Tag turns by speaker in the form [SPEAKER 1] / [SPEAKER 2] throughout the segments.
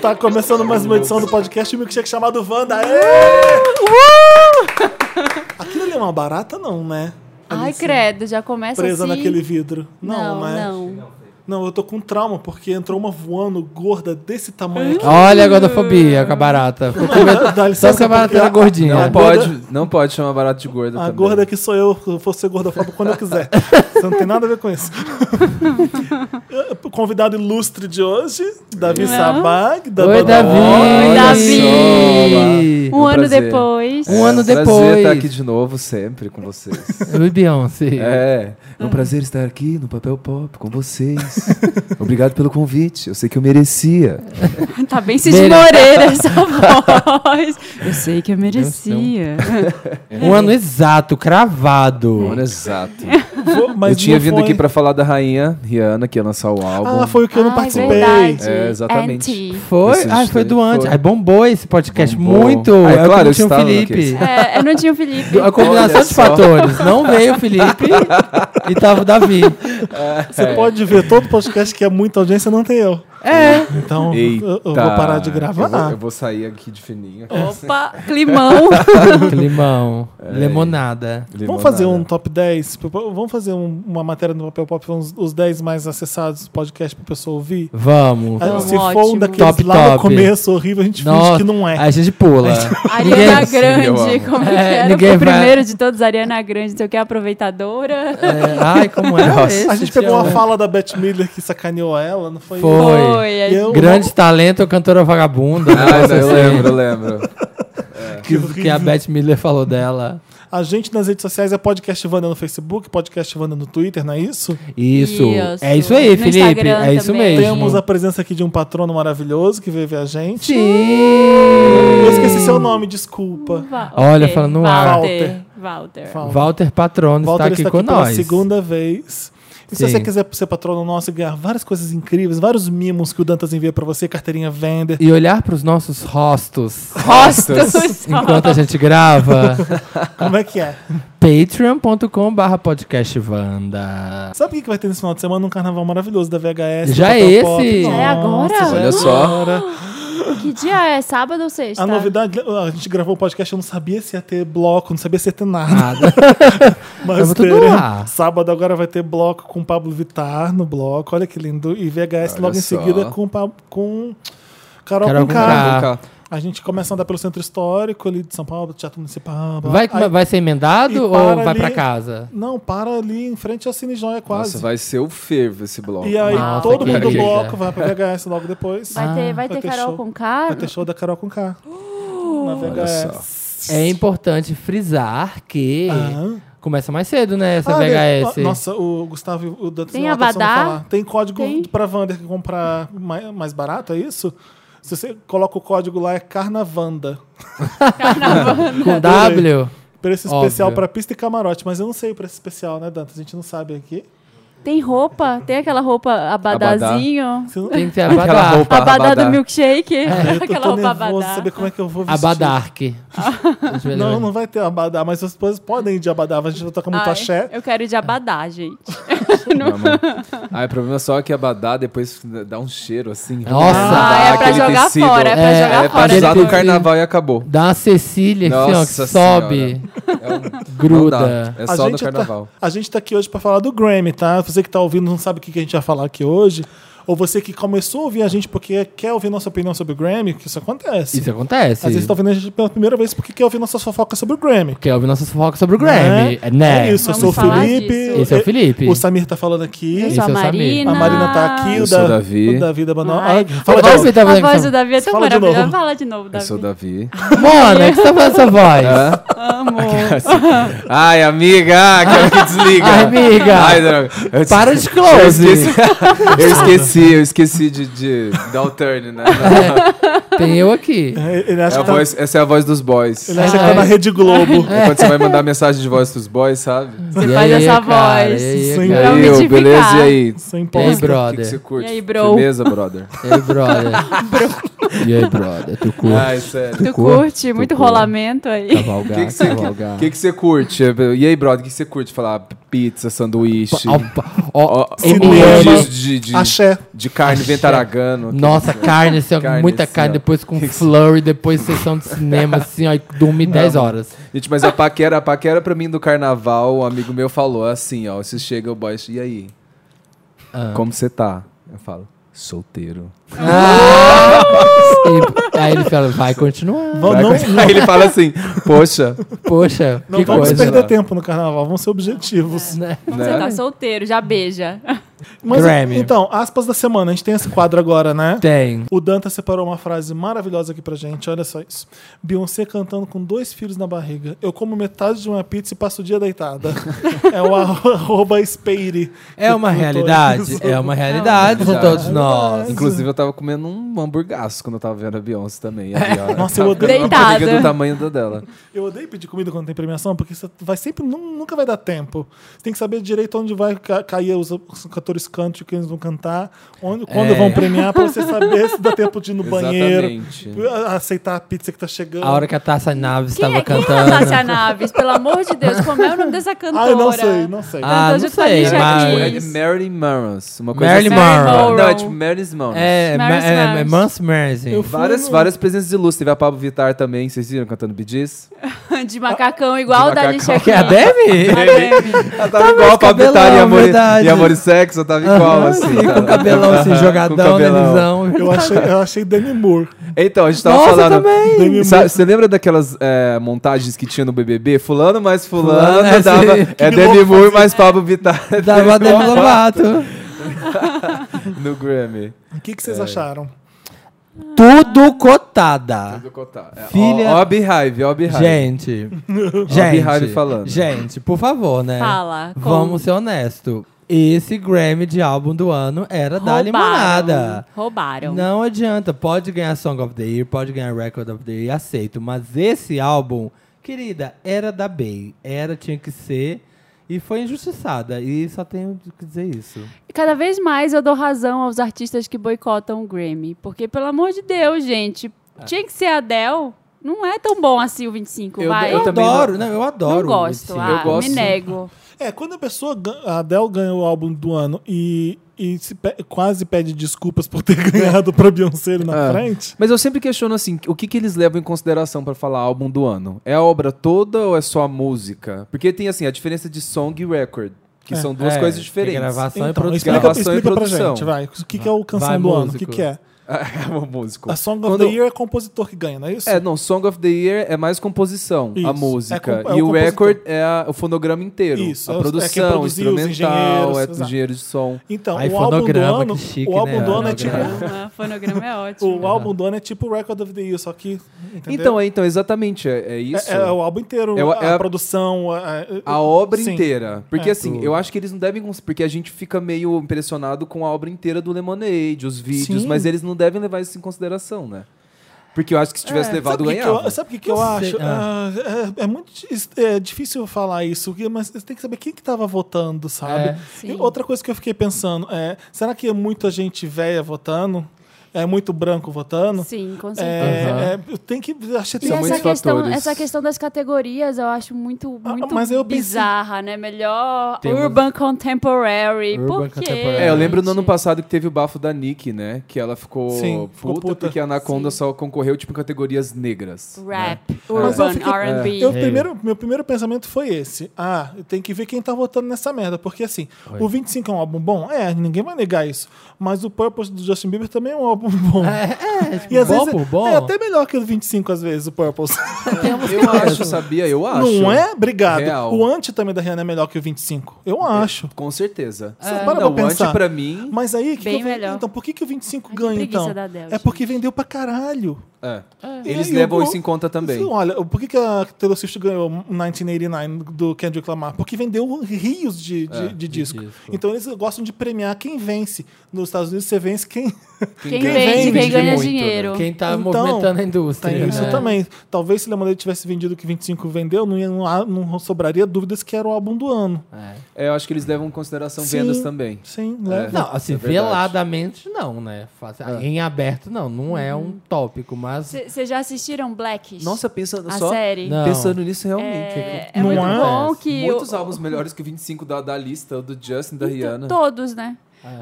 [SPEAKER 1] Tá começando mais uma edição do podcast Milkshake chamado Wanda. Aê!
[SPEAKER 2] Uh!
[SPEAKER 1] Aquilo ali é uma barata, não, né? Ali
[SPEAKER 2] Ai,
[SPEAKER 1] em cima,
[SPEAKER 2] credo, já começa
[SPEAKER 1] Presa
[SPEAKER 2] assim.
[SPEAKER 1] naquele vidro. Não,
[SPEAKER 2] Não,
[SPEAKER 1] né?
[SPEAKER 2] não.
[SPEAKER 1] Não, eu tô com trauma porque entrou uma voando gorda desse tamanho aqui. né?
[SPEAKER 3] Olha a gordofobia com a barata. Ficou
[SPEAKER 2] Uhum.
[SPEAKER 3] com medo-
[SPEAKER 4] Então
[SPEAKER 1] Dá
[SPEAKER 3] Só
[SPEAKER 1] licença,
[SPEAKER 3] se a barata
[SPEAKER 1] porque
[SPEAKER 3] era gordinha.
[SPEAKER 1] a
[SPEAKER 4] Não
[SPEAKER 1] É. gorda-
[SPEAKER 4] pode, não pode chamar barato de gorda
[SPEAKER 1] A
[SPEAKER 4] também. É,
[SPEAKER 1] gorda que sou eu, eu vou ser gordofóbico quando eu quiser. Você não tem nada a ver com isso. O Convidado ilustre de hoje, Davi Sabag, da
[SPEAKER 3] Oi,
[SPEAKER 1] banda
[SPEAKER 3] Davi!
[SPEAKER 1] Ó.
[SPEAKER 2] Oi, Davi!
[SPEAKER 4] Davi!
[SPEAKER 2] Um ano depois.
[SPEAKER 3] Um ano
[SPEAKER 4] Prazer
[SPEAKER 3] depois.
[SPEAKER 4] estar aqui de novo sempre com vocês.
[SPEAKER 3] Oi, Beyoncé.
[SPEAKER 4] É, é
[SPEAKER 1] Hum.
[SPEAKER 4] um prazer estar aqui no Papel Pop com vocês. Obrigado pelo convite, eu sei que eu merecia.
[SPEAKER 1] É.
[SPEAKER 2] Tá bem Cid Moreira essa voz. Eu sei que eu merecia.
[SPEAKER 3] Um ano exato, cravado.
[SPEAKER 4] Mano, exato.
[SPEAKER 1] Vou- mas
[SPEAKER 4] eu tinha
[SPEAKER 1] não
[SPEAKER 4] vindo
[SPEAKER 1] foi-
[SPEAKER 4] aqui pra falar da rainha Rihanna, que ia lançar o álbum.
[SPEAKER 1] Ah, foi o que eu não
[SPEAKER 2] Ai,
[SPEAKER 1] participei.
[SPEAKER 2] é verdade.
[SPEAKER 4] É, exatamente.
[SPEAKER 2] Anti.
[SPEAKER 3] Foi?
[SPEAKER 4] Esses
[SPEAKER 3] Ah, foi
[SPEAKER 4] três,
[SPEAKER 3] do antes.
[SPEAKER 4] foi.
[SPEAKER 3] Aí bombou esse podcast
[SPEAKER 4] Bombou.
[SPEAKER 3] muito.
[SPEAKER 4] Ah, é
[SPEAKER 3] porque
[SPEAKER 4] claro,
[SPEAKER 3] não
[SPEAKER 4] eu
[SPEAKER 3] tinha o
[SPEAKER 4] estava
[SPEAKER 3] Felipe.
[SPEAKER 2] É, eu não tinha o Felipe.
[SPEAKER 3] A combinação
[SPEAKER 4] Olha
[SPEAKER 3] de
[SPEAKER 4] só.
[SPEAKER 3] fatores. Não veio o Felipe e tava o Davi.
[SPEAKER 1] Você
[SPEAKER 3] É.
[SPEAKER 1] pode ver todo podcast que é muita audiência, não tem eu. É. Então eu-
[SPEAKER 4] Eita,
[SPEAKER 1] eu vou parar de gravar.
[SPEAKER 4] Eu vou, eu vou sair aqui de fininho.
[SPEAKER 2] Opa, climão.
[SPEAKER 3] Limão.
[SPEAKER 4] É.
[SPEAKER 3] Limonada.
[SPEAKER 1] Vamos fazer um top 10? pro- Vamos fazer um- uma matéria no Papel Pop, uns- os 10 mais acessados do podcast pra pessoa ouvir?
[SPEAKER 3] Vamos.
[SPEAKER 1] Aí,
[SPEAKER 2] Vamos,
[SPEAKER 1] se for um
[SPEAKER 2] ótimo.
[SPEAKER 1] daqueles
[SPEAKER 3] Top,
[SPEAKER 1] lá no
[SPEAKER 3] top. Ah,
[SPEAKER 1] começo horrível, a gente finge que não é.
[SPEAKER 3] Aí a gente pula.
[SPEAKER 2] Ariana
[SPEAKER 3] Ninguém-
[SPEAKER 4] eu
[SPEAKER 2] Grande,
[SPEAKER 4] amo.
[SPEAKER 2] como é que
[SPEAKER 3] É,
[SPEAKER 2] era?
[SPEAKER 3] ninguém
[SPEAKER 2] Foi o
[SPEAKER 3] vai-
[SPEAKER 2] primeiro de todos, Ariana Grande, não sei o que, aproveitadora.
[SPEAKER 3] É, ai, como é?
[SPEAKER 1] A gente pegou uma fala da Beth Miller que sacaneou ela, não foi?
[SPEAKER 2] é
[SPEAKER 3] Foi.
[SPEAKER 1] E eu-
[SPEAKER 3] Grande talento, cantora vagabunda.
[SPEAKER 4] Ah,
[SPEAKER 3] negócio
[SPEAKER 4] não, eu
[SPEAKER 1] um
[SPEAKER 3] assim.
[SPEAKER 4] lembro, eu lembro.
[SPEAKER 3] que, que a Beth Miller falou dela.
[SPEAKER 1] A gente nas redes sociais é Podcast Vanda no Facebook, Podcast Vanda no Twitter, não é isso?
[SPEAKER 3] Isso.
[SPEAKER 2] Isso.
[SPEAKER 3] É isso aí,
[SPEAKER 2] No
[SPEAKER 3] Felipe.
[SPEAKER 2] Instagram
[SPEAKER 3] É isso
[SPEAKER 2] também.
[SPEAKER 3] mesmo.
[SPEAKER 1] Temos a presença aqui de um patrono maravilhoso que veio ver a gente.
[SPEAKER 3] Sim.
[SPEAKER 1] Eu esqueci seu nome, desculpa.
[SPEAKER 2] Walter,
[SPEAKER 3] Olha, falando no ar.
[SPEAKER 2] Walter. Walter.
[SPEAKER 1] Fala.
[SPEAKER 3] Walter Patrono
[SPEAKER 1] Walter
[SPEAKER 3] está aqui com
[SPEAKER 1] pela
[SPEAKER 3] nós.
[SPEAKER 1] segunda vez. E se
[SPEAKER 3] Sim.
[SPEAKER 1] você quiser ser patrono nosso e ganhar várias coisas incríveis, vários mimos que o Dantas envia pra você, carteirinha vender.
[SPEAKER 3] E olhar para os nossos rostos
[SPEAKER 2] Rostos.
[SPEAKER 3] enquanto a gente grava.
[SPEAKER 1] Como é que é?
[SPEAKER 3] patreon.com.br podcastvanda.
[SPEAKER 1] Sabe o que que vai ter nesse final de semana? Um carnaval maravilhoso da VHS.
[SPEAKER 3] Já
[SPEAKER 1] do
[SPEAKER 3] é
[SPEAKER 1] Papel Pop.
[SPEAKER 3] esse? Já
[SPEAKER 2] é
[SPEAKER 1] Nossa,
[SPEAKER 2] agora?
[SPEAKER 1] já é
[SPEAKER 4] Olha só.
[SPEAKER 1] agora.
[SPEAKER 2] Que dia é? Sábado ou sexta?
[SPEAKER 1] A novidade, a gente gravou o podcast, eu não sabia se ia ter bloco, não sabia se ia ter nada.
[SPEAKER 3] Nada.
[SPEAKER 1] Mas
[SPEAKER 3] Ah, Tava tudo
[SPEAKER 1] teremos.
[SPEAKER 3] lá.
[SPEAKER 1] Sábado agora vai ter bloco com Pablo Vittar no bloco. Olha que lindo. E VHS
[SPEAKER 4] Olha
[SPEAKER 1] logo em
[SPEAKER 4] só.
[SPEAKER 1] seguida com, Pa- com Carol,
[SPEAKER 3] Carol
[SPEAKER 1] com
[SPEAKER 3] Conká.
[SPEAKER 4] Vamos cá.
[SPEAKER 1] A gente começa a andar pelo centro histórico ali de São Paulo, Teatro Municipal. blá.
[SPEAKER 3] Vai,
[SPEAKER 1] Aí-
[SPEAKER 3] vai
[SPEAKER 1] e
[SPEAKER 3] ser emendado ou
[SPEAKER 1] para
[SPEAKER 3] vai
[SPEAKER 1] ali-
[SPEAKER 3] para casa?
[SPEAKER 1] Não, para ali em frente ao Cine Joia quase.
[SPEAKER 4] Nossa, vai ser o fervo esse bloco.
[SPEAKER 1] E aí
[SPEAKER 3] Nossa,
[SPEAKER 1] todo
[SPEAKER 3] que
[SPEAKER 1] mundo do
[SPEAKER 3] delícia.
[SPEAKER 1] bloco vai pra VHS logo depois.
[SPEAKER 2] Vai ter,
[SPEAKER 1] Ah, vai
[SPEAKER 2] vai ter
[SPEAKER 1] ter show.
[SPEAKER 2] Carol com K?
[SPEAKER 1] Vai ter show da Carol com K. Na
[SPEAKER 4] Olha só.
[SPEAKER 1] VHS.
[SPEAKER 3] É importante frisar que
[SPEAKER 1] Aham.
[SPEAKER 3] começa mais cedo, né? Essa
[SPEAKER 1] Ah, né?
[SPEAKER 3] VHS.
[SPEAKER 1] Ah, Nossa, o Gustavo e o Dantas
[SPEAKER 2] Tem
[SPEAKER 1] não tá precisando
[SPEAKER 2] Abadá?
[SPEAKER 1] falar. Tem código
[SPEAKER 2] Tem.
[SPEAKER 1] pra Wander que comprar mais, mais barato, é isso? Se você coloca o código lá, é Carnavanda.
[SPEAKER 3] com W.
[SPEAKER 1] Preço
[SPEAKER 3] Óbvio.
[SPEAKER 1] especial pra pista e camarote, mas eu não sei o preço especial, né, Dantas? A gente não sabe aqui.
[SPEAKER 2] Tem roupa? Tem aquela roupa abadazinho?
[SPEAKER 1] Você não-
[SPEAKER 3] Tem que ter
[SPEAKER 4] Aquela
[SPEAKER 3] abadar.
[SPEAKER 4] roupa
[SPEAKER 2] Abadá, do
[SPEAKER 4] abadá.
[SPEAKER 2] milkshake?
[SPEAKER 1] Né? É, Eu
[SPEAKER 2] É, aquela
[SPEAKER 1] tô
[SPEAKER 2] roupa
[SPEAKER 1] nervoso
[SPEAKER 2] abadá.
[SPEAKER 1] saber como é que eu vou vestir.
[SPEAKER 3] Abadark. Deixa eu ver
[SPEAKER 1] Não,
[SPEAKER 3] ali.
[SPEAKER 1] não vai ter abadá, mas as pessoas podem ir de abadá, mas a gente vai tocar muito
[SPEAKER 2] Ai,
[SPEAKER 1] axé.
[SPEAKER 2] Eu quero ir de abadá, gente.
[SPEAKER 4] Ah, o problema só é que abadá depois dá um cheiro assim.
[SPEAKER 3] Nossa.
[SPEAKER 4] dá
[SPEAKER 2] Ah, é pra
[SPEAKER 4] aquele
[SPEAKER 2] jogar
[SPEAKER 4] tecido.
[SPEAKER 2] fora, é pra
[SPEAKER 3] É,
[SPEAKER 2] jogar
[SPEAKER 4] É pra
[SPEAKER 2] fora.
[SPEAKER 3] Aquele
[SPEAKER 4] usar no
[SPEAKER 3] tecido.
[SPEAKER 4] carnaval e acabou.
[SPEAKER 3] Dá uma Cecília assim, ó, que
[SPEAKER 4] Nossa
[SPEAKER 3] sobe,
[SPEAKER 4] É um- não dá,
[SPEAKER 3] gruda.
[SPEAKER 4] É só no
[SPEAKER 1] gente
[SPEAKER 4] carnaval.
[SPEAKER 1] Tá, a gente tá aqui hoje pra falar do Grammy, tá? Você que tá ouvindo não sabe o que que a gente vai falar aqui hoje. Ou você que começou a ouvir a gente porque quer ouvir nossa opinião sobre o Grammy, que isso acontece.
[SPEAKER 3] Isso acontece.
[SPEAKER 1] Às vezes tá ouvindo a gente pela primeira vez porque quer ouvir nossas fofocas sobre o Grammy. né?
[SPEAKER 3] Porque ouve nossas fofocas sobre o Grammy. É, né?
[SPEAKER 1] É isso, eu
[SPEAKER 2] Vamos
[SPEAKER 1] sou o
[SPEAKER 2] falar
[SPEAKER 1] Felipe.
[SPEAKER 2] disso.
[SPEAKER 3] Esse é o Felipe.
[SPEAKER 1] O Samir tá falando aqui.
[SPEAKER 2] Eu
[SPEAKER 3] Esse
[SPEAKER 2] sou
[SPEAKER 3] é
[SPEAKER 2] a
[SPEAKER 3] o Samir.
[SPEAKER 2] Marina.
[SPEAKER 1] A Marina tá aqui.
[SPEAKER 4] Eu
[SPEAKER 1] o,
[SPEAKER 4] sou
[SPEAKER 1] da,
[SPEAKER 4] o Davi.
[SPEAKER 1] o Davi da Banal.
[SPEAKER 2] Ai.
[SPEAKER 1] Ah, fala de
[SPEAKER 3] Voz
[SPEAKER 1] novo.
[SPEAKER 3] da
[SPEAKER 2] A
[SPEAKER 3] Davi
[SPEAKER 2] voz
[SPEAKER 3] Jackson.
[SPEAKER 2] do Davi é tão
[SPEAKER 1] Fala de novo.
[SPEAKER 2] maravilhosa. Fala de novo,
[SPEAKER 4] Eu
[SPEAKER 2] Davi.
[SPEAKER 4] sou o Davi.
[SPEAKER 3] Mona, o que você tá fazendo essa voz?
[SPEAKER 4] Hã?
[SPEAKER 2] Amo.
[SPEAKER 4] Ai, amiga, quero que desliga.
[SPEAKER 3] Ai, amiga.
[SPEAKER 4] Ai, droga. Eu te-
[SPEAKER 3] Para de
[SPEAKER 4] Eu
[SPEAKER 3] close.
[SPEAKER 4] esqueci, eu esqueci, eu esqueci de, de dar o turn, né?
[SPEAKER 3] Tem eu aqui.
[SPEAKER 1] É, Ele
[SPEAKER 4] É
[SPEAKER 1] acha
[SPEAKER 4] a
[SPEAKER 1] que tá,
[SPEAKER 4] voz- essa é a voz dos boys.
[SPEAKER 1] ele acha que
[SPEAKER 3] Ah,
[SPEAKER 1] tá na
[SPEAKER 3] é.
[SPEAKER 1] Rede Globo.
[SPEAKER 4] É quando você vai mandar mensagem de voz pros boys, sabe?
[SPEAKER 2] Você
[SPEAKER 3] E
[SPEAKER 2] faz
[SPEAKER 3] aí,
[SPEAKER 2] essa
[SPEAKER 3] cara,
[SPEAKER 2] voz.
[SPEAKER 3] e aí,
[SPEAKER 1] Sim.
[SPEAKER 4] E
[SPEAKER 2] Pra
[SPEAKER 3] cara?
[SPEAKER 4] aí, ô,
[SPEAKER 2] me
[SPEAKER 4] beleza? E
[SPEAKER 2] tipicar.
[SPEAKER 4] aí?
[SPEAKER 1] Sem
[SPEAKER 3] E aí,
[SPEAKER 1] imposta.
[SPEAKER 4] O que, que você
[SPEAKER 3] brother?
[SPEAKER 4] curte?
[SPEAKER 2] E aí, bro?
[SPEAKER 4] Firmeza, brother?
[SPEAKER 3] E aí, brother? E aí, brother? Tu curte
[SPEAKER 4] Ai, sério.
[SPEAKER 2] Tu
[SPEAKER 3] Tocou?
[SPEAKER 2] curte? Muito
[SPEAKER 3] Tocou.
[SPEAKER 2] rolamento
[SPEAKER 3] Tá
[SPEAKER 2] aí.
[SPEAKER 4] Que
[SPEAKER 3] cavalgar,
[SPEAKER 4] que você-
[SPEAKER 3] cavalgar.
[SPEAKER 4] O que que você curte? E aí, brother, o que que você curte? Falar pizza, sanduíche,
[SPEAKER 3] Ó, ó,
[SPEAKER 4] ó,
[SPEAKER 3] ó,
[SPEAKER 4] sanduíches de, de
[SPEAKER 1] Axé.
[SPEAKER 4] de carne ventaragano. aquele-
[SPEAKER 3] Nossa, carne, assim, ó,
[SPEAKER 4] Carne,
[SPEAKER 3] muita
[SPEAKER 4] assim,
[SPEAKER 3] carne,
[SPEAKER 4] ó.
[SPEAKER 3] depois com flurry, depois sessão de cinema, assim, ó, e dormi 10 horas.
[SPEAKER 4] Gente, mas a paquera, a paquera pra mim do carnaval, um amigo meu falou assim, ó, se chega o boy, e aí?
[SPEAKER 3] Ah.
[SPEAKER 4] Como você tá? Eu falo, solteiro.
[SPEAKER 3] E aí ele fala, vai continuar.
[SPEAKER 1] Vão-
[SPEAKER 4] Aí
[SPEAKER 1] Oh, não,
[SPEAKER 4] quando- Aí ele fala assim, poxa,
[SPEAKER 3] Poxa,
[SPEAKER 1] não
[SPEAKER 3] que
[SPEAKER 1] vamos
[SPEAKER 3] coisa.
[SPEAKER 1] perder tempo no carnaval, vão ser objetivos.
[SPEAKER 3] Né?
[SPEAKER 2] Como Você
[SPEAKER 4] É.
[SPEAKER 2] tá solteiro, já beija.
[SPEAKER 1] Mas,
[SPEAKER 3] Grammy.
[SPEAKER 1] então, aspas da semana, a gente tem esse quadro agora, né?
[SPEAKER 3] Tem.
[SPEAKER 1] O Danta separou uma frase maravilhosa aqui pra gente, olha só isso. Beyoncé cantando com dois filhos na barriga. Eu como metade de uma pizza e passo o dia deitada. é o arro- arroba Speire.
[SPEAKER 3] É uma realidade, é uma realidade com todos nós.
[SPEAKER 4] Inclusive, eu tava comendo um hamburgaço quando eu tava vendo a Beyoncé também. Aí, ó,
[SPEAKER 1] Nossa, eu
[SPEAKER 4] tava
[SPEAKER 1] odeio-
[SPEAKER 4] com uma barriga
[SPEAKER 2] Deitada.
[SPEAKER 4] do tamanho da dela.
[SPEAKER 1] Eu odeio pedir comida quando tem premiação, porque você vai sempre, nu- nunca vai dar tempo. Você tem que saber direito onde vai ca- cair os, os cantores cânticos que eles vão cantar, onde, quando
[SPEAKER 3] É.
[SPEAKER 1] vão premiar, pra você saber se dá tempo de ir no banheiro,
[SPEAKER 4] Exatamente.
[SPEAKER 1] a- aceitar a pizza que tá chegando.
[SPEAKER 3] A hora que a Taça Naves
[SPEAKER 2] Quem
[SPEAKER 3] estava
[SPEAKER 2] é, quem é
[SPEAKER 3] cantando.
[SPEAKER 2] Tássia Naves? Pelo amor de Deus, como é o nome dessa cantora?
[SPEAKER 1] Ah, eu não sei, não sei.
[SPEAKER 3] Ah,
[SPEAKER 2] Cantou
[SPEAKER 3] não
[SPEAKER 2] junto com a
[SPEAKER 3] sei,
[SPEAKER 2] Alicia
[SPEAKER 3] mas-
[SPEAKER 4] Tipo,
[SPEAKER 2] Keys.
[SPEAKER 4] é Marilyn Monroe. Uma coisa
[SPEAKER 3] Marilyn
[SPEAKER 4] assim.
[SPEAKER 3] Monroe.
[SPEAKER 4] Não, é tipo Marilyn Monroe.
[SPEAKER 3] É, ma-
[SPEAKER 2] Mary's
[SPEAKER 3] é, é
[SPEAKER 2] Mary's.
[SPEAKER 3] Mans Mercy.
[SPEAKER 1] Eu-
[SPEAKER 4] Várias,
[SPEAKER 1] Fui no-
[SPEAKER 4] várias presenças ilustres. Teve a Pablo Vittar também, vocês viram cantando BDs?
[SPEAKER 2] De macacão igual
[SPEAKER 4] De
[SPEAKER 2] da
[SPEAKER 4] macacão.
[SPEAKER 2] Alicia
[SPEAKER 3] Que é a
[SPEAKER 2] Keys.
[SPEAKER 3] Debbie?
[SPEAKER 4] Ela tava igual a
[SPEAKER 3] Tá cabelão,
[SPEAKER 4] Pablo Vittar e Amor,
[SPEAKER 3] verdade.
[SPEAKER 4] e amor e Sexo, ela tava igual,
[SPEAKER 3] Aham,
[SPEAKER 4] assim.
[SPEAKER 3] sim, com
[SPEAKER 4] tava-
[SPEAKER 3] o cabelão assim,
[SPEAKER 4] Aham, com o
[SPEAKER 3] jogadão,
[SPEAKER 4] cabelão.
[SPEAKER 3] nelizão.
[SPEAKER 1] Eu achei, eu achei Demi Moore.
[SPEAKER 4] Então, a gente tava
[SPEAKER 3] Nossa,
[SPEAKER 4] falando...
[SPEAKER 3] também!
[SPEAKER 1] Demi Moore.
[SPEAKER 4] Sabe, Você lembra daquelas é, montagens que tinha no BBB? Fulano mais fulano,
[SPEAKER 3] Fulano, é,
[SPEAKER 4] dava,
[SPEAKER 3] sim.
[SPEAKER 4] é
[SPEAKER 1] Que
[SPEAKER 4] Demi
[SPEAKER 1] louco
[SPEAKER 4] Moore mais Pablo Vittar
[SPEAKER 3] Da Madame Lovato.
[SPEAKER 4] no Grammy.
[SPEAKER 1] O que, que vocês acharam?
[SPEAKER 3] Tudo cotada. Filha-
[SPEAKER 4] Filha... Ó, ó a Beehive, ó a Beehive.
[SPEAKER 3] Gente,
[SPEAKER 4] Beehive
[SPEAKER 3] gente,
[SPEAKER 4] falando.
[SPEAKER 3] gente, por favor, né?
[SPEAKER 2] Fala. com-
[SPEAKER 3] Vamos ser honestos. Esse Grammy de álbum do ano era da
[SPEAKER 2] roubaram,
[SPEAKER 3] limonada.
[SPEAKER 2] Roubaram.
[SPEAKER 3] Não adianta. Pode ganhar Song of the Year, pode ganhar Record of the Year, aceito. Mas esse álbum, querida, era da Bey. Era, tinha que ser. E foi injustiçada. E só tenho que dizer isso.
[SPEAKER 2] Cada vez mais eu dou razão aos artistas que boicotam o Grammy. Porque, pelo amor de Deus, gente, tinha que ser a Adele. Não é tão bom assim o 25,
[SPEAKER 4] Eu-
[SPEAKER 2] vai.
[SPEAKER 3] Eu,
[SPEAKER 4] também
[SPEAKER 3] adoro, não, eu
[SPEAKER 2] não
[SPEAKER 3] adoro.
[SPEAKER 2] gosto.
[SPEAKER 3] esse-
[SPEAKER 2] Ah,
[SPEAKER 4] eu gosto.
[SPEAKER 2] me nego.
[SPEAKER 1] É, quando a pessoa, gan- a Adele ganha o álbum do ano e, e se pe- quase pede desculpas por ter ganhado pra Beyoncé na
[SPEAKER 4] Ah.
[SPEAKER 1] frente,
[SPEAKER 4] Mas eu sempre questiono assim, o que, que eles levam em consideração pra falar álbum do ano? É a obra toda ou é só a música? Porque tem assim a diferença de song e record, que são duas
[SPEAKER 3] É,
[SPEAKER 4] coisas
[SPEAKER 3] tem
[SPEAKER 4] diferentes.
[SPEAKER 3] gravação e
[SPEAKER 1] Então,
[SPEAKER 3] produção.
[SPEAKER 1] explica,
[SPEAKER 4] Gravação e
[SPEAKER 1] explica pra
[SPEAKER 4] produção.
[SPEAKER 1] gente, vai. O que, que é o canção
[SPEAKER 3] Vai,
[SPEAKER 1] do ano? O que,
[SPEAKER 3] músico.
[SPEAKER 1] que é?
[SPEAKER 4] é uma música.
[SPEAKER 1] A Song of
[SPEAKER 4] Quando-
[SPEAKER 1] the Year é compositor que ganha, não é isso?
[SPEAKER 4] É, não, Song of the Year é mais composição,
[SPEAKER 1] Isso.
[SPEAKER 4] a música.
[SPEAKER 1] É com- é
[SPEAKER 4] e
[SPEAKER 1] o
[SPEAKER 4] o
[SPEAKER 1] compositor.
[SPEAKER 4] record é a- o fonograma inteiro.
[SPEAKER 1] Isso, é
[SPEAKER 4] a
[SPEAKER 1] os- é quem
[SPEAKER 4] produção,
[SPEAKER 1] produziu, os
[SPEAKER 4] instrumental,
[SPEAKER 1] engenheiros,
[SPEAKER 4] é
[SPEAKER 1] exato.
[SPEAKER 4] engenheiro de som.
[SPEAKER 1] Então,
[SPEAKER 3] Aí,
[SPEAKER 1] o álbum do
[SPEAKER 3] fonograma,
[SPEAKER 1] ano,
[SPEAKER 3] que chique,
[SPEAKER 1] o álbum
[SPEAKER 3] né?
[SPEAKER 1] do ano é tipo,
[SPEAKER 3] Fonograma.
[SPEAKER 2] Fonograma, fonograma é ótimo.
[SPEAKER 1] o álbum do ano é tipo Record of the Year, só que entendeu?
[SPEAKER 4] Então, é, então, exatamente, é, é isso.
[SPEAKER 1] é, é o álbum inteiro,
[SPEAKER 4] É o- é
[SPEAKER 1] a,
[SPEAKER 4] a-
[SPEAKER 1] produção, a,
[SPEAKER 4] A obra
[SPEAKER 1] Sim.
[SPEAKER 4] inteira. Porque
[SPEAKER 1] É,
[SPEAKER 4] assim, eu acho que eles não devem. cons- Porque a gente fica meio impressionado com a obra inteira do Lemonade, os vídeos,
[SPEAKER 1] Sim.
[SPEAKER 4] mas eles não devem levar isso em consideração, né? Porque eu acho que se tivesse levado,
[SPEAKER 1] É. Sabe o que que
[SPEAKER 4] ganhava.
[SPEAKER 1] eu- Sabe o que, que eu
[SPEAKER 3] Não sei,
[SPEAKER 1] acho? Ah, é, é muito dis- é difícil falar isso, porque- mas você tem que saber quem que tava votando, sabe?
[SPEAKER 3] É.
[SPEAKER 1] E
[SPEAKER 2] Sim.
[SPEAKER 1] outra coisa que eu fiquei pensando é, será que é muita gente velha votando? É muito branco votando?
[SPEAKER 2] Sim, com certeza.
[SPEAKER 1] É, é, tem que achei que
[SPEAKER 2] E
[SPEAKER 1] isso é
[SPEAKER 2] essa
[SPEAKER 4] São
[SPEAKER 1] muito-
[SPEAKER 4] muitos
[SPEAKER 2] questão,
[SPEAKER 4] fatores.
[SPEAKER 2] essa questão das categorias eu acho muito,
[SPEAKER 1] Ah,
[SPEAKER 2] muito
[SPEAKER 1] mas eu pensei-
[SPEAKER 2] bizarra, né? Melhor
[SPEAKER 3] Temos-
[SPEAKER 2] Urban Contemporary.
[SPEAKER 3] Urban
[SPEAKER 2] Por quê?
[SPEAKER 3] Contemporary.
[SPEAKER 4] É, eu lembro no ano
[SPEAKER 2] gente?
[SPEAKER 4] passado que teve o bafo da Nick, né? Que ela ficou,
[SPEAKER 1] Sim,
[SPEAKER 4] puta,
[SPEAKER 1] ficou puta.
[SPEAKER 4] porque a Anaconda
[SPEAKER 2] Sim.
[SPEAKER 4] só concorreu tipo, em categorias negras.
[SPEAKER 2] Rap,
[SPEAKER 1] Mas eu
[SPEAKER 2] Urban,
[SPEAKER 1] fiquei-
[SPEAKER 2] R&B.
[SPEAKER 1] Eu,
[SPEAKER 3] É.
[SPEAKER 1] primeiro, meu primeiro pensamento foi esse. Ah, tem que ver quem tá votando nessa merda. Porque assim, o 25 é um álbum bom? É, ninguém vai negar isso. Mas o Purpose do Justin Bieber também é um álbum bom.
[SPEAKER 3] É,
[SPEAKER 1] E às vezes
[SPEAKER 3] bom,
[SPEAKER 1] é-
[SPEAKER 3] bom.
[SPEAKER 1] é até melhor que o 25, às vezes, o Purpose.
[SPEAKER 4] Eu acho, sabia? Eu acho.
[SPEAKER 1] assim? Não é? Obrigado.
[SPEAKER 4] Real.
[SPEAKER 1] O anti também da Rihanna é melhor que o 25. Eu acho.
[SPEAKER 4] Com certeza. É.
[SPEAKER 1] Você para
[SPEAKER 4] Não,
[SPEAKER 1] pra
[SPEAKER 4] o anti
[SPEAKER 1] pensar.
[SPEAKER 4] pra mim.
[SPEAKER 1] Mas aí, que que
[SPEAKER 2] Bem
[SPEAKER 1] eu ve-
[SPEAKER 2] melhor.
[SPEAKER 1] então, por que, que o 25
[SPEAKER 2] Ai, que
[SPEAKER 1] ganha,
[SPEAKER 2] preguiça
[SPEAKER 1] então?
[SPEAKER 2] da Adele,
[SPEAKER 1] é porque vendeu pra caralho.
[SPEAKER 4] é. Eles
[SPEAKER 1] E aí,
[SPEAKER 4] levam
[SPEAKER 1] o-
[SPEAKER 4] isso em conta também.
[SPEAKER 1] Assim, olha, por que, que a Taylor Swift ganhou 1989 do Kendrick Lamar? Porque vendeu rios de,
[SPEAKER 4] É,
[SPEAKER 1] de, de disco.
[SPEAKER 3] disco.
[SPEAKER 1] Então eles gostam de premiar quem vence. Nos Estados Unidos você vence quem.
[SPEAKER 2] Quem vende,
[SPEAKER 1] vende
[SPEAKER 2] quem ganha
[SPEAKER 4] muito, né?
[SPEAKER 2] dinheiro.
[SPEAKER 3] Quem tá
[SPEAKER 1] Então,
[SPEAKER 3] movimentando a indústria.
[SPEAKER 1] Tem isso
[SPEAKER 4] é.
[SPEAKER 3] né?
[SPEAKER 1] também. Talvez se Lemonade tivesse vendido o que 25 vendeu, não, ia- não, há- não sobraria dúvidas que era o álbum do ano.
[SPEAKER 4] É, eu acho que eles levam em consideração
[SPEAKER 1] Sim.
[SPEAKER 4] vendas também.
[SPEAKER 1] Sim, né? leva.
[SPEAKER 3] Não, assim,
[SPEAKER 4] É verdade.
[SPEAKER 3] veladamente não, né? Faz- Em aberto não, não é
[SPEAKER 2] Uhum.
[SPEAKER 3] um tópico, mas...
[SPEAKER 2] Vocês já assistiram Blackish?
[SPEAKER 4] Nossa, pensando
[SPEAKER 2] a
[SPEAKER 1] Ah,
[SPEAKER 4] só.
[SPEAKER 2] série?
[SPEAKER 3] Não.
[SPEAKER 4] Pensando nisso realmente.
[SPEAKER 2] É,
[SPEAKER 3] Não
[SPEAKER 2] é muito
[SPEAKER 1] é?
[SPEAKER 2] bom que...
[SPEAKER 4] Muitos
[SPEAKER 2] o-
[SPEAKER 4] álbuns melhores que o 25 da, da lista, o do Justin, da
[SPEAKER 2] Então,
[SPEAKER 4] Rihanna.
[SPEAKER 2] Todos, né?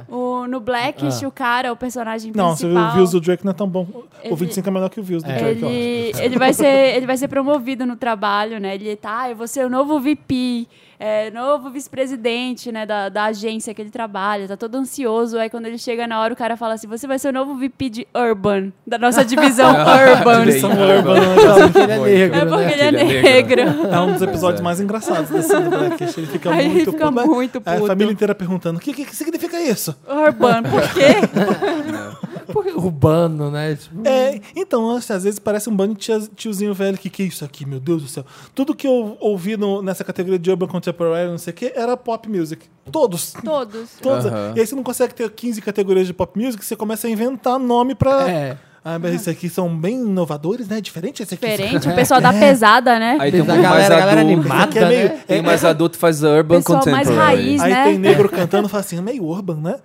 [SPEAKER 2] O, no Blackish, o cara, o personagem principal...
[SPEAKER 1] Não, você viu, o views do Drake não é tão bom.
[SPEAKER 2] Ele-
[SPEAKER 1] O 25 é melhor que o views do
[SPEAKER 3] É.
[SPEAKER 1] Drake. ó.
[SPEAKER 2] Ele, ele, vai ser, ele vai ser promovido no trabalho, né? Ele tá, ah, eu vou ser o novo VP, é, novo vice-presidente né, da, da agência que ele trabalha, tá todo ansioso. Aí quando ele chega na hora, o cara fala assim: você vai ser o novo VP de Urban, da nossa divisão Urban.
[SPEAKER 4] é
[SPEAKER 1] Divisão Urban, né?
[SPEAKER 3] Ele é negro,
[SPEAKER 2] É porque
[SPEAKER 3] né?
[SPEAKER 2] ele é
[SPEAKER 4] Ele é negro.
[SPEAKER 2] negro.
[SPEAKER 1] É um dos episódios
[SPEAKER 4] é.
[SPEAKER 1] mais engraçados desse né? do Blackish. Ele fica
[SPEAKER 2] Aí
[SPEAKER 1] muito
[SPEAKER 2] ele fica
[SPEAKER 1] puto.
[SPEAKER 2] muito
[SPEAKER 1] É, A
[SPEAKER 2] puto.
[SPEAKER 1] família inteira perguntando: o que, que- que significa isso?
[SPEAKER 2] Urban, por quê? é
[SPEAKER 3] Porque urbano, né? Tipo,
[SPEAKER 2] Hum.
[SPEAKER 1] É, então, acho que às vezes parece um bando de tia- tiozinho velho. Que que é isso aqui, meu Deus do céu? Tudo que eu ouvi no- nessa categoria de Urban Contemporary, não sei o que, era pop music. Todos.
[SPEAKER 2] Todos.
[SPEAKER 1] Todos.
[SPEAKER 4] Aham.
[SPEAKER 1] E aí você não consegue ter 15 categorias de pop music, você começa a inventar nome pra.
[SPEAKER 3] É.
[SPEAKER 1] Ah, mas esses aqui são bem inovadores, né? Diferente esse aqui.
[SPEAKER 2] Diferente, o pessoal
[SPEAKER 1] É.
[SPEAKER 2] da pesada, né?
[SPEAKER 4] Aí tem um
[SPEAKER 3] Mas a
[SPEAKER 4] pouco mais
[SPEAKER 3] galera- a galera
[SPEAKER 4] adulto.
[SPEAKER 3] animada,
[SPEAKER 1] Isso aqui é meio-
[SPEAKER 3] né?
[SPEAKER 4] Tem mais adulto faz urban
[SPEAKER 2] Pessoal mais
[SPEAKER 4] contemporary.
[SPEAKER 2] raiz.
[SPEAKER 1] Aí
[SPEAKER 2] né?
[SPEAKER 1] tem negro cantando e fala assim, é meio urban, né?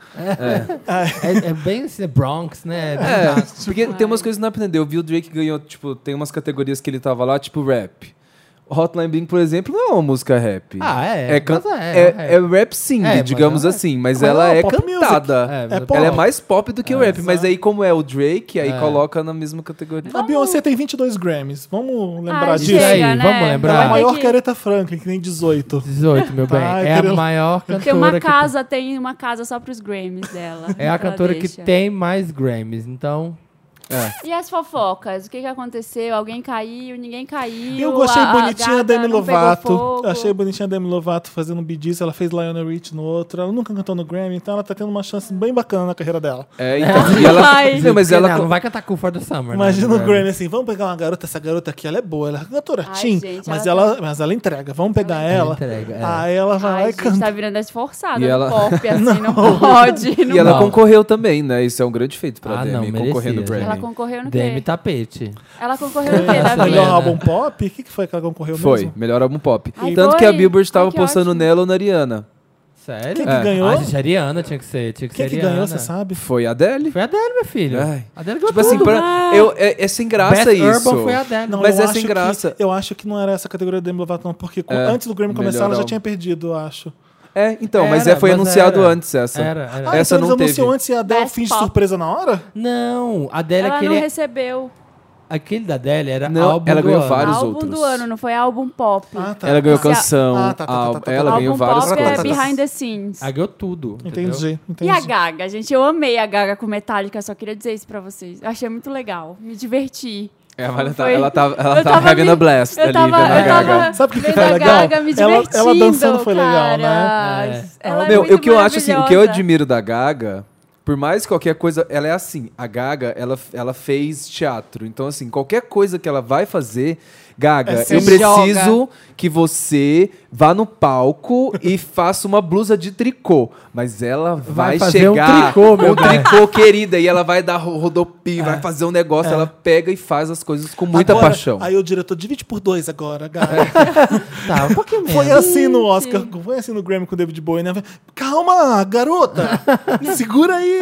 [SPEAKER 3] É, é bem assim, Bronx, né?
[SPEAKER 4] É,
[SPEAKER 2] Tipo
[SPEAKER 4] porque tem umas coisas que não aprendeu. Eu vi o Drake ganhou, tipo, tem umas categorias que ele tava lá, tipo rap. Hotline Bling, por exemplo, não é uma música rap.
[SPEAKER 3] Ah, é,
[SPEAKER 4] É, can-
[SPEAKER 3] mas é,
[SPEAKER 4] é,
[SPEAKER 3] é.
[SPEAKER 4] é rap sing,
[SPEAKER 3] É, mas
[SPEAKER 4] digamos
[SPEAKER 3] é-
[SPEAKER 4] assim, mas
[SPEAKER 1] mas
[SPEAKER 4] ela
[SPEAKER 1] é
[SPEAKER 4] é,
[SPEAKER 1] pop music.
[SPEAKER 4] cantada.
[SPEAKER 3] É, mas
[SPEAKER 1] é
[SPEAKER 4] ela
[SPEAKER 1] pop.
[SPEAKER 4] é mais pop do que o rap, mas aí como é o Drake, aí
[SPEAKER 3] É.
[SPEAKER 4] coloca na mesma categoria.
[SPEAKER 1] A Beyoncé tem 22 Grammys. Vamos lembrar
[SPEAKER 2] Ai,
[SPEAKER 1] disso.
[SPEAKER 3] aí,
[SPEAKER 2] Ah, chega, né?
[SPEAKER 3] vamos lembrar?
[SPEAKER 1] Ela é a
[SPEAKER 2] Vai ter
[SPEAKER 1] maior
[SPEAKER 2] que-
[SPEAKER 1] que a Aretha Franklin, que tem 18.
[SPEAKER 3] 18, meu bem.
[SPEAKER 1] Ai,
[SPEAKER 3] é a
[SPEAKER 1] querendo-
[SPEAKER 3] maior cantora.
[SPEAKER 2] Tem uma
[SPEAKER 3] que
[SPEAKER 2] casa, tem uma casa só pros Grammys dela.
[SPEAKER 3] É a
[SPEAKER 2] que ela
[SPEAKER 3] cantora que
[SPEAKER 2] deixa.
[SPEAKER 3] tem mais Grammys, então.
[SPEAKER 2] E as fofocas? O que, que aconteceu? Alguém caiu, ninguém caiu.
[SPEAKER 1] Eu gostei
[SPEAKER 2] a- a
[SPEAKER 1] bonitinha a
[SPEAKER 2] gata
[SPEAKER 1] Demi
[SPEAKER 2] não
[SPEAKER 1] Lovato.
[SPEAKER 2] pegou fogo.
[SPEAKER 1] Achei bonitinha a Demi Lovato fazendo bidis. Ela fez Lionel Rich no outro. Ela nunca cantou no Grammy, então ela tá tendo uma chance bem bacana na carreira dela.
[SPEAKER 4] É, então, e ela-
[SPEAKER 2] Vai.
[SPEAKER 4] Não, mas
[SPEAKER 3] Porque
[SPEAKER 4] ela
[SPEAKER 3] não, não vai cantar com o For the Summer.
[SPEAKER 1] Imagina
[SPEAKER 3] né?
[SPEAKER 1] o Grammy assim, vamos pegar uma garota, essa garota aqui, ela é boa, ela é cantora
[SPEAKER 2] Ai,
[SPEAKER 1] teen,
[SPEAKER 2] gente,
[SPEAKER 1] mas,
[SPEAKER 2] ela tá-
[SPEAKER 1] ela, mas ela entrega, vamos pegar ela. Ah,
[SPEAKER 3] entrega, é.
[SPEAKER 1] Aí ela vai
[SPEAKER 2] Ai,
[SPEAKER 1] lá e
[SPEAKER 2] gente,
[SPEAKER 1] canta.
[SPEAKER 2] tá virando esforçada
[SPEAKER 4] E
[SPEAKER 2] no
[SPEAKER 4] ela-
[SPEAKER 2] pop, assim, não, pode. não
[SPEAKER 4] E ela
[SPEAKER 3] Não.
[SPEAKER 4] concorreu também, né? Isso é um grande feito pra
[SPEAKER 3] Ah,
[SPEAKER 4] Demi,
[SPEAKER 3] não, merecia.
[SPEAKER 4] concorrendo no Grammy.
[SPEAKER 2] pode. Ela concorreu no
[SPEAKER 3] Demi tá-
[SPEAKER 2] quê?
[SPEAKER 3] Tapete.
[SPEAKER 2] Ela concorreu no quê, Davi?
[SPEAKER 1] Melhor
[SPEAKER 3] Selena.
[SPEAKER 1] álbum pop? O que, que foi que ela concorreu
[SPEAKER 4] Foi,
[SPEAKER 1] mesmo?
[SPEAKER 4] melhor álbum pop.
[SPEAKER 2] Ai,
[SPEAKER 4] Tanto
[SPEAKER 2] foi?
[SPEAKER 4] que a Billboard
[SPEAKER 2] Ai,
[SPEAKER 4] estava
[SPEAKER 2] que
[SPEAKER 4] postando
[SPEAKER 2] ótimo.
[SPEAKER 4] nela ou na Ariana.
[SPEAKER 3] Sério?
[SPEAKER 1] Quem que
[SPEAKER 4] É.
[SPEAKER 1] ganhou?
[SPEAKER 3] Ah, gente, a Ariana tinha que ser. Tinha que
[SPEAKER 1] Quem
[SPEAKER 3] ser
[SPEAKER 1] que
[SPEAKER 3] Ariana.
[SPEAKER 1] ganhou, você sabe?
[SPEAKER 4] Foi a Adele.
[SPEAKER 3] Foi a Adele, meu filho.
[SPEAKER 4] Ai.
[SPEAKER 3] A Adele ganhou
[SPEAKER 4] Tipo assim,
[SPEAKER 3] tudo.
[SPEAKER 2] né?
[SPEAKER 4] pra, eu, é, é sem graça
[SPEAKER 3] Best
[SPEAKER 4] isso.
[SPEAKER 3] Urban foi a Adele.
[SPEAKER 1] Não,
[SPEAKER 4] Mas
[SPEAKER 1] eu
[SPEAKER 4] é
[SPEAKER 1] acho
[SPEAKER 4] sem
[SPEAKER 1] que-
[SPEAKER 4] graça.
[SPEAKER 1] eu acho que não era essa categoria da Demi Lovato, não, porque co-
[SPEAKER 4] É,
[SPEAKER 1] antes do Grammy começar ela
[SPEAKER 4] melhor
[SPEAKER 1] já
[SPEAKER 4] álbum.
[SPEAKER 1] tinha perdido, eu acho.
[SPEAKER 4] É, então, mas
[SPEAKER 3] Era,
[SPEAKER 4] é, foi
[SPEAKER 3] mas
[SPEAKER 4] anunciado
[SPEAKER 3] era.
[SPEAKER 4] antes essa.
[SPEAKER 3] Era, era.
[SPEAKER 1] Ah,
[SPEAKER 4] Essa
[SPEAKER 1] então
[SPEAKER 4] não
[SPEAKER 1] eles anunciou
[SPEAKER 4] teve.
[SPEAKER 1] antes e a Adele
[SPEAKER 2] Best
[SPEAKER 1] finge
[SPEAKER 2] Pop.
[SPEAKER 1] surpresa na hora?
[SPEAKER 3] Não, a Adele,
[SPEAKER 2] Ela
[SPEAKER 3] aquele,
[SPEAKER 2] não recebeu
[SPEAKER 3] aquele da Adele era
[SPEAKER 4] Não,
[SPEAKER 3] álbum
[SPEAKER 4] ela
[SPEAKER 3] do
[SPEAKER 4] ganhou
[SPEAKER 3] ano.
[SPEAKER 4] vários
[SPEAKER 2] álbum
[SPEAKER 4] outros.
[SPEAKER 2] do ano, não foi álbum pop.
[SPEAKER 1] Ah, tá.
[SPEAKER 4] Ela ganhou
[SPEAKER 1] tá.
[SPEAKER 2] Esse a-
[SPEAKER 4] canção,
[SPEAKER 1] Ah, tá, tá, tá,
[SPEAKER 4] al-
[SPEAKER 1] tá, tá.
[SPEAKER 4] ela
[SPEAKER 2] álbum
[SPEAKER 4] ganhou várias
[SPEAKER 2] pop é
[SPEAKER 4] coisas.
[SPEAKER 2] behind the scenes.
[SPEAKER 3] Ela ganhou tudo. entendeu?
[SPEAKER 1] Entendi, entendi.
[SPEAKER 2] E a Gaga, gente, eu amei a Gaga com Metallica, só queria dizer isso pra vocês. Eu achei muito legal, me diverti.
[SPEAKER 4] É, mas ela, tá,
[SPEAKER 2] Foi.
[SPEAKER 4] ela tava, ela
[SPEAKER 2] Eu
[SPEAKER 4] tava
[SPEAKER 2] tava
[SPEAKER 4] having
[SPEAKER 2] me-
[SPEAKER 4] a blast
[SPEAKER 2] eu
[SPEAKER 4] ali,
[SPEAKER 2] tava-
[SPEAKER 4] vendo a
[SPEAKER 2] eu
[SPEAKER 4] Gaga.
[SPEAKER 2] tava-
[SPEAKER 1] Sabe o que, que
[SPEAKER 2] Vendo
[SPEAKER 1] foi
[SPEAKER 2] a
[SPEAKER 1] legal?
[SPEAKER 2] Gaga me
[SPEAKER 1] ela,
[SPEAKER 2] divertindo,
[SPEAKER 1] ela dançando foi legal, né?
[SPEAKER 2] cara.
[SPEAKER 3] É.
[SPEAKER 2] Ela é
[SPEAKER 4] Meu,
[SPEAKER 2] muito
[SPEAKER 4] o que eu acho assim, o que eu
[SPEAKER 2] maravilhosa.
[SPEAKER 4] admiro da Gaga, por mais que qualquer coisa, ela é assim, a Gaga, ela, ela fez teatro. Então assim, qualquer coisa que ela vai fazer, Gaga,
[SPEAKER 1] É
[SPEAKER 4] eu
[SPEAKER 1] se
[SPEAKER 4] preciso que você vá no palco e faça uma blusa de tricô, mas ela vai,
[SPEAKER 3] Vai fazer um
[SPEAKER 4] chegar
[SPEAKER 3] tricô, meu É.
[SPEAKER 4] um tricô, querida, e ela vai dar ro- rodopio, vai fazer um negócio, ela pega e faz as coisas com muita
[SPEAKER 1] Agora-
[SPEAKER 4] paixão. É,
[SPEAKER 1] Aí o diretor divide por dois agora, Gaga.
[SPEAKER 3] Tá, um pouquinho menos.
[SPEAKER 1] Foi assim no Oscar, foi assim no Grammy com o David Bowie, né? Calma, garota! Segura aí!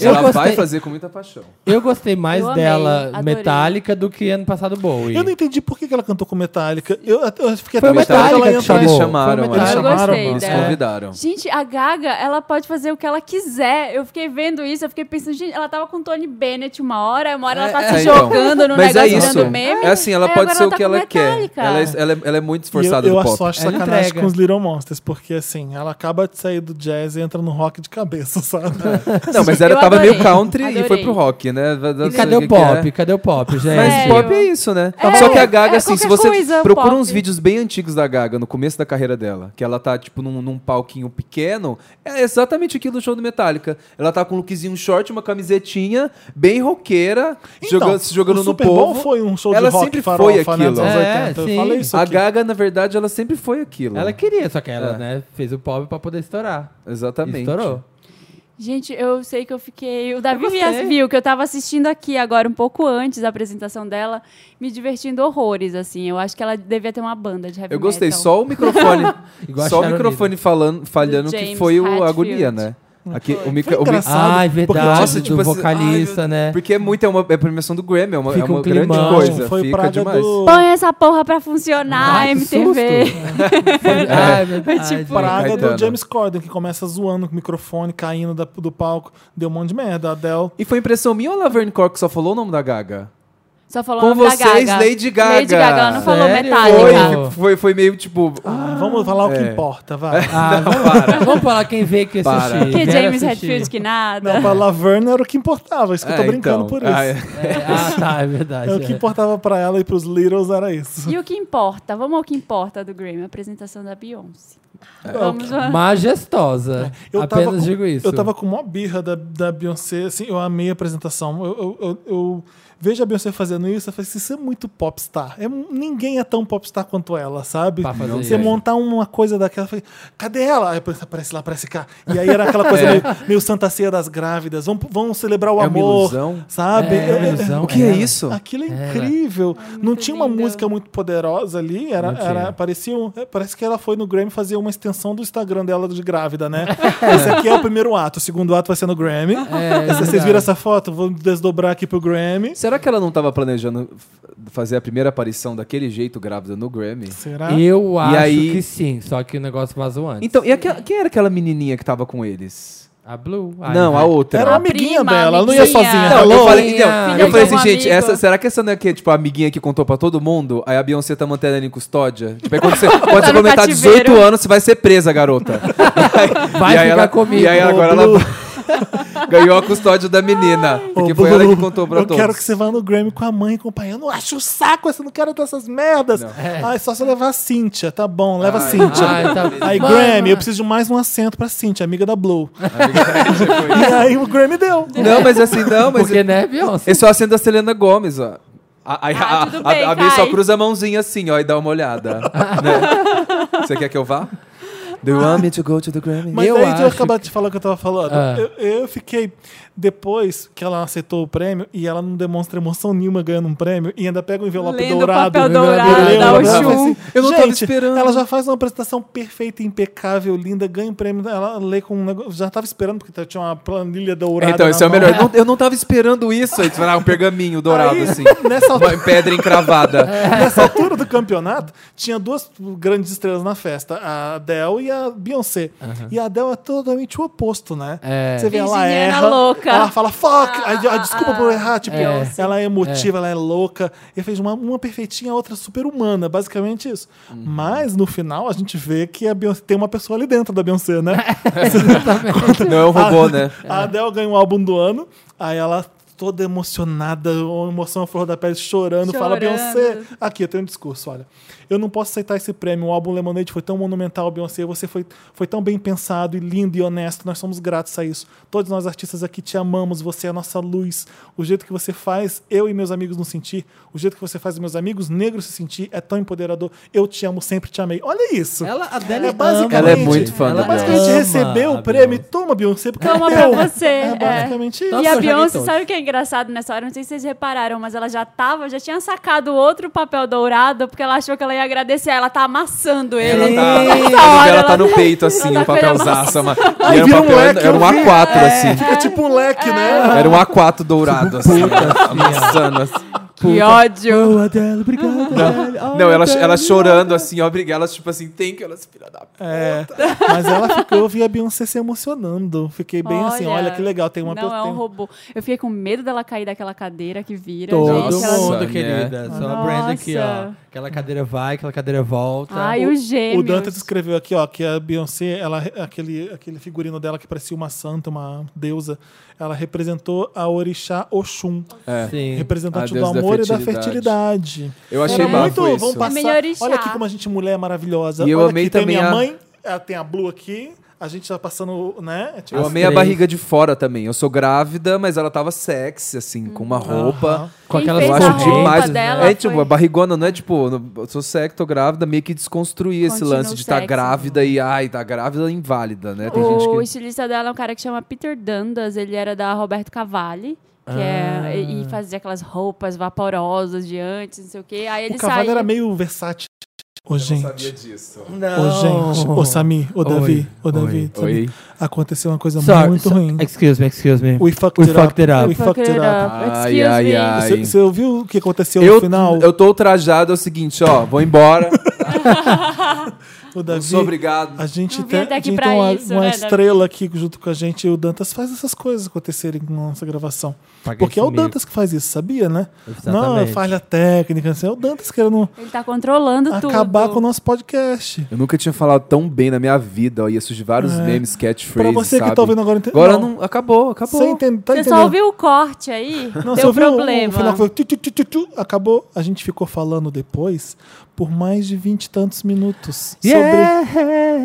[SPEAKER 3] Eu
[SPEAKER 4] Ela vai
[SPEAKER 3] gostei.
[SPEAKER 4] fazer com muita paixão.
[SPEAKER 3] Eu gostei mais
[SPEAKER 2] Eu amei,
[SPEAKER 3] dela
[SPEAKER 2] adorei.
[SPEAKER 3] Metallica do que ano passado Bowie.
[SPEAKER 1] Eu não entendi por que que ela cantou com Metallica. Eu, eu fiquei
[SPEAKER 3] Foi
[SPEAKER 1] até pensando
[SPEAKER 3] Metallica
[SPEAKER 1] que ela ia
[SPEAKER 3] que
[SPEAKER 1] entrar-
[SPEAKER 4] Eles
[SPEAKER 3] chamou.
[SPEAKER 4] chamaram,
[SPEAKER 3] Foi
[SPEAKER 4] eles
[SPEAKER 2] Metallica. Eu
[SPEAKER 4] chamaram,
[SPEAKER 2] gostei
[SPEAKER 4] eles
[SPEAKER 2] dela.
[SPEAKER 4] convidaram.
[SPEAKER 2] Gente, a Gaga, ela pode fazer o que ela quiser. Eu fiquei vendo isso, eu fiquei pensando, gente, ela tava com o Tony Bennett uma hora, uma hora ela tá
[SPEAKER 4] É,
[SPEAKER 2] se
[SPEAKER 4] é, então.
[SPEAKER 2] jogando no
[SPEAKER 4] Mas é
[SPEAKER 2] negócio
[SPEAKER 4] isso.
[SPEAKER 2] dando meme.
[SPEAKER 4] É assim, ela
[SPEAKER 2] Aí
[SPEAKER 4] pode
[SPEAKER 2] agora
[SPEAKER 4] ser o
[SPEAKER 2] tá
[SPEAKER 4] que
[SPEAKER 2] com
[SPEAKER 4] ela quer.
[SPEAKER 2] Metallica. É.
[SPEAKER 4] Ela é, ela é- ela é
[SPEAKER 1] E
[SPEAKER 4] muito esforçada
[SPEAKER 1] eu
[SPEAKER 4] do
[SPEAKER 1] eu
[SPEAKER 4] pop.
[SPEAKER 1] só acho
[SPEAKER 3] Ela
[SPEAKER 1] sacanagem
[SPEAKER 3] entrega.
[SPEAKER 1] com os Little Monsters, porque assim, ela acaba de sair do jazz e entra no rock de cabeça, sabe? Então,
[SPEAKER 4] Não, mas ela
[SPEAKER 2] Eu
[SPEAKER 4] tava meio
[SPEAKER 2] adorei,
[SPEAKER 4] country e
[SPEAKER 2] adorei.
[SPEAKER 4] foi pro rock, né? Vai- vai-
[SPEAKER 3] E
[SPEAKER 4] sei
[SPEAKER 3] cadê
[SPEAKER 4] o
[SPEAKER 3] o
[SPEAKER 4] que que
[SPEAKER 3] pop?
[SPEAKER 4] é.
[SPEAKER 3] Cadê o pop, gente?
[SPEAKER 4] Mas
[SPEAKER 2] Sério?
[SPEAKER 4] pop é isso, né?
[SPEAKER 2] É,
[SPEAKER 4] Só que a Gaga,
[SPEAKER 2] é
[SPEAKER 4] assim, se
[SPEAKER 2] qualquer
[SPEAKER 4] você
[SPEAKER 2] coisa,
[SPEAKER 4] procura
[SPEAKER 2] pop.
[SPEAKER 4] uns vídeos bem antigos da Gaga no começo da carreira dela, que ela tá, tipo, num, num palquinho pequeno, é exatamente aquilo do show do Metallica. Ela tá com um lookzinho um short, uma camisetinha, bem roqueira, jogando, se jogando
[SPEAKER 1] Então, o
[SPEAKER 4] no
[SPEAKER 1] Super
[SPEAKER 4] povo.
[SPEAKER 1] Bowl foi um show
[SPEAKER 4] Ela
[SPEAKER 1] de rock
[SPEAKER 4] sempre
[SPEAKER 1] farofa,
[SPEAKER 4] foi
[SPEAKER 1] né,
[SPEAKER 4] aquilo.
[SPEAKER 1] dos anos
[SPEAKER 3] É,
[SPEAKER 1] 80.
[SPEAKER 3] sim.
[SPEAKER 1] Eu falei isso
[SPEAKER 4] A
[SPEAKER 1] aqui.
[SPEAKER 4] Gaga, na verdade, ela sempre foi aquilo.
[SPEAKER 3] Ela queria, só que ela
[SPEAKER 4] É.
[SPEAKER 3] né, fez o pop pra poder estourar.
[SPEAKER 4] Exatamente.
[SPEAKER 3] Estourou.
[SPEAKER 2] Gente, eu sei que eu fiquei. O Davi
[SPEAKER 3] Eu
[SPEAKER 2] me
[SPEAKER 3] gostei.
[SPEAKER 2] viu que eu tava assistindo aqui agora, um pouco antes da apresentação dela, me divertindo horrores, assim. Eu acho que ela devia ter uma banda de heavy
[SPEAKER 4] Eu gostei,
[SPEAKER 2] metal.
[SPEAKER 4] só o microfone.
[SPEAKER 3] Igual a
[SPEAKER 4] só o
[SPEAKER 3] Sharon
[SPEAKER 4] microfone falando, falhando
[SPEAKER 2] Do
[SPEAKER 4] que
[SPEAKER 2] James
[SPEAKER 4] foi o- a
[SPEAKER 2] Hetfield.
[SPEAKER 4] agonia, né? Aqui, o micro, o mi-
[SPEAKER 1] engraçado. Sabe?
[SPEAKER 3] Ai,
[SPEAKER 1] Porque,
[SPEAKER 3] verdade,
[SPEAKER 1] nossa,
[SPEAKER 3] do
[SPEAKER 4] tipo assim,
[SPEAKER 3] vocalista,
[SPEAKER 4] ai,
[SPEAKER 3] né?
[SPEAKER 4] Porque é muito, é uma é premiação do Grammy, é uma,
[SPEAKER 3] Fica
[SPEAKER 4] é uma
[SPEAKER 3] um
[SPEAKER 4] grande
[SPEAKER 3] climão.
[SPEAKER 4] coisa.
[SPEAKER 1] Foi
[SPEAKER 4] fica
[SPEAKER 1] praga
[SPEAKER 4] demais.
[SPEAKER 1] do-
[SPEAKER 2] Põe essa porra pra funcionar,
[SPEAKER 3] Ai, que
[SPEAKER 2] MTV.
[SPEAKER 3] É,
[SPEAKER 4] É,
[SPEAKER 3] Ai, verdade.
[SPEAKER 2] tipo-
[SPEAKER 1] Praga do
[SPEAKER 4] Caetano.
[SPEAKER 1] James Corden, que começa zoando com o microfone, caindo da- do palco. Deu um monte de merda. A Adele.
[SPEAKER 4] E foi impressão minha ou a Laverne Cork só falou o nome da Gaga?
[SPEAKER 2] Só falou
[SPEAKER 4] Com
[SPEAKER 2] o nome
[SPEAKER 4] vocês,
[SPEAKER 2] da Gaga.
[SPEAKER 4] Lady Gaga.
[SPEAKER 2] Lady Gaga, ela não Ah, falou
[SPEAKER 3] Sério?
[SPEAKER 2] Metallica.
[SPEAKER 3] Oi.
[SPEAKER 4] Foi, foi, foi meio tipo.
[SPEAKER 1] Ah, vamos falar o que
[SPEAKER 4] é.
[SPEAKER 1] importa, vai.
[SPEAKER 3] Ah, vamos, vamos falar quem veio que é
[SPEAKER 4] Para.
[SPEAKER 3] assistir.
[SPEAKER 2] Que
[SPEAKER 3] Quero
[SPEAKER 2] James
[SPEAKER 3] assistir.
[SPEAKER 2] Redfield que nada.
[SPEAKER 1] Não, pra Laverne era o que importava. Isso que eu tô
[SPEAKER 4] é,
[SPEAKER 1] brincando
[SPEAKER 4] então.
[SPEAKER 1] por isso.
[SPEAKER 4] Ah, é.
[SPEAKER 3] É, ah, tá, é verdade.
[SPEAKER 1] É o que
[SPEAKER 3] é.
[SPEAKER 1] importava pra ela e pros Littles era isso.
[SPEAKER 2] E o que importa? Vamos ao que importa do Grammy, a apresentação da Beyoncé.
[SPEAKER 4] É.
[SPEAKER 2] Vamos lá.
[SPEAKER 3] Majestosa.
[SPEAKER 1] É, Eu tava
[SPEAKER 3] Apenas
[SPEAKER 1] com-
[SPEAKER 3] digo isso.
[SPEAKER 1] Eu tava com uma birra da, da Beyoncé, assim, eu amei a apresentação. Eu, eu, eu- eu vejo a Beyoncé fazendo isso, eu falei assim, isso é muito popstar. É, mu- ninguém é tão popstar quanto ela, sabe?
[SPEAKER 3] Pra fazer
[SPEAKER 1] Você
[SPEAKER 3] isso.
[SPEAKER 1] montar uma coisa daquela, eu falei, cadê ela? Aí aparece- aparece lá, aparece cá. E aí era aquela
[SPEAKER 3] É.
[SPEAKER 1] coisa meio, meio Santa Ceia das Grávidas, vamos, vamos celebrar o
[SPEAKER 4] É uma
[SPEAKER 1] amor.
[SPEAKER 4] ilusão?
[SPEAKER 1] Sabe?
[SPEAKER 3] É, é uma ilusão.
[SPEAKER 4] O que é
[SPEAKER 3] Ela.
[SPEAKER 4] isso?
[SPEAKER 1] Aquilo é incrível.
[SPEAKER 2] Ah,
[SPEAKER 1] não tinha uma
[SPEAKER 2] lindo.
[SPEAKER 1] música muito poderosa ali. Era,
[SPEAKER 3] Não tinha.
[SPEAKER 1] era- parecia um- é, parece que ela foi no Grammy fazer uma extensão do Instagram dela de grávida, né? Esse aqui é o primeiro ato. O segundo ato vai ser no Grammy.
[SPEAKER 3] É,
[SPEAKER 1] Essa- vocês
[SPEAKER 3] verdade.
[SPEAKER 1] viram essa foto? Vou desdobrar aqui pro Grammy.
[SPEAKER 4] Será que ela não estava planejando f- fazer a primeira aparição daquele jeito grávida no Grammy?
[SPEAKER 1] Será?
[SPEAKER 3] Eu acho
[SPEAKER 4] aí-
[SPEAKER 3] que sim, só que o negócio vazou antes.
[SPEAKER 4] Então, e aquela- quem era aquela menininha que tava com eles?
[SPEAKER 3] A Blue. né?
[SPEAKER 4] não, a outra.
[SPEAKER 1] Era uma
[SPEAKER 2] A
[SPEAKER 1] amiguinha
[SPEAKER 2] prima,
[SPEAKER 1] dela, ela não ia
[SPEAKER 2] amiguinha.
[SPEAKER 1] sozinha.
[SPEAKER 4] Não,
[SPEAKER 1] Alô?
[SPEAKER 4] eu falei, então,
[SPEAKER 3] Filha
[SPEAKER 4] eu
[SPEAKER 3] de
[SPEAKER 4] falei assim,
[SPEAKER 2] algum
[SPEAKER 4] gente,
[SPEAKER 2] amigo.
[SPEAKER 4] essa, será que essa não é que, tipo, a amiguinha que contou pra todo mundo? Aí a Beyoncé tá mantendo ela em custódia? Tipo, aí quando você, quando você
[SPEAKER 2] no
[SPEAKER 4] completar
[SPEAKER 2] cativeiro.
[SPEAKER 4] 18 anos, você vai ser presa, garota.
[SPEAKER 3] Vai
[SPEAKER 4] e aí
[SPEAKER 3] ficar
[SPEAKER 4] ela,
[SPEAKER 3] comigo.
[SPEAKER 4] E aí
[SPEAKER 1] Ô,
[SPEAKER 4] agora
[SPEAKER 1] Blue.
[SPEAKER 4] ela ganhou a custódia da menina.
[SPEAKER 1] Ô,
[SPEAKER 4] Porque foi ela
[SPEAKER 1] Blue,
[SPEAKER 4] que contou pra
[SPEAKER 1] Eu
[SPEAKER 4] todos.
[SPEAKER 1] quero que você vá no Grammy com a mãe e com o pai. Eu não acho o saco, eu não quero ter essas merdas. Ai, só se eu levar a Cíntia. Tá bom, leva a
[SPEAKER 4] É. Ai,
[SPEAKER 1] Cíntia.
[SPEAKER 3] Ai, tá...
[SPEAKER 1] Aí,
[SPEAKER 3] Mano,
[SPEAKER 1] Grammy, eu preciso de mais um assento pra Cintia, amiga da Blue. e aí o Grammy deu.
[SPEAKER 4] Não, mas assim, não, mas...
[SPEAKER 3] Porque, né, Beyoncé?
[SPEAKER 4] Esse é o acento da Selena Gomes, ó. A, a,
[SPEAKER 2] Ah,
[SPEAKER 4] a, a,
[SPEAKER 2] tudo bem,
[SPEAKER 4] a Bia só
[SPEAKER 2] cai.
[SPEAKER 4] cruza a mãozinha assim, ó, e dá uma olhada. né? Você quer que eu vá? Do you want me to go to the Grammy?
[SPEAKER 1] Mas
[SPEAKER 3] Eu
[SPEAKER 1] aí de eu
[SPEAKER 3] acho
[SPEAKER 1] acabar de falar o que eu tava falando.
[SPEAKER 3] Ah.
[SPEAKER 1] Eu, eu fiquei. Depois que ela aceitou o prêmio e ela não demonstra emoção nenhuma ganhando um prêmio e ainda pega o envelope
[SPEAKER 2] Lendo o
[SPEAKER 1] dourado.
[SPEAKER 4] né?
[SPEAKER 2] papel
[SPEAKER 3] dourado,
[SPEAKER 2] dourado,
[SPEAKER 1] Eu lembro,
[SPEAKER 2] dá o
[SPEAKER 1] eu falei
[SPEAKER 2] chum.
[SPEAKER 1] assim,
[SPEAKER 4] Eu não tava
[SPEAKER 1] "Gente,
[SPEAKER 4] esperando."
[SPEAKER 1] Ela já faz uma apresentação perfeita, impecável, linda, ganha um prêmio. Ela lê com um negócio. Já tava esperando, porque tinha uma planilha dourada.
[SPEAKER 4] Então,
[SPEAKER 1] na
[SPEAKER 4] isso é o
[SPEAKER 1] mão.
[SPEAKER 4] melhor. Eu não, eu não tava esperando isso. Aí, tipo, ah, um pergaminho dourado,
[SPEAKER 1] Aí,
[SPEAKER 4] assim.
[SPEAKER 1] Nessa altura,
[SPEAKER 4] Uma Pedra encravada.
[SPEAKER 1] Nessa altura do campeonato, tinha duas grandes estrelas na festa, a Adele e a Beyoncé. E a Adele é totalmente o oposto, né?
[SPEAKER 3] É.
[SPEAKER 1] Você vê, ela
[SPEAKER 2] Virginiana
[SPEAKER 1] erra,
[SPEAKER 2] louca.
[SPEAKER 1] ela fala, fuck, a, a desculpa por errar, tipo,
[SPEAKER 3] É.
[SPEAKER 1] ela é emotiva, ela é louca, e fez uma, uma perfeitinha, a outra super humana, basicamente isso. Mas, no final, a gente vê que a Beyoncé, tem uma pessoa ali dentro da Beyoncé, né?
[SPEAKER 4] Não é um robô, né?
[SPEAKER 1] A Adele ganha o álbum do ano, aí ela toda emocionada, uma emoção à flor da pele, chorando, fala,
[SPEAKER 2] Chorando.
[SPEAKER 1] Beyoncé, aqui, eu tenho um discurso, olha. Eu não posso aceitar esse prêmio, o álbum Lemonade foi tão monumental, Beyoncé, você foi, foi tão bem pensado e lindo e honesto, nós somos gratos a isso. Todos nós artistas aqui te amamos, você é a nossa luz. O jeito que você faz, eu e meus amigos nos sentir, o jeito que você faz meus amigos negros se sentir, é tão empoderador, eu te amo, sempre te amei. Olha isso!
[SPEAKER 3] Ela, a Adele
[SPEAKER 1] É
[SPEAKER 3] ama,
[SPEAKER 1] basicamente-
[SPEAKER 4] Ela é muito fã
[SPEAKER 3] ela
[SPEAKER 4] da
[SPEAKER 1] Mas que a
[SPEAKER 4] Beyoncé.
[SPEAKER 1] gente
[SPEAKER 3] ama
[SPEAKER 1] recebeu
[SPEAKER 3] a
[SPEAKER 1] o prêmio,
[SPEAKER 3] Beyoncé.
[SPEAKER 1] toma, Beyoncé, porque
[SPEAKER 2] Toma
[SPEAKER 1] é meu.
[SPEAKER 2] pra você,
[SPEAKER 1] É
[SPEAKER 2] é.
[SPEAKER 1] basicamente isso.
[SPEAKER 2] e
[SPEAKER 3] eu já
[SPEAKER 2] a
[SPEAKER 3] vi
[SPEAKER 2] Beyoncé,
[SPEAKER 3] todos.
[SPEAKER 2] sabe o que é engraçado nessa hora? Não sei se vocês repararam, mas ela já tava, já tinha sacado outro papel dourado, porque ela achou que ela ia agradecer. Ela tá amassando
[SPEAKER 4] Ela
[SPEAKER 2] ele.
[SPEAKER 4] tá,
[SPEAKER 2] hora,
[SPEAKER 4] ela tá
[SPEAKER 2] ela
[SPEAKER 4] no peito, assim,
[SPEAKER 2] tá
[SPEAKER 4] o papelzaço. Mas...
[SPEAKER 1] Ai,
[SPEAKER 4] E era um
[SPEAKER 1] vira um
[SPEAKER 4] papel,
[SPEAKER 1] leque,
[SPEAKER 4] era um
[SPEAKER 1] eu vi.
[SPEAKER 4] A4, assim.
[SPEAKER 1] Fica tipo um
[SPEAKER 2] É.
[SPEAKER 1] leque, né?
[SPEAKER 4] Era um A4 dourado, assim. amassando, assim.
[SPEAKER 2] Que ódio.
[SPEAKER 3] Ô, Adele, obrigado. Adele. Ai,
[SPEAKER 4] Não, ela,
[SPEAKER 3] Adele.
[SPEAKER 4] ela chorando assim, ó, obrigada. Ela, tipo assim, tem que ela se filha da p-
[SPEAKER 1] É. Mas ela ficou, eu vi a Beyoncé se emocionando. Fiquei bem assim, olha que legal, tem uma
[SPEAKER 2] Não é
[SPEAKER 1] tem-
[SPEAKER 2] um robô. Eu fiquei com medo dela cair daquela cadeira que vira.
[SPEAKER 3] Todo
[SPEAKER 2] gente, assim. ela-
[SPEAKER 3] mundo,
[SPEAKER 4] Nossa, né?
[SPEAKER 3] querida. Só a Brenda aqui, ó.
[SPEAKER 2] Nossa.
[SPEAKER 3] Aquela cadeira vai, aquela cadeira volta.
[SPEAKER 2] Ai, os gêmeos.
[SPEAKER 1] O Dante descreveu aqui, ó, que a Beyoncé, ela, aquele, aquele figurino dela que parecia uma santa, uma deusa, ela representou a orixá Oxum,
[SPEAKER 4] É.
[SPEAKER 3] Sim.
[SPEAKER 1] representante
[SPEAKER 4] A
[SPEAKER 1] do
[SPEAKER 4] deusa da
[SPEAKER 1] amor e da
[SPEAKER 4] fertilidade.
[SPEAKER 1] fertilidade.
[SPEAKER 4] Eu achei
[SPEAKER 1] Era
[SPEAKER 4] bafo
[SPEAKER 1] muito,
[SPEAKER 4] isso.
[SPEAKER 1] vamos passar.
[SPEAKER 2] É melhor orixá.
[SPEAKER 1] Olha aqui como a gente mulher é maravilhosa.
[SPEAKER 4] E eu
[SPEAKER 1] Olha
[SPEAKER 4] amei
[SPEAKER 1] aqui, tem
[SPEAKER 4] também
[SPEAKER 1] minha
[SPEAKER 4] a-
[SPEAKER 1] mãe, ela tem a Blue aqui, a gente tá passando, né? Tipo,
[SPEAKER 4] Eu
[SPEAKER 3] As
[SPEAKER 4] amei a
[SPEAKER 3] três.
[SPEAKER 4] barriga de fora também. Eu sou grávida, mas ela tava sexy, assim, com uma roupa.
[SPEAKER 3] Com
[SPEAKER 2] Quem
[SPEAKER 3] aquelas
[SPEAKER 2] fez
[SPEAKER 4] Eu
[SPEAKER 2] a
[SPEAKER 4] acho
[SPEAKER 2] roupa
[SPEAKER 4] demais.
[SPEAKER 2] dela
[SPEAKER 4] é, tipo,
[SPEAKER 2] foi-
[SPEAKER 4] a barrigona não é tipo, no- eu sou sexy, tô grávida, meio que desconstruir esse
[SPEAKER 2] Continua
[SPEAKER 4] lance de estar
[SPEAKER 2] sexy.
[SPEAKER 4] grávida e, ai, tá grávida é inválida, né? Tem gente
[SPEAKER 2] O
[SPEAKER 4] que.
[SPEAKER 2] estilista dela é um cara que chama Peter Dundas, ele era da Roberto Cavalli. Que
[SPEAKER 3] Ah.
[SPEAKER 2] é, e e fazia aquelas roupas vaporosas de antes, não sei o quê. Aí ele
[SPEAKER 1] o cavalo
[SPEAKER 2] saiu.
[SPEAKER 1] era meio versátil. Ô,
[SPEAKER 4] sabia
[SPEAKER 1] gente.
[SPEAKER 4] disso.
[SPEAKER 1] Ô, gente. Ô, Samir. Ô, Davi. Ô, Davi.
[SPEAKER 4] Oi. é
[SPEAKER 1] Samir.
[SPEAKER 4] Oi.
[SPEAKER 1] Aconteceu uma coisa
[SPEAKER 3] Sorry,
[SPEAKER 1] tá muito
[SPEAKER 3] so-
[SPEAKER 1] ruim.
[SPEAKER 3] Excuse me, excuse me.
[SPEAKER 1] We fucked
[SPEAKER 3] We
[SPEAKER 1] it up.
[SPEAKER 3] fucked it up.
[SPEAKER 1] We fucked it up.
[SPEAKER 4] Ai,
[SPEAKER 2] Excuse
[SPEAKER 4] ai,
[SPEAKER 2] me.
[SPEAKER 4] ai.
[SPEAKER 1] Você você ouviu o que aconteceu
[SPEAKER 4] Eu,
[SPEAKER 1] no então, final?
[SPEAKER 4] eu tô ultrajado, é o seguinte, ó, vou embora.
[SPEAKER 1] o
[SPEAKER 4] não
[SPEAKER 1] Davi.
[SPEAKER 4] sou obrigado.
[SPEAKER 1] A gente
[SPEAKER 2] Não vim
[SPEAKER 1] tem
[SPEAKER 2] até
[SPEAKER 1] a
[SPEAKER 2] aqui
[SPEAKER 1] gente
[SPEAKER 2] pra
[SPEAKER 1] tem uma,
[SPEAKER 2] isso,
[SPEAKER 1] uma
[SPEAKER 2] né,
[SPEAKER 1] estrela aqui junto com a gente e o Dantas faz essas coisas acontecerem com a nossa gravação.
[SPEAKER 3] Paga
[SPEAKER 1] Porque é
[SPEAKER 3] esse
[SPEAKER 1] o
[SPEAKER 3] mico.
[SPEAKER 1] Dantas que faz isso, sabia, né? Não, é
[SPEAKER 3] Exatamente.
[SPEAKER 1] falha técnica, assim, é o Dantas querendo
[SPEAKER 2] Ele tá controlando tudo.
[SPEAKER 1] acabar com o nosso podcast.
[SPEAKER 4] Eu nunca tinha falado tão bem na minha vida, ó, ia surgir vários
[SPEAKER 1] É.
[SPEAKER 4] memes, catchphrases,
[SPEAKER 1] Pra você
[SPEAKER 4] sabe?
[SPEAKER 1] que tá ouvindo agora, ente-
[SPEAKER 4] Agora não. acabou, acabou.
[SPEAKER 1] Você entende, tá
[SPEAKER 2] Você
[SPEAKER 1] entendendo?
[SPEAKER 2] só ouviu o corte aí?
[SPEAKER 1] Não, você
[SPEAKER 2] deu
[SPEAKER 1] ouviu o-
[SPEAKER 2] problema.
[SPEAKER 1] O final foi tu, tu, tu, tu, tu, acabou. A gente ficou falando depois por mais de vinte e tantos minutos sobre
[SPEAKER 4] Ah,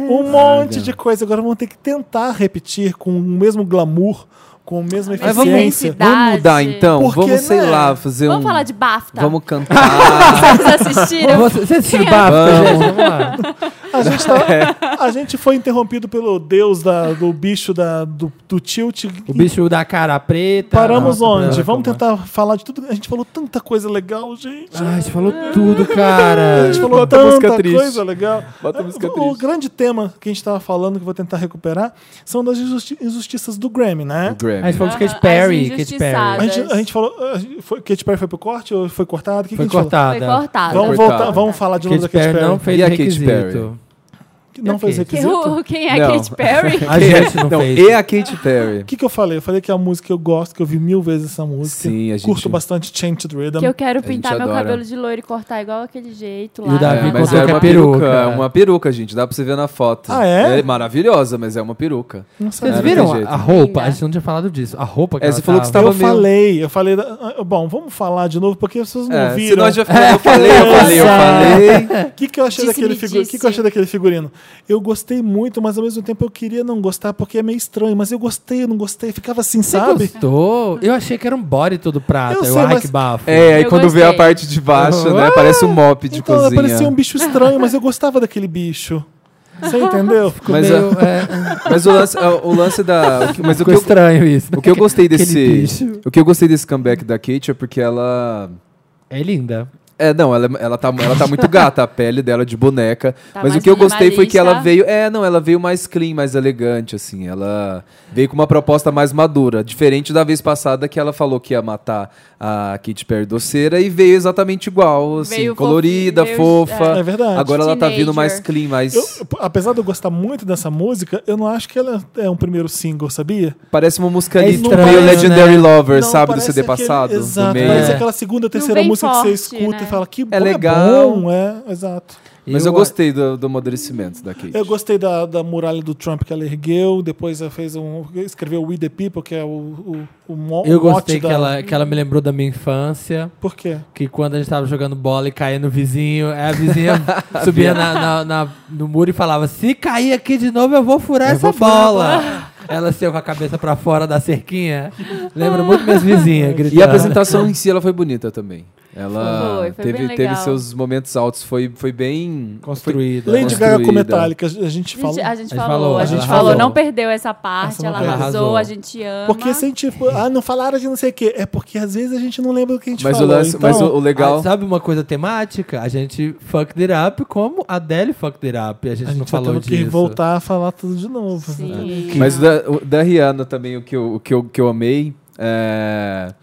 [SPEAKER 1] um monte de coisa. Agora vamos ter que tentar repetir com o mesmo glamour, com a mesma
[SPEAKER 2] Mas
[SPEAKER 4] Mas
[SPEAKER 2] vamos-
[SPEAKER 1] eficiência.
[SPEAKER 2] Intensidade.
[SPEAKER 4] Vamos mudar então,
[SPEAKER 1] Porque,
[SPEAKER 4] vamos, sei
[SPEAKER 1] né?
[SPEAKER 4] lá, fazer
[SPEAKER 2] Vamos
[SPEAKER 4] um...
[SPEAKER 2] falar de BAFTA.
[SPEAKER 4] Vamos cantar.
[SPEAKER 2] Vocês assistiram?
[SPEAKER 3] Você, você assistiu
[SPEAKER 2] Quem é?
[SPEAKER 3] Bafta, gente? Vamos lá.
[SPEAKER 1] A gente, tá-
[SPEAKER 4] É.
[SPEAKER 1] a gente foi interrompido pelo deus da- do bicho da- do, do tilt.
[SPEAKER 3] O bicho da cara
[SPEAKER 4] tá
[SPEAKER 3] preta.
[SPEAKER 1] Paramos
[SPEAKER 3] Nossa,
[SPEAKER 1] onde?
[SPEAKER 3] pra-
[SPEAKER 4] né?
[SPEAKER 1] Vamos
[SPEAKER 3] pra-
[SPEAKER 1] tentar falar de tudo. A gente falou tanta coisa legal, gente.
[SPEAKER 3] Ai, Ah, a gente falou tudo,
[SPEAKER 1] A
[SPEAKER 3] cara.
[SPEAKER 1] gente falou
[SPEAKER 4] Bota a
[SPEAKER 1] tanta
[SPEAKER 4] música triste.
[SPEAKER 1] coisa legal.
[SPEAKER 4] Bota a música
[SPEAKER 1] o,
[SPEAKER 4] triste.
[SPEAKER 1] grande tema que a gente tava falando, que eu vou tentar recuperar, são das injusti- injustiças do Grammy, né?
[SPEAKER 3] A gente
[SPEAKER 4] Grammy.
[SPEAKER 3] falou de Katy
[SPEAKER 2] As
[SPEAKER 3] Perry. Katy
[SPEAKER 2] injustiçadas.
[SPEAKER 1] A
[SPEAKER 3] Perry.
[SPEAKER 1] gente, a gente falou. a gente- Foi, Katy Perry foi pro corte ou foi cortado? O que que a
[SPEAKER 3] Foi
[SPEAKER 1] gente falou?
[SPEAKER 2] Foi
[SPEAKER 3] cortada.
[SPEAKER 2] cortada.
[SPEAKER 1] Vamos
[SPEAKER 4] Foi
[SPEAKER 1] voltar,
[SPEAKER 4] cortado.
[SPEAKER 1] vamos falar de novo
[SPEAKER 3] Katy
[SPEAKER 1] da Katy
[SPEAKER 3] Perry
[SPEAKER 1] Perry.
[SPEAKER 3] não fez
[SPEAKER 4] E a Katy
[SPEAKER 3] requisito.
[SPEAKER 1] Que não fez
[SPEAKER 3] Ok.
[SPEAKER 2] Quem,
[SPEAKER 1] requisito.
[SPEAKER 2] o- quem é
[SPEAKER 4] Não.
[SPEAKER 2] Katy Perry?
[SPEAKER 3] A gente não,
[SPEAKER 4] É, Não,
[SPEAKER 3] fez.
[SPEAKER 4] e a Katy Perry.
[SPEAKER 1] O que, que eu falei? Eu falei que é a música que eu gosto, que eu vi mil vezes essa música.
[SPEAKER 4] Sim, a gente-
[SPEAKER 1] Curto bastante Changed Rhythm.
[SPEAKER 2] que eu quero
[SPEAKER 4] A gente
[SPEAKER 2] pintar meu
[SPEAKER 4] adora.
[SPEAKER 2] cabelo de loiro e cortar igual aquele jeito
[SPEAKER 3] E
[SPEAKER 2] lá.
[SPEAKER 3] o Davi
[SPEAKER 2] lá,
[SPEAKER 4] É, mas
[SPEAKER 3] contou
[SPEAKER 2] lá.
[SPEAKER 4] é
[SPEAKER 3] que é
[SPEAKER 4] uma
[SPEAKER 3] peruca.
[SPEAKER 4] peruca. É uma peruca, gente. Dá pra você ver na foto.
[SPEAKER 1] Ah, é?
[SPEAKER 4] É maravilhosa, mas é uma peruca.
[SPEAKER 1] Não sabia.
[SPEAKER 3] Vocês
[SPEAKER 4] Cara, não
[SPEAKER 3] viram
[SPEAKER 4] tem
[SPEAKER 3] a
[SPEAKER 4] jeito.
[SPEAKER 3] roupa? A gente não tinha falado disso. A roupa que tá
[SPEAKER 4] É,
[SPEAKER 3] ela
[SPEAKER 4] você falou que você
[SPEAKER 3] tava-
[SPEAKER 4] tava
[SPEAKER 1] eu
[SPEAKER 4] meio-
[SPEAKER 1] falei, eu falei. da- ah, Bom, vamos falar de novo, porque vocês não
[SPEAKER 4] É,
[SPEAKER 1] viram.
[SPEAKER 4] senão a gente vai ficar, eu falei, eu falei, eu falei.
[SPEAKER 1] O que, que eu achei
[SPEAKER 2] Disse-me
[SPEAKER 1] daquele figurino?
[SPEAKER 2] disse.
[SPEAKER 1] que, que eu achei daquele figurino? Eu gostei muito, mas ao mesmo tempo eu queria não gostar, porque é meio estranho, mas eu gostei, eu não gostei, ficava assim,
[SPEAKER 3] Você
[SPEAKER 1] sabe?
[SPEAKER 3] gostou? Eu achei que era um body todo prata.
[SPEAKER 1] Eu
[SPEAKER 3] Eu,
[SPEAKER 1] sei,
[SPEAKER 3] ai,
[SPEAKER 1] mas-
[SPEAKER 3] que bafo.
[SPEAKER 4] É, aí
[SPEAKER 2] Eu
[SPEAKER 4] quando vê a
[SPEAKER 2] gostei.
[SPEAKER 4] parte de baixo, né?
[SPEAKER 3] Ah!
[SPEAKER 4] Parece um mop de
[SPEAKER 1] Então
[SPEAKER 4] cozinha.
[SPEAKER 1] parecia um bicho estranho, mas eu gostava daquele bicho. Você entendeu?
[SPEAKER 3] Ficou
[SPEAKER 4] Mas
[SPEAKER 3] meio,
[SPEAKER 4] a-
[SPEAKER 3] é,
[SPEAKER 4] Mas o lance, o lance da. o que- mas o que
[SPEAKER 3] ficou
[SPEAKER 4] eu,
[SPEAKER 3] estranho isso. né?
[SPEAKER 4] o que eu gostei
[SPEAKER 3] Aquele
[SPEAKER 4] desse.
[SPEAKER 3] bicho.
[SPEAKER 4] O que eu gostei desse comeback da Kate é porque ela.
[SPEAKER 3] É linda.
[SPEAKER 4] É, não, ela, ela, tá, ela tá muito gata, a pele dela de boneca.
[SPEAKER 2] Tá
[SPEAKER 4] mas o
[SPEAKER 2] mais
[SPEAKER 4] que eu gostei foi que ela
[SPEAKER 2] minimalista.
[SPEAKER 4] veio. É, não, ela veio mais clean, mais elegante, assim. Ela veio com uma proposta mais madura. Diferente da vez passada que ela falou que ia matar a Kate Perry doceira e veio exatamente igual, assim,
[SPEAKER 2] Veio
[SPEAKER 4] colorida,
[SPEAKER 2] fofinha, veio-
[SPEAKER 4] fofa.
[SPEAKER 1] É verdade.
[SPEAKER 4] Agora ela tá vindo
[SPEAKER 2] Teenager.
[SPEAKER 4] mais clean, mais.
[SPEAKER 1] Eu- apesar de eu gostar muito dessa música, eu não acho que ela é um primeiro single, sabia?
[SPEAKER 4] Parece uma música
[SPEAKER 3] É
[SPEAKER 4] ali, tipo,
[SPEAKER 3] estranho,
[SPEAKER 4] meio
[SPEAKER 3] né?
[SPEAKER 4] Legendary Lover,
[SPEAKER 1] Não,
[SPEAKER 4] sabe? Do
[SPEAKER 1] parece
[SPEAKER 4] CD
[SPEAKER 1] aquele-
[SPEAKER 4] passado. do
[SPEAKER 1] Exato.
[SPEAKER 4] meio.
[SPEAKER 1] Parece
[SPEAKER 3] É.
[SPEAKER 1] aquela segunda, terceira
[SPEAKER 2] vem
[SPEAKER 1] música que você
[SPEAKER 2] forte,
[SPEAKER 1] escuta
[SPEAKER 2] né?
[SPEAKER 1] e fala que bom, é
[SPEAKER 4] legal.
[SPEAKER 1] bom, é, exato.
[SPEAKER 4] Mas eu, gostei do, do amadurecimento da Kate.
[SPEAKER 1] Eu gostei da, da muralha do Trump que ela ergueu, depois ela fez um. escreveu We the People, que é o, o, o mo- mote
[SPEAKER 3] Eu gostei que
[SPEAKER 1] da-
[SPEAKER 3] ela, que ela me lembrou da minha infância.
[SPEAKER 1] Por quê?
[SPEAKER 3] Que quando a gente tava jogando bola e caía no vizinho, aí a vizinha subia na, na- na- no muro e falava: Se cair aqui de novo, eu vou furar essa bola. Ela saiu com a cabeça pra fora da cerquinha. Lembra muito minhas vizinhas gritando.
[SPEAKER 4] E a apresentação em si, ela foi bonita também. Ela
[SPEAKER 2] Foi, foi bem
[SPEAKER 4] teve, teve
[SPEAKER 2] legal.
[SPEAKER 4] seus momentos altos, foi, foi bem...
[SPEAKER 3] Construída.
[SPEAKER 1] Lady Gaga com
[SPEAKER 4] construída.
[SPEAKER 1] Metallica, a gente
[SPEAKER 2] A gente,
[SPEAKER 1] fala.
[SPEAKER 2] a gente falou, a gente
[SPEAKER 1] ela
[SPEAKER 2] falou,
[SPEAKER 1] arrasou.
[SPEAKER 2] não perdeu essa parte,
[SPEAKER 1] Essa
[SPEAKER 2] ela
[SPEAKER 1] não
[SPEAKER 2] arrasou,
[SPEAKER 1] perdeu.
[SPEAKER 2] a gente ama.
[SPEAKER 1] Porque se a gente. Ah, não falaram de não sei o quê. É porque às vezes a gente não lembra do que a gente
[SPEAKER 4] Mas,
[SPEAKER 1] falou.
[SPEAKER 4] o, lance-
[SPEAKER 1] então,
[SPEAKER 4] mas o, o legal...
[SPEAKER 3] Ah, sabe uma coisa temática? A gente fucked it up como a Adele fucked it up. A gente
[SPEAKER 1] a
[SPEAKER 3] não
[SPEAKER 1] gente vai
[SPEAKER 3] falou
[SPEAKER 1] ter que
[SPEAKER 3] disso.
[SPEAKER 1] voltar a falar tudo de novo. Né?
[SPEAKER 2] Sim.
[SPEAKER 4] Mas o da, o da Rihanna também, o que eu, o que eu, que eu amei, é,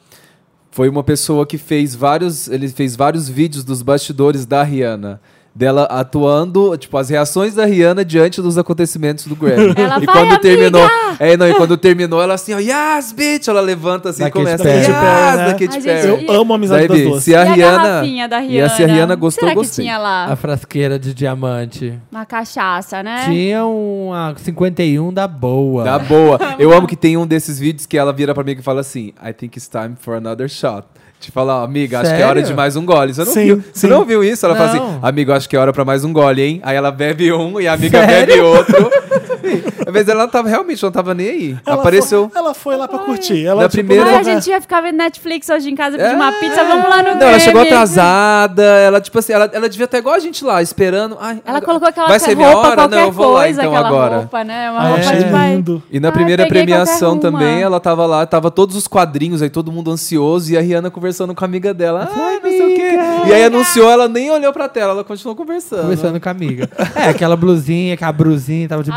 [SPEAKER 4] foi uma pessoa que fez vários, ele fez vários vídeos dos bastidores da Rihanna. Dela atuando, tipo, as reações da Rihanna diante dos acontecimentos do Grammy.
[SPEAKER 2] Ela
[SPEAKER 4] e
[SPEAKER 2] vai,
[SPEAKER 4] quando
[SPEAKER 2] amiga!
[SPEAKER 4] terminou, é, não, e quando terminou, ela assim, ó, yes, bitch! Ela levanta assim
[SPEAKER 3] Da
[SPEAKER 4] e começa,
[SPEAKER 3] Katy Perry.
[SPEAKER 4] yes,
[SPEAKER 1] Da Katy Perry, né?
[SPEAKER 4] da Katy
[SPEAKER 2] Ai, gente,
[SPEAKER 4] Perry.
[SPEAKER 1] Eu amo a amizade
[SPEAKER 4] Daí,
[SPEAKER 1] das duas.
[SPEAKER 4] Se a
[SPEAKER 2] e a
[SPEAKER 4] Rihanna,
[SPEAKER 2] garrafinha da
[SPEAKER 4] e a-
[SPEAKER 2] Rihanna?
[SPEAKER 4] se a Rihanna gostou,
[SPEAKER 2] Será que
[SPEAKER 4] gostei.
[SPEAKER 2] tinha lá
[SPEAKER 3] A frasqueira de diamante.
[SPEAKER 2] uma cachaça, né?
[SPEAKER 3] Tinha uma 51 da boa.
[SPEAKER 4] Tá boa. Eu amo que tem um desses vídeos que ela vira pra mim e fala assim: I think it's time for another shot. Te fala, ó, amiga, acho que é hora
[SPEAKER 3] Sério?
[SPEAKER 4] de mais um gole. Você não,
[SPEAKER 1] Sim,
[SPEAKER 4] viu,
[SPEAKER 1] sim.
[SPEAKER 4] Você não viu isso? Ela fala
[SPEAKER 3] Não.
[SPEAKER 4] assim: amigo, acho que é hora pra mais um gole, hein? Aí ela bebe um e a amiga bebe outro. Às vezes ela tava realmente não tava nem aí.
[SPEAKER 1] Ela
[SPEAKER 4] Apareceu.
[SPEAKER 1] Foi, ela foi lá pra curtir. Ela,
[SPEAKER 4] Na
[SPEAKER 1] tipo,
[SPEAKER 4] primeira-
[SPEAKER 2] Ai, a
[SPEAKER 1] né?
[SPEAKER 2] gente ia ficar vendo Netflix hoje em casa, pedir
[SPEAKER 4] É.
[SPEAKER 2] uma pizza, vamos lá no
[SPEAKER 4] Não, ela chegou
[SPEAKER 2] Grammy.
[SPEAKER 4] atrasada, ela, tipo assim, ela, ela devia estar igual a gente lá, esperando. Ai,
[SPEAKER 2] Ela
[SPEAKER 4] agora-
[SPEAKER 2] colocou aquela
[SPEAKER 4] Vai ser minha
[SPEAKER 2] roupa,
[SPEAKER 4] hora?
[SPEAKER 2] qualquer
[SPEAKER 4] Não, eu vou lá
[SPEAKER 2] coisa,
[SPEAKER 4] então
[SPEAKER 2] aquela
[SPEAKER 4] agora.
[SPEAKER 2] roupa, né? Uma
[SPEAKER 1] Ah,
[SPEAKER 2] roupa
[SPEAKER 1] achei
[SPEAKER 2] de pai.
[SPEAKER 1] lindo.
[SPEAKER 4] E na
[SPEAKER 2] Ah,
[SPEAKER 4] primeira
[SPEAKER 2] peguei
[SPEAKER 4] premiação
[SPEAKER 2] qualquer uma.
[SPEAKER 4] também, ela tava lá, tava todos os quadrinhos aí, todo mundo ansioso, e a Rihanna conversando com a amiga dela. Ai, não sei o quê. E aí anunciou, ela nem olhou pra tela, ela continuou conversando.
[SPEAKER 3] Conversando com a amiga. É, aquela blusinha, aquela brusinha, tava de
[SPEAKER 2] A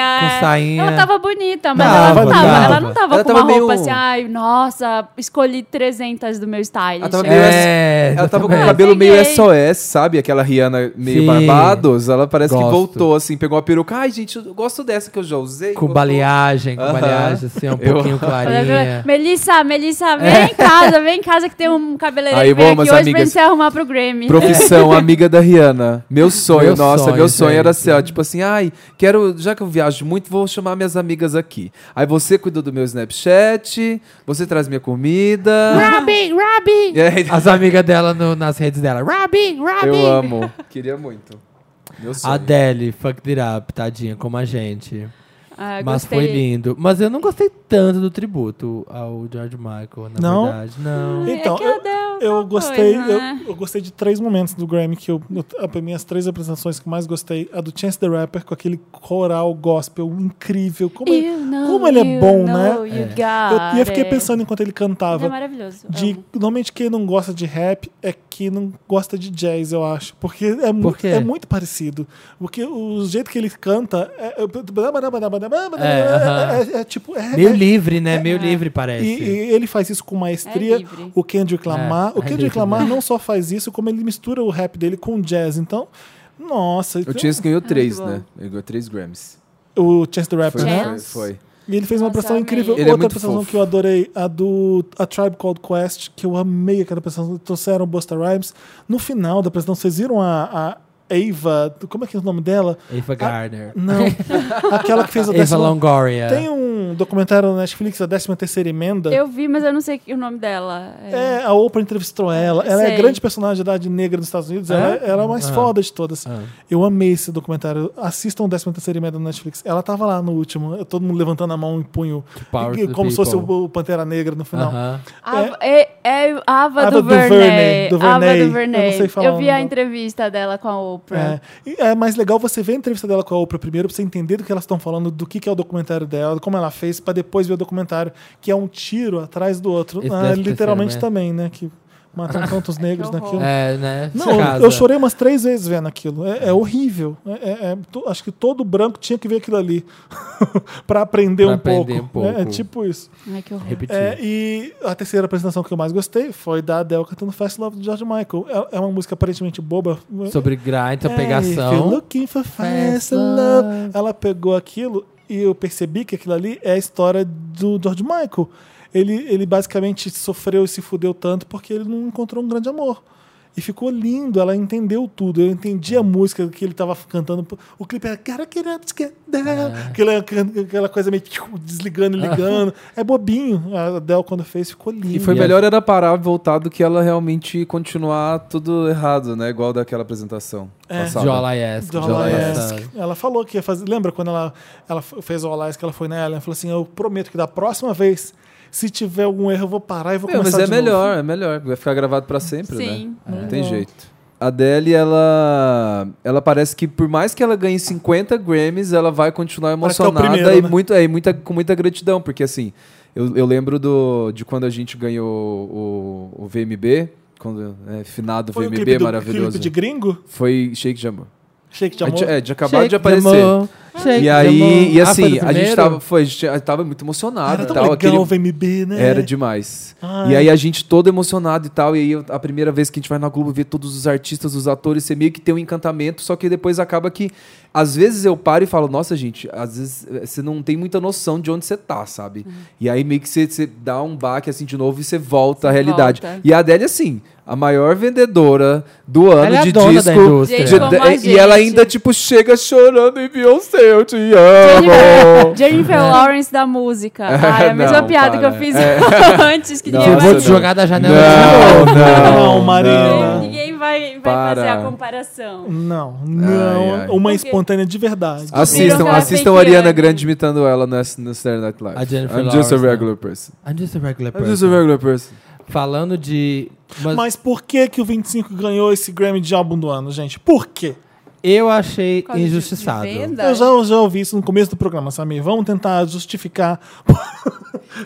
[SPEAKER 2] é.
[SPEAKER 3] com sainha.
[SPEAKER 2] Ela tava bonita, mas ela
[SPEAKER 3] Tava,
[SPEAKER 2] não tava.
[SPEAKER 3] tava.
[SPEAKER 2] Ela não tava
[SPEAKER 4] Ela
[SPEAKER 2] com
[SPEAKER 4] tava
[SPEAKER 2] uma roupa
[SPEAKER 4] meio-
[SPEAKER 2] assim, ai, nossa, escolhi 300 do meu style.
[SPEAKER 4] Ela tava
[SPEAKER 2] gente.
[SPEAKER 4] meio
[SPEAKER 2] assim.
[SPEAKER 3] É,
[SPEAKER 4] Ela tava com
[SPEAKER 3] exatamente.
[SPEAKER 4] o cabelo meio
[SPEAKER 2] Peguei.
[SPEAKER 4] SOS, sabe? Aquela Rihanna meio
[SPEAKER 3] Sim.
[SPEAKER 4] Barbados. Ela parece que
[SPEAKER 3] Gosto.
[SPEAKER 4] voltou, assim, pegou uma peruca. Ai, gente, eu gosto dessa que eu já usei.
[SPEAKER 3] Com
[SPEAKER 4] voltou."
[SPEAKER 3] baleagem, com
[SPEAKER 4] Aham.
[SPEAKER 3] baleagem, assim, um
[SPEAKER 4] Eu-
[SPEAKER 3] pouquinho clarinha.
[SPEAKER 2] Melissa, Melissa, vem em casa, vem em casa que tem um cabeleireiro
[SPEAKER 4] É.
[SPEAKER 2] que
[SPEAKER 4] Aí,
[SPEAKER 2] vem
[SPEAKER 4] vamos,
[SPEAKER 2] aqui hoje pra
[SPEAKER 4] amigas.
[SPEAKER 2] gente se arrumar pro Grammy.
[SPEAKER 4] Profissão, amiga da Rihanna. Meu sonho,
[SPEAKER 3] Meu
[SPEAKER 4] nossa,
[SPEAKER 3] sonho,
[SPEAKER 4] meu sonho era
[SPEAKER 3] gente.
[SPEAKER 4] ser, ó, tipo assim, ai, quero, já que eu viajo muito, vou chamar minhas amigas aqui. Aí você cuida do meu Snapchat, você traz minha comida.
[SPEAKER 2] assim,
[SPEAKER 3] Robin, Robin!
[SPEAKER 4] E aí-
[SPEAKER 3] As amigas dela no- nas redes dela. Robin, Robin!
[SPEAKER 4] eu amo, queria muito. Meu sonho.
[SPEAKER 3] Adele, fuck it up, tadinha, como a gente.
[SPEAKER 2] Ah,
[SPEAKER 3] Mas
[SPEAKER 2] gostei.
[SPEAKER 3] foi lindo. Mas eu não gostei tanto do tributo ao George Michael, na
[SPEAKER 1] Não?
[SPEAKER 3] verdade. Não.
[SPEAKER 2] É
[SPEAKER 1] Então,
[SPEAKER 2] que
[SPEAKER 1] eu,
[SPEAKER 2] deu
[SPEAKER 1] eu
[SPEAKER 2] uma
[SPEAKER 1] gostei,
[SPEAKER 2] coisa, né?
[SPEAKER 1] eu, eu gostei de três momentos do Grammy que eu, eu- as minhas três apresentações que eu mais gostei, a do Chance the Rapper com aquele coral gospel incrível, como, ele,
[SPEAKER 2] You know,
[SPEAKER 1] como ele é
[SPEAKER 2] you
[SPEAKER 1] bom,
[SPEAKER 2] know,
[SPEAKER 1] né?
[SPEAKER 2] you
[SPEAKER 1] Eu,
[SPEAKER 2] got
[SPEAKER 1] e eu fiquei
[SPEAKER 2] it.
[SPEAKER 1] pensando enquanto ele
[SPEAKER 2] Ele é
[SPEAKER 1] cantava,
[SPEAKER 2] maravilhoso.
[SPEAKER 1] de
[SPEAKER 2] amo.
[SPEAKER 1] normalmente quem não gosta de rap é quem não gosta de jazz, eu acho, porque é, mu-
[SPEAKER 3] Por quê?
[SPEAKER 1] é muito parecido, porque o jeito que ele canta é,
[SPEAKER 3] É,
[SPEAKER 1] é- é- é tipo é-
[SPEAKER 3] Meio
[SPEAKER 1] é-
[SPEAKER 3] livre, né? Meio livre parece.
[SPEAKER 1] e, e ele faz isso com maestria.
[SPEAKER 2] É livre.
[SPEAKER 1] o Kendrick Lamar.
[SPEAKER 3] É,
[SPEAKER 1] o
[SPEAKER 3] é
[SPEAKER 1] Kendrick
[SPEAKER 3] livre,
[SPEAKER 1] Lamar
[SPEAKER 3] né?
[SPEAKER 1] não só faz isso, como ele mistura o rap dele com o jazz. Então, nossa.
[SPEAKER 4] O Chance ganhou três,
[SPEAKER 2] bom.
[SPEAKER 4] né? Ele ganhou três Grammys.
[SPEAKER 1] o Chance the
[SPEAKER 4] Foi,
[SPEAKER 1] Rapper, né?
[SPEAKER 4] foi,
[SPEAKER 2] Chance.
[SPEAKER 4] foi.
[SPEAKER 1] E ele fez uma
[SPEAKER 2] Nossa,
[SPEAKER 1] pressão
[SPEAKER 2] eu amei.
[SPEAKER 1] incrível.
[SPEAKER 4] Ele é
[SPEAKER 1] Outra
[SPEAKER 4] muito
[SPEAKER 1] pressão
[SPEAKER 4] fofo.
[SPEAKER 1] que eu adorei, a do A Tribe Called Quest, que eu amei aquela pressão. Trouxeram o Busta Rhymes. No final da apresentação, vocês viram a, a Ava, como é que é o nome dela?
[SPEAKER 3] Ava Gardner.
[SPEAKER 1] Não. aquela que fez a
[SPEAKER 3] Ava
[SPEAKER 1] décima...
[SPEAKER 3] Longoria.
[SPEAKER 1] Tem um documentário na Netflix, a 13 terceira emenda.
[SPEAKER 2] Eu vi, mas eu não sei o nome dela.
[SPEAKER 1] É, a Oprah entrevistou ela. Ela é
[SPEAKER 2] Sei.
[SPEAKER 1] a grande personagem da idade negra nos Estados Unidos.
[SPEAKER 3] É?
[SPEAKER 1] Ela, ela é a mais
[SPEAKER 3] Ah.
[SPEAKER 1] foda de todas.
[SPEAKER 3] Ah.
[SPEAKER 1] Eu amei esse documentário. Assistam o 13 terceira emenda na Netflix. Ela tava lá no último, todo mundo levantando a mão em punho.
[SPEAKER 3] power
[SPEAKER 1] e-
[SPEAKER 3] to the
[SPEAKER 1] como se fosse
[SPEAKER 3] people.
[SPEAKER 1] o, o Pantera Negra no final.
[SPEAKER 3] Aham.
[SPEAKER 2] Ava, é, é Ava,
[SPEAKER 1] Ava Duvernay,
[SPEAKER 2] DuVernay.
[SPEAKER 1] Duvernay.
[SPEAKER 2] Ava
[SPEAKER 1] Eu não
[SPEAKER 2] DuVernay.
[SPEAKER 1] sei falar o
[SPEAKER 2] vi
[SPEAKER 1] nome
[SPEAKER 2] a
[SPEAKER 1] dela.
[SPEAKER 2] entrevista dela com a Oprah.
[SPEAKER 1] É. E é mais legal você ver a entrevista dela com a Oprah primeiro pra você entender do que elas estão falando, do que, que é o documentário dela, como ela fez, pra depois ver o documentário, que é um tiro atrás do outro.
[SPEAKER 3] Esse
[SPEAKER 1] Ah,
[SPEAKER 3] 13ª
[SPEAKER 1] literalmente
[SPEAKER 3] né?
[SPEAKER 1] também, né? Que matam tantos negros
[SPEAKER 2] Que horror.
[SPEAKER 1] naquilo.
[SPEAKER 3] É, né?
[SPEAKER 1] Não,
[SPEAKER 3] Casa.
[SPEAKER 1] eu chorei umas três vezes vendo aquilo. É, é horrível. É- é- é- to- acho que todo branco tinha que ver aquilo ali Pra aprender,
[SPEAKER 3] Pra
[SPEAKER 1] um,
[SPEAKER 3] aprender
[SPEAKER 1] pouco.
[SPEAKER 3] um
[SPEAKER 1] É, É,
[SPEAKER 3] pouco.
[SPEAKER 1] tipo isso.
[SPEAKER 2] Ai, que horror.
[SPEAKER 3] Repetir.
[SPEAKER 1] É, e a terceira apresentação que eu mais gostei foi da Adele cantando Fast Love do George Michael. É, é uma música aparentemente boba.
[SPEAKER 3] Sobre grind, a
[SPEAKER 1] É, if you're
[SPEAKER 3] pegação.
[SPEAKER 1] looking for fast
[SPEAKER 3] Fast
[SPEAKER 1] love.
[SPEAKER 3] love.
[SPEAKER 1] Ela pegou aquilo e eu percebi que aquilo ali é a história do George Michael. Ele, ele basicamente sofreu e se fudeu tanto porque ele não encontrou um grande amor. E ficou lindo, ela entendeu tudo. Eu entendi a música que ele tava cantando. O clipe era Gotta Get Up, Just Get Down. Aquela, aquela coisa meio tchiu, desligando e ligando. É bobinho. A Adele, quando fez, ficou lindo.
[SPEAKER 4] E foi
[SPEAKER 3] Yes.
[SPEAKER 4] melhor era parar e voltar do que ela realmente continuar tudo errado, né? Igual daquela apresentação
[SPEAKER 1] É.
[SPEAKER 4] passada.
[SPEAKER 3] De All I Ask.
[SPEAKER 1] Do
[SPEAKER 3] de All I
[SPEAKER 1] Alaska.
[SPEAKER 3] Ask.
[SPEAKER 1] Ela falou que ia fazer. Lembra quando ela, ela f- fez o Alaska, ela foi na Ellen e falou assim: Eu prometo que da próxima vez, se tiver algum erro, eu vou parar e vou
[SPEAKER 4] Meu, mas
[SPEAKER 1] começar
[SPEAKER 4] é
[SPEAKER 1] de
[SPEAKER 4] melhor,
[SPEAKER 1] novo.
[SPEAKER 4] é melhor. Vai ficar gravado pra sempre,
[SPEAKER 2] Sim.
[SPEAKER 4] né? Não
[SPEAKER 1] É.
[SPEAKER 4] tem jeito. A Adele, ela, ela parece que por mais que ela ganhe 50 Grammys, ela vai continuar
[SPEAKER 1] Parece que é o
[SPEAKER 4] emocionada
[SPEAKER 1] primeiro,
[SPEAKER 4] e
[SPEAKER 1] né?
[SPEAKER 4] muito, é, e muita, com muita gratidão, porque assim, eu, eu lembro do, de quando a gente ganhou o, o VMB, quando é, finado
[SPEAKER 1] Foi o
[SPEAKER 4] VMB
[SPEAKER 1] clipe, do,
[SPEAKER 4] maravilhoso.
[SPEAKER 1] clipe de gringo?
[SPEAKER 4] Foi Shake de Amor.
[SPEAKER 1] Shake de
[SPEAKER 4] A
[SPEAKER 1] amor.
[SPEAKER 4] gente- É, de acabar
[SPEAKER 3] Shake
[SPEAKER 4] de
[SPEAKER 3] the
[SPEAKER 4] aparecer.
[SPEAKER 3] mo- shake
[SPEAKER 4] E
[SPEAKER 3] the
[SPEAKER 4] aí,
[SPEAKER 3] mo-
[SPEAKER 4] e
[SPEAKER 3] Ah, foi
[SPEAKER 4] assim,
[SPEAKER 3] do
[SPEAKER 4] a gente
[SPEAKER 3] primeiro?
[SPEAKER 4] tava, foi, a gente tava muito emocionado
[SPEAKER 1] Era Ah,
[SPEAKER 4] e
[SPEAKER 1] é tão
[SPEAKER 4] tal.
[SPEAKER 1] legal
[SPEAKER 4] tá Aquele,
[SPEAKER 1] o VMB, né?
[SPEAKER 4] Era demais.
[SPEAKER 2] Ah,
[SPEAKER 1] Ai.
[SPEAKER 4] E
[SPEAKER 2] é.
[SPEAKER 4] aí a gente todo emocionado e tal. E aí eu- a primeira vez que a gente vai na Globo ver todos os artistas, os atores, você meio que tem um encantamento, só que depois acaba que. Às vezes eu paro e falo, nossa, gente, às vezes eh, você não tem muita noção de onde você tá, sabe?
[SPEAKER 2] Uhum.
[SPEAKER 4] E aí meio que você, você dá um baque assim de novo e você volta à
[SPEAKER 2] Você
[SPEAKER 4] realidade.
[SPEAKER 2] volta.
[SPEAKER 4] E a Adele, assim, a maior vendedora do ano
[SPEAKER 3] Ela é a
[SPEAKER 4] de
[SPEAKER 3] dona da
[SPEAKER 4] disco.
[SPEAKER 3] indústria.
[SPEAKER 4] De-
[SPEAKER 2] Gente, como a
[SPEAKER 4] e ela
[SPEAKER 2] gente.
[SPEAKER 4] ainda, tipo, "Oh, chega chorando e Beyoncé, eu te amo.
[SPEAKER 2] Jennifer, Jennifer Lawrence da música. Ah, é a mesma
[SPEAKER 4] É. Não,
[SPEAKER 2] piada
[SPEAKER 4] para.
[SPEAKER 2] que eu fiz
[SPEAKER 4] É.
[SPEAKER 2] antes, que
[SPEAKER 4] Não,
[SPEAKER 3] Eu
[SPEAKER 2] ninguém
[SPEAKER 3] vou
[SPEAKER 2] vai,
[SPEAKER 3] te jogar da janela.
[SPEAKER 4] Não, não,
[SPEAKER 1] Não, Marina.
[SPEAKER 4] não.
[SPEAKER 2] ninguém vai, vai
[SPEAKER 4] Para.
[SPEAKER 2] fazer a comparação.
[SPEAKER 1] Não, não.
[SPEAKER 4] Ai, ai.
[SPEAKER 1] Uma
[SPEAKER 2] Por quê?
[SPEAKER 1] espontânea de verdade.
[SPEAKER 4] Assistam,
[SPEAKER 2] Viram
[SPEAKER 4] assistam
[SPEAKER 2] que
[SPEAKER 4] a
[SPEAKER 2] ela é
[SPEAKER 4] Ariana
[SPEAKER 2] fake, né?
[SPEAKER 4] Grande imitando ela no, S- no Saturday Night Live.
[SPEAKER 3] A Jennifer
[SPEAKER 4] I'm just a
[SPEAKER 3] Lawrence,
[SPEAKER 4] regular person.
[SPEAKER 3] I'm just a regular
[SPEAKER 4] I'm just a
[SPEAKER 3] person.
[SPEAKER 4] regular person.
[SPEAKER 3] Falando de. Mas,
[SPEAKER 1] Mas por que, que o 25 ganhou esse Grammy de álbum do ano, gente? Por quê?
[SPEAKER 3] Eu achei
[SPEAKER 2] Código de- de
[SPEAKER 3] injustiçado.
[SPEAKER 2] venda?
[SPEAKER 1] Eu já, eu já ouvi isso no começo do programa, Samir. Vamos tentar justificar.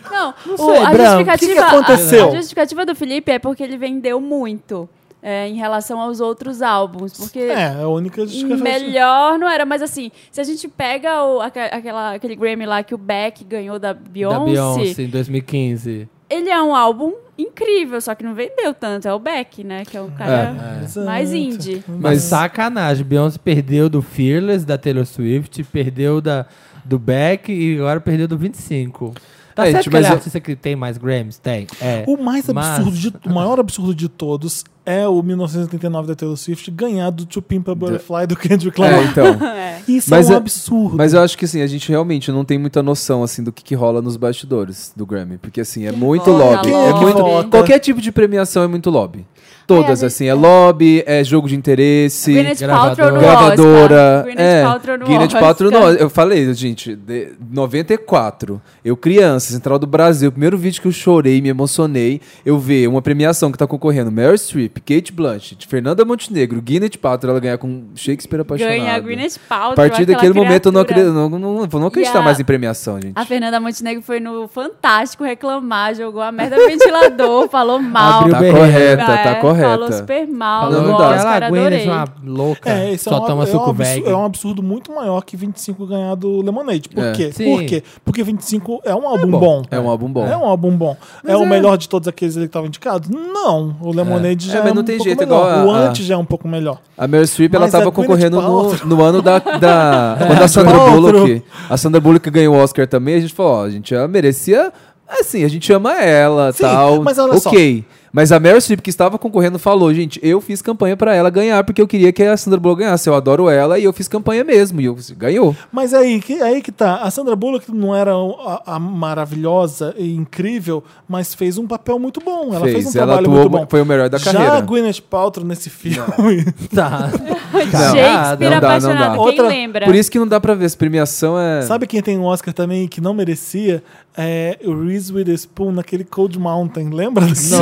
[SPEAKER 2] Não, o-
[SPEAKER 1] sei,
[SPEAKER 2] a,
[SPEAKER 1] Bran,
[SPEAKER 2] justificativa,
[SPEAKER 1] o que que
[SPEAKER 2] a-
[SPEAKER 1] aconteceu?
[SPEAKER 2] A, justificativa do Felipe é porque ele vendeu muito é, em relação aos outros álbuns. Porque
[SPEAKER 1] É, a única justificativa.
[SPEAKER 2] melhor não era, mas assim, se a gente pega o- aque- aquela, aquele Grammy lá que o Beck ganhou da Beyoncé,
[SPEAKER 3] Da Beyoncé em 2015.
[SPEAKER 2] ele é um álbum incrível, só que não vendeu tanto. É o Beck, né? Que é o cara mais
[SPEAKER 1] Exato.
[SPEAKER 2] indie.
[SPEAKER 3] Mas
[SPEAKER 4] Mas-
[SPEAKER 3] sacanagem, Beyoncé perdeu do Fearless, da Taylor Swift, perdeu da, do Beck e agora perdeu do 25. Tá
[SPEAKER 4] É,
[SPEAKER 3] certo
[SPEAKER 4] gente,
[SPEAKER 3] que ele é
[SPEAKER 4] mas eu-
[SPEAKER 3] artista que tem mais Grammys? Tem, é.
[SPEAKER 1] O mais
[SPEAKER 3] Mas-
[SPEAKER 1] absurdo, de, o maior absurdo de todos é o 1989 da Taylor Swift ganhar do To Pimp a Butterfly do Kendrick
[SPEAKER 4] É,
[SPEAKER 1] Lamar.
[SPEAKER 4] então.
[SPEAKER 2] É.
[SPEAKER 1] Isso
[SPEAKER 4] Mas
[SPEAKER 1] é um
[SPEAKER 4] é-
[SPEAKER 1] absurdo.
[SPEAKER 4] Mas eu acho que assim, a gente realmente não tem muita noção assim do que, que rola nos bastidores do Grammy, porque assim, é
[SPEAKER 2] Quem
[SPEAKER 4] muito
[SPEAKER 2] vota,
[SPEAKER 4] lobby, é
[SPEAKER 2] lobby.
[SPEAKER 4] muito
[SPEAKER 1] Quem vota.
[SPEAKER 4] qualquer tipo de premiação é muito lobby. Todas
[SPEAKER 2] É, a gente-
[SPEAKER 4] assim, é lobby, é jogo de interesse,
[SPEAKER 2] Gwyneth Paltrow no
[SPEAKER 4] gravadora,
[SPEAKER 2] Oscar. Gwyneth
[SPEAKER 4] é,
[SPEAKER 2] Paltrow no
[SPEAKER 4] Gwyneth
[SPEAKER 2] Oscar.
[SPEAKER 4] Paltrow no- eu falei, gente, de 94, eu criança, Central do Brasil, o primeiro vídeo que eu chorei, me emocionei, eu ver uma premiação que tá concorrendo, Meryl Streep, Kate Blanchett, Fernanda Montenegro, Gwyneth Paltrow, ela ganhar com Shakespeare apaixonado.
[SPEAKER 2] Ganha a Gwyneth Paltrow.
[SPEAKER 4] A partir
[SPEAKER 2] aquela
[SPEAKER 4] daquele momento eu não,
[SPEAKER 2] criatura.
[SPEAKER 4] acredito, não, não, vou não acreditar
[SPEAKER 2] E a-
[SPEAKER 4] mais em premiação, gente.
[SPEAKER 2] A Fernanda Montenegro foi no Fantástico reclamar, jogou a merda no ventilador, falou mal.
[SPEAKER 3] Abriu
[SPEAKER 4] Tá
[SPEAKER 3] berreta.
[SPEAKER 4] correta,
[SPEAKER 2] É,
[SPEAKER 4] tá
[SPEAKER 2] Falou
[SPEAKER 4] correta.
[SPEAKER 2] super mal.
[SPEAKER 4] Não,
[SPEAKER 2] no
[SPEAKER 4] não dá.
[SPEAKER 2] Oscar,
[SPEAKER 3] Ela aguenta
[SPEAKER 2] adorei.
[SPEAKER 3] de uma louca,
[SPEAKER 1] É, esse
[SPEAKER 3] só
[SPEAKER 1] é, um, é,
[SPEAKER 3] toma
[SPEAKER 1] um
[SPEAKER 3] suco
[SPEAKER 1] absurdo,
[SPEAKER 3] velho.
[SPEAKER 1] é um absurdo muito maior que 25 ganhar do Lemonade. Por
[SPEAKER 4] É.
[SPEAKER 1] quê?
[SPEAKER 3] Sim.
[SPEAKER 1] Por quê? Porque 25 é um álbum
[SPEAKER 3] bom.
[SPEAKER 1] bom.
[SPEAKER 4] É um álbum bom.
[SPEAKER 1] É um álbum bom. é, o melhor de todos aqueles ali que estavam indicados? Não. O Lemonade
[SPEAKER 4] É,
[SPEAKER 1] já é,
[SPEAKER 4] mas
[SPEAKER 1] um
[SPEAKER 4] não tem
[SPEAKER 1] pouco
[SPEAKER 4] jeito,
[SPEAKER 1] melhor.
[SPEAKER 4] igual a-
[SPEAKER 1] o
[SPEAKER 4] a-
[SPEAKER 1] antes já é um pouco melhor.
[SPEAKER 4] A Meryl Streep, ela
[SPEAKER 1] Mas a
[SPEAKER 4] tava
[SPEAKER 1] Gwyneth
[SPEAKER 4] concorrendo no,
[SPEAKER 1] Paltrow- É.
[SPEAKER 4] no ano da... da quando a Sandra
[SPEAKER 1] Paltrow.
[SPEAKER 4] Bullock... A Sandra Bullock ganhou o Oscar também, a gente falou, ó, gente, ela merecia... Assim, a gente ama ela,
[SPEAKER 1] Sim,
[SPEAKER 4] tal.
[SPEAKER 1] mas olha só.
[SPEAKER 4] ok. Mas a Meryl Streep, que estava concorrendo, falou, gente, eu fiz campanha pra ela ganhar, porque eu queria que a Sandra Bullock ganhasse. Eu adoro ela e eu fiz campanha mesmo. E eu, ganhou.
[SPEAKER 1] Mas aí que, aí que tá. A Sandra Bullock não era a, a maravilhosa e incrível, mas fez um papel muito bom. Ela fez, um
[SPEAKER 4] ela
[SPEAKER 1] trabalho
[SPEAKER 4] atuou,
[SPEAKER 1] muito bom.
[SPEAKER 4] foi o melhor da
[SPEAKER 1] Já a
[SPEAKER 4] carreira.
[SPEAKER 1] Gwyneth Paltrow nesse filme...
[SPEAKER 3] Tá.
[SPEAKER 2] Shakespeare
[SPEAKER 4] não dá, não
[SPEAKER 2] apaixonado,
[SPEAKER 4] dá.
[SPEAKER 2] quem
[SPEAKER 1] Outra-
[SPEAKER 2] lembra?
[SPEAKER 4] Por isso que não dá pra ver, essa premiação é...
[SPEAKER 1] Sabe quem tem um Oscar também que não merecia? É o Reese Witherspoon naquele Cold Mountain, lembra? disso?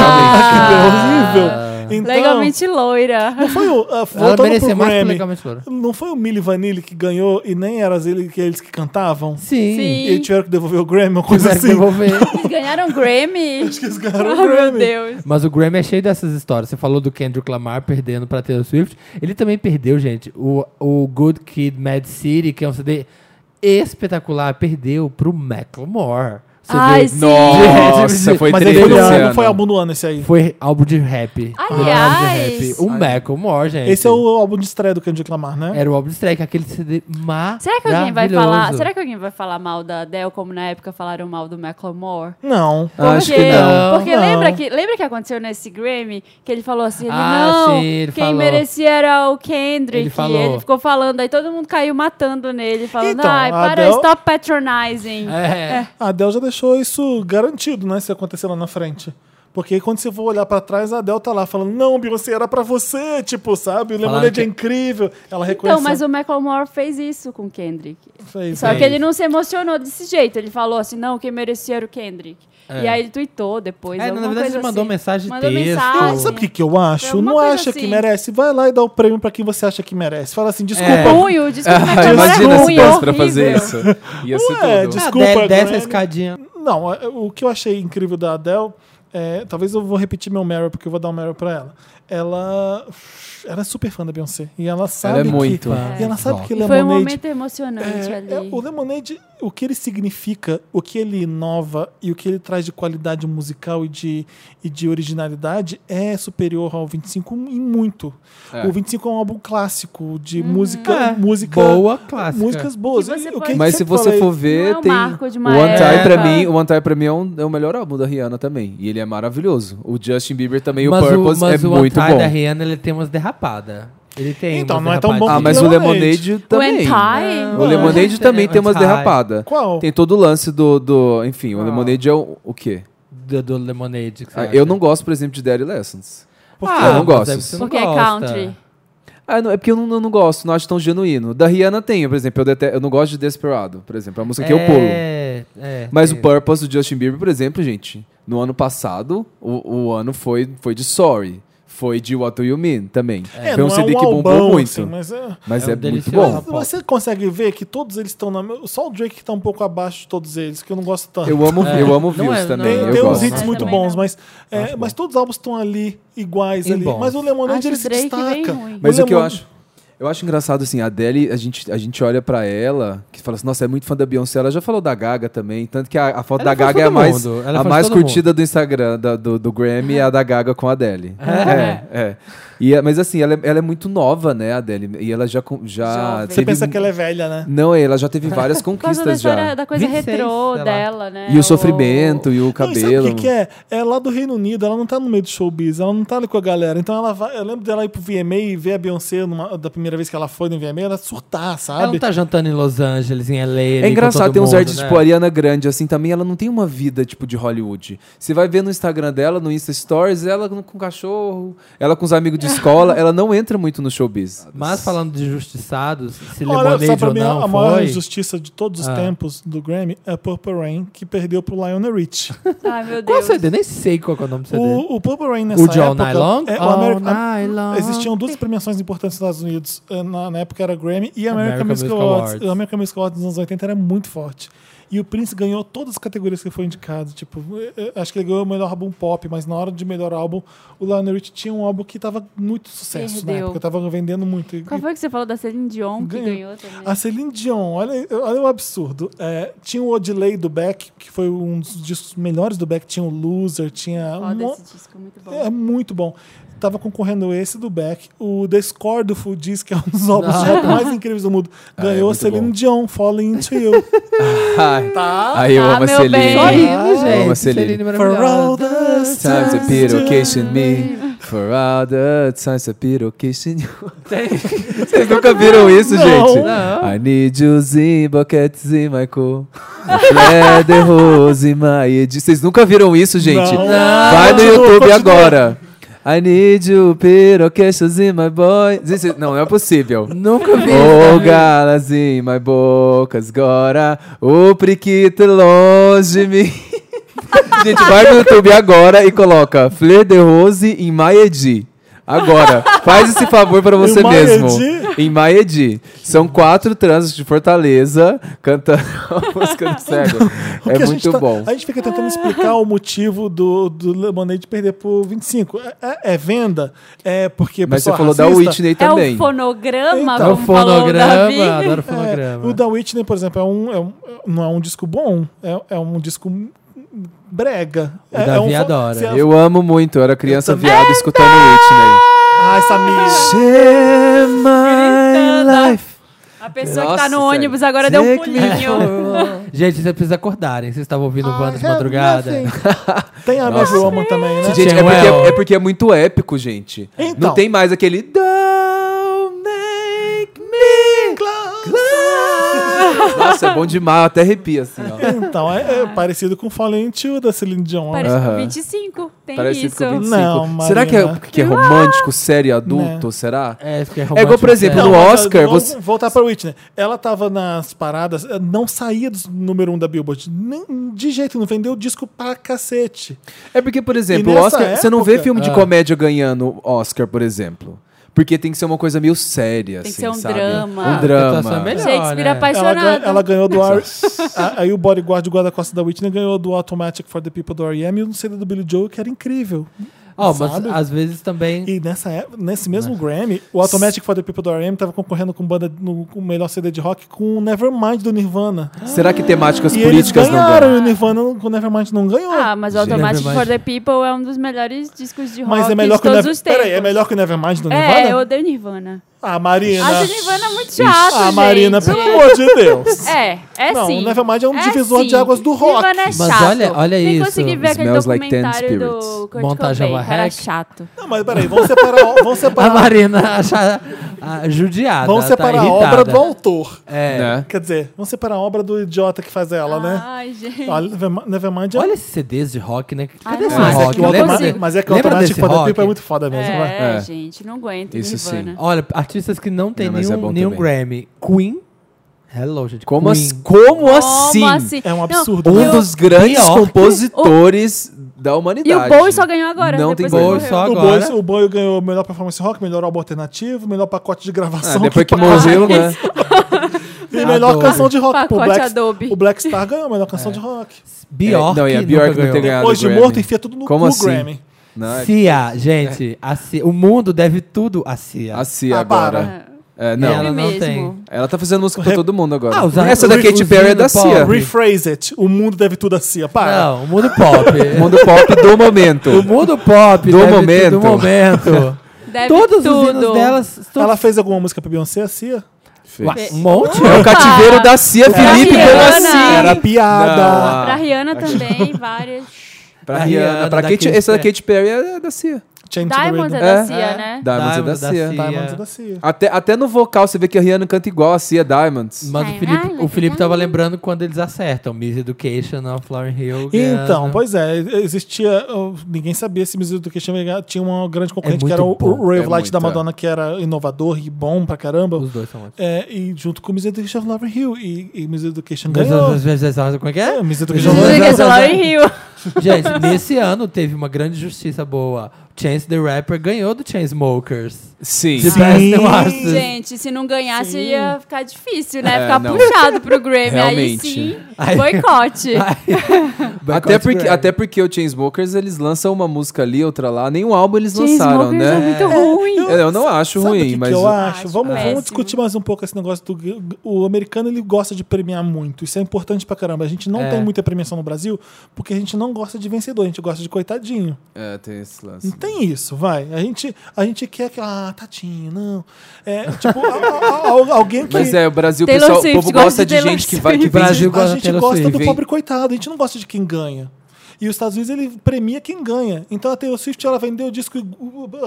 [SPEAKER 2] Nossa!
[SPEAKER 1] Aquilo é horrível. Então,
[SPEAKER 2] Legalmente loira.
[SPEAKER 1] não foi o... ah,
[SPEAKER 3] Ah. Ela
[SPEAKER 1] voltando
[SPEAKER 3] merecia
[SPEAKER 1] pro
[SPEAKER 3] mais que
[SPEAKER 1] Grammy,
[SPEAKER 3] legalmente loura.
[SPEAKER 1] não foi o Milli Vanilli que ganhou e nem eram eles, eles que cantavam?
[SPEAKER 3] Sim.
[SPEAKER 2] Sim.
[SPEAKER 1] E tiveram que devolver o Grammy, uma coisa
[SPEAKER 3] Tiveram que
[SPEAKER 1] assim?
[SPEAKER 3] devolver.
[SPEAKER 2] Eles ganharam Grammy. Acho que eles
[SPEAKER 1] ganharam
[SPEAKER 2] oh, meu
[SPEAKER 1] Grammy.
[SPEAKER 2] Deus.
[SPEAKER 3] Mas o Grammy é cheio dessas histórias. Você falou do Kendrick Lamar perdendo pra Taylor Swift. Ele também perdeu, gente. O, o Good Kid, Mad City, que é um CD espetacular, perdeu pro Macklemore. Você
[SPEAKER 2] Ai,
[SPEAKER 3] vê?
[SPEAKER 2] sim.
[SPEAKER 4] Nossa, foi
[SPEAKER 1] Mas
[SPEAKER 3] Três
[SPEAKER 1] ele foi,
[SPEAKER 4] esse
[SPEAKER 1] não,
[SPEAKER 4] ano.
[SPEAKER 1] não foi álbum do ano esse aí.
[SPEAKER 3] Foi álbum de rap.
[SPEAKER 2] Aliás.
[SPEAKER 3] Foi álbum de rap. O
[SPEAKER 2] Ai.
[SPEAKER 3] Macklemore, gente.
[SPEAKER 1] Esse é o álbum de estreia do Kendrick Lamar, né?
[SPEAKER 3] Era o álbum de strike, aquele CD maravilhoso.
[SPEAKER 2] Será que alguém vai falar? Será que alguém vai falar mal da Adele como na época falaram mal do Macklemore?
[SPEAKER 1] Não.
[SPEAKER 4] Acho que
[SPEAKER 2] Porque-
[SPEAKER 4] não.
[SPEAKER 3] Ah, não.
[SPEAKER 2] Porque
[SPEAKER 1] Não.
[SPEAKER 2] lembra que, lembra que aconteceu nesse Grammy? Que ele falou assim: ele,
[SPEAKER 3] Ah,
[SPEAKER 2] não,
[SPEAKER 3] sim, ele
[SPEAKER 2] quem
[SPEAKER 3] falou.
[SPEAKER 2] merecia era o Kendrick.
[SPEAKER 3] Ele falou.
[SPEAKER 2] E ele ficou falando, aí todo mundo caiu matando nele, falando:
[SPEAKER 1] Então,
[SPEAKER 2] ai,
[SPEAKER 1] a
[SPEAKER 2] para,
[SPEAKER 1] Adele-
[SPEAKER 2] stop patronizing.
[SPEAKER 3] É.
[SPEAKER 1] A Adele já deixou isso garantido, né? Se acontecer lá na frente. Porque quando você for olhar pra trás, a Adele tá lá falando: Não, Beyoncé, era pra você, tipo, sabe? O Lemonade
[SPEAKER 3] que-
[SPEAKER 1] é incrível. Ela reconheceu.
[SPEAKER 2] Então, mas o Macklemore fez isso com o Kendrick.
[SPEAKER 1] Fez, é.
[SPEAKER 2] Só
[SPEAKER 1] fez.
[SPEAKER 2] que ele não se emocionou desse jeito. Ele falou assim: não, quem merecia era o Kendrick.
[SPEAKER 3] É.
[SPEAKER 2] E aí ele tweetou depois.
[SPEAKER 3] É, na
[SPEAKER 2] alguma
[SPEAKER 3] verdade,
[SPEAKER 2] coisa
[SPEAKER 3] ele mandou
[SPEAKER 2] assim.
[SPEAKER 3] mensagem de
[SPEAKER 2] Mandou
[SPEAKER 3] texto.
[SPEAKER 2] mensagem.
[SPEAKER 1] Ah, sabe o que, que eu acho?
[SPEAKER 2] alguma
[SPEAKER 1] Não
[SPEAKER 2] coisa
[SPEAKER 1] acha que
[SPEAKER 2] assim.
[SPEAKER 1] merece. Vai lá e dá o prêmio pra quem você acha que merece. Fala assim: Desculpa.
[SPEAKER 3] É.
[SPEAKER 2] Punho, desculpa,
[SPEAKER 4] Ah,
[SPEAKER 2] Macklemore é
[SPEAKER 4] imagina
[SPEAKER 2] ruim,
[SPEAKER 4] se fosse
[SPEAKER 2] é
[SPEAKER 4] pra fazer
[SPEAKER 2] horrível.
[SPEAKER 4] isso. Ia ser
[SPEAKER 1] Ué, des-
[SPEAKER 4] tudo.
[SPEAKER 3] Ah,
[SPEAKER 1] Desculpa,
[SPEAKER 3] de- desce a
[SPEAKER 1] Grammy.
[SPEAKER 3] escadinha.
[SPEAKER 1] Não, é- o que eu achei incrível da Adele. é, talvez eu vou repetir meu Meryl, porque eu vou dar um Meryl pra ela. Ela era super fã da Beyoncé. E ela sabe
[SPEAKER 4] é
[SPEAKER 1] que-
[SPEAKER 4] muito.
[SPEAKER 1] E ela sabe
[SPEAKER 3] É.
[SPEAKER 1] que
[SPEAKER 2] E foi um
[SPEAKER 1] Lemonade
[SPEAKER 2] momento emocionante
[SPEAKER 1] É,
[SPEAKER 2] ali.
[SPEAKER 1] é, o Lemonade, o que ele significa, o que ele inova e o que ele traz de qualidade musical e de, e de originalidade é superior ao 25 em muito.
[SPEAKER 4] É.
[SPEAKER 1] O 25 é um álbum clássico de música, música
[SPEAKER 3] Boa, clássica.
[SPEAKER 1] músicas boas.
[SPEAKER 2] Uhum. É. Que você
[SPEAKER 1] E o
[SPEAKER 2] pode-
[SPEAKER 1] que a gente
[SPEAKER 4] Mas se
[SPEAKER 1] sempre
[SPEAKER 4] você
[SPEAKER 1] fala
[SPEAKER 4] for
[SPEAKER 1] aí-
[SPEAKER 4] ver,
[SPEAKER 2] Não é um
[SPEAKER 4] tem.
[SPEAKER 2] marco de
[SPEAKER 4] o
[SPEAKER 2] uma
[SPEAKER 4] One Time, pra
[SPEAKER 2] época.
[SPEAKER 4] mim, o One Time pra mim é, um- é o melhor álbum da Rihanna também. E ele é maravilhoso. O Justin Bieber também, o Purpose
[SPEAKER 3] mas
[SPEAKER 4] é
[SPEAKER 3] o
[SPEAKER 4] muito
[SPEAKER 3] Untied
[SPEAKER 4] bom.
[SPEAKER 3] da Rihanna, ele tem umas derrapadas. Ele tem
[SPEAKER 1] Então,
[SPEAKER 3] umas
[SPEAKER 1] não é tão bom
[SPEAKER 4] Ah,
[SPEAKER 1] que
[SPEAKER 4] mas
[SPEAKER 3] derrapadinhas.
[SPEAKER 4] o
[SPEAKER 1] Lemonade.
[SPEAKER 4] Lemonade também. É,
[SPEAKER 2] Anti?
[SPEAKER 4] O
[SPEAKER 2] é
[SPEAKER 4] Lemonade também tem umas
[SPEAKER 3] Untied.
[SPEAKER 4] derrapadas.
[SPEAKER 1] Qual?
[SPEAKER 4] Tem todo o lance do. do enfim, o
[SPEAKER 3] Ah.
[SPEAKER 4] Lemonade é o, o quê?
[SPEAKER 3] do, do Lemonade. que você
[SPEAKER 4] Ah,
[SPEAKER 3] acha?
[SPEAKER 4] eu não gosto, por exemplo, de Daddy Lessons.
[SPEAKER 3] Ah,
[SPEAKER 4] Eu
[SPEAKER 3] mas
[SPEAKER 4] não gosto.
[SPEAKER 3] é que você não
[SPEAKER 2] Porque é
[SPEAKER 3] gosta.
[SPEAKER 2] country.
[SPEAKER 4] Ah, não, é porque eu não, eu não gosto, não acho tão genuíno. Da Rihanna tem, por exemplo, eu, dete- eu não gosto de Desperado, por exemplo. É a música que eu pulo.
[SPEAKER 3] É, é,
[SPEAKER 4] Mas
[SPEAKER 3] tem.
[SPEAKER 4] o Purpose do Justin Bieber, por exemplo, gente, no ano passado, o, o ano foi, foi de Sorry. Foi de What Do You Mean também.
[SPEAKER 1] É,
[SPEAKER 4] Foi um
[SPEAKER 1] não
[SPEAKER 4] CD
[SPEAKER 1] é
[SPEAKER 4] que bombou
[SPEAKER 1] albão,
[SPEAKER 4] muito.
[SPEAKER 1] assim, mas é...
[SPEAKER 4] Mas
[SPEAKER 3] É
[SPEAKER 4] é,
[SPEAKER 3] um
[SPEAKER 4] muito
[SPEAKER 3] delicioso.
[SPEAKER 4] bom.
[SPEAKER 1] Mas Você consegue ver que todos eles estão na. me- Só o Drake que tá um pouco abaixo de todos eles, que eu não gosto tanto.
[SPEAKER 4] Eu amo,
[SPEAKER 3] É.
[SPEAKER 4] eu amo
[SPEAKER 3] Não
[SPEAKER 4] views
[SPEAKER 3] é-
[SPEAKER 4] também.
[SPEAKER 3] não
[SPEAKER 1] tem
[SPEAKER 3] é-
[SPEAKER 4] eu
[SPEAKER 1] tem uns
[SPEAKER 4] gosto.
[SPEAKER 1] hits
[SPEAKER 2] Eu
[SPEAKER 1] muito
[SPEAKER 2] também não.
[SPEAKER 1] bons, mas, é, mas todos os álbuns estão ali iguais
[SPEAKER 3] Em
[SPEAKER 1] ali.
[SPEAKER 3] bons.
[SPEAKER 1] Mas o Lemonade
[SPEAKER 2] Acho
[SPEAKER 1] ele
[SPEAKER 2] o
[SPEAKER 1] se
[SPEAKER 2] Drake
[SPEAKER 1] destaca.
[SPEAKER 2] bem ruim.
[SPEAKER 4] Mas o que eu
[SPEAKER 1] Lemon-
[SPEAKER 4] acho. Eu acho engraçado, assim, a Adele, a gente, a gente olha pra ela, que fala assim, nossa, é muito fã da Beyoncé, ela já falou da Gaga também, tanto que a, a foto
[SPEAKER 3] Ela
[SPEAKER 4] da
[SPEAKER 3] faz
[SPEAKER 4] Gaga é a
[SPEAKER 3] todo
[SPEAKER 4] mais,
[SPEAKER 3] mundo, ela
[SPEAKER 4] a
[SPEAKER 3] faz
[SPEAKER 4] mais
[SPEAKER 3] todo mundo.
[SPEAKER 4] curtida do Instagram, da- do, do Grammy, é a da Gaga com a Adele. É, é. E, é- mas assim, ela é, ela é muito nova, né, a Adele, e ela já... com- já
[SPEAKER 2] Jovem.
[SPEAKER 1] Você
[SPEAKER 4] teve-
[SPEAKER 1] pensa que ela é velha, né?
[SPEAKER 4] Não, ela já teve várias
[SPEAKER 2] Por causa da
[SPEAKER 4] conquistas
[SPEAKER 2] história
[SPEAKER 4] já.
[SPEAKER 2] da coisa
[SPEAKER 3] 26,
[SPEAKER 2] retrô
[SPEAKER 3] sei lá.
[SPEAKER 2] dela, né?
[SPEAKER 4] E o sofrimento, e o
[SPEAKER 1] Não, e sabe
[SPEAKER 4] cabelo.
[SPEAKER 1] o que, que é? É lá do Reino Unido, ela não tá no meio do showbiz, ela não tá ali com a galera. Então ela vai. Eu lembro dela ir pro VMA e ver a Beyoncé numa- da primeira vez que ela foi no VMA, ela
[SPEAKER 2] É um
[SPEAKER 1] surtar,
[SPEAKER 3] Ela
[SPEAKER 1] sabe?
[SPEAKER 3] não tá jantando em Los Angeles, em LA. ali
[SPEAKER 4] É
[SPEAKER 3] com
[SPEAKER 4] engraçado,
[SPEAKER 3] todo
[SPEAKER 4] tem uns
[SPEAKER 3] mundo,
[SPEAKER 4] artes
[SPEAKER 3] né?
[SPEAKER 4] tipo a Ariana Grande, assim, também ela não tem uma vida, tipo, de Hollywood. Você vai ver no Instagram dela, no Insta Stories, ela com com cachorro, ela com os amigos de escola, ela não entra muito no showbiz.
[SPEAKER 3] Mas falando de injustiçados, se
[SPEAKER 1] Olha, só
[SPEAKER 3] Lemonade
[SPEAKER 1] pra
[SPEAKER 3] ou
[SPEAKER 1] mim,
[SPEAKER 3] não
[SPEAKER 1] a maior
[SPEAKER 3] foi...
[SPEAKER 1] injustiça de todos os
[SPEAKER 3] Ah.
[SPEAKER 1] tempos do Grammy é Purple Rain, que perdeu pro Lionel Rich.
[SPEAKER 2] Ai, meu
[SPEAKER 3] Qual
[SPEAKER 2] Deus.
[SPEAKER 3] CD? Nem sei qual que é o nome do CD.
[SPEAKER 1] O, o Purple Rain nessa
[SPEAKER 3] O John Oh,
[SPEAKER 1] época...
[SPEAKER 3] Nylon?
[SPEAKER 1] É, o
[SPEAKER 3] All
[SPEAKER 1] Ameri- a- um
[SPEAKER 3] Night Long.
[SPEAKER 1] Existiam duas premiações importantes nos Estados Unidos. eh, Na, na época era Grammy e American,
[SPEAKER 3] American
[SPEAKER 1] Music
[SPEAKER 3] Music
[SPEAKER 1] Awards.
[SPEAKER 3] Awards.
[SPEAKER 1] O American Music Awards nos anos 80 era muito forte. E o Prince ganhou todas as categorias que ele foi indicado. Tipo, eh, eh, acho que ele ganhou o melhor álbum pop, mas na hora de melhor álbum, o Lionel Rich tinha um álbum que tava muito sucesso na
[SPEAKER 2] Perdeu.
[SPEAKER 1] época. Tava vendendo muito. E-
[SPEAKER 2] Qual foi que você falou da Celine Dion que
[SPEAKER 1] Ganhou. Assim,
[SPEAKER 2] ganhou, também?
[SPEAKER 1] a Celine Dion, olha, olha o absurdo. É, tinha o Odilei do Beck, que foi um dos discos melhores do Beck. Tinha o Loser, tinha um
[SPEAKER 2] Foda
[SPEAKER 1] mon-
[SPEAKER 2] esse disco, muito bom.
[SPEAKER 1] é muito bom. Tava concorrendo esse do Beck. O The Score do Fugees, que é um dos álbuns de rock mais incríveis do mundo,
[SPEAKER 4] Ah, é
[SPEAKER 1] ganhou a
[SPEAKER 4] muito
[SPEAKER 1] Celine
[SPEAKER 4] bom.
[SPEAKER 1] Dion, Falling Into You.
[SPEAKER 4] Ai, ai, eu
[SPEAKER 2] Tá,
[SPEAKER 4] amo a
[SPEAKER 2] meu
[SPEAKER 4] Celine.
[SPEAKER 2] bem.
[SPEAKER 3] Só
[SPEAKER 2] Ai,
[SPEAKER 3] indo, gente.
[SPEAKER 4] Amo a Ah, Celine.
[SPEAKER 3] Celine
[SPEAKER 1] For all
[SPEAKER 3] maravilhosa.
[SPEAKER 1] the
[SPEAKER 4] Times a
[SPEAKER 1] stars
[SPEAKER 4] Peter
[SPEAKER 1] to-
[SPEAKER 4] kissing me, for all the times a Peter kissing you. Vocês nunca viram isso,
[SPEAKER 1] Não.
[SPEAKER 4] gente?
[SPEAKER 3] Não.
[SPEAKER 4] I need you in buckets in my coat. Fleur de rose in my... edi- Vocês nunca viram isso, gente?
[SPEAKER 1] Não.
[SPEAKER 4] Vai no
[SPEAKER 1] Continua,
[SPEAKER 4] YouTube
[SPEAKER 1] continua.
[SPEAKER 4] agora. I need you, piroquechos in my boy. Gente, Não, não é possível.
[SPEAKER 3] Nunca vi.
[SPEAKER 4] Oh, galas in my bocas, agora o priquito longe de mim. Gente, vai no YouTube agora e coloca Fleur de Rose em Maedi. Agora, faz esse favor pra você
[SPEAKER 1] Em My
[SPEAKER 4] mesmo.
[SPEAKER 1] Edi?
[SPEAKER 4] Em Maedi. São quatro trânsitos de Fortaleza cantando a música do cego.
[SPEAKER 1] O que
[SPEAKER 4] É
[SPEAKER 1] a gente
[SPEAKER 4] muito
[SPEAKER 1] tá-
[SPEAKER 4] bom.
[SPEAKER 1] A gente fica tentando explicar o motivo do, do Lemonade perder por 25. É, é- é venda? É porque a
[SPEAKER 4] Mas você
[SPEAKER 1] pessoa
[SPEAKER 4] falou da
[SPEAKER 1] racista?
[SPEAKER 4] Whitney
[SPEAKER 2] É
[SPEAKER 4] também.
[SPEAKER 2] o fonograma,
[SPEAKER 1] Então.
[SPEAKER 3] É o
[SPEAKER 2] como falou o Davi.
[SPEAKER 3] fonograma. Adoro
[SPEAKER 1] É,
[SPEAKER 3] fonograma.
[SPEAKER 1] o da Whitney, por exemplo, é um, é um- não é um disco bom, é, é um disco brega.
[SPEAKER 3] O
[SPEAKER 1] É, é
[SPEAKER 3] Davi
[SPEAKER 1] um, fo-
[SPEAKER 3] adora.
[SPEAKER 1] se é-
[SPEAKER 4] Eu amo muito, eu era criança
[SPEAKER 1] Eu também.
[SPEAKER 4] viada escutando Whitney.
[SPEAKER 1] Ai, Samir.
[SPEAKER 4] Ah, Share my life.
[SPEAKER 2] A pessoa que tá no
[SPEAKER 4] Nossa,
[SPEAKER 2] ônibus agora
[SPEAKER 4] sério.
[SPEAKER 2] deu um
[SPEAKER 4] Take me
[SPEAKER 2] pulinho.
[SPEAKER 4] for-
[SPEAKER 3] Gente, vocês precisam acordarem. Vocês estavam ouvindo o Wanda de
[SPEAKER 1] I have
[SPEAKER 3] madrugada.
[SPEAKER 1] nothing. Tem a Every
[SPEAKER 4] Nossa.
[SPEAKER 1] Woman também, né?
[SPEAKER 3] Gente,
[SPEAKER 4] Gente, é porque,
[SPEAKER 3] well.
[SPEAKER 4] é porque é muito épico, gente.
[SPEAKER 1] Então.
[SPEAKER 4] Não tem mais aquele. Don't make me close. Nossa, é bom demais, até arrepia assim, ó.
[SPEAKER 1] Então, é, é parecido com Falling Into da Celine Dion. né?
[SPEAKER 2] Parece
[SPEAKER 4] Aham.
[SPEAKER 2] 25, tem
[SPEAKER 4] Parecido
[SPEAKER 2] isso.
[SPEAKER 4] com 25.
[SPEAKER 1] Não,
[SPEAKER 4] Será que é,
[SPEAKER 1] Marina.
[SPEAKER 4] que é romântico, sério, adulto? Será?
[SPEAKER 3] É, porque é
[SPEAKER 4] É igual, por exemplo,
[SPEAKER 3] romântico,
[SPEAKER 4] no
[SPEAKER 3] né?
[SPEAKER 4] Oscar,
[SPEAKER 1] vamos
[SPEAKER 4] você-
[SPEAKER 1] voltar pra Whitney. Ela tava nas paradas, eh, não saía do número um da Billboard. Nem- de jeito, não vendeu disco pra cacete.
[SPEAKER 4] É porque, por exemplo,
[SPEAKER 1] E
[SPEAKER 4] o
[SPEAKER 1] nessa
[SPEAKER 4] Oscar. Você não vê
[SPEAKER 1] época-
[SPEAKER 4] filme de
[SPEAKER 3] Ah.
[SPEAKER 4] comédia ganhando Oscar, por exemplo. Porque tem que ser uma coisa meio séria,
[SPEAKER 2] Tem que
[SPEAKER 4] assim,
[SPEAKER 2] ser um
[SPEAKER 4] sabe?
[SPEAKER 2] drama.
[SPEAKER 4] Um
[SPEAKER 2] Ah,
[SPEAKER 4] drama.
[SPEAKER 3] situação é melhor.
[SPEAKER 2] Shakespeare
[SPEAKER 3] né?
[SPEAKER 1] Ela,
[SPEAKER 2] apaixonado.
[SPEAKER 1] ganha- ela ganhou do Ar... a- Aí o Bodyguard do guarda-costas da Whitney ganhou do Automatic for the People do R.E.M. e um CD do Billy Joe, que era incrível.
[SPEAKER 3] Ó,
[SPEAKER 1] sabe?
[SPEAKER 3] mas às vezes também...
[SPEAKER 1] E nessa, época- nesse mesmo
[SPEAKER 3] Né?
[SPEAKER 1] Grammy, o Automatic for the People do R.E.M. tava concorrendo com banda no com o melhor CD de rock com o Nevermind do Nirvana.
[SPEAKER 4] Será que temáticas
[SPEAKER 1] E eles
[SPEAKER 4] políticas não
[SPEAKER 1] ganharam
[SPEAKER 4] ganham?
[SPEAKER 1] e o Nirvana não- com o Nevermind não ganhou.
[SPEAKER 2] Ah, mas o
[SPEAKER 3] Gente.
[SPEAKER 2] Automatic
[SPEAKER 3] Nevermind.
[SPEAKER 2] for the People é um dos melhores discos de rock
[SPEAKER 1] mas é melhor
[SPEAKER 2] de
[SPEAKER 1] que o
[SPEAKER 2] todos
[SPEAKER 1] Never...
[SPEAKER 2] os tempos.
[SPEAKER 1] Peraí, é melhor que o Nevermind do Nirvana?
[SPEAKER 2] É, eu odeio Nirvana.
[SPEAKER 1] Ah, Marina.
[SPEAKER 2] Acho Nirvana muito chato,
[SPEAKER 1] ah, Marina,
[SPEAKER 2] gente.
[SPEAKER 1] pelo amor de Deus.
[SPEAKER 2] É, é
[SPEAKER 1] Não,
[SPEAKER 2] sim.
[SPEAKER 1] o Nevermind é um divisor
[SPEAKER 2] sim.
[SPEAKER 1] de águas do rock.
[SPEAKER 2] Nirvana é
[SPEAKER 3] Mas
[SPEAKER 2] chato.
[SPEAKER 3] olha- olha
[SPEAKER 2] Nem
[SPEAKER 3] isso.
[SPEAKER 2] consegui ver aquele
[SPEAKER 4] Smells like Teen
[SPEAKER 2] documentário do
[SPEAKER 4] Spirits.
[SPEAKER 2] Kurt
[SPEAKER 3] Montagem
[SPEAKER 2] Cobain, que era
[SPEAKER 3] Hack.
[SPEAKER 2] chato.
[SPEAKER 1] Não, mas peraí, vamos separar, vamos
[SPEAKER 3] A
[SPEAKER 1] separar,
[SPEAKER 3] Marina acha a judiada.
[SPEAKER 1] vamos
[SPEAKER 3] tá
[SPEAKER 1] separar a
[SPEAKER 3] irritada.
[SPEAKER 1] obra do autor.
[SPEAKER 3] É.
[SPEAKER 4] Né?
[SPEAKER 1] Quer dizer, vamos separar a obra do idiota que faz ela, né?
[SPEAKER 2] Ai, gente.
[SPEAKER 1] Olha, Nevermi- Nevermind é...
[SPEAKER 3] Olha esses CDs de rock, né? Cadê
[SPEAKER 2] não
[SPEAKER 3] esse
[SPEAKER 2] acho.
[SPEAKER 1] mas é
[SPEAKER 3] rock?
[SPEAKER 1] que o
[SPEAKER 2] Lembra
[SPEAKER 1] automático,
[SPEAKER 2] desse-
[SPEAKER 1] mas é que o
[SPEAKER 3] lembra
[SPEAKER 1] automático
[SPEAKER 3] desse
[SPEAKER 1] for the
[SPEAKER 3] rock?
[SPEAKER 1] people é muito foda mesmo. vai.
[SPEAKER 2] É,
[SPEAKER 4] É.
[SPEAKER 2] gente, não aguento
[SPEAKER 4] Isso sim.
[SPEAKER 2] Nirvana.
[SPEAKER 3] Olha, artistas que não tem
[SPEAKER 4] Não, mas é
[SPEAKER 3] nenhum,
[SPEAKER 4] bom
[SPEAKER 3] nenhum
[SPEAKER 4] também.
[SPEAKER 3] Grammy. Queen. Hello, gente.
[SPEAKER 4] Como,
[SPEAKER 3] Queen.
[SPEAKER 4] as- como
[SPEAKER 2] Como
[SPEAKER 4] assim?
[SPEAKER 1] É um
[SPEAKER 2] Não,
[SPEAKER 1] absurdo.
[SPEAKER 4] Um
[SPEAKER 1] né?
[SPEAKER 4] dos grandes
[SPEAKER 3] Bjork.
[SPEAKER 4] compositores da humanidade.
[SPEAKER 2] E o Bowie só ganhou agora.
[SPEAKER 4] Não tem
[SPEAKER 2] depois
[SPEAKER 4] Bowie,
[SPEAKER 2] que ele morreu.
[SPEAKER 3] só-
[SPEAKER 1] O
[SPEAKER 3] Agora-
[SPEAKER 1] Bowie, o Bowie ganhou melhor performance rock, melhor álbum alternativo, melhor pacote de gravação.
[SPEAKER 4] Ah, depois que
[SPEAKER 1] pa-
[SPEAKER 4] morreu, né?
[SPEAKER 1] E melhor
[SPEAKER 3] Adobe.
[SPEAKER 1] canção de rock. Pô, o
[SPEAKER 2] Pacote
[SPEAKER 1] Black,
[SPEAKER 2] Adobe.
[SPEAKER 1] o Black Star ganhou a melhor canção de rock.
[SPEAKER 3] Bjork.
[SPEAKER 4] É, não, e a
[SPEAKER 3] nunca
[SPEAKER 4] Bjork não tem
[SPEAKER 3] ganhou.
[SPEAKER 4] ganhado.
[SPEAKER 1] Hoje
[SPEAKER 4] Grammy.
[SPEAKER 1] morto, enfia tudo no
[SPEAKER 4] Como
[SPEAKER 1] cu,
[SPEAKER 4] assim?
[SPEAKER 1] Grammy.
[SPEAKER 4] Não, é-
[SPEAKER 3] Cia, gente, a Cia- o mundo deve tudo a Cia.
[SPEAKER 4] a Cia
[SPEAKER 1] Ah,
[SPEAKER 4] agora.
[SPEAKER 1] para.
[SPEAKER 4] É,
[SPEAKER 3] E
[SPEAKER 4] não.
[SPEAKER 3] ela
[SPEAKER 4] Ela...
[SPEAKER 3] não
[SPEAKER 2] mesmo.
[SPEAKER 3] tem.
[SPEAKER 4] tá fazendo música pra
[SPEAKER 1] Re-
[SPEAKER 4] todo mundo agora.
[SPEAKER 3] Ah, os-
[SPEAKER 4] Essa da
[SPEAKER 3] os-
[SPEAKER 4] Katy
[SPEAKER 3] os
[SPEAKER 4] Perry é
[SPEAKER 3] hino
[SPEAKER 4] da Cia.
[SPEAKER 3] pop.
[SPEAKER 1] Rephrase it. O mundo deve tudo a Cia. Para.
[SPEAKER 3] Não, o mundo pop.
[SPEAKER 4] O mundo pop do momento.
[SPEAKER 3] O mundo pop
[SPEAKER 4] Do
[SPEAKER 3] deve
[SPEAKER 4] momento.
[SPEAKER 3] do momento.
[SPEAKER 2] Deve
[SPEAKER 3] Todos
[SPEAKER 2] tudo.
[SPEAKER 3] os hinos delas estão.
[SPEAKER 1] Ela fez alguma música pra Beyoncé, a Cia?
[SPEAKER 4] Fez.
[SPEAKER 3] um monte.
[SPEAKER 4] É o cativeiro da Cia, Felipe
[SPEAKER 2] Rihanna.
[SPEAKER 4] Benassi.
[SPEAKER 1] Era
[SPEAKER 4] Não,
[SPEAKER 1] piada.
[SPEAKER 4] ah.
[SPEAKER 2] Pra Rihanna também, várias.
[SPEAKER 4] Pra
[SPEAKER 3] Da
[SPEAKER 4] Rihanna.
[SPEAKER 3] Rihanna,
[SPEAKER 4] Pra
[SPEAKER 3] da
[SPEAKER 4] Katy,
[SPEAKER 3] Katy
[SPEAKER 4] essa da
[SPEAKER 3] Perry.
[SPEAKER 4] Katy Perry é da Cia.
[SPEAKER 1] Change the
[SPEAKER 2] Diamonds é
[SPEAKER 1] Rhythm.
[SPEAKER 2] da
[SPEAKER 4] É.
[SPEAKER 2] Cia, né?
[SPEAKER 4] Diamonds é da
[SPEAKER 3] Diamonds da
[SPEAKER 4] Cia.
[SPEAKER 3] Cia.
[SPEAKER 1] Diamonds é da Cia.
[SPEAKER 4] Até, até no vocal você vê que a Rihanna canta igual a Cia Diamonds.
[SPEAKER 3] Mas o
[SPEAKER 2] Ai,
[SPEAKER 3] Felipe,
[SPEAKER 2] ai,
[SPEAKER 3] o Felipe
[SPEAKER 2] ai.
[SPEAKER 3] tava lembrando quando eles acertam. Miss Education of Lauren Hill. ganhando.
[SPEAKER 1] Então, pois é, existia. oh, Ninguém sabia se Miss Education ia- tinha uma grande concorrente
[SPEAKER 3] É
[SPEAKER 1] que era o,
[SPEAKER 3] muito bom.
[SPEAKER 1] o Ray of
[SPEAKER 4] É
[SPEAKER 1] Light
[SPEAKER 4] muito,
[SPEAKER 1] da
[SPEAKER 4] é.
[SPEAKER 1] Madonna, que era inovador e bom pra caramba.
[SPEAKER 3] Os dois são ótimos.
[SPEAKER 1] É, e junto com Miss Education of Lauren Hill. E, e Miss Education ganhou.
[SPEAKER 3] Como é que é?
[SPEAKER 1] É, Miss Education of
[SPEAKER 3] Miss
[SPEAKER 1] Lauren
[SPEAKER 2] Diga
[SPEAKER 1] Hill.
[SPEAKER 2] essa Lauren Hill.
[SPEAKER 3] Gente, nesse ano teve uma grande justiça boa. Chance the Rapper ganhou do Chainsmokers.
[SPEAKER 4] Sim.
[SPEAKER 3] The Best and Worst.
[SPEAKER 2] Gente, se não ganhasse
[SPEAKER 1] Sim.
[SPEAKER 2] ia ficar difícil, né?
[SPEAKER 4] É,
[SPEAKER 2] Ficar
[SPEAKER 4] não.
[SPEAKER 2] puxado pro Grammy. Aí
[SPEAKER 4] Realmente.
[SPEAKER 2] sim,
[SPEAKER 3] Aí-
[SPEAKER 2] boicote.
[SPEAKER 4] Até porque, até porque o Chainsmokers, eles lançam uma música ali, outra lá. Nenhum álbum eles lançaram,
[SPEAKER 2] Chainsmokers é
[SPEAKER 4] né?
[SPEAKER 2] muito ruim.
[SPEAKER 4] Eu, não acho
[SPEAKER 1] Sabe o que
[SPEAKER 4] ruim,
[SPEAKER 1] que
[SPEAKER 4] mas...
[SPEAKER 1] eu
[SPEAKER 4] o-
[SPEAKER 1] acho?
[SPEAKER 2] Acho
[SPEAKER 1] Vamos, vamos
[SPEAKER 2] péssimo.
[SPEAKER 1] discutir mais um pouco esse negócio do o americano ele gosta de premiar muito. Isso é importante pra caramba. A gente não
[SPEAKER 3] É.
[SPEAKER 1] tem muita premiação no Brasil porque a gente não gosta de vencedor, a gente gosta de coitadinho.
[SPEAKER 4] É, tem esse lance.
[SPEAKER 1] Não tem isso, vai. A gente a gente quer que ah, tatinho, não. É, tipo, a- a- a- alguém que
[SPEAKER 4] Mas é, o Brasil, o
[SPEAKER 2] Taylor
[SPEAKER 4] pessoal,
[SPEAKER 2] Swift,
[SPEAKER 4] o povo
[SPEAKER 2] gosto
[SPEAKER 4] gosta
[SPEAKER 2] de
[SPEAKER 4] de
[SPEAKER 2] Taylor
[SPEAKER 4] gente que vai que
[SPEAKER 2] Swift.
[SPEAKER 4] vem
[SPEAKER 3] Brasil
[SPEAKER 1] a
[SPEAKER 3] gosta da
[SPEAKER 1] gente
[SPEAKER 3] Taylor
[SPEAKER 1] gosta
[SPEAKER 3] Swift.
[SPEAKER 1] do
[SPEAKER 4] vem-
[SPEAKER 1] pobre coitado, a gente não gosta de quem ganha. E os Estados Unidos ele premia quem ganha. Então a Taylor Swift ela vendeu o disco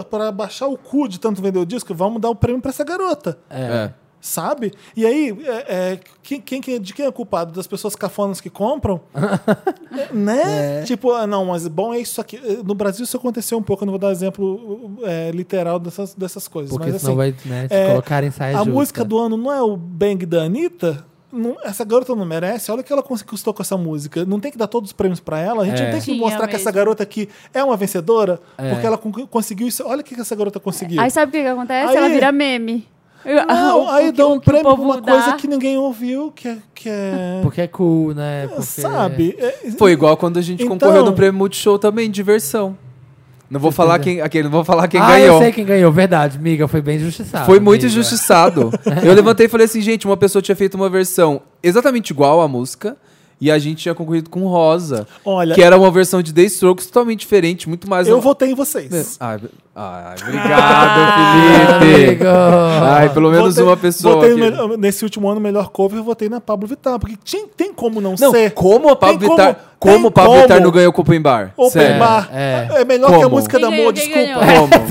[SPEAKER 1] para baixar o cu de tanto vender o disco, vamos dar o prêmio pra essa garota.
[SPEAKER 4] É.
[SPEAKER 1] Sabe? E aí, é, é, quem, quem que- de quem é culpado? Das pessoas cafonas que compram? É, né? Tipo, ah, não, mas bom é isso aqui. É, No Brasil isso aconteceu um pouco, eu não vou dar exemplo é, literal dessas, dessas coisas.
[SPEAKER 3] Porque
[SPEAKER 1] mas,
[SPEAKER 3] senão
[SPEAKER 1] assim,
[SPEAKER 3] vai né, te
[SPEAKER 1] é,
[SPEAKER 3] colocar em saia
[SPEAKER 1] a
[SPEAKER 3] justa.
[SPEAKER 1] música do ano não é o Bang da Anitta? Não- essa garota não merece. Olha o que ela cons- custou com essa música. Não tem que dar todos os prêmios pra ela. A gente
[SPEAKER 3] É.
[SPEAKER 1] não tem que
[SPEAKER 2] Tinha
[SPEAKER 1] mostrar que
[SPEAKER 2] mesmo.
[SPEAKER 1] essa garota aqui é uma vencedora,
[SPEAKER 3] É.
[SPEAKER 1] porque ela con- conseguiu isso. Olha o que que essa garota conseguiu.
[SPEAKER 2] Aí sabe o que, que acontece? Ela
[SPEAKER 1] Aí-
[SPEAKER 2] vira meme.
[SPEAKER 1] Não,
[SPEAKER 2] Ah, O-
[SPEAKER 1] aí
[SPEAKER 2] o que-
[SPEAKER 1] dá
[SPEAKER 2] o
[SPEAKER 1] um
[SPEAKER 2] que o
[SPEAKER 1] prêmio pra
[SPEAKER 2] povo
[SPEAKER 1] uma
[SPEAKER 2] dá.
[SPEAKER 1] coisa que ninguém ouviu, que é. Que é
[SPEAKER 3] Porque é cool, né? Porque...
[SPEAKER 1] sabe? É-
[SPEAKER 4] Foi igual quando a gente
[SPEAKER 1] Então-
[SPEAKER 4] concorreu no prêmio Multishow também, diversão. Não vou falar quem, aquele, não vou falar quem
[SPEAKER 3] ah,
[SPEAKER 4] ganhou.
[SPEAKER 3] eu sei quem ganhou, verdade, miga. Foi bem
[SPEAKER 2] Ah,
[SPEAKER 3] injustiçado.
[SPEAKER 4] Foi muito
[SPEAKER 3] miga.
[SPEAKER 4] injustiçado. eu levantei e falei assim, gente, uma pessoa tinha feito uma versão exatamente igual à música e a gente tinha concorrido com Rosa,
[SPEAKER 1] Olha,
[SPEAKER 4] que era uma versão de The Strokes totalmente diferente, muito mais...
[SPEAKER 1] eu votei em vocês.
[SPEAKER 4] Ai, ai, obrigado,
[SPEAKER 3] Ah,
[SPEAKER 4] Felipe.
[SPEAKER 3] amigo.
[SPEAKER 4] Ai, pelo menos
[SPEAKER 1] Votei-
[SPEAKER 4] uma pessoa.
[SPEAKER 1] votei
[SPEAKER 4] aqui.
[SPEAKER 1] no me- nesse último ano, melhor cover, eu votei na Pablo Vittar. Porque tinha- tem como não,
[SPEAKER 4] Não,
[SPEAKER 1] ser.
[SPEAKER 4] como o Pablo
[SPEAKER 1] Tem
[SPEAKER 4] Vittar,
[SPEAKER 1] como-
[SPEAKER 4] como,
[SPEAKER 1] tem
[SPEAKER 4] o Pablo
[SPEAKER 1] como.
[SPEAKER 4] Vittar não ganhou o Open Bar?
[SPEAKER 1] Open
[SPEAKER 4] Sério.
[SPEAKER 1] Bar.
[SPEAKER 3] é.
[SPEAKER 1] É, melhor que a
[SPEAKER 4] Como?
[SPEAKER 1] música da
[SPEAKER 2] Quem
[SPEAKER 1] amor,
[SPEAKER 2] ganhou, quem
[SPEAKER 1] desculpa.
[SPEAKER 2] ganhou?
[SPEAKER 4] Como?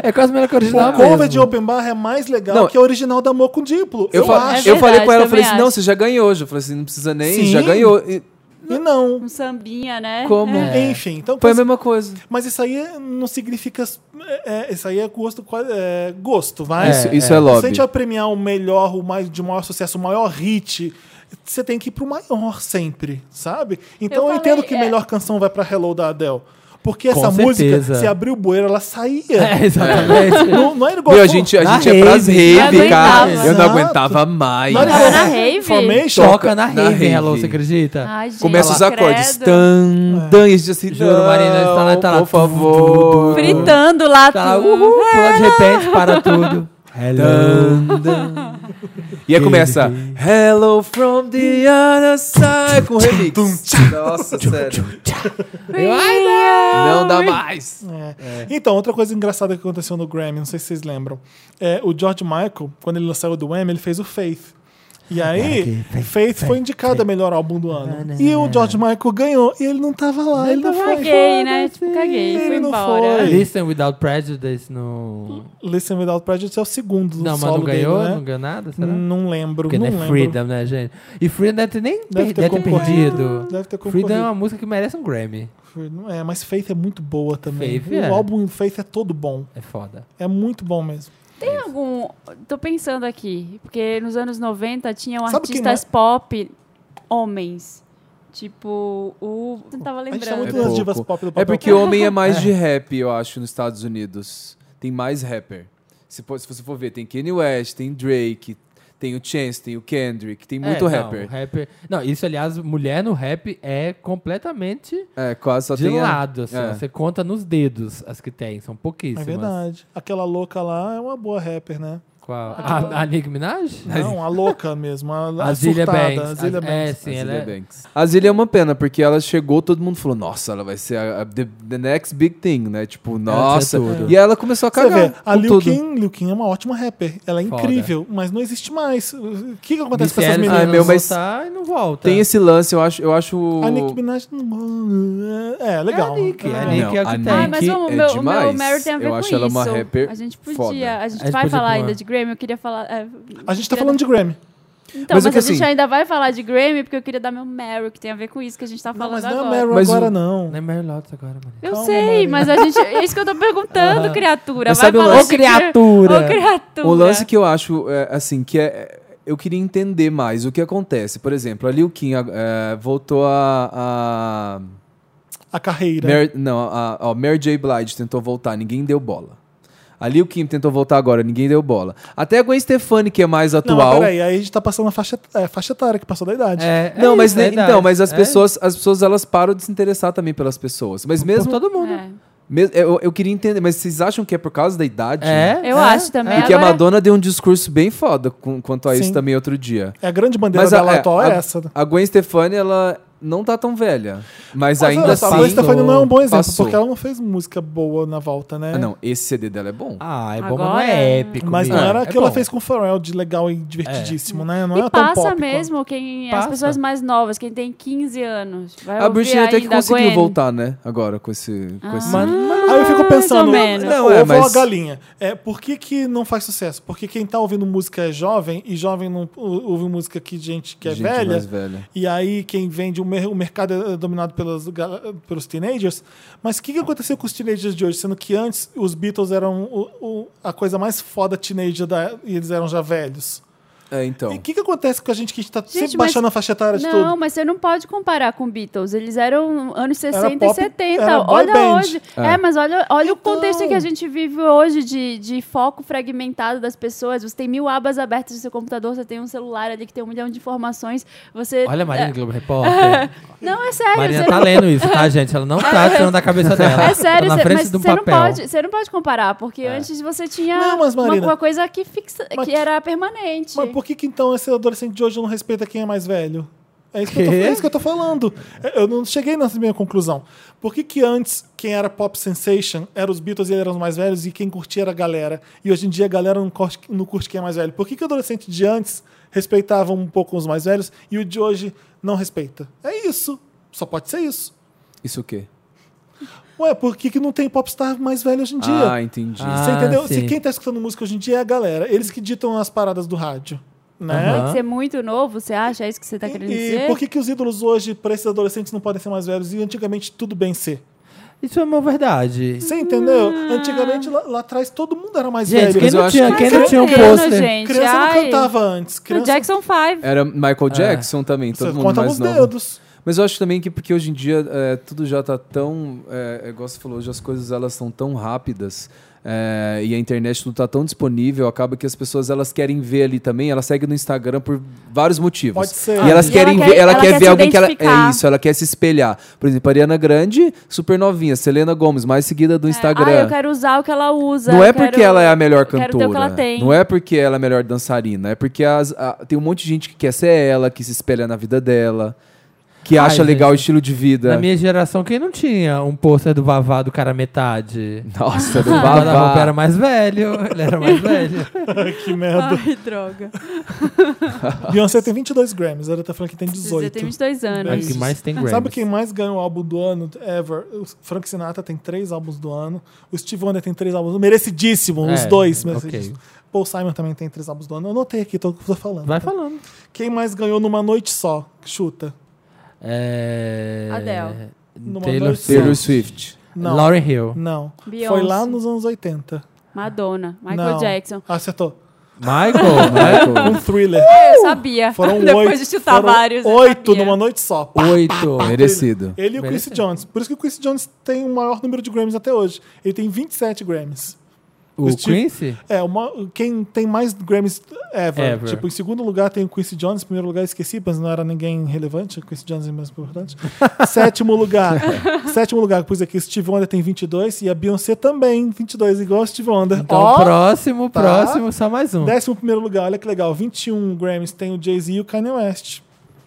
[SPEAKER 3] é quase melhor que o original
[SPEAKER 1] O cover
[SPEAKER 3] mesmo.
[SPEAKER 1] de Open Bar é mais legal
[SPEAKER 4] Não.
[SPEAKER 1] que a original da Amor com Diplo. Eu,
[SPEAKER 4] Eu, fa-
[SPEAKER 1] acho.
[SPEAKER 2] É
[SPEAKER 4] eu falei com ela,
[SPEAKER 2] verdade,
[SPEAKER 4] falei assim,
[SPEAKER 2] também
[SPEAKER 4] não,
[SPEAKER 2] acho.
[SPEAKER 4] você já ganhou. Já falei assim, não precisa nem,
[SPEAKER 1] Sim. É.
[SPEAKER 4] já ganhou. E
[SPEAKER 1] E não.
[SPEAKER 2] Um sambinha, né?
[SPEAKER 4] como?
[SPEAKER 1] Enfim, então.
[SPEAKER 4] Foi a mesma coisa.
[SPEAKER 1] Mas isso aí não significa. é, é, isso aí é gosto. É, gosto, vai.
[SPEAKER 3] É,
[SPEAKER 4] isso isso é,
[SPEAKER 1] Se a
[SPEAKER 4] lobby.
[SPEAKER 1] gente vai premiar o melhor, o mais de maior sucesso, o maior hit, você tem que ir pro maior sempre, sabe? Então eu,
[SPEAKER 2] Eu
[SPEAKER 1] entendo
[SPEAKER 2] falei,
[SPEAKER 1] que
[SPEAKER 2] é.
[SPEAKER 1] melhor canção vai pra Hello da Adele. Porque
[SPEAKER 3] Com
[SPEAKER 1] essa música,
[SPEAKER 3] certeza.
[SPEAKER 1] se abrir o bueiro, ela saía.
[SPEAKER 3] É, exatamente.
[SPEAKER 1] Não, não era igual.
[SPEAKER 4] Viu, a gente, a
[SPEAKER 3] Na
[SPEAKER 4] gente ia pras
[SPEAKER 3] rave.
[SPEAKER 4] rave,
[SPEAKER 2] Eu
[SPEAKER 4] cara.
[SPEAKER 2] aguentava.
[SPEAKER 4] Eu não
[SPEAKER 1] Exato.
[SPEAKER 4] aguentava mais.
[SPEAKER 1] Não era igual-
[SPEAKER 2] Tava na rave.
[SPEAKER 1] Formation.
[SPEAKER 3] Toca na
[SPEAKER 4] Na
[SPEAKER 3] rave,
[SPEAKER 4] rave.
[SPEAKER 3] Hello, você acredita?
[SPEAKER 2] Ai, gente,
[SPEAKER 4] Começa os acordes.
[SPEAKER 2] credo.
[SPEAKER 4] Tan, tan, e a gente assim,
[SPEAKER 3] Juro,
[SPEAKER 4] não,
[SPEAKER 3] Marina, tá lá, tá lá.
[SPEAKER 4] Por favor.
[SPEAKER 2] Fritando lá
[SPEAKER 3] Tá lá,
[SPEAKER 2] tudo.
[SPEAKER 3] uhul, pula de repente, para tudo. Hello.
[SPEAKER 4] Tan, tan. E aí começa Hello from the other side com remix. Nossa, sério. Não dá mais.
[SPEAKER 1] É. Então, outra coisa engraçada que aconteceu no Grammy, não sei se vocês lembram. É, o George Michael, quando ele saiu do Wham, ele fez o Faith. E aí,
[SPEAKER 3] Faith,
[SPEAKER 1] Faith foi indicado a melhor álbum do ano. E o George Michael ganhou, e ele não tava lá, ele não foi.
[SPEAKER 2] Caguei, né? Tipo, caguei.
[SPEAKER 1] Ele
[SPEAKER 2] Fui
[SPEAKER 1] não
[SPEAKER 2] embora.
[SPEAKER 1] foi.
[SPEAKER 3] Listen Without Prejudice no...
[SPEAKER 1] Listen Without Prejudice é o segundo
[SPEAKER 3] Não,
[SPEAKER 1] do
[SPEAKER 3] mas não
[SPEAKER 1] solo
[SPEAKER 3] ganhou?
[SPEAKER 1] dele, né?
[SPEAKER 3] Não ganhou nada, será?
[SPEAKER 1] Não lembro,
[SPEAKER 3] Porque
[SPEAKER 1] não
[SPEAKER 3] não é
[SPEAKER 1] lembro.
[SPEAKER 3] Freedom, né, gente? E Freedom deve ter nem
[SPEAKER 1] Deve
[SPEAKER 3] per-
[SPEAKER 1] ter
[SPEAKER 3] deve ter
[SPEAKER 1] concorrido.
[SPEAKER 3] perdido.
[SPEAKER 1] Deve ter concorrido.
[SPEAKER 3] Freedom é uma música que merece um Grammy.
[SPEAKER 1] Freedom, É, mas Faith é muito boa também.
[SPEAKER 3] Faith
[SPEAKER 1] o
[SPEAKER 3] é.
[SPEAKER 1] álbum Faith é todo bom.
[SPEAKER 3] É foda.
[SPEAKER 1] É muito bom mesmo.
[SPEAKER 2] Tem algum. Tô pensando aqui, porque nos anos 90 tinham
[SPEAKER 1] Sabe quem
[SPEAKER 2] artistas pop homens. Tipo, o. Você não tava
[SPEAKER 1] A gente tá muito
[SPEAKER 2] lembrando.
[SPEAKER 4] É
[SPEAKER 1] nas
[SPEAKER 4] pouco.
[SPEAKER 1] divas pop do papel.
[SPEAKER 4] É porque
[SPEAKER 1] pop.
[SPEAKER 4] homem é mais de rap, eu acho, nos Estados Unidos. Tem mais rapper. Se, for- se você for ver, tem Kanye West, tem Drake, tem o Chance, tem o Kendrick, tem muito
[SPEAKER 3] É,
[SPEAKER 4] rapper.
[SPEAKER 3] Não, rapper. Não, isso, aliás, mulher no rap é completamente
[SPEAKER 4] É, quase só
[SPEAKER 3] de
[SPEAKER 4] tem. a-
[SPEAKER 3] lado. assim,
[SPEAKER 4] é.
[SPEAKER 3] Você conta nos dedos as que tem, são
[SPEAKER 1] É
[SPEAKER 3] pouquíssimas.
[SPEAKER 1] verdade. Aquela louca lá é uma boa rapper, né?
[SPEAKER 3] Qual? A, a Nick Minaj?
[SPEAKER 1] Não, a louca mesmo. A, a
[SPEAKER 3] A Zilia
[SPEAKER 1] surtada,
[SPEAKER 3] Banks.
[SPEAKER 1] A Zilia
[SPEAKER 3] A-
[SPEAKER 1] Banks.
[SPEAKER 3] É, sim,
[SPEAKER 4] a
[SPEAKER 3] ela
[SPEAKER 4] Zilia
[SPEAKER 3] é...
[SPEAKER 4] Banks. A Zilia é uma pena, porque ela chegou, todo mundo falou, nossa, ela vai ser a, a- the, the next big thing, né? Tipo, nossa.
[SPEAKER 3] tudo.
[SPEAKER 4] E ela começou a
[SPEAKER 1] Você
[SPEAKER 4] cagar
[SPEAKER 1] vê, a
[SPEAKER 4] com
[SPEAKER 1] Liu
[SPEAKER 4] tudo.
[SPEAKER 1] Kim, Liu Kim é uma ótima rapper. Ela é
[SPEAKER 3] Foda.
[SPEAKER 1] incrível, mas não existe mais. O que, que acontece com essas
[SPEAKER 3] Michelle, se
[SPEAKER 1] meninas?
[SPEAKER 4] Ah, meu,
[SPEAKER 3] não
[SPEAKER 4] mas-
[SPEAKER 3] voltar, e não volta.
[SPEAKER 4] Tem esse lance, eu acho. Eu acho...
[SPEAKER 1] A Nicki Minaj. não- É, legal.
[SPEAKER 3] É a Nicki,
[SPEAKER 1] É.
[SPEAKER 3] a Nick é o que
[SPEAKER 4] a
[SPEAKER 3] tem.
[SPEAKER 2] Ah,
[SPEAKER 4] Nick
[SPEAKER 2] mas vamos,
[SPEAKER 4] é
[SPEAKER 2] o meu, o
[SPEAKER 4] demais.
[SPEAKER 2] meu Mary tem a ver
[SPEAKER 4] eu
[SPEAKER 2] com
[SPEAKER 4] acho
[SPEAKER 2] isso.
[SPEAKER 4] ela uma rapper
[SPEAKER 2] a gente podia, a
[SPEAKER 4] foda.
[SPEAKER 2] gente
[SPEAKER 3] A gente
[SPEAKER 2] vai
[SPEAKER 3] podia
[SPEAKER 2] falar
[SPEAKER 3] pôr.
[SPEAKER 2] ainda de Grammy, eu queria falar. é,
[SPEAKER 1] A gente tá
[SPEAKER 2] queria-
[SPEAKER 1] falando de é Grammy.
[SPEAKER 2] Então,
[SPEAKER 4] Mas
[SPEAKER 2] mas,
[SPEAKER 4] o que
[SPEAKER 2] a gente
[SPEAKER 4] assim-
[SPEAKER 2] ainda vai falar de Grammy, porque eu queria dar meu Meryl, que tem a ver com isso que a gente tá
[SPEAKER 1] Não,
[SPEAKER 2] falando
[SPEAKER 1] mas não é
[SPEAKER 2] agora.
[SPEAKER 1] Meryl
[SPEAKER 4] Mas
[SPEAKER 1] agora,
[SPEAKER 4] o-
[SPEAKER 1] não.
[SPEAKER 3] Não é Mary Lott agora, mano.
[SPEAKER 2] Eu
[SPEAKER 1] Calma,
[SPEAKER 2] sei,
[SPEAKER 1] Mari.
[SPEAKER 2] mas a gente. É isso que eu tô perguntando, criatura.
[SPEAKER 4] Mas
[SPEAKER 2] Vai
[SPEAKER 4] sabe o
[SPEAKER 2] falar
[SPEAKER 4] lance-
[SPEAKER 2] de
[SPEAKER 3] Ô, criatura!
[SPEAKER 2] Ô, criatura!
[SPEAKER 4] O lance que eu acho, é, assim, que é. Eu queria entender mais o que acontece. Por exemplo, a Liu Kim é, voltou
[SPEAKER 1] A
[SPEAKER 4] a. a
[SPEAKER 1] carreira.
[SPEAKER 4] Mary, não, a, ó, Mary J. Blige tentou voltar, ninguém deu bola. A Liu Kim tentou voltar agora, ninguém deu bola. Até a Gwen Stefani, que é mais
[SPEAKER 1] não,
[SPEAKER 4] atual.
[SPEAKER 1] mas peraí, aí a gente tá passando a faixa, é, faixa etária que passou da idade.
[SPEAKER 3] É, é
[SPEAKER 4] não, mas
[SPEAKER 3] isso,
[SPEAKER 4] nem-
[SPEAKER 3] é verdade.
[SPEAKER 4] então, mas as
[SPEAKER 3] É.
[SPEAKER 4] pessoas, as pessoas elas param de se interessar também pelas pessoas. Mas
[SPEAKER 3] Por
[SPEAKER 4] mesmo,
[SPEAKER 3] todo mundo.
[SPEAKER 2] É.
[SPEAKER 4] mes- eu, eu queria entender, mas vocês acham que é por causa da idade?
[SPEAKER 3] É.
[SPEAKER 2] Eu acho
[SPEAKER 1] É,
[SPEAKER 2] também.
[SPEAKER 4] Porque a
[SPEAKER 2] Agora-
[SPEAKER 4] Madonna deu um discurso bem foda com- quanto a isso
[SPEAKER 1] Sim.
[SPEAKER 4] também outro dia.
[SPEAKER 1] É a grande bandeira
[SPEAKER 4] Mas a-
[SPEAKER 1] dela
[SPEAKER 4] é,
[SPEAKER 1] atual é
[SPEAKER 4] a-
[SPEAKER 1] essa. né?
[SPEAKER 4] A Gwen Stefani, ela não tá tão velha. Mas,
[SPEAKER 1] Mas
[SPEAKER 4] ainda
[SPEAKER 1] olha só, A Gwen
[SPEAKER 4] assim.
[SPEAKER 1] Stefani não é um bom exemplo,
[SPEAKER 4] passou.
[SPEAKER 1] porque ela não fez música boa na volta, né?
[SPEAKER 4] Ah, não, esse CD dela é bom.
[SPEAKER 3] Ah, é bom, mas
[SPEAKER 2] Agora-
[SPEAKER 3] não é épico.
[SPEAKER 1] Mas não
[SPEAKER 3] mesmo.
[SPEAKER 1] era
[SPEAKER 3] É
[SPEAKER 1] aquilo que ela
[SPEAKER 3] bom.
[SPEAKER 1] fez com o Pharrell de legal e divertidíssimo, né? Não
[SPEAKER 2] e
[SPEAKER 1] é tão
[SPEAKER 2] passa
[SPEAKER 1] pop. quanto-
[SPEAKER 2] mesmo quem é
[SPEAKER 3] Passa.
[SPEAKER 2] as pessoas mais novas, quem tem 15 anos. Vai
[SPEAKER 4] a
[SPEAKER 2] ouvir
[SPEAKER 4] Britney até que
[SPEAKER 2] ainda
[SPEAKER 4] conseguiu
[SPEAKER 2] Gwen. Ah.
[SPEAKER 4] voltar, né? Agora, com esse. Com esse...
[SPEAKER 3] Mas- mas-
[SPEAKER 1] Aí eu fico pensando,
[SPEAKER 2] ou menos.
[SPEAKER 1] não,
[SPEAKER 4] Não, é,
[SPEAKER 1] ovo ou
[SPEAKER 4] mas-
[SPEAKER 1] a galinha. É, por que, que não faz sucesso? Porque quem tá ouvindo música é jovem, e jovem não ou- ouve música que gente que é
[SPEAKER 4] Gente
[SPEAKER 1] velha.
[SPEAKER 4] mais velha.
[SPEAKER 1] E aí quem vende, o, mer- o mercado é dominado pelas, ga- pelos teenagers. Mas o que, que aconteceu com os teenagers de hoje? Sendo que antes os Beatles eram o- o- a coisa mais foda teenager da- e eles eram já velhos.
[SPEAKER 4] É,
[SPEAKER 1] E
[SPEAKER 4] então.
[SPEAKER 1] o que, que acontece com a gente que está sempre
[SPEAKER 2] mas-
[SPEAKER 1] baixando a faixa etária de tudo?
[SPEAKER 2] Não, mas você não pode comparar com Beatles. Eles eram anos 60
[SPEAKER 1] pop,
[SPEAKER 2] e 70.
[SPEAKER 1] era boy
[SPEAKER 2] Olha
[SPEAKER 1] band. Então.
[SPEAKER 2] hoje. É. mas olha, olha o contexto que a gente vive hoje de, de foco fragmentado das pessoas. Você tem mil abas abertas no seu computador, você tem um celular ali que tem um milhão de informações. Você.
[SPEAKER 3] Olha a Marina Globo Repórter.
[SPEAKER 2] Não, é sério.
[SPEAKER 3] Marina
[SPEAKER 2] você-
[SPEAKER 3] tá lendo isso, tá, gente? Ela não tá tirando da cabeça dela.
[SPEAKER 2] É sério,
[SPEAKER 3] tá na
[SPEAKER 2] cê-
[SPEAKER 3] frente
[SPEAKER 2] mas
[SPEAKER 3] de um
[SPEAKER 2] você não,
[SPEAKER 3] papel. É.
[SPEAKER 2] pode, você não pode comparar, porque antes você tinha
[SPEAKER 1] Não, mas,
[SPEAKER 2] uma,
[SPEAKER 1] Marina,
[SPEAKER 2] uma coisa que, fixa,
[SPEAKER 1] mas-
[SPEAKER 2] que era permanente.
[SPEAKER 1] Mas por que, que então esse adolescente de hoje não respeita quem é mais velho? É isso, que eu tô,
[SPEAKER 3] Quê?
[SPEAKER 1] é isso que eu tô falando. É, Eu não cheguei nessa minha conclusão. Por que, que antes quem era pop sensation era os Beatles e eles eram os mais velhos e quem curtia era a galera? E hoje em dia a galera não curte, não curte quem é mais velho. Por que, que o adolescente de antes respeitava um pouco os mais velhos e o de hoje não respeita? É isso. Só pode ser isso.
[SPEAKER 4] Isso o quê?
[SPEAKER 1] Ué, por que, que não tem popstar mais velho hoje em dia?
[SPEAKER 4] Ah, entendi.
[SPEAKER 3] Ah.
[SPEAKER 1] Você entendeu? Se
[SPEAKER 3] sim.
[SPEAKER 1] quem tá escutando música hoje em dia é a galera. Eles que ditam as paradas do rádio. Né?
[SPEAKER 3] Aham.
[SPEAKER 2] Tem que ser muito novo, você acha? É isso que você tá querendo
[SPEAKER 1] e,
[SPEAKER 2] dizer?
[SPEAKER 1] E por que, que os ídolos hoje, para esses adolescentes, não podem ser mais velhos? E antigamente tudo bem ser.
[SPEAKER 3] Isso é uma verdade.
[SPEAKER 1] Você entendeu?
[SPEAKER 2] Ah.
[SPEAKER 1] Antigamente, lá, lá atrás, todo mundo era mais
[SPEAKER 3] Gente,
[SPEAKER 1] velho.
[SPEAKER 3] quem
[SPEAKER 4] mas eu
[SPEAKER 3] não
[SPEAKER 4] acho
[SPEAKER 3] tinha,
[SPEAKER 4] que-
[SPEAKER 3] quem
[SPEAKER 2] Mas
[SPEAKER 3] não
[SPEAKER 2] é
[SPEAKER 3] tinha um
[SPEAKER 2] pequeno,
[SPEAKER 3] pôster?
[SPEAKER 2] gente,
[SPEAKER 1] Criança
[SPEAKER 2] ai.
[SPEAKER 1] não cantava antes.
[SPEAKER 2] No
[SPEAKER 1] Criança,
[SPEAKER 2] Jackson 5.
[SPEAKER 4] Era
[SPEAKER 1] É.
[SPEAKER 4] Michael Jackson também, todo
[SPEAKER 1] você
[SPEAKER 4] mundo
[SPEAKER 1] contava
[SPEAKER 4] mais
[SPEAKER 1] os
[SPEAKER 4] novo.
[SPEAKER 1] dedos.
[SPEAKER 4] Mas eu acho também que porque hoje em dia é, tudo já tá tão, é, é, igual você falou, hoje as coisas elas são tão rápidas é, e a internet não tá tão disponível, acaba que as pessoas elas querem ver ali também, elas seguem no Instagram por vários motivos.
[SPEAKER 1] Pode ser.
[SPEAKER 4] E elas
[SPEAKER 2] E
[SPEAKER 4] querem
[SPEAKER 2] ela
[SPEAKER 4] ver,
[SPEAKER 2] quer-
[SPEAKER 4] ela,
[SPEAKER 2] ela
[SPEAKER 4] quer,
[SPEAKER 2] quer
[SPEAKER 4] ver
[SPEAKER 2] se
[SPEAKER 4] alguém que ela é
[SPEAKER 2] identificar.
[SPEAKER 4] isso, ela quer se espelhar. Por exemplo, Ariana Grande, super novinha, Selena Gomes, mais seguida do Instagram.
[SPEAKER 2] Ah, eu quero usar o que ela usa.
[SPEAKER 4] Não
[SPEAKER 2] Ah, eu
[SPEAKER 4] é porque
[SPEAKER 2] quero-
[SPEAKER 4] ela é a melhor
[SPEAKER 2] eu
[SPEAKER 4] cantora.
[SPEAKER 2] Quero ter o que ela tem.
[SPEAKER 4] Não é porque ela é a melhor dançarina. É porque as- a- tem um monte de gente que quer ser ela, que se espelha na vida dela, que
[SPEAKER 3] Ai,
[SPEAKER 4] acha
[SPEAKER 3] gente.
[SPEAKER 4] legal o estilo de vida.
[SPEAKER 3] Na minha geração, quem não tinha um pôster do Vavá do cara metade?
[SPEAKER 4] Nossa, do
[SPEAKER 3] O guarda-roupa era
[SPEAKER 4] babá.
[SPEAKER 3] mais velho. Ele era mais velho.
[SPEAKER 1] que merda.
[SPEAKER 2] Ai, droga. Ah.
[SPEAKER 1] Beyoncé tem 22 Grammys. Ela tá falando que tem
[SPEAKER 2] Você
[SPEAKER 1] 18.
[SPEAKER 2] tem 22
[SPEAKER 3] É
[SPEAKER 2] anos.
[SPEAKER 3] que mais tem Grammys.
[SPEAKER 1] Sabe quem mais ganhou o álbum do ano ever? O Frank Sinatra tem três álbuns do ano. O Steve Wonder tem três álbuns. Merecidíssimo, os
[SPEAKER 3] É,
[SPEAKER 1] dois.
[SPEAKER 3] ok.
[SPEAKER 1] Merecidíssimo. Paul Simon também tem três álbuns do ano. Eu notei aqui, tô, tô falando.
[SPEAKER 3] Vai falando.
[SPEAKER 1] Quem mais ganhou numa noite só? Chuta.
[SPEAKER 3] É...
[SPEAKER 2] Adele.
[SPEAKER 1] Numa
[SPEAKER 3] Taylor
[SPEAKER 1] noite-
[SPEAKER 3] Swift.
[SPEAKER 4] Taylor Swift.
[SPEAKER 1] Não.
[SPEAKER 3] Lauren Hill.
[SPEAKER 1] Não.
[SPEAKER 2] Beyoncé.
[SPEAKER 1] Foi lá nos anos 80.
[SPEAKER 2] Madonna, Michael
[SPEAKER 1] Não. Uh!
[SPEAKER 2] Jackson.
[SPEAKER 1] Acertou.
[SPEAKER 3] Michael, né?
[SPEAKER 1] Um thriller.
[SPEAKER 2] Eu sabia.
[SPEAKER 1] Foram oito.
[SPEAKER 2] Depois de chutar
[SPEAKER 1] foram
[SPEAKER 2] vários. eu
[SPEAKER 1] Oito
[SPEAKER 2] sabia.
[SPEAKER 1] numa noite só. Pá,
[SPEAKER 3] Oito.
[SPEAKER 4] Merecido.
[SPEAKER 1] Ele e o Quincy
[SPEAKER 3] Merecido.
[SPEAKER 1] Jones. Por isso que o Quincy Jones tem o maior número de Grammys até hoje. Ele tem 27 Grammys.
[SPEAKER 3] O
[SPEAKER 1] Steve-
[SPEAKER 3] Quincy?
[SPEAKER 1] É, uma, quem tem mais Grammys ever.
[SPEAKER 3] Ever.
[SPEAKER 1] Tipo, em segundo lugar tem o Quincy Jones. Em primeiro lugar, esqueci, mas não era ninguém relevante. O Quincy Jones é mais importante. Sétimo lugar. Sétimo lugar, pus aqui, Steve Wonder tem 22. E a Beyoncé também, 22, igual a Steve Wonder.
[SPEAKER 3] Então,
[SPEAKER 2] Ó. tá.
[SPEAKER 3] próximo, próximo, só mais um.
[SPEAKER 1] Décimo primeiro lugar, olha que legal. 21 Grammys tem o Jay-Z e o Kanye West.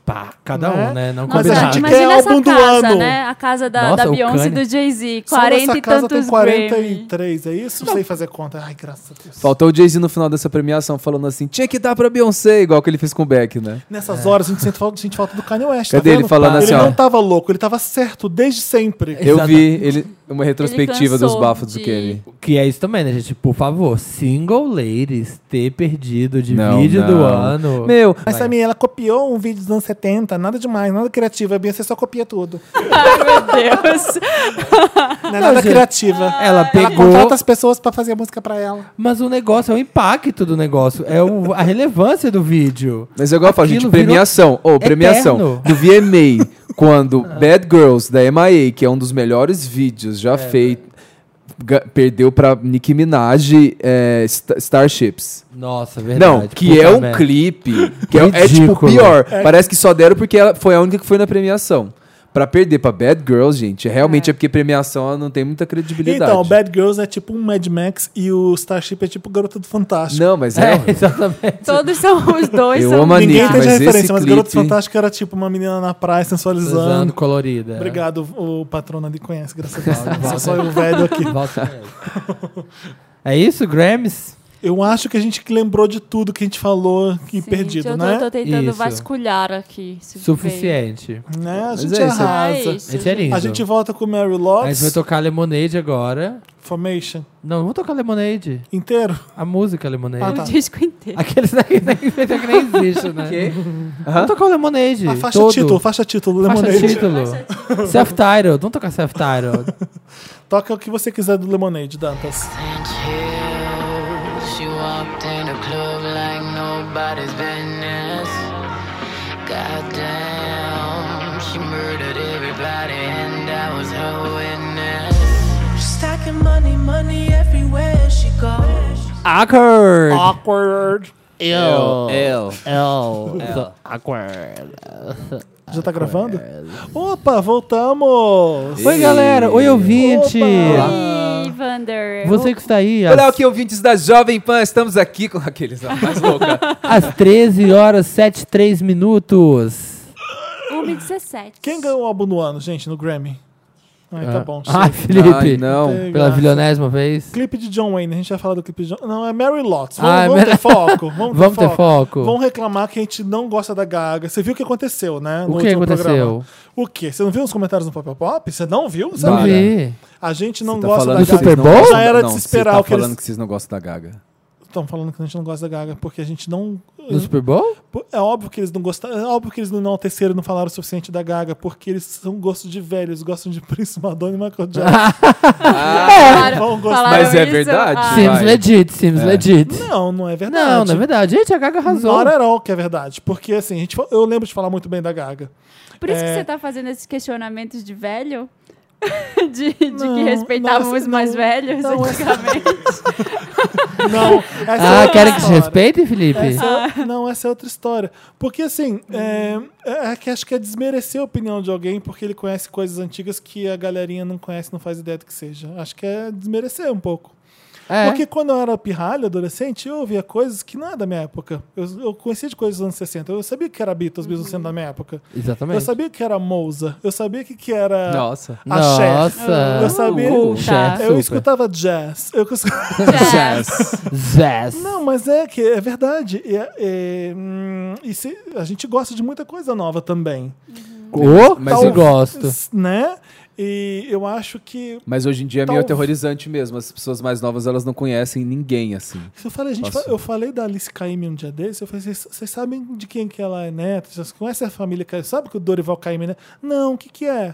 [SPEAKER 3] Pá, cada
[SPEAKER 1] Né?
[SPEAKER 3] um, né? Não
[SPEAKER 1] Mas a
[SPEAKER 3] combinado.
[SPEAKER 1] gente
[SPEAKER 2] Imagina
[SPEAKER 1] quer
[SPEAKER 2] essa
[SPEAKER 1] É álbum do
[SPEAKER 2] casa,
[SPEAKER 1] ano.
[SPEAKER 2] né? A casa da,
[SPEAKER 3] Nossa,
[SPEAKER 2] da
[SPEAKER 3] o
[SPEAKER 2] Beyoncé e
[SPEAKER 3] Kanye.
[SPEAKER 2] do Jay-Z.
[SPEAKER 1] Só nessa
[SPEAKER 2] 40 e
[SPEAKER 1] casa tem
[SPEAKER 2] tantos
[SPEAKER 1] 43, é isso? Não sei fazer conta. Ai, graças a Deus.
[SPEAKER 4] Faltou o Jay-Z no final dessa premiação falando assim: tinha que dar pra Beyoncé, igual que ele fez com o Beck, né?
[SPEAKER 1] Nessas horas a gente sente falta, sente falta do Kanye West.
[SPEAKER 4] Cadê
[SPEAKER 1] tá
[SPEAKER 4] ele
[SPEAKER 1] vendo?
[SPEAKER 4] falando
[SPEAKER 1] Ele
[SPEAKER 4] assim, ó?
[SPEAKER 1] não tava louco, ele tava certo desde sempre.
[SPEAKER 4] Eu vi
[SPEAKER 3] Exatamente.
[SPEAKER 4] ele, uma retrospectiva dos
[SPEAKER 2] cansou
[SPEAKER 4] bafos do
[SPEAKER 2] de-
[SPEAKER 4] Kenny.
[SPEAKER 3] Que é isso também, né, gente? Por favor, single ladies ter perdido de
[SPEAKER 4] Não,
[SPEAKER 3] vídeo do
[SPEAKER 4] não.
[SPEAKER 3] ano.
[SPEAKER 4] Meu,
[SPEAKER 1] Mas
[SPEAKER 3] Vai.
[SPEAKER 1] Samir, ela copiou um vídeo dos anos 70, nada demais, nada criativo. A Beyoncé só copia tudo.
[SPEAKER 2] Grammys. Meu Deus.
[SPEAKER 1] Não é nada
[SPEAKER 3] gente.
[SPEAKER 1] criativa.
[SPEAKER 3] ela
[SPEAKER 1] Ela
[SPEAKER 3] pegou.
[SPEAKER 1] contrata as pessoas pra fazer a música pra ela.
[SPEAKER 3] Mas o negócio é o impacto do negócio, é o- a relevância do vídeo.
[SPEAKER 4] Mas é igual eu falo, gente,
[SPEAKER 3] Aquilo
[SPEAKER 4] premiação. Ô,
[SPEAKER 3] eterno.
[SPEAKER 4] premiação do VMA, quando Bad Girls, da MIA, que é um dos melhores vídeos já feito, ga- perdeu pra Nicki Minaj é, Sta- Starships.
[SPEAKER 3] Nossa, verdade.
[SPEAKER 4] Não, que
[SPEAKER 3] puta
[SPEAKER 4] é um
[SPEAKER 3] merda.
[SPEAKER 4] clipe, que é, é tipo
[SPEAKER 3] Ridículo.
[SPEAKER 4] pior. Parece que só deram porque ela foi a única que foi na premiação. Pra perder pra Bad Girls, gente, realmente é, porque premiação ela não tem muita credibilidade.
[SPEAKER 1] Então, Bad Girls é tipo um Mad Max e o Starship é tipo Garota do Fantástico.
[SPEAKER 4] Não, mas é.
[SPEAKER 3] É, exatamente.
[SPEAKER 2] Todos são os dois.
[SPEAKER 4] Eu
[SPEAKER 2] são
[SPEAKER 4] amo a
[SPEAKER 1] Ninguém tá entende
[SPEAKER 4] Nick, mas
[SPEAKER 1] a
[SPEAKER 4] esse
[SPEAKER 1] referência, mas Garota do
[SPEAKER 4] clipe-
[SPEAKER 1] Fantástico era tipo uma menina na praia sensualizando.
[SPEAKER 3] Usando
[SPEAKER 4] é.
[SPEAKER 3] colorida.
[SPEAKER 1] Obrigado, o o patrono ali conhece, graças a Deus. Sou só eu velho aqui.
[SPEAKER 3] Volta mesmo. É isso, Grammys?
[SPEAKER 1] Eu acho que a gente lembrou de tudo que a gente falou e
[SPEAKER 2] Sim,
[SPEAKER 1] perdido,
[SPEAKER 2] eu tô,
[SPEAKER 1] né?
[SPEAKER 2] tô tentando
[SPEAKER 3] Isso.
[SPEAKER 2] vasculhar aqui. se
[SPEAKER 3] Suficiente.
[SPEAKER 1] Né? A
[SPEAKER 4] Mas
[SPEAKER 1] gente
[SPEAKER 4] é isso.
[SPEAKER 2] veio.
[SPEAKER 1] arrasa.
[SPEAKER 2] É isso,
[SPEAKER 3] Esse é lindo.
[SPEAKER 1] A gente volta com Mary
[SPEAKER 3] A gente vai
[SPEAKER 1] Lopes,
[SPEAKER 3] tocar Lemonade agora.
[SPEAKER 1] Formation,
[SPEAKER 3] Não, não vou tocar Lemonade.
[SPEAKER 1] inteiro.
[SPEAKER 3] A música Lemonade.
[SPEAKER 1] Ah,
[SPEAKER 2] O
[SPEAKER 1] tá.
[SPEAKER 2] um disco inteiro.
[SPEAKER 3] Aqueles né, que nem, que nem existe, né? Vamos tocar o Lemonade.
[SPEAKER 1] A faixa
[SPEAKER 3] todo.
[SPEAKER 1] título, faixa título,
[SPEAKER 3] Faixa
[SPEAKER 1] Lemonade.
[SPEAKER 3] título. Self-titled. Vamos tocar self-titled.
[SPEAKER 1] Toca o que você quiser do Lemonade, Dantas.
[SPEAKER 5] and chill. She walked in a club like nobody's business. Goddamn, she murdered everybody, and I was her witness.
[SPEAKER 6] Stacking money, money everywhere she goes.
[SPEAKER 3] Awkward.
[SPEAKER 1] Awkward.
[SPEAKER 4] Eu, eu.
[SPEAKER 1] Já tá gravando? Opa, voltamos!
[SPEAKER 3] Oi, galera. Oi, ouvinte.
[SPEAKER 1] Opa.
[SPEAKER 2] Oi, Vander.
[SPEAKER 3] Você que está aí
[SPEAKER 4] Olha
[SPEAKER 3] às,
[SPEAKER 4] aqui, ouvintes da Jovem Pan, estamos aqui com aqueles ó, mais louca.
[SPEAKER 3] às 13 horas 7 3 minutos.
[SPEAKER 2] 1 e 17.
[SPEAKER 1] Quem ganhou o álbum do ano, gente, no Grammy? Ai, tá bom.
[SPEAKER 3] Ai,
[SPEAKER 1] chega.
[SPEAKER 3] Ah, Felipe.
[SPEAKER 4] Ah. Ai, não.
[SPEAKER 3] Pela bilionésima vez.
[SPEAKER 1] Clipe de John Wayne, a gente vai falar do clipe de John Não, é Mary Lots. Vamos,
[SPEAKER 3] Ah, é
[SPEAKER 1] vamos
[SPEAKER 3] Mary-
[SPEAKER 1] ter foco. Vamos,
[SPEAKER 3] Vamos ter foco.
[SPEAKER 1] Vão reclamar que a gente não gosta da Gaga. Você viu o que aconteceu, né?
[SPEAKER 3] O que
[SPEAKER 1] último
[SPEAKER 3] aconteceu?
[SPEAKER 1] O quê? Você não viu os comentários no Pop Pop? Você não viu? Você
[SPEAKER 3] Não
[SPEAKER 4] Para.
[SPEAKER 3] vi.
[SPEAKER 1] A gente não
[SPEAKER 4] Você tá
[SPEAKER 1] gosta
[SPEAKER 4] falando
[SPEAKER 1] da
[SPEAKER 3] Do
[SPEAKER 4] que vocês
[SPEAKER 1] Gaga.
[SPEAKER 3] Super
[SPEAKER 4] não
[SPEAKER 3] Bowl?
[SPEAKER 4] gostam-
[SPEAKER 1] Já era
[SPEAKER 4] não,
[SPEAKER 1] de se
[SPEAKER 4] você
[SPEAKER 1] esperar
[SPEAKER 4] tá
[SPEAKER 1] o que eles-
[SPEAKER 4] falando que vocês não gostam da Gaga.
[SPEAKER 1] Estão falando que a gente não gosta da Gaga, porque a gente não.
[SPEAKER 3] No Super Bowl?
[SPEAKER 1] É óbvio que eles não gostaram. É óbvio que eles não enalteceram e não falaram o suficiente da Gaga, porque eles são gostos de velhos, gostam de Prince Madonna e Michael Jackson.
[SPEAKER 2] Falaram-
[SPEAKER 1] Vão gostar.
[SPEAKER 2] falaram
[SPEAKER 4] Mas é
[SPEAKER 2] isso?
[SPEAKER 4] verdade?
[SPEAKER 2] Ah,
[SPEAKER 4] Sim.
[SPEAKER 3] Seems
[SPEAKER 4] Vai.
[SPEAKER 3] legit, seems legit.
[SPEAKER 1] Não, não é verdade.
[SPEAKER 3] Não, não é verdade. Gente, a Gaga arrasou.
[SPEAKER 1] Not at all que é verdade. Porque assim, a gente, fa- eu lembro de falar muito bem da Gaga.
[SPEAKER 2] Por isso
[SPEAKER 1] É.
[SPEAKER 2] que você tá fazendo esses questionamentos de velho? De, de que
[SPEAKER 1] Não,
[SPEAKER 2] respeitávamos
[SPEAKER 1] nossa,
[SPEAKER 2] mais
[SPEAKER 1] não.
[SPEAKER 2] velhos
[SPEAKER 1] Não, é
[SPEAKER 2] antigamente.
[SPEAKER 1] Não, essa é
[SPEAKER 3] Ah,
[SPEAKER 1] outra
[SPEAKER 3] querem que se
[SPEAKER 1] história.
[SPEAKER 3] respeitem, Felipe?
[SPEAKER 1] Essa é- Não, essa é outra história. Porque assim, é, é que acho que é desmerecer a opinião de alguém porque ele conhece coisas antigas que a galerinha não conhece, não faz ideia do que seja. Acho que é desmerecer um pouco.
[SPEAKER 3] É.
[SPEAKER 1] Porque quando eu era pirralha, adolescente, eu ouvia coisas que não é da minha época. Eu, eu conhecia de coisas dos anos 60. Eu sabia que era Beatles, mesmo sendo da minha época. Eu
[SPEAKER 3] Exatamente.
[SPEAKER 1] sabia que era Mousa. Eu sabia que, que era
[SPEAKER 4] Nossa.
[SPEAKER 1] axé.
[SPEAKER 3] Nossa.
[SPEAKER 1] Eu sabia.
[SPEAKER 2] Culta.
[SPEAKER 3] Axé,
[SPEAKER 1] Eu
[SPEAKER 3] super.
[SPEAKER 1] escutava jazz. Eu escutava...
[SPEAKER 4] Jazz.
[SPEAKER 3] Zés.
[SPEAKER 1] Não, mas é que é verdade. E, é- é, hum, e se- a gente gosta de muita coisa nova também.
[SPEAKER 3] Oh, mas
[SPEAKER 1] Tal-
[SPEAKER 3] eu gosto.
[SPEAKER 1] Né? E eu acho que.
[SPEAKER 4] Mas hoje em dia é meio
[SPEAKER 1] Talvez.
[SPEAKER 4] aterrorizante mesmo. As pessoas mais novas, elas não conhecem ninguém, assim.
[SPEAKER 1] Eu falei, gente,
[SPEAKER 4] Posso?
[SPEAKER 1] eu falei da Alice Caymmi um dia desse, eu falei, "Vocês- vocês sabem de quem que ela é neta? Vocês conhecem a família Caymmi? Sabe que o Dorival Caymmi, né? Não, o que que é?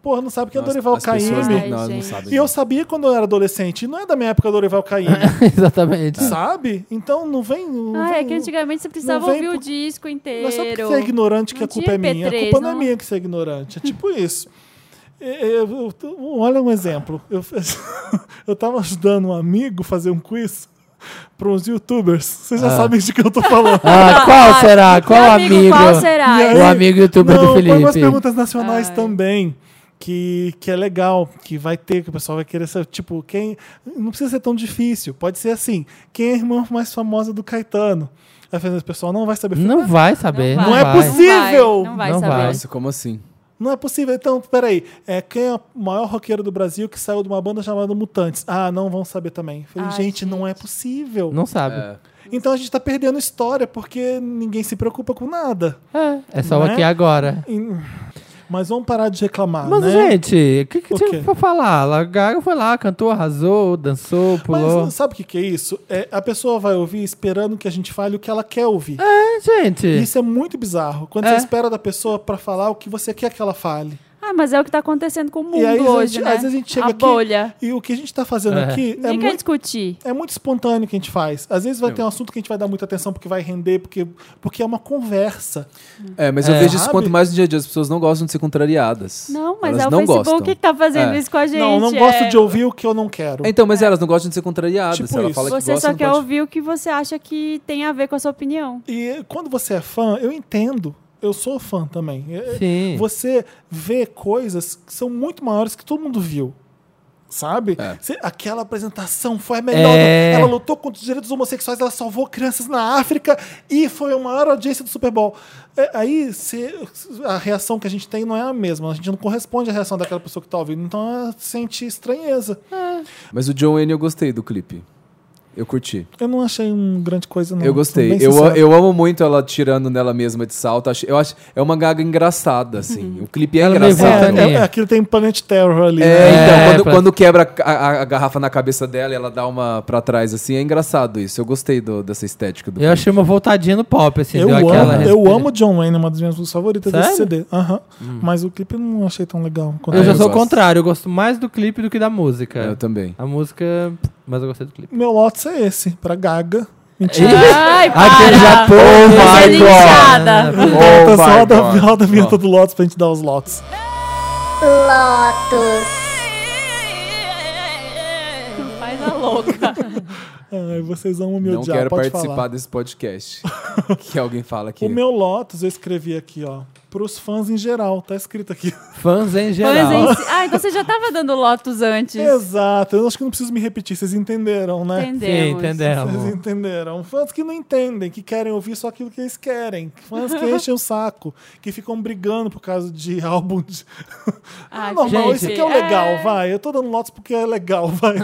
[SPEAKER 1] Porra, não sabe que é
[SPEAKER 4] Nossa,
[SPEAKER 1] Dorival
[SPEAKER 4] as
[SPEAKER 2] Caymmi.
[SPEAKER 4] pessoas
[SPEAKER 1] Caymmi.
[SPEAKER 4] Não, não,
[SPEAKER 2] Ai,
[SPEAKER 4] não
[SPEAKER 2] gente.
[SPEAKER 4] sabem.
[SPEAKER 1] E eu sabia quando eu era adolescente. E não é da minha época Dorival Caymmi,
[SPEAKER 3] Exatamente.
[SPEAKER 1] sabe? Então não vem... Não
[SPEAKER 2] Ah,
[SPEAKER 1] vem- um
[SPEAKER 2] é que antigamente você precisava
[SPEAKER 1] não vem
[SPEAKER 2] ouvir o
[SPEAKER 1] por-
[SPEAKER 2] disco inteiro.
[SPEAKER 1] Não é só porque você é ignorante que
[SPEAKER 2] Não
[SPEAKER 1] a culpa é
[SPEAKER 2] tinha
[SPEAKER 1] minha. A
[SPEAKER 2] MP3,
[SPEAKER 1] culpa não é
[SPEAKER 2] não.
[SPEAKER 1] minha que você é ignorante. É tipo isso. É, é, eu- eu- olha um exemplo. Eu, eu tava ajudando um amigo fazer um quiz para uns youtubers. Vocês já sabem de que eu tô falando.
[SPEAKER 3] Ah, qual
[SPEAKER 2] Ah,
[SPEAKER 3] será? Qual
[SPEAKER 2] amigo,
[SPEAKER 3] amigo?
[SPEAKER 2] qual será?
[SPEAKER 1] E aí-
[SPEAKER 3] O amigo youtuber
[SPEAKER 1] não,
[SPEAKER 3] do
[SPEAKER 1] põe umas
[SPEAKER 3] Felipe.
[SPEAKER 1] perguntas nacionais
[SPEAKER 2] Ah, Ai.
[SPEAKER 1] também. Que, que é legal, que vai ter, que o pessoal vai querer saber. Tipo, quem. Não precisa ser tão difícil. Pode ser assim: quem é a irmã mais famosa do Caetano? Aí, o pessoal não vai saber.
[SPEAKER 3] Não vai saber. Não,
[SPEAKER 1] Não é
[SPEAKER 3] vai.
[SPEAKER 1] possível. possível!
[SPEAKER 2] Não vai,
[SPEAKER 3] Não
[SPEAKER 2] não vai saber.
[SPEAKER 3] vai.
[SPEAKER 4] Nossa, como assim?
[SPEAKER 1] Não é possível. Então, peraí. É, quem é o maior roqueiro do Brasil que saiu de uma banda chamada Mutantes? Ah, não vão saber também. Falei,
[SPEAKER 2] Ai,
[SPEAKER 1] gente, não é
[SPEAKER 2] gente.
[SPEAKER 1] possível.
[SPEAKER 3] Não sabe.
[SPEAKER 4] É.
[SPEAKER 1] Então a gente tá perdendo história porque ninguém se preocupa com nada.
[SPEAKER 3] É, é só o
[SPEAKER 1] Não é?
[SPEAKER 3] aqui e agora.
[SPEAKER 1] E- Mas vamos parar de reclamar,
[SPEAKER 3] Mas,
[SPEAKER 1] né?
[SPEAKER 3] gente, o que, que
[SPEAKER 1] O
[SPEAKER 3] tinha
[SPEAKER 1] quê?
[SPEAKER 3] pra falar? A Gaga foi lá, cantou, arrasou, dançou, pulou.
[SPEAKER 1] Mas sabe o que, que é isso? É, a pessoa vai ouvir esperando que a gente fale o que ela quer ouvir.
[SPEAKER 3] É, gente.
[SPEAKER 1] Isso é muito bizarro. Quando
[SPEAKER 3] É.
[SPEAKER 1] você espera da pessoa pra falar o que você quer que ela fale.
[SPEAKER 2] Ah, mas é o que tá acontecendo com o mundo
[SPEAKER 1] e aí,
[SPEAKER 2] hoje,
[SPEAKER 1] a gente,
[SPEAKER 2] né?
[SPEAKER 1] às vezes a gente chega
[SPEAKER 2] a
[SPEAKER 1] aqui
[SPEAKER 2] bolha.
[SPEAKER 1] e o que a gente tá fazendo
[SPEAKER 3] É.
[SPEAKER 1] aqui é
[SPEAKER 2] Ninguém quer
[SPEAKER 1] muito
[SPEAKER 2] discutir.
[SPEAKER 1] É muito espontâneo o que a gente faz. Às vezes vai ter um assunto que a gente vai dar muita atenção porque vai render, porque, porque é uma conversa.
[SPEAKER 4] É, mas eu
[SPEAKER 3] É.
[SPEAKER 4] vejo isso
[SPEAKER 1] Sabe?
[SPEAKER 4] quanto mais no dia a dia as pessoas não gostam de ser contrariadas.
[SPEAKER 2] Não, mas
[SPEAKER 4] elas
[SPEAKER 2] é o
[SPEAKER 4] não
[SPEAKER 2] Facebook
[SPEAKER 4] gostam.
[SPEAKER 2] que tá fazendo
[SPEAKER 4] É.
[SPEAKER 2] isso com a gente.
[SPEAKER 1] não, eu não gosto
[SPEAKER 2] é-
[SPEAKER 1] de ouvir o que eu não quero.
[SPEAKER 4] Então, mas elas não gostam de ser contrariadas.
[SPEAKER 1] Tipo
[SPEAKER 4] Se ela
[SPEAKER 1] isso.
[SPEAKER 4] fala que
[SPEAKER 2] Você
[SPEAKER 4] gosta,
[SPEAKER 2] só
[SPEAKER 4] não
[SPEAKER 2] quer
[SPEAKER 4] pode...
[SPEAKER 2] ouvir o que você acha que tem a ver com a sua opinião.
[SPEAKER 1] E quando você é fã, eu entendo. Eu sou fã também. É-
[SPEAKER 3] Sim.
[SPEAKER 1] Você vê coisas que são muito maiores que todo mundo viu. Sabe?
[SPEAKER 4] É.
[SPEAKER 1] Você- aquela apresentação foi a melhor.
[SPEAKER 3] É.
[SPEAKER 1] Ela lutou contra os direitos homossexuais, ela salvou crianças na África e foi a maior audiência do Super Bowl. É, aí você- a reação que a gente tem não é a mesma. A gente não corresponde à reação daquela pessoa que tá ouvindo. Então ela sente estranheza.
[SPEAKER 4] Mas o John Wayne eu gostei do clipe. Eu curti.
[SPEAKER 1] Eu não achei um grande coisa, não.
[SPEAKER 4] Eu gostei.
[SPEAKER 1] Bem
[SPEAKER 4] Eu,
[SPEAKER 1] sincero.
[SPEAKER 4] eu amo muito ela tirando nela mesma de salto. Acho- Eu acho é uma gaga engraçada, assim.
[SPEAKER 1] Uhum.
[SPEAKER 4] O clipe é
[SPEAKER 3] Ela meio
[SPEAKER 4] engraçado.
[SPEAKER 3] voltando.
[SPEAKER 1] É, é, aquilo tem Planet Terror ali.
[SPEAKER 4] É,
[SPEAKER 1] né?
[SPEAKER 4] então, quando,
[SPEAKER 3] pra-
[SPEAKER 4] quando quebra a, a- a garrafa na cabeça dela e ela dá uma pra trás, assim, é engraçado isso. Eu gostei do- dessa estética do
[SPEAKER 3] Eu
[SPEAKER 4] clipe.
[SPEAKER 3] achei uma voltadinha no pop, assim.
[SPEAKER 1] Eu
[SPEAKER 3] deu
[SPEAKER 1] amo,
[SPEAKER 3] aquela
[SPEAKER 1] eu
[SPEAKER 3] respira-
[SPEAKER 1] amo John Wayne, é uma das minhas músicas favoritas desse
[SPEAKER 3] Sério?
[SPEAKER 1] CD.
[SPEAKER 3] Hum.
[SPEAKER 1] Aham. Mas o clipe eu não achei tão legal. quanto
[SPEAKER 3] Eu já
[SPEAKER 4] eu
[SPEAKER 3] sou o
[SPEAKER 4] gosto.
[SPEAKER 3] contrário, eu gosto mais do clipe do que da música.
[SPEAKER 4] Eu também.
[SPEAKER 3] A música. Mas eu gostei do clipe.
[SPEAKER 1] Meu lotes é esse, pra Gaga. Mentira.
[SPEAKER 2] Ai,
[SPEAKER 3] Aquele já
[SPEAKER 2] para!
[SPEAKER 3] pô,
[SPEAKER 2] Você é
[SPEAKER 3] vai,
[SPEAKER 2] linchada.
[SPEAKER 3] oh,
[SPEAKER 1] Volta tá só
[SPEAKER 4] my
[SPEAKER 1] da
[SPEAKER 4] God.
[SPEAKER 1] roda a vinheta do Lotus pra gente dar os lotes.
[SPEAKER 2] Faz a louca.
[SPEAKER 1] Ai, vocês vão me
[SPEAKER 4] Não
[SPEAKER 1] odiar,
[SPEAKER 4] quero
[SPEAKER 1] pode
[SPEAKER 4] participar
[SPEAKER 1] falar.
[SPEAKER 4] desse podcast. que alguém fala aqui.
[SPEAKER 1] O meu Lotus eu escrevi aqui, ó. Pros fãs em geral, tá escrito aqui.
[SPEAKER 3] Fãs em geral.
[SPEAKER 2] Mas, em si- ah, então você já tava dando Lotus antes.
[SPEAKER 1] Exato, eu acho que não preciso me repetir, vocês entenderam, né?
[SPEAKER 3] Sim,
[SPEAKER 2] Entendemos.
[SPEAKER 1] Vocês
[SPEAKER 3] entendemos.
[SPEAKER 1] entenderam? Fãs que não entendem, que querem ouvir só aquilo que eles querem. Fãs que enchem o saco, que ficam brigando por causa de álbum. De...
[SPEAKER 2] Ah,
[SPEAKER 1] É normal,
[SPEAKER 3] gente,
[SPEAKER 1] isso aqui é o
[SPEAKER 2] é.
[SPEAKER 1] legal, vai. Eu tô dando lotes porque é legal, vai.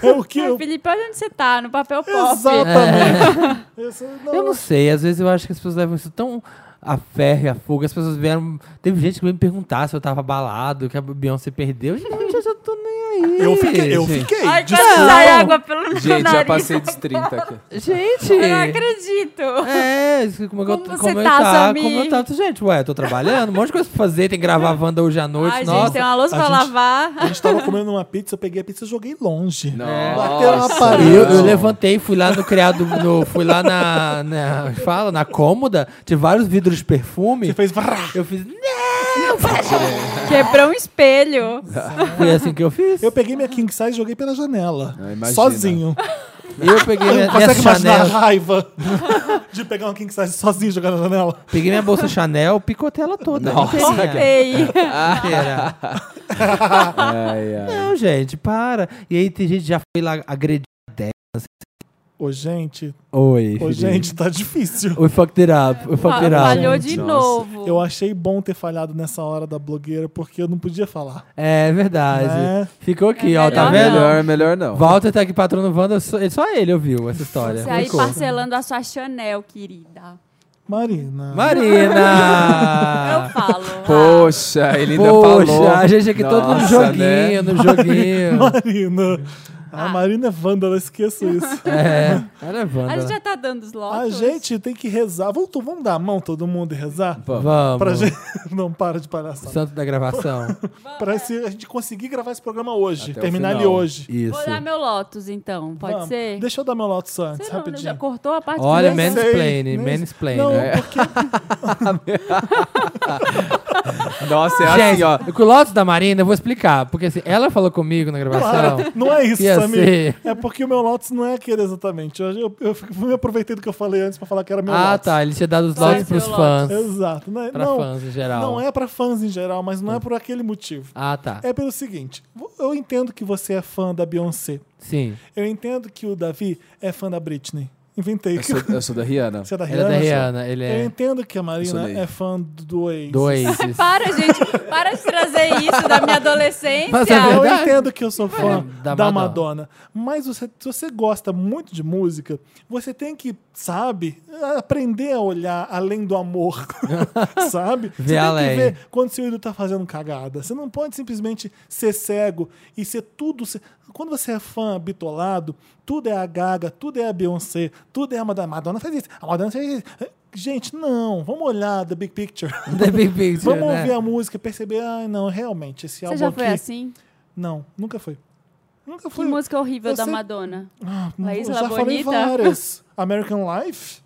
[SPEAKER 1] É o que
[SPEAKER 2] Ai,
[SPEAKER 1] eu.
[SPEAKER 2] Felipe, olha onde você tá, no papel pop.
[SPEAKER 1] Exatamente. Esse- não,
[SPEAKER 3] Eu não sei, às vezes eu acho que as pessoas levam isso tão a ferro e a fogo. As pessoas vieram. Teve gente que veio me perguntar se eu tava abalado, que a Beyoncé perdeu. Gente, eu já- já tô nem aí.
[SPEAKER 1] eu fiquei. Eu
[SPEAKER 3] gente.
[SPEAKER 1] fiquei.
[SPEAKER 2] Ai,
[SPEAKER 1] Des-
[SPEAKER 2] quase sai água pelo nariz.
[SPEAKER 4] Gente, já passei dos 30 aqui.
[SPEAKER 3] Gente!
[SPEAKER 2] Eu não acredito.
[SPEAKER 3] É, isso, como, eu,
[SPEAKER 2] Como
[SPEAKER 3] como
[SPEAKER 2] você
[SPEAKER 3] eu
[SPEAKER 2] tá,
[SPEAKER 3] tá,
[SPEAKER 2] Samir?
[SPEAKER 3] como eu tá. Gente, ué, eu tô trabalhando, um monte de coisa pra fazer, tem que gravar Wanda hoje à noite.
[SPEAKER 2] Ai, gente,
[SPEAKER 3] nossa,
[SPEAKER 2] tem uma louça
[SPEAKER 1] a
[SPEAKER 2] pra
[SPEAKER 1] gente-
[SPEAKER 2] lavar.
[SPEAKER 1] A gente tava comendo uma pizza, eu peguei a pizza e joguei longe.
[SPEAKER 4] Nossa.
[SPEAKER 1] Bateu na parede.
[SPEAKER 3] Eu, eu levantei, fui lá no criado, no- fui lá na, na- é Fala, na cômoda, tinha vários vidros de
[SPEAKER 1] Você
[SPEAKER 3] perfume.
[SPEAKER 1] fez. vrá.
[SPEAKER 3] Eu fiz. né?
[SPEAKER 2] Quebrou um espelho.
[SPEAKER 3] Foi assim que eu fiz.
[SPEAKER 1] Eu
[SPEAKER 3] Eu,
[SPEAKER 1] peguei minha king size e joguei pela janela.
[SPEAKER 4] Ah, imagina.
[SPEAKER 1] sozinho.
[SPEAKER 3] peguei minha, minha
[SPEAKER 1] Consegue imaginar a
[SPEAKER 3] Chanel.
[SPEAKER 1] raiva de pegar um king size sozinho e jogar na janela?
[SPEAKER 3] Peguei minha bolsa Chanel, picotei ela toda.
[SPEAKER 4] Nossa,
[SPEAKER 3] inteirinha,
[SPEAKER 2] Ei.
[SPEAKER 3] inteira.
[SPEAKER 4] Ai, ai.
[SPEAKER 3] Não, gente, para. E aí tem gente que já foi lá agredir a dela. assim.
[SPEAKER 1] Ô, gente,
[SPEAKER 3] Oi.
[SPEAKER 1] ô,
[SPEAKER 3] filho.
[SPEAKER 1] gente, tá difícil.
[SPEAKER 3] Oi, fucked it up. Oi,
[SPEAKER 2] Ah,
[SPEAKER 3] fucked it up.
[SPEAKER 2] Falhou de
[SPEAKER 4] Nossa.
[SPEAKER 2] novo.
[SPEAKER 1] Eu achei bom ter falhado nessa hora da blogueira, porque eu não podia falar.
[SPEAKER 3] É verdade.
[SPEAKER 1] Né?
[SPEAKER 3] Ficou aqui,
[SPEAKER 2] É
[SPEAKER 3] ó, tá
[SPEAKER 2] melhor
[SPEAKER 3] vendo?
[SPEAKER 2] não.
[SPEAKER 4] Melhor, melhor não.
[SPEAKER 3] Walter tá aqui patrono Wanda, só, só ele ouviu essa história.
[SPEAKER 2] Você aí
[SPEAKER 3] Ficou.
[SPEAKER 2] parcelando a sua Chanel, querida.
[SPEAKER 1] Marina.
[SPEAKER 2] Eu
[SPEAKER 3] Marina!
[SPEAKER 2] falo.
[SPEAKER 4] Poxa, ele ainda
[SPEAKER 3] Poxa,
[SPEAKER 4] falou.
[SPEAKER 3] a gente aqui todo no
[SPEAKER 4] Nossa,
[SPEAKER 3] joguinho,
[SPEAKER 4] né?
[SPEAKER 3] no joguinho.
[SPEAKER 1] Marina.
[SPEAKER 2] Ah.
[SPEAKER 1] A Marina é vândala, esqueço isso.
[SPEAKER 3] É, ela é Wanda.
[SPEAKER 2] A gente já tá dando os lotos.
[SPEAKER 1] A Ah, gente tem que rezar. Voltou, vamos dar a mão todo mundo e rezar?
[SPEAKER 3] Vamos.
[SPEAKER 1] Pra gente... Não para de palhaçada.
[SPEAKER 3] Santo da gravação.
[SPEAKER 1] Pra se a gente conseguir gravar esse programa hoje,
[SPEAKER 4] Até o
[SPEAKER 1] terminar ele
[SPEAKER 4] final.
[SPEAKER 1] hoje.
[SPEAKER 3] Isso.
[SPEAKER 2] Vou dar meu Lotus, então. Pode
[SPEAKER 1] Vamos.
[SPEAKER 2] ser?
[SPEAKER 1] Deixa eu dar meu Lotus antes,
[SPEAKER 2] Você não, né?
[SPEAKER 1] rapidinho.
[SPEAKER 2] já cortou a parte
[SPEAKER 3] Olha,
[SPEAKER 2] do
[SPEAKER 1] menos-
[SPEAKER 2] menos...
[SPEAKER 3] mansplaining,
[SPEAKER 1] Nem-
[SPEAKER 3] mansplaining.
[SPEAKER 1] Não,
[SPEAKER 3] É.
[SPEAKER 1] porque
[SPEAKER 4] Nossa, é assim,
[SPEAKER 3] Gente,
[SPEAKER 4] ó.
[SPEAKER 3] com o Lotus da Marina, eu vou explicar. Porque assim, ela falou comigo na gravação.
[SPEAKER 1] Claro, não é isso,
[SPEAKER 3] Ia
[SPEAKER 1] Samir.
[SPEAKER 3] ser.
[SPEAKER 1] É porque o meu Lotus não é aquele exatamente. Eu, eu, eu fico- me aproveitei do que eu falei antes pra falar que era meu
[SPEAKER 3] Ah,
[SPEAKER 1] Lotus.
[SPEAKER 3] tá. Ele tinha dado os
[SPEAKER 2] Vai
[SPEAKER 3] Lotus
[SPEAKER 2] ser
[SPEAKER 3] pros
[SPEAKER 2] o
[SPEAKER 3] fãs.
[SPEAKER 1] Exato. Não, é-
[SPEAKER 3] Pra
[SPEAKER 1] não,
[SPEAKER 3] fãs em geral. Hum.
[SPEAKER 1] não é pra fãs em geral, mas não é por aquele motivo.
[SPEAKER 3] Ah, tá.
[SPEAKER 1] É pelo seguinte: vo- eu entendo que você é fã da Beyoncé.
[SPEAKER 3] Sim.
[SPEAKER 1] Eu entendo que o Davi é fã da Britney. Inventei.
[SPEAKER 4] Eu sou, eu sou da Rihanna.
[SPEAKER 1] Você é da
[SPEAKER 3] Ela é da
[SPEAKER 1] sou?
[SPEAKER 3] Rihanna. Ele
[SPEAKER 1] Eu
[SPEAKER 3] é
[SPEAKER 1] entendo que a
[SPEAKER 4] Eu sou
[SPEAKER 1] Marina
[SPEAKER 4] daí.
[SPEAKER 1] é fã do Ace.
[SPEAKER 3] do Oasis.
[SPEAKER 2] Para, gente. Para de trazer isso da minha adolescência.
[SPEAKER 3] Mas é
[SPEAKER 1] Eu
[SPEAKER 3] verdade.
[SPEAKER 1] entendo que eu sou fã
[SPEAKER 3] É,
[SPEAKER 1] da,
[SPEAKER 3] da
[SPEAKER 1] Madonna. Mas você- se você gosta muito de música, você tem que, sabe, aprender a olhar além do amor. sabe? Você tem que
[SPEAKER 3] além.
[SPEAKER 1] ver quando seu ídolo tá fazendo cagada. Você não pode simplesmente ser cego e ser tudo. ce- Quando você é fã bitolado, tudo é a Gaga, tudo é a Beyoncé, tudo é a Madonna. A Madonna faz isso, a Madonna faz isso. Gente, não, vamos olhar The Big Picture.
[SPEAKER 3] The Big Picture,
[SPEAKER 1] Vamos
[SPEAKER 3] né?
[SPEAKER 1] ouvir a música e perceber, ai não, realmente, esse
[SPEAKER 2] Você
[SPEAKER 1] álbum
[SPEAKER 2] já foi
[SPEAKER 1] aqui
[SPEAKER 2] assim?
[SPEAKER 1] não, nunca foi. Nunca
[SPEAKER 2] Que
[SPEAKER 1] foi. um-
[SPEAKER 2] música horrível
[SPEAKER 1] Eu
[SPEAKER 2] da
[SPEAKER 1] sei-
[SPEAKER 2] Madonna.
[SPEAKER 1] Ah,
[SPEAKER 2] Laís
[SPEAKER 1] eu já falei
[SPEAKER 2] Labonita?
[SPEAKER 1] várias. American Life?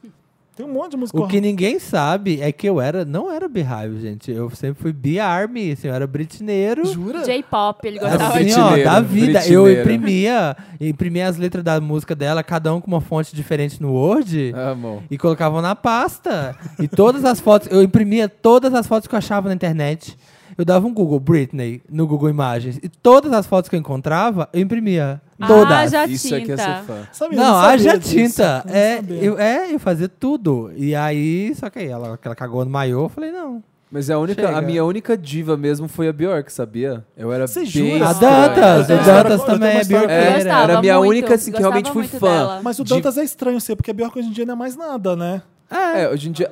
[SPEAKER 1] Tem um monte de música.
[SPEAKER 3] O que
[SPEAKER 1] horrível.
[SPEAKER 3] ninguém sabe é que eu era, não era Beehive, gente. Eu sempre fui B-Army, assim, eu era britineiro.
[SPEAKER 1] Jura?
[SPEAKER 2] J-pop, ele
[SPEAKER 4] Ah,
[SPEAKER 2] gostava
[SPEAKER 4] sim.
[SPEAKER 2] de...
[SPEAKER 3] Assim, ó, da
[SPEAKER 4] Britineiro,
[SPEAKER 3] vida. Eu
[SPEAKER 4] britineiro.
[SPEAKER 3] imprimia, imprimia as letras da música dela, cada um com uma fonte diferente no Word.
[SPEAKER 4] Amo.
[SPEAKER 3] E colocavam na pasta. E todas as fotos, eu imprimia todas as fotos que eu achava na internet. Eu dava um Google Britney no Google Imagens. E todas as fotos que eu encontrava, eu imprimia.
[SPEAKER 2] Ah,
[SPEAKER 3] Todas.
[SPEAKER 2] já
[SPEAKER 4] Isso
[SPEAKER 2] tinta.
[SPEAKER 4] aqui é ser fã.
[SPEAKER 1] Sabe, Tá eu
[SPEAKER 3] Não,
[SPEAKER 1] sabia
[SPEAKER 3] haja
[SPEAKER 1] disso,
[SPEAKER 3] tinta.
[SPEAKER 1] eu não
[SPEAKER 3] É
[SPEAKER 1] sabia.
[SPEAKER 3] eu, é, eu fazia tudo. E aí, só que aí ela, ela cagou no maiô, eu falei, não.
[SPEAKER 4] Mas é a, única, a
[SPEAKER 3] Chega.
[SPEAKER 4] minha única diva mesmo foi a Bjork, sabia? Eu era
[SPEAKER 1] Você
[SPEAKER 4] bem
[SPEAKER 1] jura?
[SPEAKER 3] A
[SPEAKER 1] Isso,
[SPEAKER 4] estranho.
[SPEAKER 3] Dantas,
[SPEAKER 1] cara.
[SPEAKER 3] o
[SPEAKER 1] Eu tenho uma
[SPEAKER 3] Dantas
[SPEAKER 1] história-
[SPEAKER 3] também
[SPEAKER 1] eu tenho uma história-
[SPEAKER 3] é
[SPEAKER 4] É,
[SPEAKER 3] bioqueira.
[SPEAKER 2] Gostava
[SPEAKER 4] era a minha
[SPEAKER 2] muito,
[SPEAKER 4] única, assim, que
[SPEAKER 2] gostava
[SPEAKER 4] realmente fui
[SPEAKER 2] muito
[SPEAKER 4] fã.
[SPEAKER 2] dela.
[SPEAKER 1] Mas o
[SPEAKER 4] De-
[SPEAKER 1] Dantas é estranho ser, porque a Bjork hoje em dia não é mais nada, né?
[SPEAKER 4] É, hoje em dia.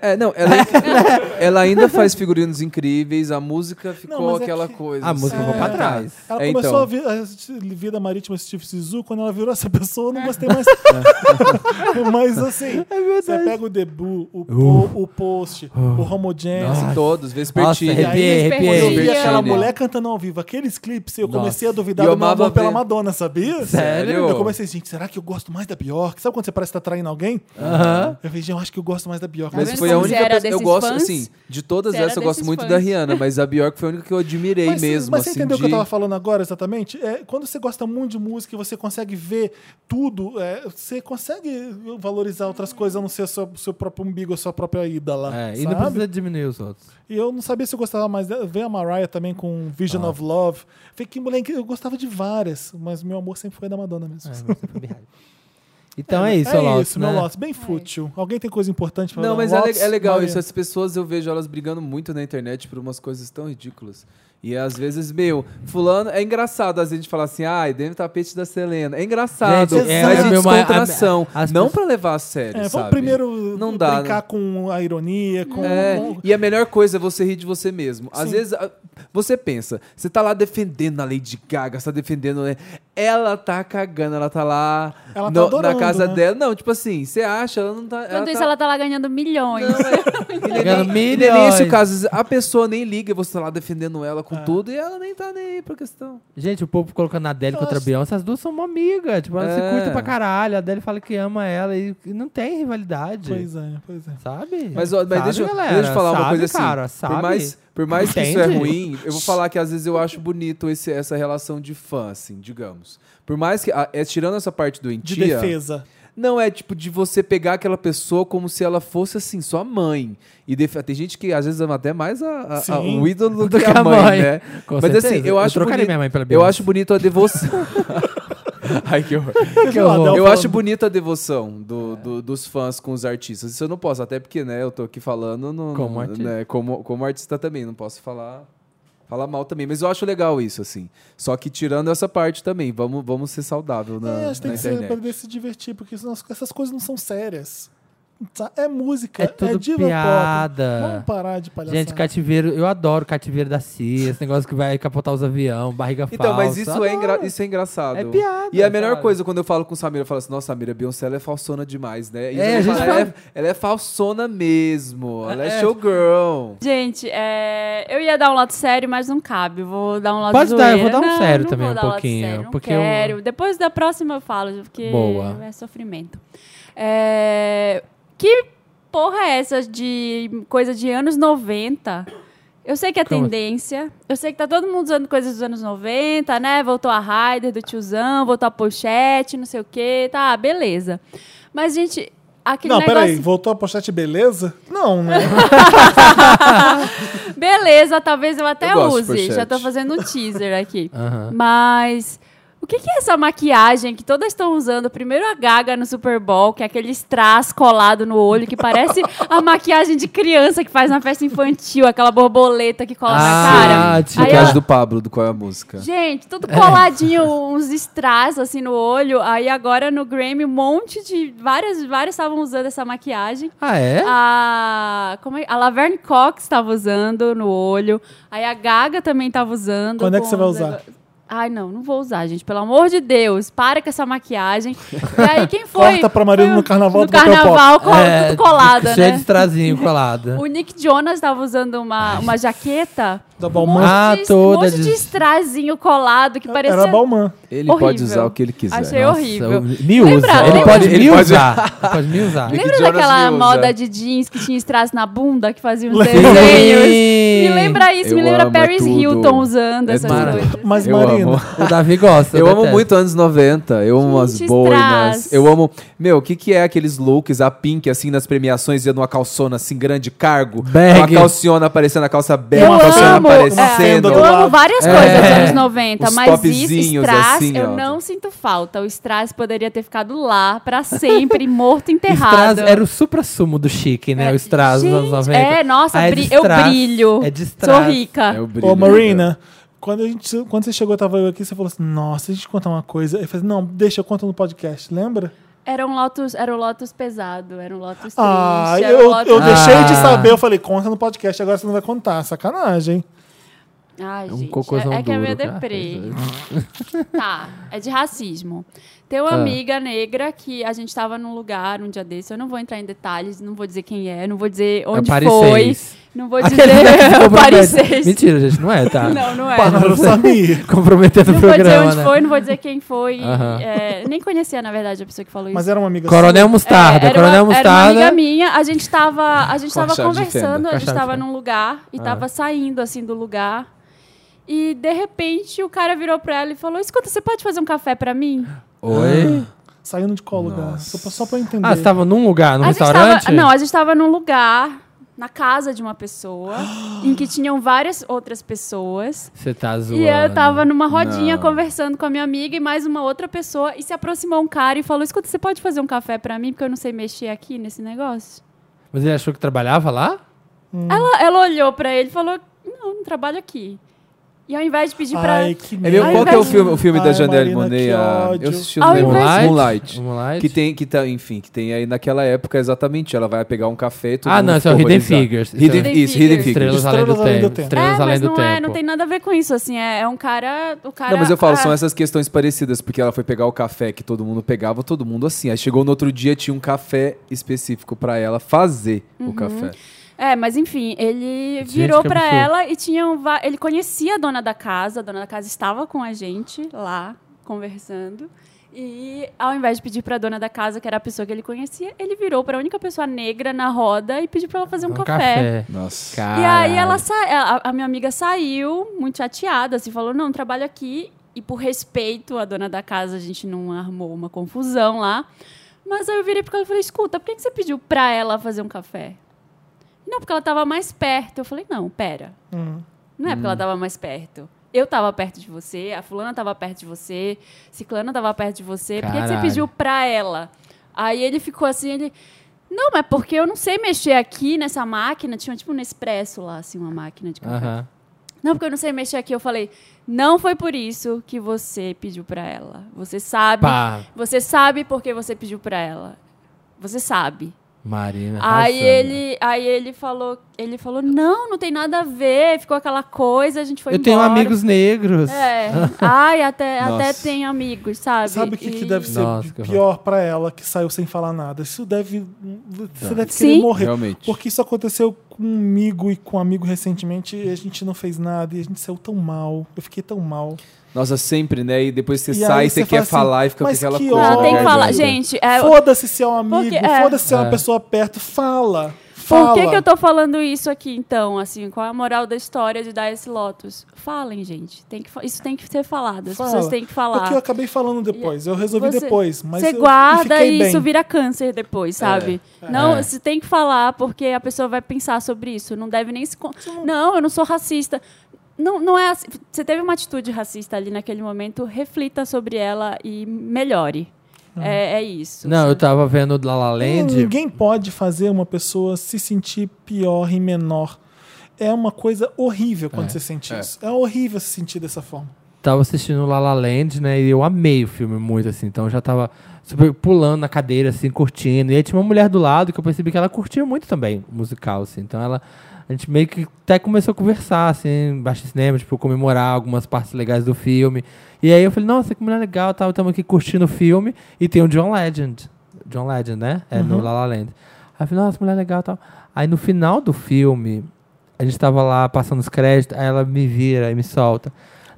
[SPEAKER 4] É, não, ela, ela ainda faz figurinos incríveis, a música ficou
[SPEAKER 1] Não, mas é
[SPEAKER 4] aquela
[SPEAKER 1] que-
[SPEAKER 4] coisa.
[SPEAKER 3] A música ficou pra
[SPEAKER 4] É.
[SPEAKER 3] trás.
[SPEAKER 1] Ela
[SPEAKER 4] É,
[SPEAKER 1] começou
[SPEAKER 4] então.
[SPEAKER 1] a, vi a se- vida marítima Steve Sisu, quando ela virou essa pessoa, eu não gostei mais. Mas
[SPEAKER 3] É
[SPEAKER 1] assim, você pega o debut, o, po- o post, o homogeneous,
[SPEAKER 4] Nossa, todos,
[SPEAKER 3] Uh. Nossa,
[SPEAKER 1] é
[SPEAKER 4] Vespertini.
[SPEAKER 3] arrepiei,
[SPEAKER 1] Quando eu
[SPEAKER 2] Vespertini.
[SPEAKER 1] vi
[SPEAKER 3] arrepiei.
[SPEAKER 4] Vespertini.
[SPEAKER 1] aquela mulher cantando ao vivo, aqueles clipes, eu comecei a duvidar
[SPEAKER 4] E eu
[SPEAKER 1] do meu
[SPEAKER 4] amava
[SPEAKER 1] amor pela
[SPEAKER 4] ver.
[SPEAKER 1] Madonna, sabia?
[SPEAKER 4] Sério?
[SPEAKER 1] Eu comecei, gente, será que eu gosto mais da Bjork? Sabe quando você parece que tá traindo alguém? Eu falei, gente, eu acho que eu gosto mais da Bjork.
[SPEAKER 4] Mas
[SPEAKER 2] vendo
[SPEAKER 4] foi a
[SPEAKER 2] como você
[SPEAKER 4] única
[SPEAKER 2] era
[SPEAKER 4] pessoa. Eu
[SPEAKER 2] desses
[SPEAKER 4] gosto,
[SPEAKER 2] fãs?
[SPEAKER 4] assim, de todas
[SPEAKER 2] Você era
[SPEAKER 4] essas, eu gosto
[SPEAKER 2] desses
[SPEAKER 4] muito
[SPEAKER 2] fãs.
[SPEAKER 4] da Rihanna, mas a Bjork foi a única que eu admirei
[SPEAKER 1] Mas,
[SPEAKER 4] mesmo.
[SPEAKER 1] mas você
[SPEAKER 4] assim,
[SPEAKER 1] entendeu o que eu
[SPEAKER 4] de-
[SPEAKER 1] tava falando agora, exatamente? É, quando você gosta muito de música e você consegue ver tudo, é, você consegue valorizar outras coisas, a não ser seu, seu próprio umbigo, a sua própria ida lá.
[SPEAKER 3] É,
[SPEAKER 1] sabe?
[SPEAKER 3] e não precisa diminuir os outros.
[SPEAKER 1] E eu não sabia se eu gostava mais dela. Veio a Mariah também com
[SPEAKER 4] Ah.
[SPEAKER 1] Vision of Love. Falei, que mulher incrível. Eu gostava de várias, mas meu amor sempre foi da Madonna
[SPEAKER 4] É,
[SPEAKER 1] mesmo.
[SPEAKER 3] Então é, isso, é Lotus,
[SPEAKER 1] isso,
[SPEAKER 3] né?
[SPEAKER 1] meu Lotus. Bem fútil. Alguém tem coisa importante pra
[SPEAKER 4] Não,
[SPEAKER 1] dar um
[SPEAKER 4] mas é, le-
[SPEAKER 1] Lotus?
[SPEAKER 4] é legal
[SPEAKER 1] Maria.
[SPEAKER 4] isso. As pessoas, eu vejo elas brigando muito na internet por umas coisas tão ridículas. E às vezes, meu, fulano... É engraçado às vezes a gente falar assim, ai, dentro do tapete da Selena. É engraçado,
[SPEAKER 1] Gente, é
[SPEAKER 4] mas
[SPEAKER 1] o
[SPEAKER 4] de
[SPEAKER 1] meu
[SPEAKER 3] maior-
[SPEAKER 4] descontração.
[SPEAKER 3] a- as
[SPEAKER 4] não
[SPEAKER 3] pessoas-
[SPEAKER 4] pra levar a sério,
[SPEAKER 1] É, vamos
[SPEAKER 4] sabe?
[SPEAKER 1] primeiro
[SPEAKER 4] Não dá, né?
[SPEAKER 1] brincar com a ironia, com...
[SPEAKER 4] É,
[SPEAKER 1] com-
[SPEAKER 4] e a melhor coisa é você rir de você mesmo.
[SPEAKER 1] Sim.
[SPEAKER 4] Às vezes, a- você pensa, você tá lá defendendo a Lady Gaga, você tá defendendo. né? Ela tá cagando, ela tá lá
[SPEAKER 1] Ela tá
[SPEAKER 4] no-
[SPEAKER 1] adorando,
[SPEAKER 4] na casa
[SPEAKER 1] né?
[SPEAKER 4] dela. Não, tipo assim, você acha, ela não tá.
[SPEAKER 2] Enquanto isso, ela tá lá ganhando milhões.
[SPEAKER 1] é
[SPEAKER 3] Ganhando
[SPEAKER 4] E nem é
[SPEAKER 3] milhões.
[SPEAKER 4] esse o caso, a pessoa nem liga, você tá lá defendendo ela com tudo e ela nem tá nem aí pra questão.
[SPEAKER 3] Gente, o povo colocando a Adele contra a
[SPEAKER 1] Nossa.
[SPEAKER 3] Beyoncé, as duas são uma amiga. Tipo, elas
[SPEAKER 4] É.
[SPEAKER 3] se curtem pra caralho. A Adele fala que ama ela e e não tem rivalidade.
[SPEAKER 1] Pois é, pois é.
[SPEAKER 3] Sabe?
[SPEAKER 4] Mas, ó, mas
[SPEAKER 3] Sabe,
[SPEAKER 4] deixa, eu-
[SPEAKER 3] galera?
[SPEAKER 4] deixa eu falar uma
[SPEAKER 3] Sabe,
[SPEAKER 4] coisa assim.
[SPEAKER 3] Cara, sabe?
[SPEAKER 4] Por mais, por mais que isso é
[SPEAKER 3] Entende?
[SPEAKER 4] ruim, eu vou falar que às vezes eu acho bonito esse- essa relação de fã, assim, digamos. Por mais que. a- é, tirando essa parte
[SPEAKER 1] De
[SPEAKER 4] doentia.
[SPEAKER 1] defesa.
[SPEAKER 4] Não, é tipo de você pegar aquela pessoa como se ela fosse assim, sua mãe. E def- tem gente que às vezes ama até mais a, a- a-
[SPEAKER 1] Sim.
[SPEAKER 4] o ídolo do que a mãe, né?
[SPEAKER 3] Com
[SPEAKER 4] Mas
[SPEAKER 3] certeza.
[SPEAKER 4] assim, eu acho
[SPEAKER 3] trocaria
[SPEAKER 4] bonito.
[SPEAKER 3] minha mãe pela
[SPEAKER 4] Eu
[SPEAKER 3] Beyoncé.
[SPEAKER 4] acho bonito a devoção. Ai, que horror.
[SPEAKER 1] Você viu a
[SPEAKER 3] horror.
[SPEAKER 1] Adele
[SPEAKER 4] Eu
[SPEAKER 1] falando-
[SPEAKER 4] acho bonita a devoção do- do- dos fãs com os artistas. Isso eu não posso, até porque, né, eu tô aqui falando no-
[SPEAKER 3] Como artista.
[SPEAKER 4] né, como, como artista também, não posso falar falar mal também. Mas eu acho legal isso, assim. Só que tirando essa parte também, vamos, vamos ser saudável na,
[SPEAKER 1] É, acho que tem
[SPEAKER 4] na
[SPEAKER 1] que ser
[SPEAKER 4] internet.
[SPEAKER 1] pra se divertir, porque senão essas coisas não são sérias. sa- É música,
[SPEAKER 3] É tudo
[SPEAKER 1] diva
[SPEAKER 3] piada.
[SPEAKER 1] pop. Vamos parar de palhaçada.
[SPEAKER 3] Gente, cativeiro, eu adoro cativeiro da CIA, esse negócio que vai capotar os avião, barriga
[SPEAKER 4] Então,
[SPEAKER 3] falsa.
[SPEAKER 4] mas isso é, engra- isso é engraçado.
[SPEAKER 3] É piada,
[SPEAKER 4] E a melhor
[SPEAKER 3] sabe?
[SPEAKER 4] coisa, quando eu falo com o Samira, eu falo assim, nossa, Samira, Beyoncé, ela é falsona demais, né? E
[SPEAKER 3] É,
[SPEAKER 4] ela
[SPEAKER 3] a gente
[SPEAKER 4] fala,
[SPEAKER 3] fala-
[SPEAKER 4] ela, é, ela é falsona mesmo, ela é, showgirl.
[SPEAKER 2] Gente, é, eu ia dar um lado sério, mas não cabe. Vou dar um lado
[SPEAKER 3] Pode dar, eu
[SPEAKER 2] zoeira.
[SPEAKER 3] vou dar um
[SPEAKER 2] Não,
[SPEAKER 3] sério
[SPEAKER 2] não
[SPEAKER 3] também,
[SPEAKER 2] vou
[SPEAKER 3] um
[SPEAKER 2] dar lado
[SPEAKER 3] pouquinho,
[SPEAKER 2] sério, não
[SPEAKER 3] porque eu-
[SPEAKER 2] quero. Depois da próxima eu falo, porque
[SPEAKER 3] Boa.
[SPEAKER 2] é sofrimento. É, que porra é essa de coisa de anos 90? Eu sei que é
[SPEAKER 3] Como? assim?
[SPEAKER 2] tendência. Eu sei que tá todo mundo usando coisas dos anos 90, né? Voltou a Raider do tiozão, voltou a pochete, não sei o quê. Tá, beleza. Mas, gente, aquele
[SPEAKER 1] Não,
[SPEAKER 2] negócio...
[SPEAKER 1] peraí, voltou a pochete beleza? Não, né?
[SPEAKER 2] Beleza, talvez eu até
[SPEAKER 4] Eu gosto de
[SPEAKER 2] use.
[SPEAKER 4] pochete.
[SPEAKER 2] Já tô fazendo um teaser aqui.
[SPEAKER 3] Aham.
[SPEAKER 2] Mas. O que, que é essa maquiagem que todas estão usando? Primeiro a Gaga no Super Bowl, que é aquele strass colado no olho, que parece a maquiagem de criança que faz na festa infantil, aquela borboleta que cola
[SPEAKER 3] Ah,
[SPEAKER 2] na cara.
[SPEAKER 3] sim.
[SPEAKER 2] Aí
[SPEAKER 4] No
[SPEAKER 2] ela-
[SPEAKER 4] caso do É. Pablo, do qual é a música?
[SPEAKER 2] Gente, tudo coladinho, uns strass assim no olho. Aí agora no Grammy, um monte de. Várias, várias estavam usando essa maquiagem.
[SPEAKER 3] Ah, é?
[SPEAKER 2] A, como é? a Laverne Cox estava usando no olho. Aí a Gaga também estava usando.
[SPEAKER 1] Quando é que
[SPEAKER 2] com
[SPEAKER 1] você vai
[SPEAKER 2] os
[SPEAKER 1] usar?
[SPEAKER 2] nego- Ai, não, não vou usar, gente. Pelo amor de Deus, para com essa maquiagem. E aí, quem foi?
[SPEAKER 1] Corta pra Marina
[SPEAKER 2] Foi
[SPEAKER 1] no carnaval
[SPEAKER 2] No
[SPEAKER 1] do papel
[SPEAKER 2] carnaval, com
[SPEAKER 3] É,
[SPEAKER 2] tudo colado,
[SPEAKER 3] Cheio
[SPEAKER 2] né?
[SPEAKER 3] de trazinho colada.
[SPEAKER 2] O Nick Jonas estava usando uma, uma jaqueta.
[SPEAKER 1] Da
[SPEAKER 2] Um
[SPEAKER 1] Balmain.
[SPEAKER 2] monte,
[SPEAKER 3] Ah,
[SPEAKER 2] de, um
[SPEAKER 3] toda
[SPEAKER 2] monte de
[SPEAKER 3] des-
[SPEAKER 2] estrazinho colado que parecia.
[SPEAKER 1] Era Balmain.
[SPEAKER 4] Ele
[SPEAKER 2] Horrível.
[SPEAKER 4] pode usar o que ele quiser.
[SPEAKER 2] Achei
[SPEAKER 3] Nossa,
[SPEAKER 2] horrível.
[SPEAKER 3] o- Me usa.
[SPEAKER 2] Lembra-
[SPEAKER 3] ele
[SPEAKER 2] lembra-
[SPEAKER 3] pode
[SPEAKER 4] Ele
[SPEAKER 3] me
[SPEAKER 4] pode-
[SPEAKER 3] usar. Ele pode me usar.
[SPEAKER 4] Nick
[SPEAKER 2] Lembra
[SPEAKER 4] Jonas é.
[SPEAKER 2] daquela
[SPEAKER 4] me usa.
[SPEAKER 2] moda de jeans que tinha strass na bunda, que fazia uns
[SPEAKER 1] Lembro.
[SPEAKER 2] desenhos? Me lembra isso,
[SPEAKER 4] Eu
[SPEAKER 2] me lembra
[SPEAKER 4] amo, é
[SPEAKER 2] Paris
[SPEAKER 4] tudo.
[SPEAKER 2] Hilton usando
[SPEAKER 4] É
[SPEAKER 2] essas
[SPEAKER 4] tudo.
[SPEAKER 2] coisas.
[SPEAKER 1] Mas,
[SPEAKER 4] Eu
[SPEAKER 1] Marina,
[SPEAKER 4] amo.
[SPEAKER 3] O Davi gosta.
[SPEAKER 4] Eu amo
[SPEAKER 3] detesto.
[SPEAKER 4] muito anos 90. Eu amo as
[SPEAKER 2] Gente,
[SPEAKER 4] boinas.
[SPEAKER 2] strass.
[SPEAKER 4] Eu amo. Meu, o que, que é aqueles looks, a pink, assim, nas premiações, ia numa calçona, assim, grande cargo?
[SPEAKER 3] Bag.
[SPEAKER 4] Uma calciona aparecendo, a calça bag,
[SPEAKER 2] Eu
[SPEAKER 4] uma calciona
[SPEAKER 2] amo, é,
[SPEAKER 4] aparecendo.
[SPEAKER 2] eu amo várias
[SPEAKER 3] É.
[SPEAKER 2] coisas dos anos 90,
[SPEAKER 4] Os
[SPEAKER 2] mas isso,
[SPEAKER 4] topzinhos,
[SPEAKER 2] strass,
[SPEAKER 4] assim,
[SPEAKER 2] eu
[SPEAKER 4] ó.
[SPEAKER 2] não sinto falta. O strass poderia ter ficado lá pra sempre, morto, enterrado.
[SPEAKER 3] Strass era o supra-sumo do chique, né?
[SPEAKER 2] Tá É,
[SPEAKER 3] o Strass dos anos
[SPEAKER 2] gente,
[SPEAKER 3] 90.
[SPEAKER 2] é, nossa,
[SPEAKER 3] Ah,
[SPEAKER 2] bri-
[SPEAKER 3] de
[SPEAKER 2] eu
[SPEAKER 3] strass,
[SPEAKER 2] brilho.
[SPEAKER 3] É de Strass.
[SPEAKER 2] Sou rica.
[SPEAKER 4] Eu brilho.
[SPEAKER 1] Ô, Marina, quando, a gente, quando você chegou, eu tava eu aqui, você falou assim, nossa, deixa eu te contar uma coisa. Eu falei, não, deixa, eu conto no podcast, lembra?
[SPEAKER 2] Era um Lotus, era um Lotus pesado, era um Lotus triste,
[SPEAKER 1] Ah,
[SPEAKER 4] é
[SPEAKER 2] era um
[SPEAKER 1] eu,
[SPEAKER 2] Lotus...
[SPEAKER 1] eu deixei de
[SPEAKER 3] Ah.
[SPEAKER 1] saber, eu falei, conta no podcast, agora você não vai contar, sacanagem.
[SPEAKER 2] Ai,
[SPEAKER 3] um
[SPEAKER 2] gente,
[SPEAKER 3] cocôzão
[SPEAKER 2] é, é que é
[SPEAKER 3] duro,
[SPEAKER 2] meio
[SPEAKER 3] cara.
[SPEAKER 2] deprê. tá, é de racismo. Tem uma
[SPEAKER 3] Ah.
[SPEAKER 2] amiga negra que a gente tava num lugar um dia desse, eu não vou entrar em detalhes, não vou dizer quem é, não vou dizer onde
[SPEAKER 3] Paris
[SPEAKER 2] foi,
[SPEAKER 3] 6.
[SPEAKER 2] não vou
[SPEAKER 3] Aquele
[SPEAKER 2] dizer
[SPEAKER 3] que ficou
[SPEAKER 2] Paris
[SPEAKER 3] prometendo.
[SPEAKER 2] 6.
[SPEAKER 3] Mentira, gente, não é, tá?
[SPEAKER 2] Não, não é.
[SPEAKER 1] Para o Samir.
[SPEAKER 3] Comprometendo
[SPEAKER 2] Não
[SPEAKER 3] o
[SPEAKER 2] vou dizer
[SPEAKER 3] programa,
[SPEAKER 2] onde
[SPEAKER 3] né?
[SPEAKER 2] foi, não vou dizer quem foi.
[SPEAKER 3] Aham.
[SPEAKER 2] é, nem conhecia, na verdade, a pessoa que falou isso.
[SPEAKER 1] Mas era uma amiga
[SPEAKER 3] Coronel Mostarda,
[SPEAKER 2] É, era,
[SPEAKER 3] Coronel
[SPEAKER 2] uma, era uma
[SPEAKER 3] Mostarda.
[SPEAKER 2] amiga minha, a gente tava, a gente
[SPEAKER 4] Com a
[SPEAKER 2] tava
[SPEAKER 4] chave de
[SPEAKER 2] conversando,
[SPEAKER 4] fenda.
[SPEAKER 2] a
[SPEAKER 3] Com a
[SPEAKER 2] gente
[SPEAKER 3] chave de
[SPEAKER 2] tava
[SPEAKER 3] fenda.
[SPEAKER 2] num lugar e
[SPEAKER 3] Ah.
[SPEAKER 2] tava saindo assim do lugar. E de repente o cara virou pra ela e falou: Escuta, você pode fazer um café pra mim?
[SPEAKER 3] Oi?
[SPEAKER 1] sua, saindo de qual lugar? Só pra, só pra eu entender.
[SPEAKER 3] Ah, você tava num lugar, num
[SPEAKER 2] a gente
[SPEAKER 3] restaurante?
[SPEAKER 2] tava, não, a gente tava num lugar, na casa de uma pessoa, em que tinham várias outras pessoas.
[SPEAKER 3] Você tá zoando.
[SPEAKER 2] E eu tava numa rodinha
[SPEAKER 4] Não.
[SPEAKER 2] conversando com a minha amiga e mais uma outra pessoa. E se aproximou um cara e falou: Escuta, você pode fazer um café pra mim? Porque eu não sei mexer aqui nesse negócio.
[SPEAKER 3] Mas ele achou que trabalhava lá?
[SPEAKER 2] Ela, ela olhou pra ele e falou: Não, não trabalho aqui. E ao invés de pedir pra.
[SPEAKER 1] Ai, que
[SPEAKER 4] É meu,
[SPEAKER 2] Ai,
[SPEAKER 4] qual que é o
[SPEAKER 2] Marina.
[SPEAKER 4] filme, o filme da
[SPEAKER 1] Ai,
[SPEAKER 4] Janelle
[SPEAKER 1] Marina,
[SPEAKER 4] Monáe?
[SPEAKER 1] que
[SPEAKER 4] a-
[SPEAKER 1] ódio.
[SPEAKER 4] Eu assisti o
[SPEAKER 2] Ao
[SPEAKER 4] Moonlight.
[SPEAKER 2] invés de-
[SPEAKER 4] Moonlight.
[SPEAKER 3] Moonlight.
[SPEAKER 4] Que tem, que tá, enfim, que tem aí naquela época exatamente. Ela vai pegar um café e todo
[SPEAKER 3] Ah,
[SPEAKER 4] mundo
[SPEAKER 3] não, esse é o
[SPEAKER 4] fica
[SPEAKER 3] Hidden
[SPEAKER 4] horrorizado.
[SPEAKER 3] Figures.
[SPEAKER 4] Hidden-
[SPEAKER 2] Hidden
[SPEAKER 4] isso, Hidden
[SPEAKER 2] Figures.
[SPEAKER 4] Figures.
[SPEAKER 3] Estrelas além do tempo. Estrelas
[SPEAKER 2] É,
[SPEAKER 3] além
[SPEAKER 2] mas
[SPEAKER 3] do
[SPEAKER 2] não é, não
[SPEAKER 3] tempo.
[SPEAKER 2] tem nada a ver com isso, assim. É, é um cara. O cara
[SPEAKER 4] Não, mas eu falo,
[SPEAKER 2] ah,
[SPEAKER 4] são essas questões parecidas, porque ela foi pegar o café que todo mundo pegava, todo mundo assim. Aí chegou no outro dia, tinha um café específico pra ela fazer
[SPEAKER 2] Uhum.
[SPEAKER 4] o café.
[SPEAKER 2] É, mas enfim, ele
[SPEAKER 3] Gente,
[SPEAKER 2] virou
[SPEAKER 3] que
[SPEAKER 2] pra
[SPEAKER 3] absurdo.
[SPEAKER 2] ela e tinha um va- ele conhecia a dona da casa, a dona da casa estava com a gente lá conversando. E ao invés de pedir pra dona da casa, que era a pessoa que ele conhecia, ele virou pra única pessoa negra na roda e pediu pra ela fazer um,
[SPEAKER 4] Nossa.
[SPEAKER 2] E aí ela
[SPEAKER 3] Caralho.
[SPEAKER 2] sa- a, a minha amiga saiu muito chateada, assim, falou, não, trabalho aqui. E por respeito à dona da casa, a gente não armou uma confusão lá. Mas aí eu virei pra ela e falei, escuta, por que, que você pediu pra ela fazer um café? Não, porque ela tava mais perto. Eu falei, não, pera. Não é porque ela tava mais perto. Eu tava perto de você, a fulana tava perto de você, ciclana tava perto de você. Por que que você
[SPEAKER 3] Caralho.
[SPEAKER 2] pediu pra ela? Aí ele ficou assim, ele... Não, mas porque eu não sei mexer aqui nessa máquina. Tinha tipo um Nespresso lá, assim, uma máquina de café.
[SPEAKER 3] Aham.
[SPEAKER 2] Não, porque eu não sei mexer aqui. Eu falei, não foi por isso que você pediu pra ela. Você sabe.
[SPEAKER 3] Pá.
[SPEAKER 2] Você sabe por que você pediu pra ela. Você sabe.
[SPEAKER 3] Marina.
[SPEAKER 2] Aí
[SPEAKER 3] arrasando.
[SPEAKER 2] ele, aí ele falou, ele falou, não, não tem nada a ver, ficou aquela coisa, a gente foi
[SPEAKER 3] Eu
[SPEAKER 2] embora.
[SPEAKER 3] tenho amigos negros.
[SPEAKER 2] É. Ai, até, até
[SPEAKER 4] Nossa.
[SPEAKER 2] tem amigos, sabe?
[SPEAKER 1] Sabe o que, que
[SPEAKER 2] E-
[SPEAKER 1] deve ser
[SPEAKER 3] Nossa, que
[SPEAKER 1] pior pra ela que saiu sem falar nada? Isso deve. Você deve
[SPEAKER 2] Sim.
[SPEAKER 1] querer morrer.
[SPEAKER 4] Realmente.
[SPEAKER 1] Porque isso aconteceu comigo e com um amigo recentemente e a gente não fez nada e a gente saiu tão mal. Eu fiquei tão mal.
[SPEAKER 4] Nossa, sempre, né? E depois você
[SPEAKER 1] E aí
[SPEAKER 4] sai, você
[SPEAKER 1] você fala
[SPEAKER 4] quer
[SPEAKER 1] assim,
[SPEAKER 4] falar e fica com
[SPEAKER 1] mas
[SPEAKER 4] aquela
[SPEAKER 1] que
[SPEAKER 4] coisa. né,
[SPEAKER 2] Não,
[SPEAKER 4] na
[SPEAKER 2] tem que falar,
[SPEAKER 3] né?
[SPEAKER 4] garganta.
[SPEAKER 2] gente, é,
[SPEAKER 1] Foda-se se é um amigo,
[SPEAKER 2] Porque- é.
[SPEAKER 1] foda-se se é uma
[SPEAKER 3] É.
[SPEAKER 1] pessoa perto. Fala! Fala!
[SPEAKER 2] Por que, que eu tô falando isso aqui, então? Assim, qual é a moral da história de dar esse Lotus? Falem, gente. Tem que, fa- isso tem que ser falado. As
[SPEAKER 1] Fala.
[SPEAKER 2] pessoas têm que falar.
[SPEAKER 1] Porque eu acabei falando depois. Eu resolvi
[SPEAKER 2] Você-
[SPEAKER 1] depois. Mas
[SPEAKER 2] você
[SPEAKER 1] eu-
[SPEAKER 2] guarda
[SPEAKER 1] fiquei
[SPEAKER 2] e
[SPEAKER 1] bem.
[SPEAKER 2] isso vira câncer depois, sabe? Não,
[SPEAKER 3] É.
[SPEAKER 2] você tem que falar porque a pessoa vai pensar sobre isso. Não deve nem se. con- Não, eu não sou racista. Não, não é assim. Você teve uma atitude racista ali naquele momento, reflita sobre ela e melhore.
[SPEAKER 1] Hum.
[SPEAKER 2] É, é isso.
[SPEAKER 3] Não, eu tava vendo La La Land.
[SPEAKER 1] Ninguém pode fazer uma pessoa se sentir pior e menor. É uma coisa horrível quando você sente isso. É horrível se sentir dessa forma.
[SPEAKER 3] Tava assistindo La La Land, né? E eu amei o filme muito, assim. Então eu já tava super pulando na cadeira, assim, curtindo. E aí tinha uma mulher do lado que eu percebi que ela curtia muito também o musical, assim. Então ela. A gente meio que até começou a conversar, assim, baixo cinema, tipo, comemorar algumas partes legais do filme. E aí eu falei, nossa, que mulher legal, tal, estamos aqui curtindo o filme. E tem o John Legend. John Legend, né? É, no La La Land. Aí eu falei, nossa, mulher legal, tal. Aí no final do filme, a gente tava lá passando os créditos, aí ela me vira e me solta.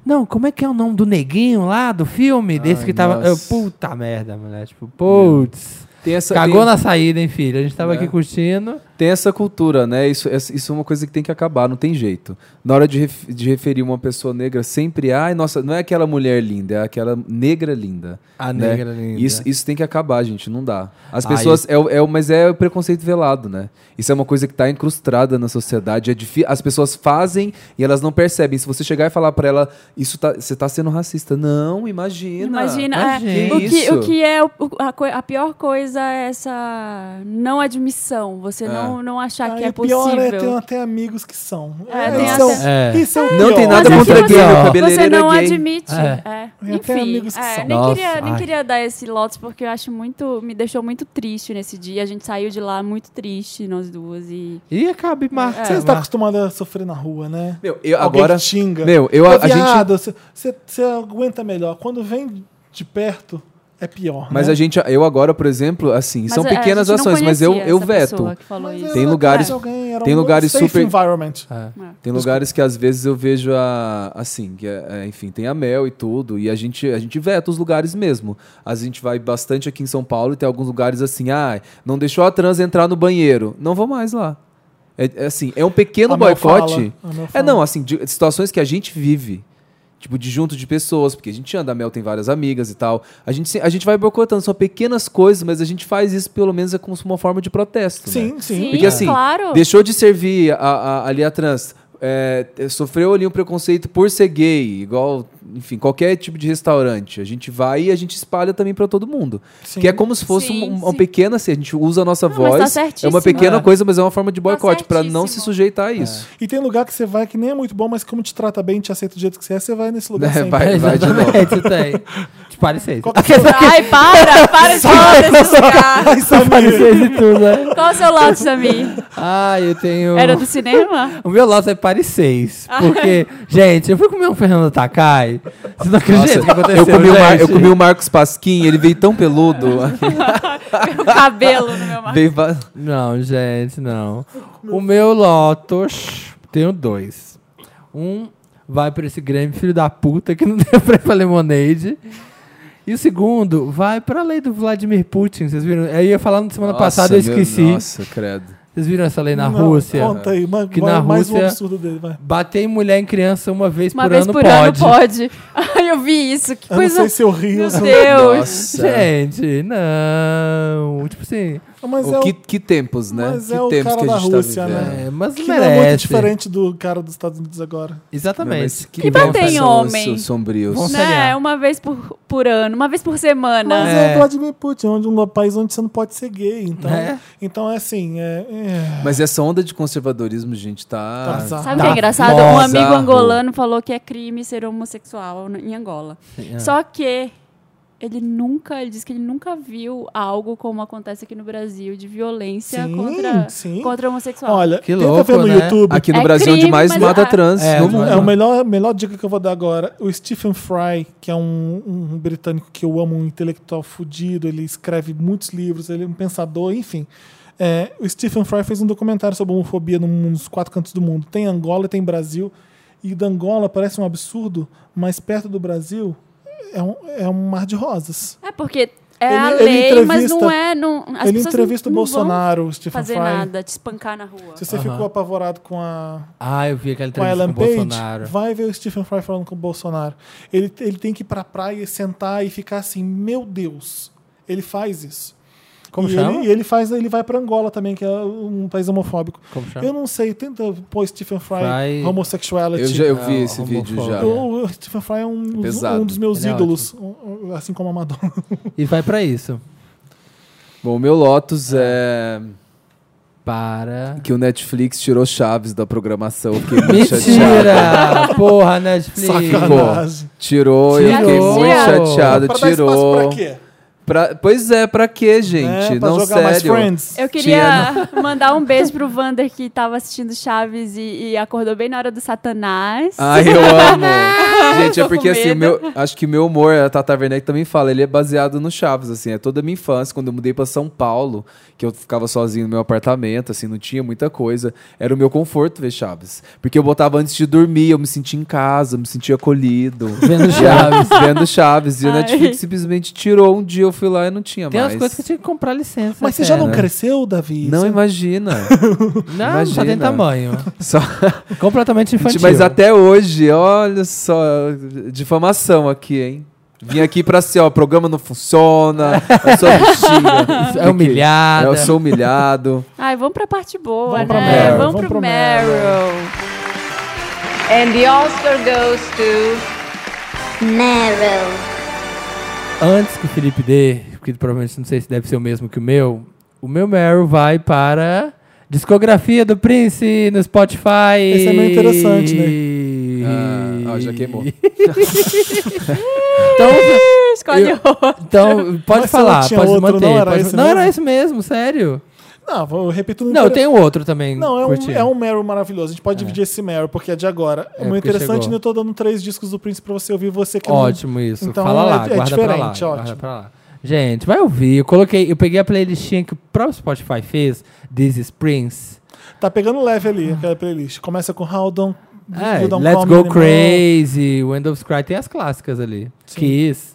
[SPEAKER 3] Não, como é que é o nome do neguinho lá do filme? Desse
[SPEAKER 4] Ai,
[SPEAKER 3] que tava. Eu,
[SPEAKER 4] nossa.
[SPEAKER 3] puta merda, mulher. Tipo, putz.
[SPEAKER 4] Tem essa,
[SPEAKER 3] Cagou
[SPEAKER 4] tem,
[SPEAKER 3] na saída, hein, filho? A gente tava
[SPEAKER 4] É.
[SPEAKER 3] aqui curtindo.
[SPEAKER 4] tem essa cultura, né? Isso, essa- isso é uma coisa que tem que acabar, não tem jeito. Na hora de, ref- de referir uma pessoa negra, sempre, ai, nossa, não é aquela mulher linda, é aquela negra linda.
[SPEAKER 3] A
[SPEAKER 4] né?
[SPEAKER 3] negra linda. Ah,
[SPEAKER 4] Isso, isso tem que acabar, gente, não dá. As
[SPEAKER 3] Ai.
[SPEAKER 4] pessoas. É, o- é, o- mas é o preconceito velado, né? Isso é uma coisa que tá incrustada na sociedade. É difí- as pessoas fazem e elas não percebem. Se você chegar e falar pra ela, isso tá, você tá sendo racista. Não, imagina.
[SPEAKER 2] Imagina,
[SPEAKER 3] Imagina.
[SPEAKER 2] é, o, que,
[SPEAKER 4] Isso.
[SPEAKER 2] o que é o- o- a, coi- a pior coisa é essa não admissão, você
[SPEAKER 4] É.
[SPEAKER 2] não, não achar que
[SPEAKER 1] Aí
[SPEAKER 2] é
[SPEAKER 1] o pior é
[SPEAKER 2] possível.
[SPEAKER 1] ter até amigos que são.
[SPEAKER 2] É,
[SPEAKER 1] isso,
[SPEAKER 2] tem
[SPEAKER 1] é, o-
[SPEAKER 3] até- É.
[SPEAKER 1] isso é o
[SPEAKER 4] Não
[SPEAKER 1] pior.
[SPEAKER 4] tem nada
[SPEAKER 2] Mas é
[SPEAKER 4] contra
[SPEAKER 2] que
[SPEAKER 4] gay,
[SPEAKER 3] você-
[SPEAKER 4] meu cabeleireiro
[SPEAKER 2] Você não
[SPEAKER 4] é gay.
[SPEAKER 2] admite.
[SPEAKER 3] É.
[SPEAKER 2] é.
[SPEAKER 1] Tem até
[SPEAKER 2] Enfim,
[SPEAKER 1] amigos que
[SPEAKER 2] é,
[SPEAKER 1] são.
[SPEAKER 2] nem,
[SPEAKER 3] Nossa,
[SPEAKER 2] queria, nem
[SPEAKER 3] ai.
[SPEAKER 2] queria dar esse lotus, porque eu acho muito. Me deixou muito triste nesse dia. A gente saiu de lá muito triste, nós duas. E.
[SPEAKER 3] E acaba e marca.
[SPEAKER 2] É,
[SPEAKER 1] Você está acostumado a sofrer na rua, né?
[SPEAKER 4] Meu, eu
[SPEAKER 1] Alguém
[SPEAKER 4] agora.
[SPEAKER 1] te xinga.
[SPEAKER 4] Meu, eu,
[SPEAKER 1] Ô,
[SPEAKER 4] a, a gente.
[SPEAKER 1] viado, você- Você você aguenta melhor. Quando vem de perto, é pior.
[SPEAKER 4] Mas
[SPEAKER 1] né?
[SPEAKER 4] a gente, eu agora, por exemplo, assim,
[SPEAKER 2] Mas,
[SPEAKER 4] são
[SPEAKER 2] é,
[SPEAKER 4] pequenas
[SPEAKER 2] a gente não
[SPEAKER 4] ações, mas eu,
[SPEAKER 2] conhecia
[SPEAKER 4] eu
[SPEAKER 2] essa
[SPEAKER 4] veto.
[SPEAKER 2] pessoa que falou
[SPEAKER 1] Mas
[SPEAKER 2] isso.
[SPEAKER 1] era
[SPEAKER 4] Tem
[SPEAKER 1] atrás
[SPEAKER 4] lugares-
[SPEAKER 1] de alguém, era
[SPEAKER 4] tem
[SPEAKER 1] um
[SPEAKER 4] lugares
[SPEAKER 1] safe
[SPEAKER 4] super- Ah,
[SPEAKER 1] environment.
[SPEAKER 4] Tem lugares que às vezes eu vejo a. Assim, que é- é, enfim, tem a Mel e tudo, e a gente, a gente veta os lugares mesmo. A gente vai bastante aqui em São Paulo e tem alguns lugares assim, ah, não deixou a trans entrar no banheiro. Não vou mais lá. É, é assim, é um pequeno
[SPEAKER 1] A Mel
[SPEAKER 4] boicote.
[SPEAKER 1] fala, a Mel
[SPEAKER 4] É
[SPEAKER 1] fala.
[SPEAKER 4] não, assim, de- situações que a gente vive. Tipo, de junto de pessoas, porque a gente anda, a Mel tem várias amigas e tal. A gente, se- a gente vai boicotando, são pequenas coisas, mas a gente faz isso pelo menos é como uma forma de protesto. né?
[SPEAKER 1] Sim, sim.
[SPEAKER 4] Porque assim,
[SPEAKER 2] claro.
[SPEAKER 4] deixou de servir a- a- ali a trans, é, é, sofreu ali um preconceito por ser gay, igual, enfim, qualquer tipo de restaurante. A gente vai e a gente espalha também pra todo mundo.
[SPEAKER 1] Sim.
[SPEAKER 4] Que é como se fosse
[SPEAKER 2] Sim,
[SPEAKER 4] um- uma
[SPEAKER 2] sim.
[SPEAKER 4] pequena, assim, a gente usa a nossa
[SPEAKER 2] Não, mas tá
[SPEAKER 4] voz. é
[SPEAKER 2] certíssimo.
[SPEAKER 4] uma pequena
[SPEAKER 3] É.
[SPEAKER 4] coisa, mas é uma forma de boicote pra não se
[SPEAKER 2] certíssimo.
[SPEAKER 4] sujeitar a isso.
[SPEAKER 1] E tem lugar que você vai que nem é muito bom, mas como te trata bem, te aceita do jeito que você é, você vai nesse lugar
[SPEAKER 4] Né?
[SPEAKER 1] sempre.
[SPEAKER 4] Vai- vai de novo.
[SPEAKER 3] Exatamente, tem. Te parecer.
[SPEAKER 1] Qual que é
[SPEAKER 2] Ai, para, para de falar desse lugar.
[SPEAKER 3] Só parecer e tudo, né?
[SPEAKER 2] Qual é o seu lotus, Samir?
[SPEAKER 3] Ah, eu tenho.
[SPEAKER 2] Era do cinema?
[SPEAKER 3] O meu lote é Paris 6. Porque, gente, eu fui comer um Fernando Takai. Vocês não acreditam o que aconteceu? né,
[SPEAKER 4] eu, comi o Mar-
[SPEAKER 3] gente?
[SPEAKER 4] eu comi o Marcos Pasquim, ele veio tão peludo.
[SPEAKER 2] O cabelo no meu marido.
[SPEAKER 4] veio va-
[SPEAKER 3] Não, gente, não. O meu Lotus, tenho dois. Um vai pra esse Grêmio filho da puta que não deu pra ir pra Lemonade. E o segundo vai pra lei do Vladimir Putin. Vocês viram? Eu ia falar na semana
[SPEAKER 4] Nossa,
[SPEAKER 3] passada, eu
[SPEAKER 4] meu-
[SPEAKER 3] esqueci.
[SPEAKER 4] Nossa, credo.
[SPEAKER 3] Vocês viram essa lei na
[SPEAKER 1] Não,
[SPEAKER 3] Rússia?
[SPEAKER 1] Conta aí, ma-
[SPEAKER 3] Que
[SPEAKER 1] vai-
[SPEAKER 3] na
[SPEAKER 1] mais um
[SPEAKER 3] Rússia-
[SPEAKER 1] absurdo dele, vai.
[SPEAKER 3] Bater em mulher em criança uma vez
[SPEAKER 2] Uma
[SPEAKER 3] por
[SPEAKER 2] vez
[SPEAKER 3] ano
[SPEAKER 2] por
[SPEAKER 3] pode.
[SPEAKER 2] ano pode. Ai, eu vi isso. Que
[SPEAKER 1] Eu
[SPEAKER 2] coisa.
[SPEAKER 1] não sei se eu rio
[SPEAKER 2] é. Meu
[SPEAKER 1] ou se eu-
[SPEAKER 2] Deus.
[SPEAKER 4] Nossa.
[SPEAKER 3] Gente, não. Tipo assim.
[SPEAKER 1] Mas
[SPEAKER 4] O
[SPEAKER 1] é
[SPEAKER 4] que,
[SPEAKER 1] o,
[SPEAKER 4] que tempos, né?
[SPEAKER 1] mas
[SPEAKER 4] que
[SPEAKER 1] é o
[SPEAKER 4] tempos
[SPEAKER 1] cara
[SPEAKER 4] que a
[SPEAKER 1] da
[SPEAKER 4] gente tá
[SPEAKER 1] Rússia,
[SPEAKER 4] vivendo.
[SPEAKER 1] né?
[SPEAKER 3] É, mas
[SPEAKER 1] que não
[SPEAKER 3] merece.
[SPEAKER 1] é muito diferente do cara dos Estados Unidos agora.
[SPEAKER 4] Não,
[SPEAKER 3] Exatamente.
[SPEAKER 4] mas
[SPEAKER 2] Que
[SPEAKER 4] bom né?
[SPEAKER 2] batem
[SPEAKER 4] que são
[SPEAKER 2] homem.
[SPEAKER 4] so- Sombrios.
[SPEAKER 3] Vamos-
[SPEAKER 2] Né? Uma vez por, por ano, uma vez por semana.
[SPEAKER 1] Mas é, o Vladimir Putin, onde um país onde você não pode ser gay. Então
[SPEAKER 3] É.
[SPEAKER 1] é, então é assim, é, é.
[SPEAKER 4] Mas essa onda de conservadorismo, gente, tá.
[SPEAKER 1] Tá bizarro.
[SPEAKER 2] Sabe o que é
[SPEAKER 3] Tá
[SPEAKER 2] engraçado? Um
[SPEAKER 4] bizarro.
[SPEAKER 2] é.
[SPEAKER 3] É.
[SPEAKER 2] amigo angolano falou que é crime ser homossexual no- em Angola. Só que Ele nunca, ele disse que ele nunca viu algo como acontece aqui no Brasil de violência
[SPEAKER 1] Sim,
[SPEAKER 2] contra,
[SPEAKER 1] sim.
[SPEAKER 2] contra homossexual.
[SPEAKER 1] Olha,
[SPEAKER 3] Que
[SPEAKER 1] tenta
[SPEAKER 3] louco,
[SPEAKER 1] ver no
[SPEAKER 3] né?
[SPEAKER 1] YouTube.
[SPEAKER 4] Aqui no
[SPEAKER 2] É
[SPEAKER 4] Brasil, onde
[SPEAKER 2] crime,
[SPEAKER 4] mais
[SPEAKER 2] mas-
[SPEAKER 4] mata
[SPEAKER 2] ah,
[SPEAKER 4] trans
[SPEAKER 3] é,
[SPEAKER 4] no
[SPEAKER 3] mas-
[SPEAKER 4] mundo.
[SPEAKER 1] É a melhor, melhor dica que eu vou dar agora. O Stephen Fry, que é um, um britânico que eu amo, um intelectual fudido, ele escreve muitos livros, ele é um pensador, enfim. É, o Stephen Fry fez um documentário sobre homofobia no- nos quatro cantos do mundo. Tem Angola e tem Brasil. E da Angola parece um absurdo, mas perto do Brasil é um, é um mar de rosas.
[SPEAKER 2] É porque é
[SPEAKER 1] Ele-
[SPEAKER 2] a
[SPEAKER 1] ele
[SPEAKER 2] lei, mas
[SPEAKER 1] entrevista-
[SPEAKER 2] não é. Não, as
[SPEAKER 1] ele
[SPEAKER 2] pessoas
[SPEAKER 1] entrevista
[SPEAKER 2] não,
[SPEAKER 1] o
[SPEAKER 2] não
[SPEAKER 1] Bolsonaro, o
[SPEAKER 2] vão
[SPEAKER 1] Stephen
[SPEAKER 2] fazer
[SPEAKER 1] Fry.
[SPEAKER 2] nada, te espancar na rua.
[SPEAKER 1] Se você
[SPEAKER 3] Aham.
[SPEAKER 1] ficou apavorado com a
[SPEAKER 3] Ah, eu vi aquela
[SPEAKER 1] com a
[SPEAKER 3] entrevista
[SPEAKER 1] Ellen
[SPEAKER 3] com o
[SPEAKER 1] Page,
[SPEAKER 3] Bolsonaro.
[SPEAKER 1] vai ver o Stephen Fry falando com o Bolsonaro. Ele, ele tem que ir pra praia e sentar e ficar assim, meu Deus. Ele faz isso.
[SPEAKER 3] Como
[SPEAKER 1] e
[SPEAKER 3] chama?
[SPEAKER 1] Ele, e ele faz, ele vai pra Angola também, que é um país homofóbico.
[SPEAKER 3] Como chama?
[SPEAKER 1] Eu não sei, tenta pôr Stephen Fry,
[SPEAKER 3] Fry-
[SPEAKER 1] homossexuality.
[SPEAKER 4] Eu, já, eu
[SPEAKER 3] Não,
[SPEAKER 4] vi esse vídeo
[SPEAKER 3] homofóbico.
[SPEAKER 4] já.
[SPEAKER 1] Eu- o Stephen Fry é um, dos-
[SPEAKER 4] Pesado.
[SPEAKER 1] um dos meus
[SPEAKER 3] Ele é
[SPEAKER 1] ídolos, um- assim como a Madonna.
[SPEAKER 3] E vai pra isso.
[SPEAKER 4] Bom, o meu Lotus é
[SPEAKER 3] Para.
[SPEAKER 4] que o Netflix tirou Chaves da programação. eu Fiquei muito chateado.
[SPEAKER 3] Mentira! Porra, Netflix!
[SPEAKER 1] Sacanagem.
[SPEAKER 4] Tirou, eu fiquei
[SPEAKER 3] Tirou.
[SPEAKER 4] muito chateado.
[SPEAKER 1] Pra dar espaço
[SPEAKER 4] tirou.
[SPEAKER 1] pra quê?
[SPEAKER 4] Pra- pois é, pra quê, gente?
[SPEAKER 1] É, pra
[SPEAKER 4] não
[SPEAKER 1] jogar mais
[SPEAKER 4] sério.
[SPEAKER 1] Friends.
[SPEAKER 2] Eu queria mandar um beijo pro Vander que tava assistindo Chaves e, e acordou bem na hora do Satanás.
[SPEAKER 4] Ai, eu amo. Gente, é
[SPEAKER 2] Tô
[SPEAKER 4] porque
[SPEAKER 2] com
[SPEAKER 4] assim, o
[SPEAKER 2] medo.
[SPEAKER 4] meu, acho que o meu humor, a Tata Werneck também fala, ele é baseado no Chaves, assim, é toda a minha infância, quando eu mudei pra São Paulo, que eu ficava sozinho no meu apartamento, assim, não tinha muita coisa, era o meu conforto ver Chaves, porque eu botava antes de dormir, eu me sentia em casa, eu me sentia acolhido.
[SPEAKER 3] Vendo Chaves.
[SPEAKER 4] Vendo Chaves, e o
[SPEAKER 2] Ai.
[SPEAKER 4] Netflix simplesmente tirou um dia, eu fui lá e não tinha
[SPEAKER 3] Tem
[SPEAKER 4] mais.
[SPEAKER 3] umas coisas que eu tinha que comprar licença.
[SPEAKER 1] Mas você já não
[SPEAKER 3] cara.
[SPEAKER 1] cresceu, Davi?
[SPEAKER 4] Não
[SPEAKER 1] Você-
[SPEAKER 4] imagina.
[SPEAKER 3] Não, só tem
[SPEAKER 4] Imagina.
[SPEAKER 3] tamanho.
[SPEAKER 4] Só...
[SPEAKER 3] Completamente infantil.
[SPEAKER 4] Mas até hoje, olha só, difamação aqui, hein? Vim aqui pra ser, ó, o programa não funciona, eu sou bexiga.
[SPEAKER 3] É humilhada.
[SPEAKER 4] Eu sou humilhado.
[SPEAKER 2] Ai, vamos pra parte boa,
[SPEAKER 1] Vamos pra
[SPEAKER 2] né?
[SPEAKER 1] Meryl,
[SPEAKER 2] Vamos,
[SPEAKER 1] vamos
[SPEAKER 2] pro,
[SPEAKER 1] pro
[SPEAKER 2] Meryl.
[SPEAKER 7] And the Oscar goes to.
[SPEAKER 8] Meryl.
[SPEAKER 3] Antes que o Felipe dê, porque provavelmente não sei se deve ser o mesmo que o meu, o meu Meryl vai para discografia do Prince no Spotify.
[SPEAKER 1] Esse é meio interessante, né?
[SPEAKER 3] né?
[SPEAKER 4] Ah, ah, já queimou.
[SPEAKER 3] então,
[SPEAKER 2] Escolhe
[SPEAKER 3] Eu-
[SPEAKER 2] outro.
[SPEAKER 3] então, pode
[SPEAKER 1] Mas você não
[SPEAKER 3] falar,
[SPEAKER 1] tinha
[SPEAKER 3] pode
[SPEAKER 1] outro,
[SPEAKER 3] manter.
[SPEAKER 1] não era
[SPEAKER 3] pode-
[SPEAKER 1] esse
[SPEAKER 3] não
[SPEAKER 1] mesmo?
[SPEAKER 3] era esse mesmo, sério.
[SPEAKER 1] Não, eu repito no
[SPEAKER 3] Não, eu tenho outro também.
[SPEAKER 1] Não, é um,
[SPEAKER 3] curtindo.
[SPEAKER 1] é um Meryl maravilhoso. A gente pode dividir esse Meryl, porque é de agora.
[SPEAKER 3] É,
[SPEAKER 1] o meu
[SPEAKER 3] porque
[SPEAKER 1] interessante,
[SPEAKER 3] chegou.
[SPEAKER 1] né, eu tô dando três discos do Príncipe pra você ouvir você que não-
[SPEAKER 3] Ótimo isso.
[SPEAKER 1] Então,
[SPEAKER 3] Fala
[SPEAKER 1] é-
[SPEAKER 3] lá,
[SPEAKER 1] é
[SPEAKER 3] guarda pra lá.
[SPEAKER 1] diferente,
[SPEAKER 3] Guarda
[SPEAKER 1] ótimo.
[SPEAKER 3] pra lá. Gente, vai ouvir. Eu coloquei, eu peguei a playlistinha que o próprio Spotify fez, This is Prince.
[SPEAKER 1] Tá pegando leve ali aquela playlist. Começa com How Don't,
[SPEAKER 3] É,
[SPEAKER 1] You Don't
[SPEAKER 3] Let's
[SPEAKER 1] Call Me
[SPEAKER 3] Go
[SPEAKER 1] Anymore.
[SPEAKER 3] Crazy, Windows Cry, tem as clássicas ali. Kiss.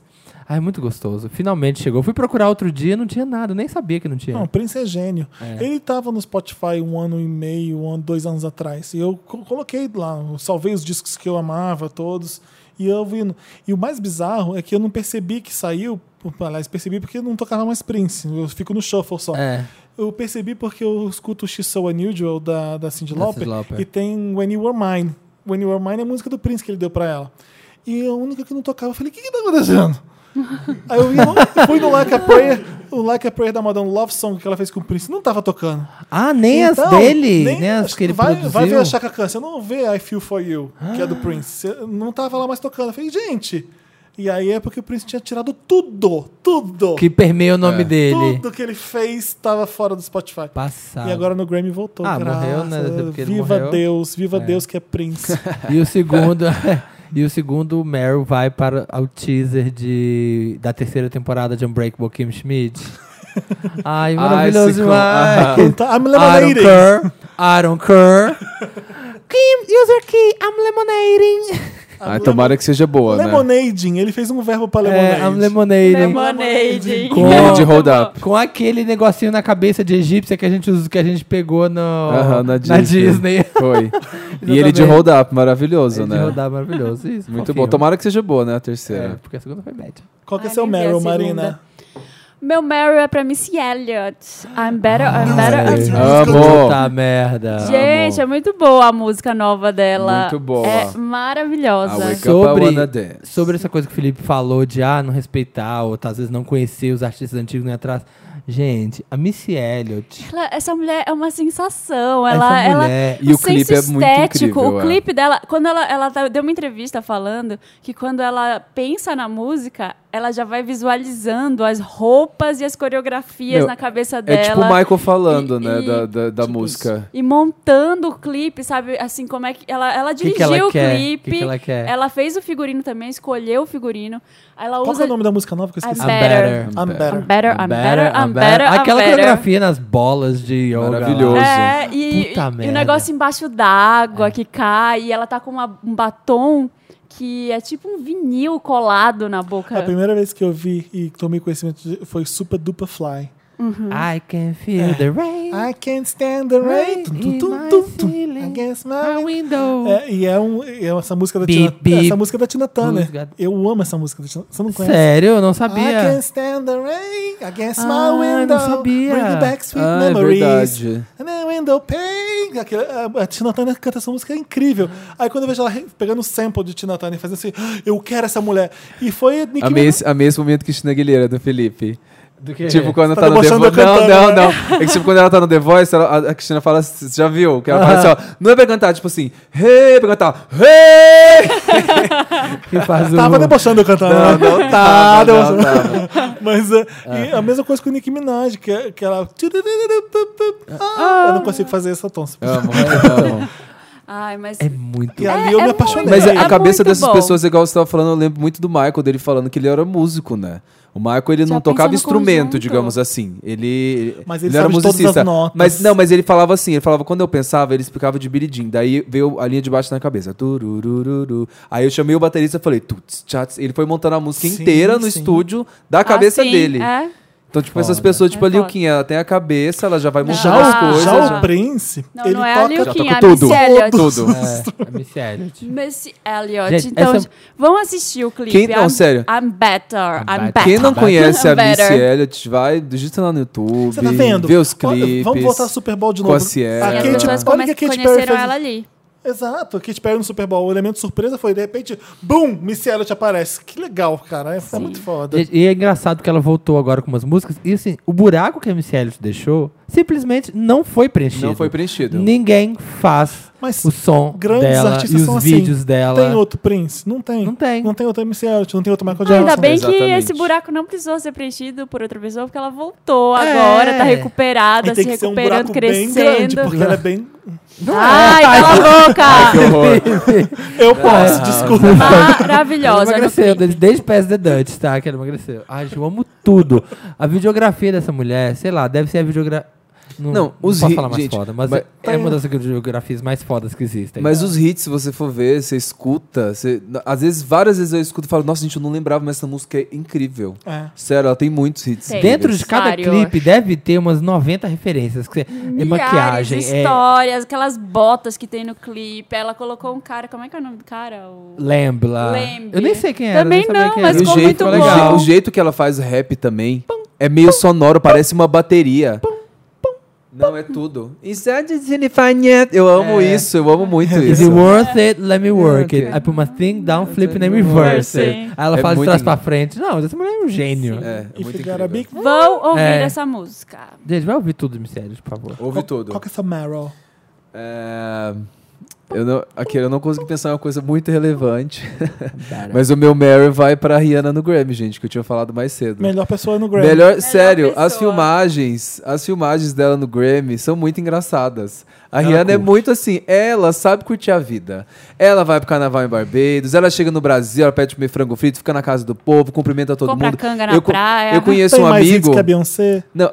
[SPEAKER 3] Ai, muito gostoso. Finalmente chegou. Fui procurar outro dia, não tinha nada, nem sabia que não tinha.
[SPEAKER 1] Não, o Prince é gênio. Ele tava no Spotify um ano e meio, um ano, dois anos atrás. E eu co- coloquei lá, eu salvei os discos que eu amava, todos, e eu ouvindo. E o mais bizarro é que eu não percebi que saiu, por- aliás, percebi porque eu não tocava mais Prince. Eu fico no shuffle só.
[SPEAKER 3] É.
[SPEAKER 1] Eu percebi porque eu escuto o She's So Unusual da, da Cyndi
[SPEAKER 3] Da
[SPEAKER 1] Lauper,
[SPEAKER 3] Cyndi Lauper.
[SPEAKER 1] e tem When You Were Mine. When You Were Mine é a música do Prince que ele deu pra ela. E a única que não tocava, eu falei, o que que tá acontecendo? Aí eu ia lá- fui no Like a Prayer, o Like a Prayer da Madonna Love Song que ela fez com o Prince, não tava tocando.
[SPEAKER 3] Ah, nem as
[SPEAKER 1] Então,
[SPEAKER 3] dele, nem, as que ele
[SPEAKER 1] vai,
[SPEAKER 3] produziu. Ah.
[SPEAKER 1] Vai ver a Chaka Khan, você não vê I Feel For You, que é do Prince. Você não tava lá mais tocando. Eu falei, gente... E aí é porque o Prince tinha tirado tudo, tudo.
[SPEAKER 3] Que permeia o nome dele.
[SPEAKER 1] Tudo que ele fez tava fora do Spotify.
[SPEAKER 3] Passado.
[SPEAKER 1] E agora no Grammy voltou.
[SPEAKER 3] Ah,
[SPEAKER 1] graças
[SPEAKER 3] morreu, né?
[SPEAKER 1] a Deus.
[SPEAKER 3] Porque ele
[SPEAKER 1] Viva
[SPEAKER 3] morreu.
[SPEAKER 1] Deus, viva Deus que é Prince.
[SPEAKER 3] E o segundo. e o segundo, o Meryl vai para o teaser de, da terceira temporada de Unbreakable Kim Schmidt. Ai, maravilhoso
[SPEAKER 4] esse com-
[SPEAKER 3] demais.
[SPEAKER 4] Aham.
[SPEAKER 1] Então, I'm
[SPEAKER 3] I don't
[SPEAKER 1] lemonade.
[SPEAKER 3] care. I don't care. Kim, user key, I'm lemonating.
[SPEAKER 4] Ah, tomara que seja boa, né?
[SPEAKER 1] Lemonading. Ele fez um verbo pra lemonade.
[SPEAKER 3] É, I'm lemonating.
[SPEAKER 2] Lemonade.
[SPEAKER 3] Com-
[SPEAKER 4] de hold up.
[SPEAKER 3] Com aquele negocinho na cabeça de egípcia que a gente, usa- que a gente pegou no,
[SPEAKER 4] Aham,
[SPEAKER 3] na,
[SPEAKER 4] na
[SPEAKER 3] Disney.
[SPEAKER 4] Disney. Foi. e ele de
[SPEAKER 3] Exatamente.
[SPEAKER 4] hold up, maravilhoso,
[SPEAKER 3] Ele
[SPEAKER 4] né?
[SPEAKER 3] de rodar maravilhoso. Isso,
[SPEAKER 4] Muito
[SPEAKER 3] fofinho.
[SPEAKER 4] bom. Tomara que seja boa, né? A
[SPEAKER 3] É,
[SPEAKER 4] terceira.
[SPEAKER 3] porque a segunda foi média.
[SPEAKER 1] Qual que é
[SPEAKER 2] Ai,
[SPEAKER 1] seu
[SPEAKER 2] Ah, nem vi a
[SPEAKER 1] Meryl,
[SPEAKER 2] segunda.
[SPEAKER 1] Marina?
[SPEAKER 2] Meu Meryl é pra Missy Elliott. I'm better, I'm better.
[SPEAKER 3] Ai,
[SPEAKER 4] Amo.
[SPEAKER 3] Puta merda.
[SPEAKER 2] Gente, é muito boa a música nova dela.
[SPEAKER 4] Muito boa.
[SPEAKER 2] É
[SPEAKER 4] Ah,
[SPEAKER 2] maravilhosa.
[SPEAKER 4] wake up, I wanna
[SPEAKER 3] Sobre,
[SPEAKER 4] dance.
[SPEAKER 3] sobre essa coisa que o Felipe falou de ah, não respeitar, ou tá, às vezes não conhecer os artistas antigos nem atrás. Gente, a Missy Elliott.
[SPEAKER 2] Ela- essa mulher é uma sensação.
[SPEAKER 3] Essa
[SPEAKER 2] Ela, ela,
[SPEAKER 3] mulher-
[SPEAKER 4] E o
[SPEAKER 2] senso
[SPEAKER 4] clipe é muito
[SPEAKER 2] estético,
[SPEAKER 4] incrível,
[SPEAKER 2] O
[SPEAKER 4] é.
[SPEAKER 2] clipe dela, quando ela, ela tá- deu uma entrevista falando que quando ela pensa na música, ela já vai visualizando as roupas e as coreografias
[SPEAKER 4] Meu,
[SPEAKER 2] na cabeça
[SPEAKER 4] É
[SPEAKER 2] dela.
[SPEAKER 4] tipo o Michael falando,
[SPEAKER 2] E-
[SPEAKER 4] né?
[SPEAKER 2] e-
[SPEAKER 4] da da, da música.
[SPEAKER 2] E montando o clipe, sabe? Assim, como é que. Ela, ela
[SPEAKER 3] que
[SPEAKER 2] dirigiu
[SPEAKER 3] ela
[SPEAKER 2] o
[SPEAKER 3] quer?
[SPEAKER 2] clipe.
[SPEAKER 3] Que que ela quer?
[SPEAKER 2] fez o figurino também, escolheu o figurino. Ela
[SPEAKER 1] Qual que
[SPEAKER 2] usa.
[SPEAKER 1] é o nome da música nova que eu
[SPEAKER 2] I'm
[SPEAKER 1] esqueci?
[SPEAKER 3] I'm better.
[SPEAKER 1] I'm
[SPEAKER 2] I'm
[SPEAKER 1] better.
[SPEAKER 2] better, I'm better, I'm better. I'm
[SPEAKER 3] Aquela
[SPEAKER 2] better.
[SPEAKER 3] coreografia nas bolas de yoga. lá.
[SPEAKER 4] Maravilhoso.
[SPEAKER 2] É, e,
[SPEAKER 3] Puta
[SPEAKER 2] e- e o
[SPEAKER 3] merda.
[SPEAKER 2] negócio embaixo d'água
[SPEAKER 1] É.
[SPEAKER 2] que cai, e ela tá com uma- um batom que é tipo um vinil colado na boca.
[SPEAKER 1] A primeira vez que eu vi e tomei conhecimento de- foi Super Duper Fly.
[SPEAKER 3] Uhum. I can feel the rain.
[SPEAKER 1] I can't stand the rain.
[SPEAKER 3] Rain
[SPEAKER 1] Tum, tum,
[SPEAKER 3] in
[SPEAKER 1] tum,
[SPEAKER 3] my
[SPEAKER 1] tum, tum,
[SPEAKER 3] ceiling.
[SPEAKER 1] against my
[SPEAKER 3] My
[SPEAKER 1] window.
[SPEAKER 3] window.
[SPEAKER 1] É, e é, um, e é essa música da
[SPEAKER 3] Beep,
[SPEAKER 1] Tina
[SPEAKER 3] beep.
[SPEAKER 1] Essa música é da Tina Turner.
[SPEAKER 3] Música.
[SPEAKER 1] Eu amo essa música da Tina Você não conhece?
[SPEAKER 3] Sério? Eu não
[SPEAKER 1] I
[SPEAKER 3] sabia.
[SPEAKER 1] can't stand the rain against
[SPEAKER 3] Ah,
[SPEAKER 1] my window.
[SPEAKER 3] não sabia.
[SPEAKER 1] Bring back sweet
[SPEAKER 4] Ah, é
[SPEAKER 1] memories.
[SPEAKER 4] verdade.
[SPEAKER 1] And the window pane. Aquela- A a Tina Turner canta essa música é incrível. Aí quando eu vejo ela re- pegando o sample de Tina Turner, fazendo assim, "Ah, eu quero essa mulher. E foi Nicki
[SPEAKER 4] Amei esse, amei esse momento que Cristina Aguilera, do Felipe.
[SPEAKER 3] Do quê?
[SPEAKER 4] Tipo, quando
[SPEAKER 1] Tá
[SPEAKER 4] ela tá no The
[SPEAKER 1] debochando
[SPEAKER 4] Voice.
[SPEAKER 1] eu
[SPEAKER 4] Não, não,
[SPEAKER 1] cantando, né?
[SPEAKER 4] não. É que tipo, quando ela tá no The Voice, ela- a- a Cristina fala, "Cê já viu? Que ela fala assim, ó, não é pra cantar, tipo assim, hey, pra cantar, hey!
[SPEAKER 3] Que faz o...
[SPEAKER 1] Tava debochando eu cantando.
[SPEAKER 4] Não, não tava, não
[SPEAKER 1] debochando.
[SPEAKER 4] tava.
[SPEAKER 1] Mas é, e a mesma coisa com o Nicki Minaj, que, é- que ela. Ah, eu não consigo fazer essa tom.
[SPEAKER 4] Amo, amo.
[SPEAKER 2] Ai, mas.
[SPEAKER 3] É muito...
[SPEAKER 1] E ali eu
[SPEAKER 2] é
[SPEAKER 1] me apaixonei.
[SPEAKER 4] Mas
[SPEAKER 2] É
[SPEAKER 4] a cabeça
[SPEAKER 2] muito
[SPEAKER 4] dessas
[SPEAKER 2] bom.
[SPEAKER 4] pessoas, é igual você tava falando, eu lembro muito do Michael, dele falando que ele era músico, né? O Michael, ele
[SPEAKER 2] Já
[SPEAKER 4] não tocava
[SPEAKER 2] pensa no
[SPEAKER 4] instrumento,
[SPEAKER 2] conjunto.
[SPEAKER 4] digamos assim. Ele,
[SPEAKER 1] Mas ele
[SPEAKER 4] era
[SPEAKER 1] sabe de todas
[SPEAKER 4] musicista.
[SPEAKER 1] as notas.
[SPEAKER 4] Mas não, mas ele falava assim, ele falava quando eu pensava, ele explicava de Billie Jean. Daí veio a linha de baixo na cabeça. Tururururu. Aí eu chamei o baterista e falei, tuts, tchats. Ele foi montando a música
[SPEAKER 1] Sim,
[SPEAKER 4] inteira no
[SPEAKER 1] sim.
[SPEAKER 4] estúdio da cabeça
[SPEAKER 2] Assim,
[SPEAKER 4] dele.
[SPEAKER 2] É.
[SPEAKER 4] Então, tipo, essas pessoas, tipo,
[SPEAKER 2] É
[SPEAKER 4] a Liu
[SPEAKER 2] foda.
[SPEAKER 4] Kim, ela tem a cabeça, ela já vai montando
[SPEAKER 1] Já,
[SPEAKER 4] as
[SPEAKER 2] Ah,
[SPEAKER 1] o,
[SPEAKER 4] coisas.
[SPEAKER 1] já
[SPEAKER 2] já.
[SPEAKER 1] o Prince,
[SPEAKER 2] Não,
[SPEAKER 1] ele
[SPEAKER 2] não é a
[SPEAKER 1] toca.
[SPEAKER 2] Liu
[SPEAKER 4] já
[SPEAKER 2] Kim,
[SPEAKER 4] toca
[SPEAKER 2] é a
[SPEAKER 4] tudo.
[SPEAKER 2] Missy Elliott.
[SPEAKER 4] Tudo.
[SPEAKER 3] É, a Missy Elliott.
[SPEAKER 2] Missy Elliott.
[SPEAKER 3] Gente,
[SPEAKER 2] então,
[SPEAKER 3] essa-
[SPEAKER 2] vão assistir o clipe.
[SPEAKER 4] Quem- não,
[SPEAKER 2] I'm-
[SPEAKER 4] sério.
[SPEAKER 2] I'm better,
[SPEAKER 3] I'm
[SPEAKER 2] I'm
[SPEAKER 3] better.
[SPEAKER 2] better.
[SPEAKER 4] Quem não
[SPEAKER 3] Tá
[SPEAKER 4] conhece a
[SPEAKER 2] Better.
[SPEAKER 4] Missy Elliott, vai, digita lá no YouTube,
[SPEAKER 1] Você tá vendo?
[SPEAKER 4] vê os
[SPEAKER 1] Quando-
[SPEAKER 4] clipes.
[SPEAKER 1] Vamos voltar ao Super Bowl de
[SPEAKER 4] com
[SPEAKER 1] novo.
[SPEAKER 4] a Ciara.
[SPEAKER 1] A
[SPEAKER 2] E as
[SPEAKER 1] Kate-
[SPEAKER 2] pessoas
[SPEAKER 1] olha que a
[SPEAKER 2] come-
[SPEAKER 1] Kate Perry
[SPEAKER 2] conheceram
[SPEAKER 1] fez-
[SPEAKER 2] ela ali.
[SPEAKER 1] Exato, a Kate Perry no Super Bowl. O elemento surpresa foi, de repente, bum, Missy Elliott aparece. Que legal, cara. É, é muito foda.
[SPEAKER 3] Gente, E é engraçado que ela voltou agora com umas músicas. E assim, o buraco que a Missy Elliott deixou simplesmente não foi preenchido.
[SPEAKER 4] Não foi preenchido.
[SPEAKER 3] Ninguém faz
[SPEAKER 1] Mas
[SPEAKER 3] o som
[SPEAKER 1] Grandes
[SPEAKER 3] dela e
[SPEAKER 1] artistas são
[SPEAKER 3] os
[SPEAKER 1] assim.
[SPEAKER 3] vídeos dela.
[SPEAKER 1] Tem outro Prince? Não tem.
[SPEAKER 3] Não tem.
[SPEAKER 1] Não tem outro Missy Elliott, não tem outro Michael
[SPEAKER 2] Ah,
[SPEAKER 1] Jackson.
[SPEAKER 2] ainda bem que
[SPEAKER 4] Exatamente.
[SPEAKER 2] esse buraco não precisou ser preenchido por outra pessoa, porque ela voltou
[SPEAKER 3] É.
[SPEAKER 2] agora, tá
[SPEAKER 1] E
[SPEAKER 2] recuperada,
[SPEAKER 1] tem
[SPEAKER 2] se
[SPEAKER 1] que ser um
[SPEAKER 2] recuperando,
[SPEAKER 1] buraco bem
[SPEAKER 2] crescendo.
[SPEAKER 1] grande, porque ela é bem...
[SPEAKER 2] Ai, cala a boca!
[SPEAKER 1] Eu
[SPEAKER 4] Ah,
[SPEAKER 1] posso, desculpa.
[SPEAKER 3] Ela
[SPEAKER 2] Maravilhosa. é no
[SPEAKER 3] emagreceu,
[SPEAKER 2] clipe.
[SPEAKER 3] desde, desde Pass the Dutch, tá? Que ela emagreceu. Ai, gente, eu amo tudo. A videografia dessa mulher, sei lá, deve ser a videografia. Não,
[SPEAKER 4] Não,
[SPEAKER 3] não
[SPEAKER 4] os
[SPEAKER 3] posso
[SPEAKER 4] ri-
[SPEAKER 3] falar mais
[SPEAKER 4] gente,
[SPEAKER 3] foda, mas,
[SPEAKER 4] mas-
[SPEAKER 3] é uma das videografias mais fodas que existem.
[SPEAKER 4] Mas os hits, se você for ver, você escuta. você- às vezes, várias vezes eu escuto e falo, nossa, gente, eu não lembrava, mas essa música é incrível.
[SPEAKER 1] É.
[SPEAKER 4] Sério, ela tem muitos hits.
[SPEAKER 2] Tem.
[SPEAKER 3] Dentro de cada
[SPEAKER 2] Vários.
[SPEAKER 3] clipe deve ter umas 90 referências. Que é
[SPEAKER 2] Milhares
[SPEAKER 3] maquiagem,
[SPEAKER 2] de
[SPEAKER 3] é
[SPEAKER 2] histórias, aquelas botas que tem no clipe. Ela colocou um cara, como é que é o nome do cara? O...
[SPEAKER 3] lamb lá.
[SPEAKER 2] Lamb.
[SPEAKER 3] Eu nem sei quem era.
[SPEAKER 2] Também
[SPEAKER 3] nem sabia
[SPEAKER 2] não,
[SPEAKER 3] quem
[SPEAKER 2] mas
[SPEAKER 4] E
[SPEAKER 3] era.
[SPEAKER 4] o
[SPEAKER 2] ficou
[SPEAKER 4] jeito,
[SPEAKER 2] muito
[SPEAKER 4] o
[SPEAKER 2] bom.
[SPEAKER 4] je- o jeito que ela faz rap também é meio sonoro, parece uma bateria. Não, é tudo. Is that infinite? Eu amo
[SPEAKER 3] É.
[SPEAKER 4] isso, eu amo muito
[SPEAKER 3] Is it
[SPEAKER 4] isso.
[SPEAKER 3] worth it? Let me work it. I put my thing down, flip it and reverse it.
[SPEAKER 2] Sim.
[SPEAKER 3] Aí ela
[SPEAKER 4] É
[SPEAKER 3] fala de
[SPEAKER 4] muito
[SPEAKER 3] trás pra
[SPEAKER 4] incrível.
[SPEAKER 3] frente. Não, essa mulher é um gênio.
[SPEAKER 4] É, é
[SPEAKER 1] If
[SPEAKER 4] muito
[SPEAKER 1] you got a
[SPEAKER 4] incrível.
[SPEAKER 1] big...
[SPEAKER 2] Vão ouvir
[SPEAKER 3] É.
[SPEAKER 2] essa música.
[SPEAKER 3] Gente, vai ouvir tudo do Micélio, por favor.
[SPEAKER 4] Ouve
[SPEAKER 1] Qual,
[SPEAKER 4] tudo.
[SPEAKER 1] qual que é essa Meryl?
[SPEAKER 4] É, Eu não, aqui eu não consigo pensar em uma coisa muito relevante. Mas o meu Mary vai pra Rihanna no Grammy, gente, que eu tinha falado mais cedo.
[SPEAKER 1] Melhor pessoa no Grammy.
[SPEAKER 4] Melhor, sério, as
[SPEAKER 2] pessoa.
[SPEAKER 4] filmagens, as filmagens dela no Grammy são muito engraçadas. A Rihanna é muito assim, ela sabe curtir a vida. Ela vai pro carnaval em Barbados, ela chega no Brasil, ela pede comer frango frito, fica na casa do povo, cumprimenta todo
[SPEAKER 2] Compra
[SPEAKER 4] mundo.
[SPEAKER 2] canga na
[SPEAKER 4] eu, co-
[SPEAKER 2] praia.
[SPEAKER 4] eu conheço
[SPEAKER 1] tem
[SPEAKER 4] um
[SPEAKER 1] mais hits
[SPEAKER 4] amigo.
[SPEAKER 1] que é a Beyoncé?
[SPEAKER 4] Não,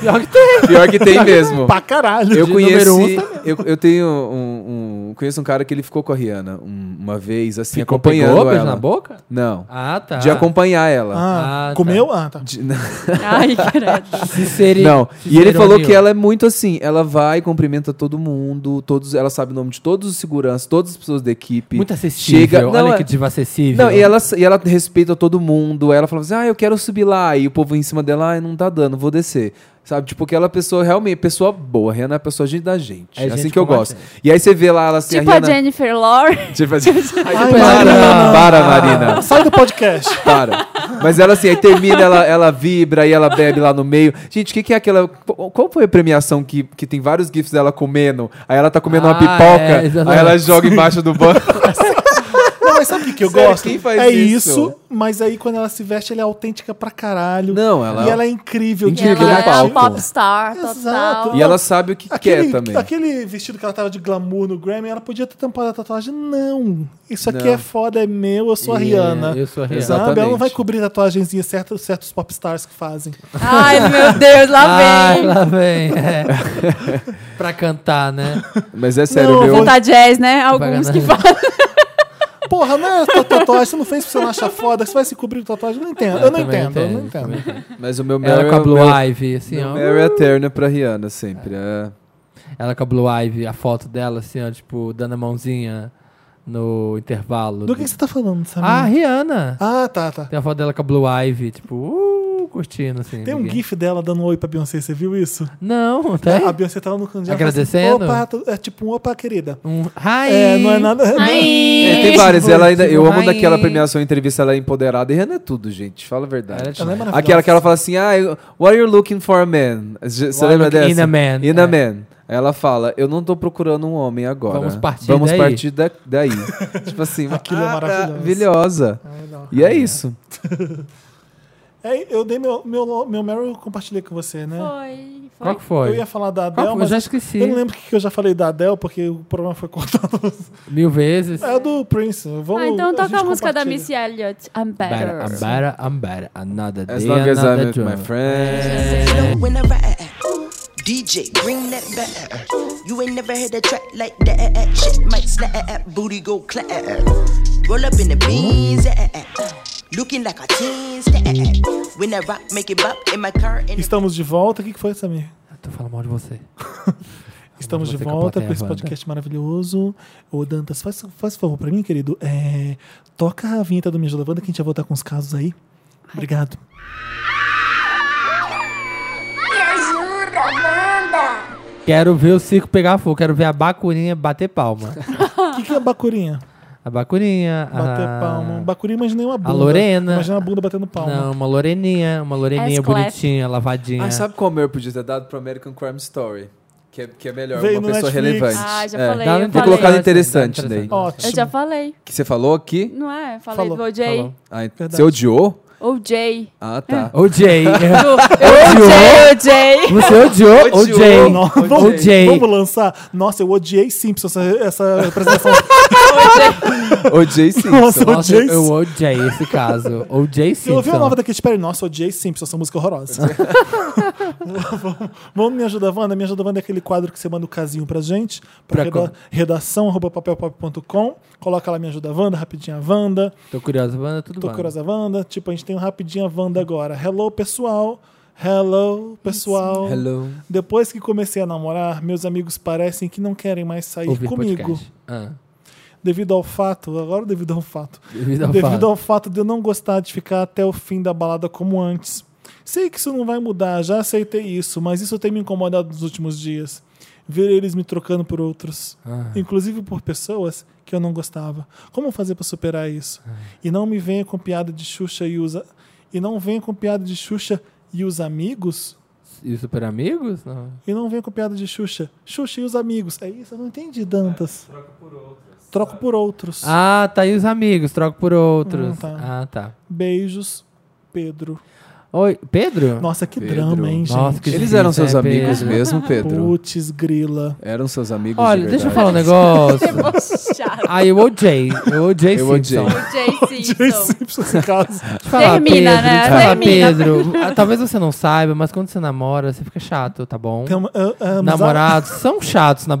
[SPEAKER 3] Pior que tem.
[SPEAKER 4] pior que é tem mesmo.
[SPEAKER 1] Pra caralho.
[SPEAKER 4] Eu
[SPEAKER 3] De
[SPEAKER 4] conheci.
[SPEAKER 1] tá?
[SPEAKER 3] número um
[SPEAKER 4] eu, eu tenho um, um- Conheço um cara que ele ficou com a Rihanna um- uma vez, assim,
[SPEAKER 3] Ficou,
[SPEAKER 4] acompanhando
[SPEAKER 3] pegou, beijo
[SPEAKER 4] ela.
[SPEAKER 3] na boca?
[SPEAKER 4] Não.
[SPEAKER 3] Ah, tá.
[SPEAKER 4] De acompanhar ela.
[SPEAKER 1] Ah,
[SPEAKER 3] Ah, tá.
[SPEAKER 1] comeu? Ah, tá.
[SPEAKER 4] De- não.
[SPEAKER 2] Ai, credo.
[SPEAKER 3] Sinceri-
[SPEAKER 4] Não. E ele falou que
[SPEAKER 3] Ciceroninho.
[SPEAKER 4] ela é muito assim. Ela vai, cumprimenta todo mundo, todos, ela sabe o nome de todos os seguranças, todas as pessoas da equipe.
[SPEAKER 3] Muito acessível.
[SPEAKER 4] Chega-
[SPEAKER 3] Olha
[SPEAKER 4] não,
[SPEAKER 3] que
[SPEAKER 4] é-
[SPEAKER 3] diva acessível.
[SPEAKER 4] Não, e ela, e ela respeita todo mundo. Ela fala assim: ah, eu quero subir lá. E o povo em cima dela, ah, não tá dando, vou descer. Sabe? Tipo, aquela pessoa realmente, pessoa boa. A Rihanna é a pessoa gente da gente.
[SPEAKER 3] É
[SPEAKER 4] É, assim
[SPEAKER 3] gente
[SPEAKER 4] que eu
[SPEAKER 3] como a
[SPEAKER 4] gosto.
[SPEAKER 3] gente.
[SPEAKER 4] E aí você vê lá ela assim:
[SPEAKER 2] tipo
[SPEAKER 4] a
[SPEAKER 2] a
[SPEAKER 4] Rihanna.
[SPEAKER 2] Jennifer Lawrence.
[SPEAKER 4] Tipo assim,
[SPEAKER 1] Ai,
[SPEAKER 4] para,
[SPEAKER 1] Marina.
[SPEAKER 4] para, Marina.
[SPEAKER 1] Sai do podcast.
[SPEAKER 4] Para. Mas ela assim, aí termina, ela, ela vibra e ela bebe lá no meio. Gente, o que, que é aquela. Qual foi a premiação que, que tem vários GIFs dela comendo? Aí ela tá comendo uma
[SPEAKER 3] Ah,
[SPEAKER 4] pipoca,
[SPEAKER 3] é, exatamente.
[SPEAKER 4] aí ela joga embaixo do banco.
[SPEAKER 1] Não, mas Mas sabe o que, que eu
[SPEAKER 4] Sério,
[SPEAKER 1] gosto?
[SPEAKER 4] quem faz
[SPEAKER 1] é
[SPEAKER 4] isso?
[SPEAKER 1] isso? mas aí quando ela se veste, ela é autêntica pra caralho.
[SPEAKER 4] Não, ela-
[SPEAKER 1] E ela é incrível.
[SPEAKER 2] E
[SPEAKER 4] Incrível né?
[SPEAKER 1] de
[SPEAKER 4] no
[SPEAKER 2] ela é
[SPEAKER 1] verdade.
[SPEAKER 2] uma
[SPEAKER 4] palco.
[SPEAKER 2] popstar total.
[SPEAKER 1] Exato.
[SPEAKER 4] E ela sabe o que quer também.
[SPEAKER 1] aquele vestido que ela tava de glamour no Grammy, ela podia ter tampado a tatuagem. Não. Isso aqui
[SPEAKER 4] Não.
[SPEAKER 1] é foda, é meu, eu sou a
[SPEAKER 3] É,
[SPEAKER 1] Rihanna.
[SPEAKER 3] eu sou a
[SPEAKER 1] Sabe?
[SPEAKER 4] Rihanna.
[SPEAKER 1] Ela não vai
[SPEAKER 4] Exatamente.
[SPEAKER 1] cobrir tatuagenzinha certos, certos popstars que fazem.
[SPEAKER 2] Ai, meu Deus, lá
[SPEAKER 3] Ai,
[SPEAKER 2] vem.
[SPEAKER 3] Ah, lá vem. é. pra cantar, né?
[SPEAKER 4] Mas é sério,
[SPEAKER 1] Não,
[SPEAKER 4] meu.
[SPEAKER 1] vou
[SPEAKER 2] Cantar jazz, né? Alguns
[SPEAKER 3] Propaganda.
[SPEAKER 2] que falam.
[SPEAKER 1] Porra, não é tua tatuagem, você não fez porque você não acha foda, você vai se cobrir com tatuagem. Eu não entendo, eu não
[SPEAKER 3] também
[SPEAKER 1] entendo, eu não
[SPEAKER 3] entendo,
[SPEAKER 1] entendo.
[SPEAKER 4] Mas o meu Mary,
[SPEAKER 3] Ela com a Blue
[SPEAKER 4] meu,
[SPEAKER 3] Ivy, assim, ó.
[SPEAKER 4] Mary Eterna pra Rihanna sempre. é.
[SPEAKER 3] Ela com a Blue Ivy, a foto dela, assim, ó, tipo, dando a mãozinha no intervalo.
[SPEAKER 1] Do que que você tá falando, Samir?
[SPEAKER 3] Ah, a Rihanna.
[SPEAKER 1] Ah, tá, tá.
[SPEAKER 3] Tem a foto dela com a Blue Ivy, tipo, uh, curtindo, assim.
[SPEAKER 1] Tem um
[SPEAKER 3] ninguém-
[SPEAKER 1] gif dela dando um oi pra Beyoncé, você viu isso?
[SPEAKER 3] Não, tem?
[SPEAKER 1] A Beyoncé tá lá no cantinho. ela
[SPEAKER 3] Agradecendo?
[SPEAKER 1] fala Assim, opa, tu- é tipo um opa, querida.
[SPEAKER 3] Um... Hi!
[SPEAKER 1] É, não é nada.
[SPEAKER 4] É, tem várias.
[SPEAKER 3] Tipo,
[SPEAKER 4] Ela ainda, eu
[SPEAKER 3] tipo,
[SPEAKER 4] amo
[SPEAKER 3] ai.
[SPEAKER 4] daquela premiação entrevista, ela é empoderada. E Rihanna é tudo, gente. Fala a verdade.
[SPEAKER 3] Ela é
[SPEAKER 1] Ela é maravilhosa.
[SPEAKER 4] Aquela que ela fala assim, ah, eu- what are you looking for a man? J-
[SPEAKER 3] What
[SPEAKER 4] Você lembra
[SPEAKER 3] looking in
[SPEAKER 4] dessa?
[SPEAKER 3] a man,
[SPEAKER 4] In
[SPEAKER 3] é.
[SPEAKER 4] a man. Ela fala, eu não tô procurando um homem agora.
[SPEAKER 3] Vamos partir
[SPEAKER 4] Vamos
[SPEAKER 3] daí."
[SPEAKER 4] partir da- daí. tipo assim,
[SPEAKER 1] Aquilo é maravilhoso.
[SPEAKER 4] maravilhosa. E é isso.
[SPEAKER 1] É, eu dei meu, meu, meu Meryl, eu compartilhei com você, né?
[SPEAKER 2] Foi, foi.
[SPEAKER 3] Qual que foi?
[SPEAKER 1] Eu ia falar da
[SPEAKER 3] Qual que-
[SPEAKER 1] Adele,
[SPEAKER 3] eu
[SPEAKER 1] mas
[SPEAKER 3] já esqueci.
[SPEAKER 1] eu não lembro o que que eu já falei da Adele, porque o programa foi cortado.
[SPEAKER 3] Mil vezes.
[SPEAKER 1] É do Prince. Vamos,
[SPEAKER 2] Ah, então toca
[SPEAKER 1] gente
[SPEAKER 2] a música da
[SPEAKER 1] compartilha.
[SPEAKER 2] Missy Elliott, I'm Better.
[SPEAKER 3] Better, I'm better, I'm better. Another
[SPEAKER 4] As
[SPEAKER 3] day,
[SPEAKER 4] long as I'm
[SPEAKER 3] another
[SPEAKER 4] with my
[SPEAKER 3] drama.
[SPEAKER 4] friends.
[SPEAKER 9] whenever I act. DJ, bring that back. You ain't never heard a track like that. Shit might slap, booty go clap. Roll up in the beans, looking like a teen. When I rock, make it bop in my car. And
[SPEAKER 1] Estamos de volta. O que que foi, Samir?
[SPEAKER 3] Eu tô falando mal de você.
[SPEAKER 1] Estamos de
[SPEAKER 3] Você que é
[SPEAKER 1] volta
[SPEAKER 3] aplateia
[SPEAKER 1] para esse
[SPEAKER 3] a banda.
[SPEAKER 1] podcast maravilhoso. Ô, Dantas, faz, faz favor pra mim, querido. É, toca a vinheta do Me Ajuda Wanda, que a gente vai voltar com os casos aí. Obrigado.
[SPEAKER 8] Me ajuda, Wanda!
[SPEAKER 3] Quero ver o circo pegar fogo, quero ver a bacurinha bater palma.
[SPEAKER 1] O que, que é bacurinha?
[SPEAKER 3] A bacurinha.
[SPEAKER 1] Bater
[SPEAKER 3] a...
[SPEAKER 1] palma. Bacurinha, imaginei uma bunda.
[SPEAKER 3] Ah. Lorena.
[SPEAKER 1] Imagina a bunda batendo palma.
[SPEAKER 3] Não, uma loreninha, uma loreninha
[SPEAKER 2] Asclep.
[SPEAKER 3] bonitinha, lavadinha.
[SPEAKER 4] Ah, sabe qual meu podia ter dado pro American Crime Story? Que é, que é melhor,
[SPEAKER 1] Veio
[SPEAKER 4] uma
[SPEAKER 1] no
[SPEAKER 4] pessoa
[SPEAKER 1] Netflix.
[SPEAKER 4] relevante.
[SPEAKER 2] Ah, já
[SPEAKER 4] É.
[SPEAKER 2] falei,
[SPEAKER 3] Dá
[SPEAKER 2] eu
[SPEAKER 3] um
[SPEAKER 4] Tem que
[SPEAKER 2] falei.
[SPEAKER 4] colocar no
[SPEAKER 3] Interessante,
[SPEAKER 4] interessante
[SPEAKER 3] dá um
[SPEAKER 4] daí.
[SPEAKER 1] Ótimo.
[SPEAKER 2] Eu já falei.
[SPEAKER 4] Que você falou aqui.
[SPEAKER 2] Não é? Falei
[SPEAKER 1] Falou.
[SPEAKER 2] do OJ.
[SPEAKER 3] Falou.
[SPEAKER 4] Ah, ent-
[SPEAKER 1] Verdade.
[SPEAKER 4] você odiou?
[SPEAKER 2] Ou Jay.
[SPEAKER 4] Ah, tá.
[SPEAKER 2] É.
[SPEAKER 3] O Jay.
[SPEAKER 2] Jay, Jay.
[SPEAKER 3] Você odiou? O
[SPEAKER 4] Odiou.
[SPEAKER 3] Jay.
[SPEAKER 1] Não,
[SPEAKER 3] O Jay.
[SPEAKER 1] Vamos lançar. Nossa, eu odiei Simpsons essa, essa apresentação.
[SPEAKER 4] Odiei sim.
[SPEAKER 1] Nossa,
[SPEAKER 3] Nossa,
[SPEAKER 1] odiei
[SPEAKER 3] eu
[SPEAKER 1] Simpsons.
[SPEAKER 3] odiei esse caso. O Jay
[SPEAKER 1] Eu ouvi a nova
[SPEAKER 3] Simpson.
[SPEAKER 1] da Katy Perry. Nossa, odiei Simpsons, essa música é horrorosa.
[SPEAKER 3] é.
[SPEAKER 1] vamos, vamos me ajudar, Wanda. Me ajuda, Wanda, é aquele quadro que você manda o casinho pra gente. Pra,
[SPEAKER 3] Pra como?
[SPEAKER 1] reda redação, arroba papelpop.com. Coloca lá, me ajuda, Wanda, rapidinha, Wanda.
[SPEAKER 3] Tô curioso, Wanda, tudo
[SPEAKER 1] Tô
[SPEAKER 3] bom.
[SPEAKER 1] curiosa, Wanda. Tipo, a gente tem um rapidinha, Wanda, agora. Hello, pessoal. Hello, pessoal.
[SPEAKER 4] Hello.
[SPEAKER 1] Depois que comecei a namorar, meus amigos parecem que não querem mais sair
[SPEAKER 3] Ouvir
[SPEAKER 1] comigo.
[SPEAKER 3] podcast. Ah,
[SPEAKER 1] Devido ao fato, agora devido ao fato.
[SPEAKER 3] devido ao
[SPEAKER 1] devido
[SPEAKER 3] fato.
[SPEAKER 1] ao fato de eu não gostar de ficar até o fim da balada como antes. Sei que isso não vai mudar, já aceitei isso, mas isso tem me incomodado nos últimos dias. Ver eles me trocando por outros, inclusive por pessoas que eu não gostava. Como fazer para superar isso? E não me venha com piada de Xuxa e usa e não venha com piada de Xuxa e os amigos?
[SPEAKER 3] E os super amigos? Não.
[SPEAKER 1] E não venha com piada de Xuxa. Xuxa e os amigos. É isso, eu não entendi, Dantas. Troco É, por outros. Troco por outros.
[SPEAKER 3] Ah, tá. E os amigos? Troco por outros.
[SPEAKER 1] Hum, tá.
[SPEAKER 3] Ah, tá.
[SPEAKER 1] Beijos, Pedro.
[SPEAKER 3] Oi, Pedro?
[SPEAKER 1] Nossa, que
[SPEAKER 4] Pedro.
[SPEAKER 1] drama, hein, gente?
[SPEAKER 3] Nossa, que
[SPEAKER 4] Eles
[SPEAKER 3] difícil,
[SPEAKER 4] eram seus
[SPEAKER 3] né,
[SPEAKER 4] amigos
[SPEAKER 3] Pedro?
[SPEAKER 4] mesmo, Pedro?
[SPEAKER 1] Putz, grila.
[SPEAKER 4] Eram seus amigos
[SPEAKER 3] Olha,
[SPEAKER 4] de
[SPEAKER 3] deixa eu
[SPEAKER 4] é verdade.
[SPEAKER 3] falar um negócio.
[SPEAKER 2] Debochado.
[SPEAKER 3] Aí eu odiei. Eu odiei
[SPEAKER 4] Eu
[SPEAKER 3] Simpson.
[SPEAKER 4] odiei.
[SPEAKER 2] O Jay
[SPEAKER 1] Jay
[SPEAKER 2] Simpson.
[SPEAKER 1] Simpson, esse caso.
[SPEAKER 3] Deixa eu falar,
[SPEAKER 2] Termina,
[SPEAKER 3] Pedro,
[SPEAKER 2] né?
[SPEAKER 3] deixa eu falar,
[SPEAKER 2] Termina.
[SPEAKER 3] Pedro. ah, Talvez você não saiba, mas quando você namora, você fica chato, tá bom?
[SPEAKER 4] Então,
[SPEAKER 1] Tem uma- ah, a- a amizade-
[SPEAKER 3] Namorados são chatos na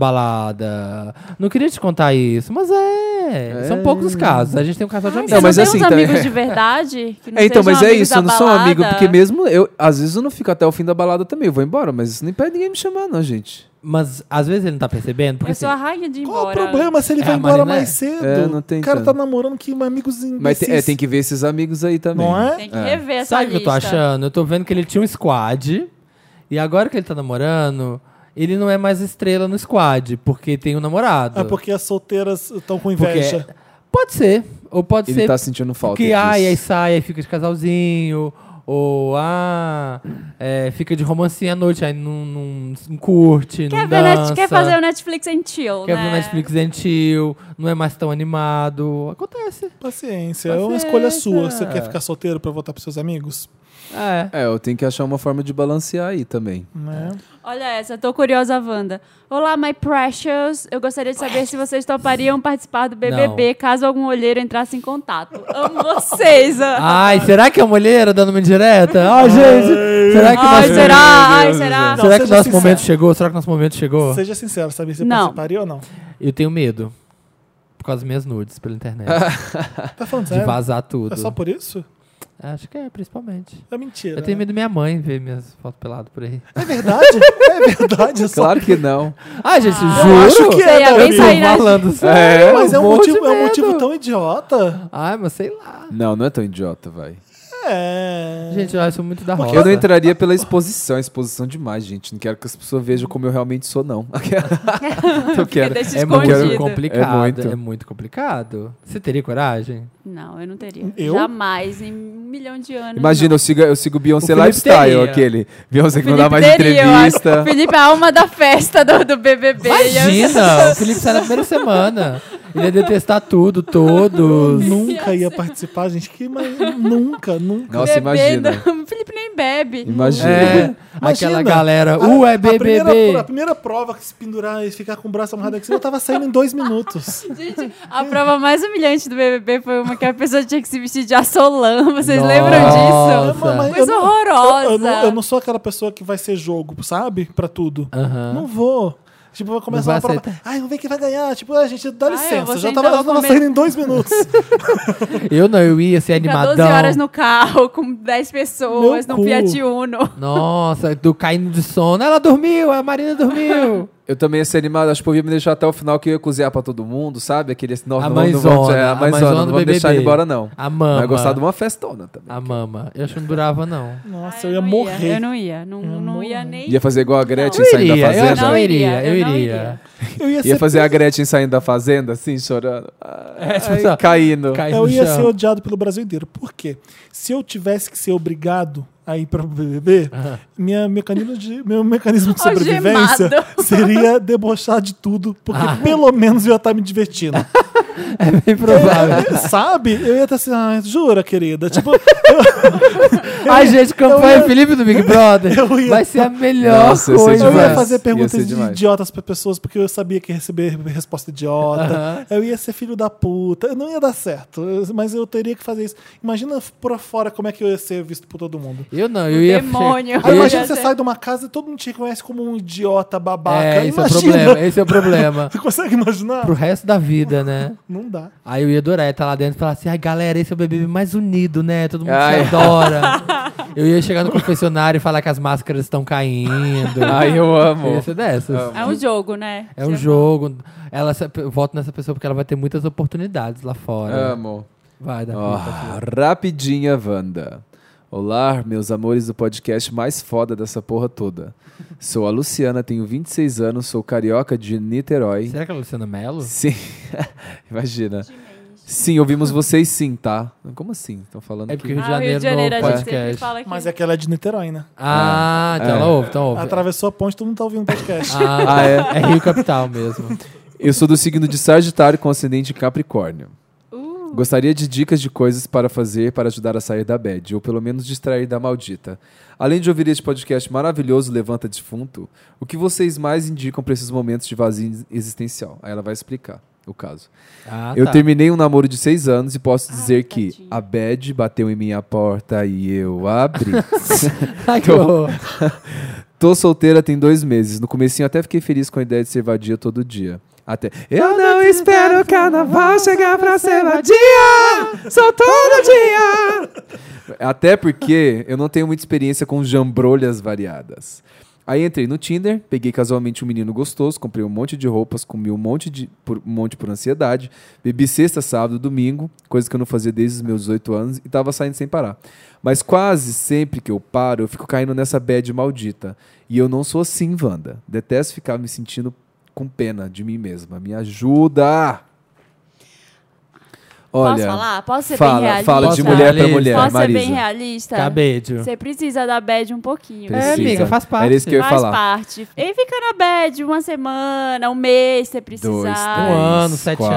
[SPEAKER 3] balada. Não queria te contar isso, mas é. São poucos os casos. A gente tem um casal de
[SPEAKER 2] Ai,
[SPEAKER 3] amigos.
[SPEAKER 2] você não,
[SPEAKER 4] mas
[SPEAKER 2] tem
[SPEAKER 4] assim,
[SPEAKER 2] uns
[SPEAKER 4] tá-
[SPEAKER 2] amigos de verdade? Que não
[SPEAKER 4] É, então,
[SPEAKER 2] sejam
[SPEAKER 4] mas é
[SPEAKER 2] amigos
[SPEAKER 4] isso,
[SPEAKER 2] da
[SPEAKER 4] eu não sou um
[SPEAKER 2] balada?
[SPEAKER 4] amigo, porque mesmo eu, às vezes eu não fico até o fim da balada também, eu vou embora, mas isso não impede ninguém me chamar, não, gente.
[SPEAKER 3] Mas às vezes ele não tá percebendo. Porque
[SPEAKER 2] Eu sou a
[SPEAKER 3] assim,
[SPEAKER 2] rainha de ir
[SPEAKER 1] Qual o
[SPEAKER 2] embora.
[SPEAKER 1] problema se ele
[SPEAKER 3] É,
[SPEAKER 1] vai
[SPEAKER 3] a
[SPEAKER 1] embora
[SPEAKER 3] Marina
[SPEAKER 1] mais
[SPEAKER 3] é.
[SPEAKER 1] cedo?
[SPEAKER 4] É, não tem
[SPEAKER 1] o cara tá
[SPEAKER 4] tanto.
[SPEAKER 1] namorando que amigos imbecis.
[SPEAKER 4] Mas te- é, tem que ver esses amigos aí também.
[SPEAKER 1] Não é?
[SPEAKER 2] Tem que rever essa
[SPEAKER 3] Sabe o que eu tô
[SPEAKER 2] lista.
[SPEAKER 3] achando? Eu tô vendo que ele tinha um squad. E agora que ele tá namorando, ele não é mais estrela no squad, porque tem um namorado.
[SPEAKER 1] É
[SPEAKER 4] Ah,
[SPEAKER 1] porque as solteiras estão com
[SPEAKER 3] Porque- é-
[SPEAKER 1] inveja.
[SPEAKER 3] Pode ser. Ou pode
[SPEAKER 4] Ele
[SPEAKER 3] ser
[SPEAKER 4] tá sentindo falta
[SPEAKER 3] porque é
[SPEAKER 4] disso.
[SPEAKER 3] ai, aí sai, aí fica de casalzinho. Ou, ah, é, fica de romancinha à noite, aí não, não, não curte,
[SPEAKER 2] Quer,
[SPEAKER 3] não
[SPEAKER 2] ver
[SPEAKER 3] dança.
[SPEAKER 2] Net- quer fazer o Netflix and chill,
[SPEAKER 3] Quer
[SPEAKER 2] né?
[SPEAKER 3] ver o Netflix gentil, não é mais tão animado. Acontece.
[SPEAKER 1] Paciência, é uma escolha sua. Você
[SPEAKER 3] Paciência.
[SPEAKER 1] quer ficar solteiro pra voltar pros seus amigos?
[SPEAKER 3] É.
[SPEAKER 4] É, eu tenho que achar uma forma de balancear aí também.
[SPEAKER 1] Né?
[SPEAKER 2] Olha essa, tô curiosa, Wanda. Olá, my precious. Eu gostaria de saber se vocês topariam participar do BBB caso algum olheiro entrasse em contato. Amo vocês. ah.
[SPEAKER 3] Ai, será que é a mulher dando uma indireta? Ai, gente, será que
[SPEAKER 2] Ai,
[SPEAKER 3] nosso,
[SPEAKER 2] será?
[SPEAKER 4] Meu
[SPEAKER 2] Ai,
[SPEAKER 4] Deus do
[SPEAKER 2] será?
[SPEAKER 4] céu.
[SPEAKER 1] Não,
[SPEAKER 3] será que
[SPEAKER 1] seja
[SPEAKER 3] nosso
[SPEAKER 1] sincero.
[SPEAKER 3] momento chegou? Será que nosso momento chegou?
[SPEAKER 1] Seja sincero, sabe? Você
[SPEAKER 2] Não.
[SPEAKER 1] participaria ou não?
[SPEAKER 3] Eu tenho medo. Por causa das minhas nudes pela internet.
[SPEAKER 1] Tá falando
[SPEAKER 3] de
[SPEAKER 1] sério?
[SPEAKER 3] vazar tudo.
[SPEAKER 1] É só por isso?
[SPEAKER 3] Acho que é, principalmente.
[SPEAKER 1] É mentira.
[SPEAKER 3] Eu tenho
[SPEAKER 1] né?
[SPEAKER 3] medo da minha mãe ver minhas fotos pelado por aí.
[SPEAKER 1] É verdade? é verdade. É só...
[SPEAKER 4] Claro que não.
[SPEAKER 3] Ah, gente,
[SPEAKER 1] Eu acho
[SPEAKER 3] juro?
[SPEAKER 1] que
[SPEAKER 2] Você
[SPEAKER 1] é,
[SPEAKER 2] ia
[SPEAKER 1] Davi.
[SPEAKER 2] bem sair na-
[SPEAKER 3] falando sério.
[SPEAKER 4] É.
[SPEAKER 1] Mas é um,
[SPEAKER 3] morro de
[SPEAKER 1] motivo, é um
[SPEAKER 3] medo.
[SPEAKER 1] motivo tão idiota.
[SPEAKER 3] Ai, mas sei lá.
[SPEAKER 4] Não, não é tão idiota, vai.
[SPEAKER 1] É.
[SPEAKER 3] Gente, eu sou muito da rosa.
[SPEAKER 4] Eu não entraria pela exposição, é exposição demais, gente. Não quero que as pessoas vejam como eu realmente sou, não. eu quero.
[SPEAKER 2] deixa
[SPEAKER 3] É
[SPEAKER 2] escondida.
[SPEAKER 3] muito complicado.
[SPEAKER 4] É
[SPEAKER 3] É
[SPEAKER 4] muito.
[SPEAKER 3] muito. complicado. Você teria coragem?
[SPEAKER 2] Não, eu não teria.
[SPEAKER 1] Eu?
[SPEAKER 2] Jamais, em um milhão de anos.
[SPEAKER 4] Imagina, eu sigo, eu sigo Beyoncé
[SPEAKER 3] O Felipe
[SPEAKER 4] Lifestyle,
[SPEAKER 3] teria.
[SPEAKER 4] aquele. Beyoncé que
[SPEAKER 2] não.
[SPEAKER 4] não dá mais
[SPEAKER 2] Felipe teria, eu acho.
[SPEAKER 4] entrevista.
[SPEAKER 2] O Felipe é a alma da festa do, do BBB.
[SPEAKER 3] Imagina! o Felipe sai na primeira semana. Ele ia detestar tudo, todos.
[SPEAKER 1] Nunca ia participar, gente. Que, mas, nunca, nunca.
[SPEAKER 4] Nossa, imagina.
[SPEAKER 2] O Felipe nem bebe.
[SPEAKER 4] Imagina.
[SPEAKER 3] É, aquela galera. Uh, é
[SPEAKER 1] A primeira, a
[SPEAKER 3] BBB.
[SPEAKER 1] primeira prova que se pendurar e ficar com o braço amarrado aqui, eu tava saindo em dois minutos.
[SPEAKER 2] Gente, a prova mais humilhante do BBB foi uma que a pessoa tinha que se vestir de assolã. Vocês
[SPEAKER 3] Nossa.
[SPEAKER 2] lembram disso?
[SPEAKER 3] Nossa.
[SPEAKER 1] Mas
[SPEAKER 2] Coisa
[SPEAKER 1] eu não-
[SPEAKER 2] horrorosa.
[SPEAKER 1] Eu, eu não, eu não sou aquela pessoa que vai ser jogo, sabe? Pra tudo.
[SPEAKER 3] Aham.
[SPEAKER 1] Não vou. Tipo, vai começar
[SPEAKER 3] vai
[SPEAKER 1] uma prova.
[SPEAKER 3] aceitar.
[SPEAKER 1] Ai, vamos ver quem vai ganhar. Tipo, ah, gente, dá
[SPEAKER 2] Ai, eu
[SPEAKER 1] licença.
[SPEAKER 2] vou
[SPEAKER 1] já
[SPEAKER 2] sentar,
[SPEAKER 1] tava, já
[SPEAKER 2] vou
[SPEAKER 1] tava
[SPEAKER 2] comer.
[SPEAKER 1] saindo em dois minutos.
[SPEAKER 3] Eu não, eu ia ser
[SPEAKER 2] Ficar
[SPEAKER 3] animadão.
[SPEAKER 2] 12 horas no carro com 10 pessoas,
[SPEAKER 1] Meu
[SPEAKER 2] num
[SPEAKER 1] cu.
[SPEAKER 2] Fiat Uno.
[SPEAKER 3] Nossa, do caindo de sono. Ela dormiu, a Marina dormiu.
[SPEAKER 4] Eu também ia ser animado, acho que eu ia me deixar até o final que eu ia cozinhar pra todo mundo, sabe? Aquele assim, não,
[SPEAKER 3] A
[SPEAKER 4] não vamos- não
[SPEAKER 3] mãezona,
[SPEAKER 4] vamos, é, a
[SPEAKER 3] a
[SPEAKER 4] mãezona,
[SPEAKER 3] mãezona
[SPEAKER 4] não
[SPEAKER 3] do
[SPEAKER 4] vamos deixar ele
[SPEAKER 3] BBB.
[SPEAKER 4] embora, não.
[SPEAKER 3] A mama.
[SPEAKER 4] Vai gostar de uma festona também.
[SPEAKER 3] A mama. Eu acho que não durava, não.
[SPEAKER 1] Nossa, eu
[SPEAKER 2] Ah,
[SPEAKER 1] ia
[SPEAKER 2] não
[SPEAKER 1] morrer.
[SPEAKER 2] Eu não ia. Não, não ia nem.
[SPEAKER 4] Ia fazer igual a Gretchen
[SPEAKER 3] Ah, Eu
[SPEAKER 4] saindo
[SPEAKER 3] iria,
[SPEAKER 4] da
[SPEAKER 3] eu, acho que
[SPEAKER 4] fazenda.
[SPEAKER 3] eu
[SPEAKER 2] Não
[SPEAKER 3] iria,
[SPEAKER 2] iria,
[SPEAKER 3] eu
[SPEAKER 2] eu não
[SPEAKER 3] iria.
[SPEAKER 2] iria.
[SPEAKER 1] Eu ia,
[SPEAKER 4] Ia
[SPEAKER 1] ser-
[SPEAKER 4] fazer a Gretchen saindo da fazenda, assim, chorando. Ah, ai,
[SPEAKER 3] só-
[SPEAKER 4] caindo.
[SPEAKER 3] Cai
[SPEAKER 1] Eu
[SPEAKER 3] assim, no
[SPEAKER 1] ia
[SPEAKER 3] chão.
[SPEAKER 1] ser odiado pelo Brasil inteiro. Por quê? Se eu tivesse que ser obrigado a ir para o BBB,
[SPEAKER 4] Ah.
[SPEAKER 1] minha mecanismo de, meu mecanismo de sobrevivência
[SPEAKER 2] Algemado.
[SPEAKER 1] seria debochar de tudo, porque
[SPEAKER 4] Ah.
[SPEAKER 1] pelo menos eu ia estar me divertindo.
[SPEAKER 3] É bem provável.
[SPEAKER 1] Sabe? Eu ia estar assim, ah, jura, querida? Tipo,
[SPEAKER 3] Ai, gente, campanha
[SPEAKER 1] eu ia-
[SPEAKER 3] Felipe do Big Brother
[SPEAKER 1] Eu ia-
[SPEAKER 3] vai ser a melhor
[SPEAKER 4] Nossa, eu sei
[SPEAKER 3] coisa.
[SPEAKER 1] eu ia
[SPEAKER 4] demais.
[SPEAKER 1] fazer perguntas
[SPEAKER 4] Ia ser
[SPEAKER 1] de-
[SPEAKER 4] demais.
[SPEAKER 1] idiotas para pessoas, porque eu sabia que ia receber resposta idiota. Eu ia ser filho da puta. Eu não ia dar certo, mas eu teria que fazer isso. Imagina por fora como é que eu ia ser visto por todo mundo.
[SPEAKER 3] Eu não, eu ia...
[SPEAKER 2] demônio.
[SPEAKER 1] Aí
[SPEAKER 3] Eu ia...
[SPEAKER 1] imagina
[SPEAKER 2] ia
[SPEAKER 1] você
[SPEAKER 2] ser-
[SPEAKER 1] sai de uma casa e todo mundo te reconhece como um idiota babaca.
[SPEAKER 3] É, esse é o
[SPEAKER 1] imagina.
[SPEAKER 3] problema, esse é o problema.
[SPEAKER 1] Você consegue imaginar?
[SPEAKER 3] Pro resto da vida, né?
[SPEAKER 1] Não dá.
[SPEAKER 3] Aí eu ia adorar estar lá dentro e falar assim, ai galera, esse é o bebê mais unido, né? Todo mundo
[SPEAKER 4] Ai.
[SPEAKER 3] se adora. eu ia chegar no confessionário e falar que as máscaras estão caindo.
[SPEAKER 4] Ai, eu amo.
[SPEAKER 3] Eu ia ser dessas.
[SPEAKER 2] É um jogo, né?
[SPEAKER 3] É um
[SPEAKER 2] Você-
[SPEAKER 3] jogo. Ela se- eu voto nessa pessoa porque ela vai ter muitas oportunidades lá fora.
[SPEAKER 4] Amo. Ah.
[SPEAKER 3] Vai, Davi.
[SPEAKER 4] Ó, rapidinha, Wanda. Olá, meus amores do podcast mais foda dessa porra toda. Sou a Luciana, tenho 26 anos, sou carioca de Niterói.
[SPEAKER 3] Será que é a Luciana Mello?
[SPEAKER 4] Sim, imagina. Sim, ouvimos vocês sim, tá? Como assim? Estão falando
[SPEAKER 3] É
[SPEAKER 4] que...
[SPEAKER 3] porque Rio de
[SPEAKER 2] Ah, o Rio
[SPEAKER 3] Janeiro,
[SPEAKER 2] de Janeiro,
[SPEAKER 3] no
[SPEAKER 2] a gente sempre
[SPEAKER 3] podcast.
[SPEAKER 2] fala que...
[SPEAKER 1] Mas é que ela é de Niterói, né?
[SPEAKER 3] Ah,
[SPEAKER 4] É.
[SPEAKER 3] então ela ouve, então ouve.
[SPEAKER 1] Atravessou a ponte, todo mundo tá ouvindo o podcast.
[SPEAKER 3] Ah,
[SPEAKER 4] Ah, é?
[SPEAKER 3] é Rio Capital mesmo.
[SPEAKER 4] Eu sou do signo de Sagitário com ascendente em Capricórnio. Gostaria de dicas de coisas para fazer para ajudar a sair da bad, ou pelo menos distrair da maldita. Além de ouvir este podcast maravilhoso Levanta Defunto, o que vocês mais indicam para esses momentos de vazio existencial? Aí ela vai explicar o caso.
[SPEAKER 3] Ah,
[SPEAKER 4] eu
[SPEAKER 3] tá.
[SPEAKER 4] terminei um namoro de seis anos e posso dizer que
[SPEAKER 2] tadinho.
[SPEAKER 4] a bad bateu em minha porta e eu abri.
[SPEAKER 3] Ai, que horror.
[SPEAKER 4] Tô solteira tem dois meses. No comecinho até fiquei feliz com a ideia de ser vadia todo dia. Até. Eu não espero o carnaval chegar pra ser vadia! Sou todo dia! Até porque eu não tenho muita experiência com jambrolhas variadas. Aí entrei no Tinder, peguei casualmente um menino gostoso, comprei um monte de roupas, comi um monte de por, um monte por ansiedade, bebi sexta, sábado, domingo, coisa que eu não fazia desde os meus 18 anos e tava saindo sem parar. Mas quase sempre que eu paro, eu fico caindo nessa bad maldita. E eu não sou assim, Wanda. Detesto ficar me sentindo com pena de mim mesma. Me ajuda!
[SPEAKER 2] Posso
[SPEAKER 4] Olha,
[SPEAKER 2] falar? Posso ser
[SPEAKER 4] fala,
[SPEAKER 2] bem realista?
[SPEAKER 4] Fala de
[SPEAKER 3] Posso
[SPEAKER 4] mulher pra
[SPEAKER 3] falar?
[SPEAKER 4] mulher,
[SPEAKER 2] Posso
[SPEAKER 4] Marisa.
[SPEAKER 2] ser bem
[SPEAKER 4] Tá.
[SPEAKER 2] realista?
[SPEAKER 3] Cabedio.
[SPEAKER 2] Você precisa da bad um pouquinho.
[SPEAKER 3] É,
[SPEAKER 4] Precisa.
[SPEAKER 3] amiga, faz parte.
[SPEAKER 4] Era isso que eu ia
[SPEAKER 2] Faz
[SPEAKER 4] falar.
[SPEAKER 2] parte. E fica na bad uma semana, um mês, se precisar.
[SPEAKER 3] Um
[SPEAKER 4] Dois, três,
[SPEAKER 3] ano, sete
[SPEAKER 4] quatro,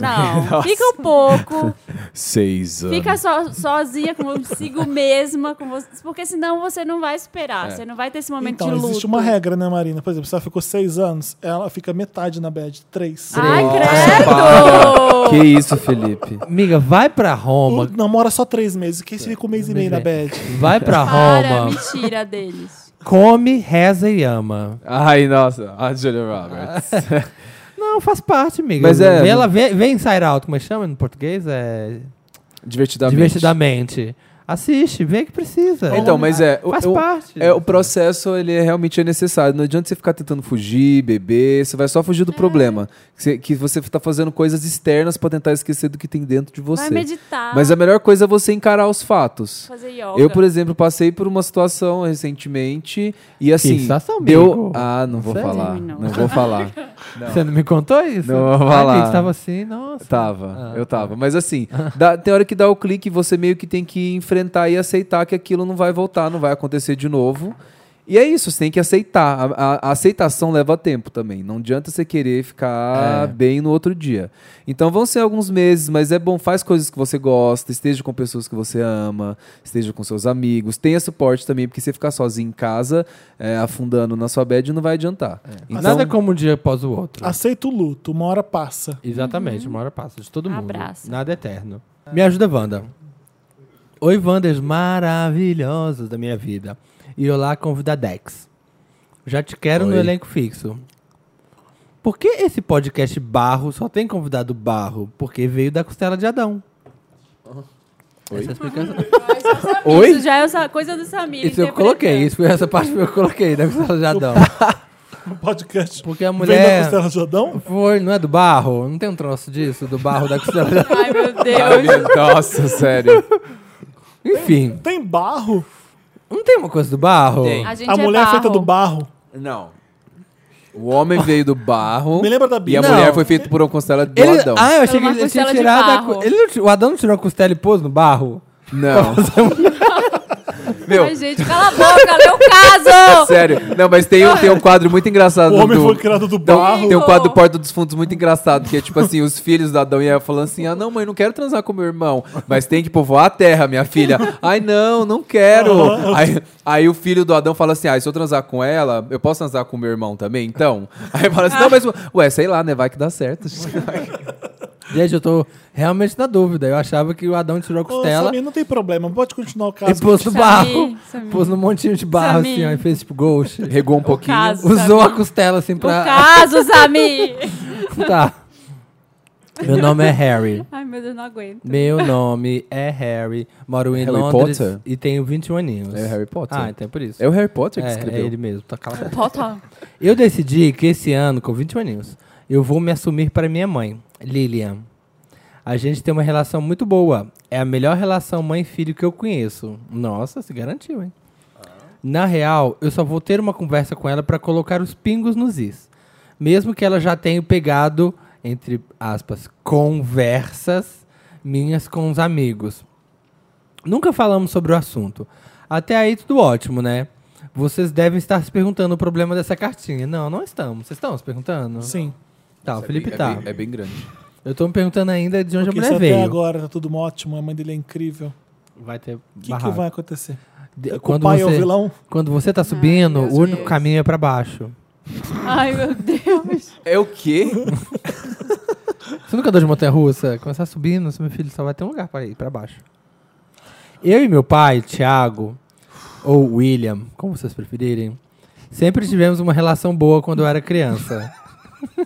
[SPEAKER 2] Não, não.
[SPEAKER 4] Nossa.
[SPEAKER 2] Fica um pouco.
[SPEAKER 4] Seis anos.
[SPEAKER 2] Fica so, sozinha consigo mesma, com você, porque senão você não vai superar.
[SPEAKER 4] É.
[SPEAKER 2] Você não vai ter esse momento
[SPEAKER 1] Então,
[SPEAKER 2] de luto.
[SPEAKER 1] existe uma regra, né, Marina? Por exemplo, se ela ficou seis anos, ela fica metade na bad. Três.
[SPEAKER 2] Ai,
[SPEAKER 4] para. Que
[SPEAKER 2] credo!
[SPEAKER 4] isso, Felipe?
[SPEAKER 3] Amiga, vai pra
[SPEAKER 1] Ou
[SPEAKER 3] Roma.
[SPEAKER 1] namora só três meses, que se fica um mês e meio na bad.
[SPEAKER 3] Vai pra
[SPEAKER 2] Para,
[SPEAKER 3] Roma.
[SPEAKER 2] mentira deles.
[SPEAKER 3] Come, reza e ama.
[SPEAKER 4] Ai, nossa. A Julia Roberts.
[SPEAKER 3] Não, faz parte, amiga.
[SPEAKER 4] Mas é-
[SPEAKER 3] Ela vem, vem Inside Out, como é que chama no português? É...
[SPEAKER 4] Divertidamente.
[SPEAKER 3] Divertidamente. Assiste, vê que precisa.
[SPEAKER 4] Então, mas é. o-
[SPEAKER 3] Faz
[SPEAKER 4] o,
[SPEAKER 3] parte.
[SPEAKER 4] É, o processo, ele é realmente é necessário. Não adianta você ficar tentando fugir, beber. Você vai só fugir do
[SPEAKER 2] É.
[SPEAKER 4] problema. Que você- Que você tá fazendo coisas externas pra tentar esquecer do que tem dentro de você.
[SPEAKER 2] Vai meditar.
[SPEAKER 4] Mas a melhor coisa é você encarar os fatos.
[SPEAKER 2] Fazer yoga.
[SPEAKER 4] Eu, por exemplo, passei por uma situação recentemente e assim.
[SPEAKER 3] situação, amigo?
[SPEAKER 4] deu. Ah, não vou
[SPEAKER 3] Sério?
[SPEAKER 4] falar.
[SPEAKER 2] Terminou.
[SPEAKER 4] Não vou falar.
[SPEAKER 3] Você não me contou isso?
[SPEAKER 4] Não, vou
[SPEAKER 3] Ah,
[SPEAKER 4] falar. Tá.
[SPEAKER 3] que estava assim, nossa.
[SPEAKER 4] Tava,
[SPEAKER 3] Ah,
[SPEAKER 4] eu tava. Mas assim, dá- tem hora que dá o clique, você meio que tem que enfrentar e aceitar que aquilo não vai voltar, não vai acontecer de novo. E é isso, você tem que aceitar. A, a- a aceitação leva tempo também. Não adianta você querer ficar
[SPEAKER 3] É.
[SPEAKER 4] bem no outro dia. Então vão ser alguns meses, mas é bom, faz coisas que você gosta, esteja com pessoas que você ama, esteja com seus amigos, tenha suporte também, porque você ficar sozinho em casa, é, afundando na sua bed, não vai adiantar. Então,
[SPEAKER 3] Nada como um dia após o outro.
[SPEAKER 1] Aceita o luto, uma hora passa.
[SPEAKER 3] Exatamente, uma hora passa de todo mundo.
[SPEAKER 2] Abraça.
[SPEAKER 3] Nada é eterno. Me ajuda, Wanda. Oi, Wanders maravilhosos da minha vida. E olá, convidadex. Já te quero no
[SPEAKER 4] Oi.
[SPEAKER 3] elenco fixo. Por que esse podcast barro só tem convidado barro? Porque veio da costela de Adão. Essa explicação.
[SPEAKER 4] Oi?
[SPEAKER 2] Isso já é essa coisa do Samir.
[SPEAKER 3] Isso eu coloquei, isso foi essa parte que eu coloquei da costela de Adão.
[SPEAKER 1] No podcast.
[SPEAKER 3] Porque a
[SPEAKER 1] Vem da
[SPEAKER 3] mulher
[SPEAKER 1] costela de Adão?
[SPEAKER 3] foi, não é do barro? Não tem um troço disso, do barro da costela de Adão.
[SPEAKER 2] Ai, meu
[SPEAKER 4] Ai,
[SPEAKER 2] Deus.
[SPEAKER 4] minha- Nossa, sério.
[SPEAKER 3] Enfim,
[SPEAKER 1] Tem barro?
[SPEAKER 3] não tem uma coisa do barro?
[SPEAKER 4] Tem.
[SPEAKER 2] A, gente
[SPEAKER 1] a
[SPEAKER 2] é
[SPEAKER 1] mulher é feita
[SPEAKER 2] barro.
[SPEAKER 1] do barro.
[SPEAKER 4] Não. O homem veio do barro.
[SPEAKER 1] Me lembra da
[SPEAKER 4] E
[SPEAKER 1] Bíblia.
[SPEAKER 4] a
[SPEAKER 3] Não.
[SPEAKER 4] mulher foi feita por uma costela do
[SPEAKER 3] Ele-
[SPEAKER 4] Adão.
[SPEAKER 3] Ah, eu achei
[SPEAKER 2] Pela
[SPEAKER 3] que
[SPEAKER 2] uma
[SPEAKER 3] ele tinha
[SPEAKER 2] costela de
[SPEAKER 3] tirado a.
[SPEAKER 2] barro.
[SPEAKER 3] co- Ele não ti- o Adão não tirou a costela e pôs no barro?
[SPEAKER 4] Não.
[SPEAKER 3] é
[SPEAKER 4] Meu,
[SPEAKER 2] Ai, gente, cala a boca, meu caso!
[SPEAKER 4] sério. Não, mas tem, um- tem um quadro muito engraçado
[SPEAKER 1] O homem
[SPEAKER 4] do...
[SPEAKER 1] foi criado do
[SPEAKER 3] Então,
[SPEAKER 4] Não,
[SPEAKER 1] barro.
[SPEAKER 4] Tem um quadro do Porta dos Fundos muito engraçado, que é tipo assim, os filhos do Adão e Eva falando assim, ah, não, mãe, não quero transar com meu irmão, mas tem que povoar a terra, minha filha. Ai, não, não quero. Aí, aí o filho do Adão fala assim, ah, se eu transar com ela, eu posso transar com meu irmão também, então? Aí fala
[SPEAKER 3] Ah.
[SPEAKER 4] assim, não, mas, ué, sei lá, né, vai que dá certo.
[SPEAKER 3] Gente, eu tô realmente na dúvida. Eu achava que o Adão tirou a
[SPEAKER 1] Ô,
[SPEAKER 3] costela É
[SPEAKER 1] Samir, não tem problema, pode continuar o
[SPEAKER 3] e
[SPEAKER 1] caso.
[SPEAKER 3] pôs no
[SPEAKER 2] Samir,
[SPEAKER 3] barro.
[SPEAKER 2] Samir.
[SPEAKER 3] Pôs num montinho de barro,
[SPEAKER 2] Samir.
[SPEAKER 3] assim, ó, e fez tipo ghost.
[SPEAKER 4] Regou um pouquinho.
[SPEAKER 2] Caso,
[SPEAKER 3] Usou a
[SPEAKER 2] Samir.
[SPEAKER 3] costela, assim,
[SPEAKER 2] O
[SPEAKER 3] pra.
[SPEAKER 2] caso, Samir!
[SPEAKER 3] Tá. Meu nome é Harry.
[SPEAKER 2] Ai, meu Deus, não aguento.
[SPEAKER 3] Meu nome é Harry. Moro em
[SPEAKER 4] Harry
[SPEAKER 3] Londres
[SPEAKER 4] Potter?
[SPEAKER 3] e tenho 21 aninhos.
[SPEAKER 4] É Harry Potter.
[SPEAKER 3] Ah, então é por isso.
[SPEAKER 4] É o Harry Potter que
[SPEAKER 3] É, é
[SPEAKER 4] escreveu.
[SPEAKER 3] ele mesmo. Tá calado.
[SPEAKER 2] Bota.
[SPEAKER 3] Eu decidi que esse ano, com 21 aninhos, eu vou me assumir para minha mãe, Lilian. A gente tem uma relação muito boa. É a melhor relação mãe-filho que eu conheço. Nossa, se garantiu, hein? Na real, eu só vou ter uma conversa com ela para colocar os pingos nos is. Mesmo que ela já tenha pegado, entre aspas, conversas minhas com os amigos. Nunca falamos sobre o assunto. Até aí tudo ótimo, né? Vocês devem estar se perguntando o problema dessa cartinha. Não, não estamos. Vocês estão se perguntando?
[SPEAKER 1] Sim.
[SPEAKER 3] Tá, o Felipe
[SPEAKER 4] é,
[SPEAKER 3] tá.
[SPEAKER 4] bem, é bem grande.
[SPEAKER 3] Eu tô me perguntando ainda de onde
[SPEAKER 1] Porque
[SPEAKER 3] a
[SPEAKER 1] se
[SPEAKER 3] mulher
[SPEAKER 1] até
[SPEAKER 3] veio.
[SPEAKER 1] agora tá tudo ótimo, a mãe dele é incrível.
[SPEAKER 3] Vai ter
[SPEAKER 1] O que, que
[SPEAKER 3] barraco.
[SPEAKER 1] vai acontecer?
[SPEAKER 3] De-
[SPEAKER 1] O
[SPEAKER 3] quando
[SPEAKER 1] pai é o
[SPEAKER 3] você,
[SPEAKER 1] vilão?
[SPEAKER 3] Quando você tá subindo,
[SPEAKER 2] Deus
[SPEAKER 3] o único
[SPEAKER 2] meu.
[SPEAKER 3] caminho é pra baixo.
[SPEAKER 2] Ai, meu Deus.
[SPEAKER 4] É o quê?
[SPEAKER 3] Você nunca andou de montanha-russa? Começar subindo, seu filho só vai ter um lugar pra ir pra baixo. Eu e meu pai, Thiago, ou William, como vocês preferirem, sempre tivemos uma relação boa quando eu era criança.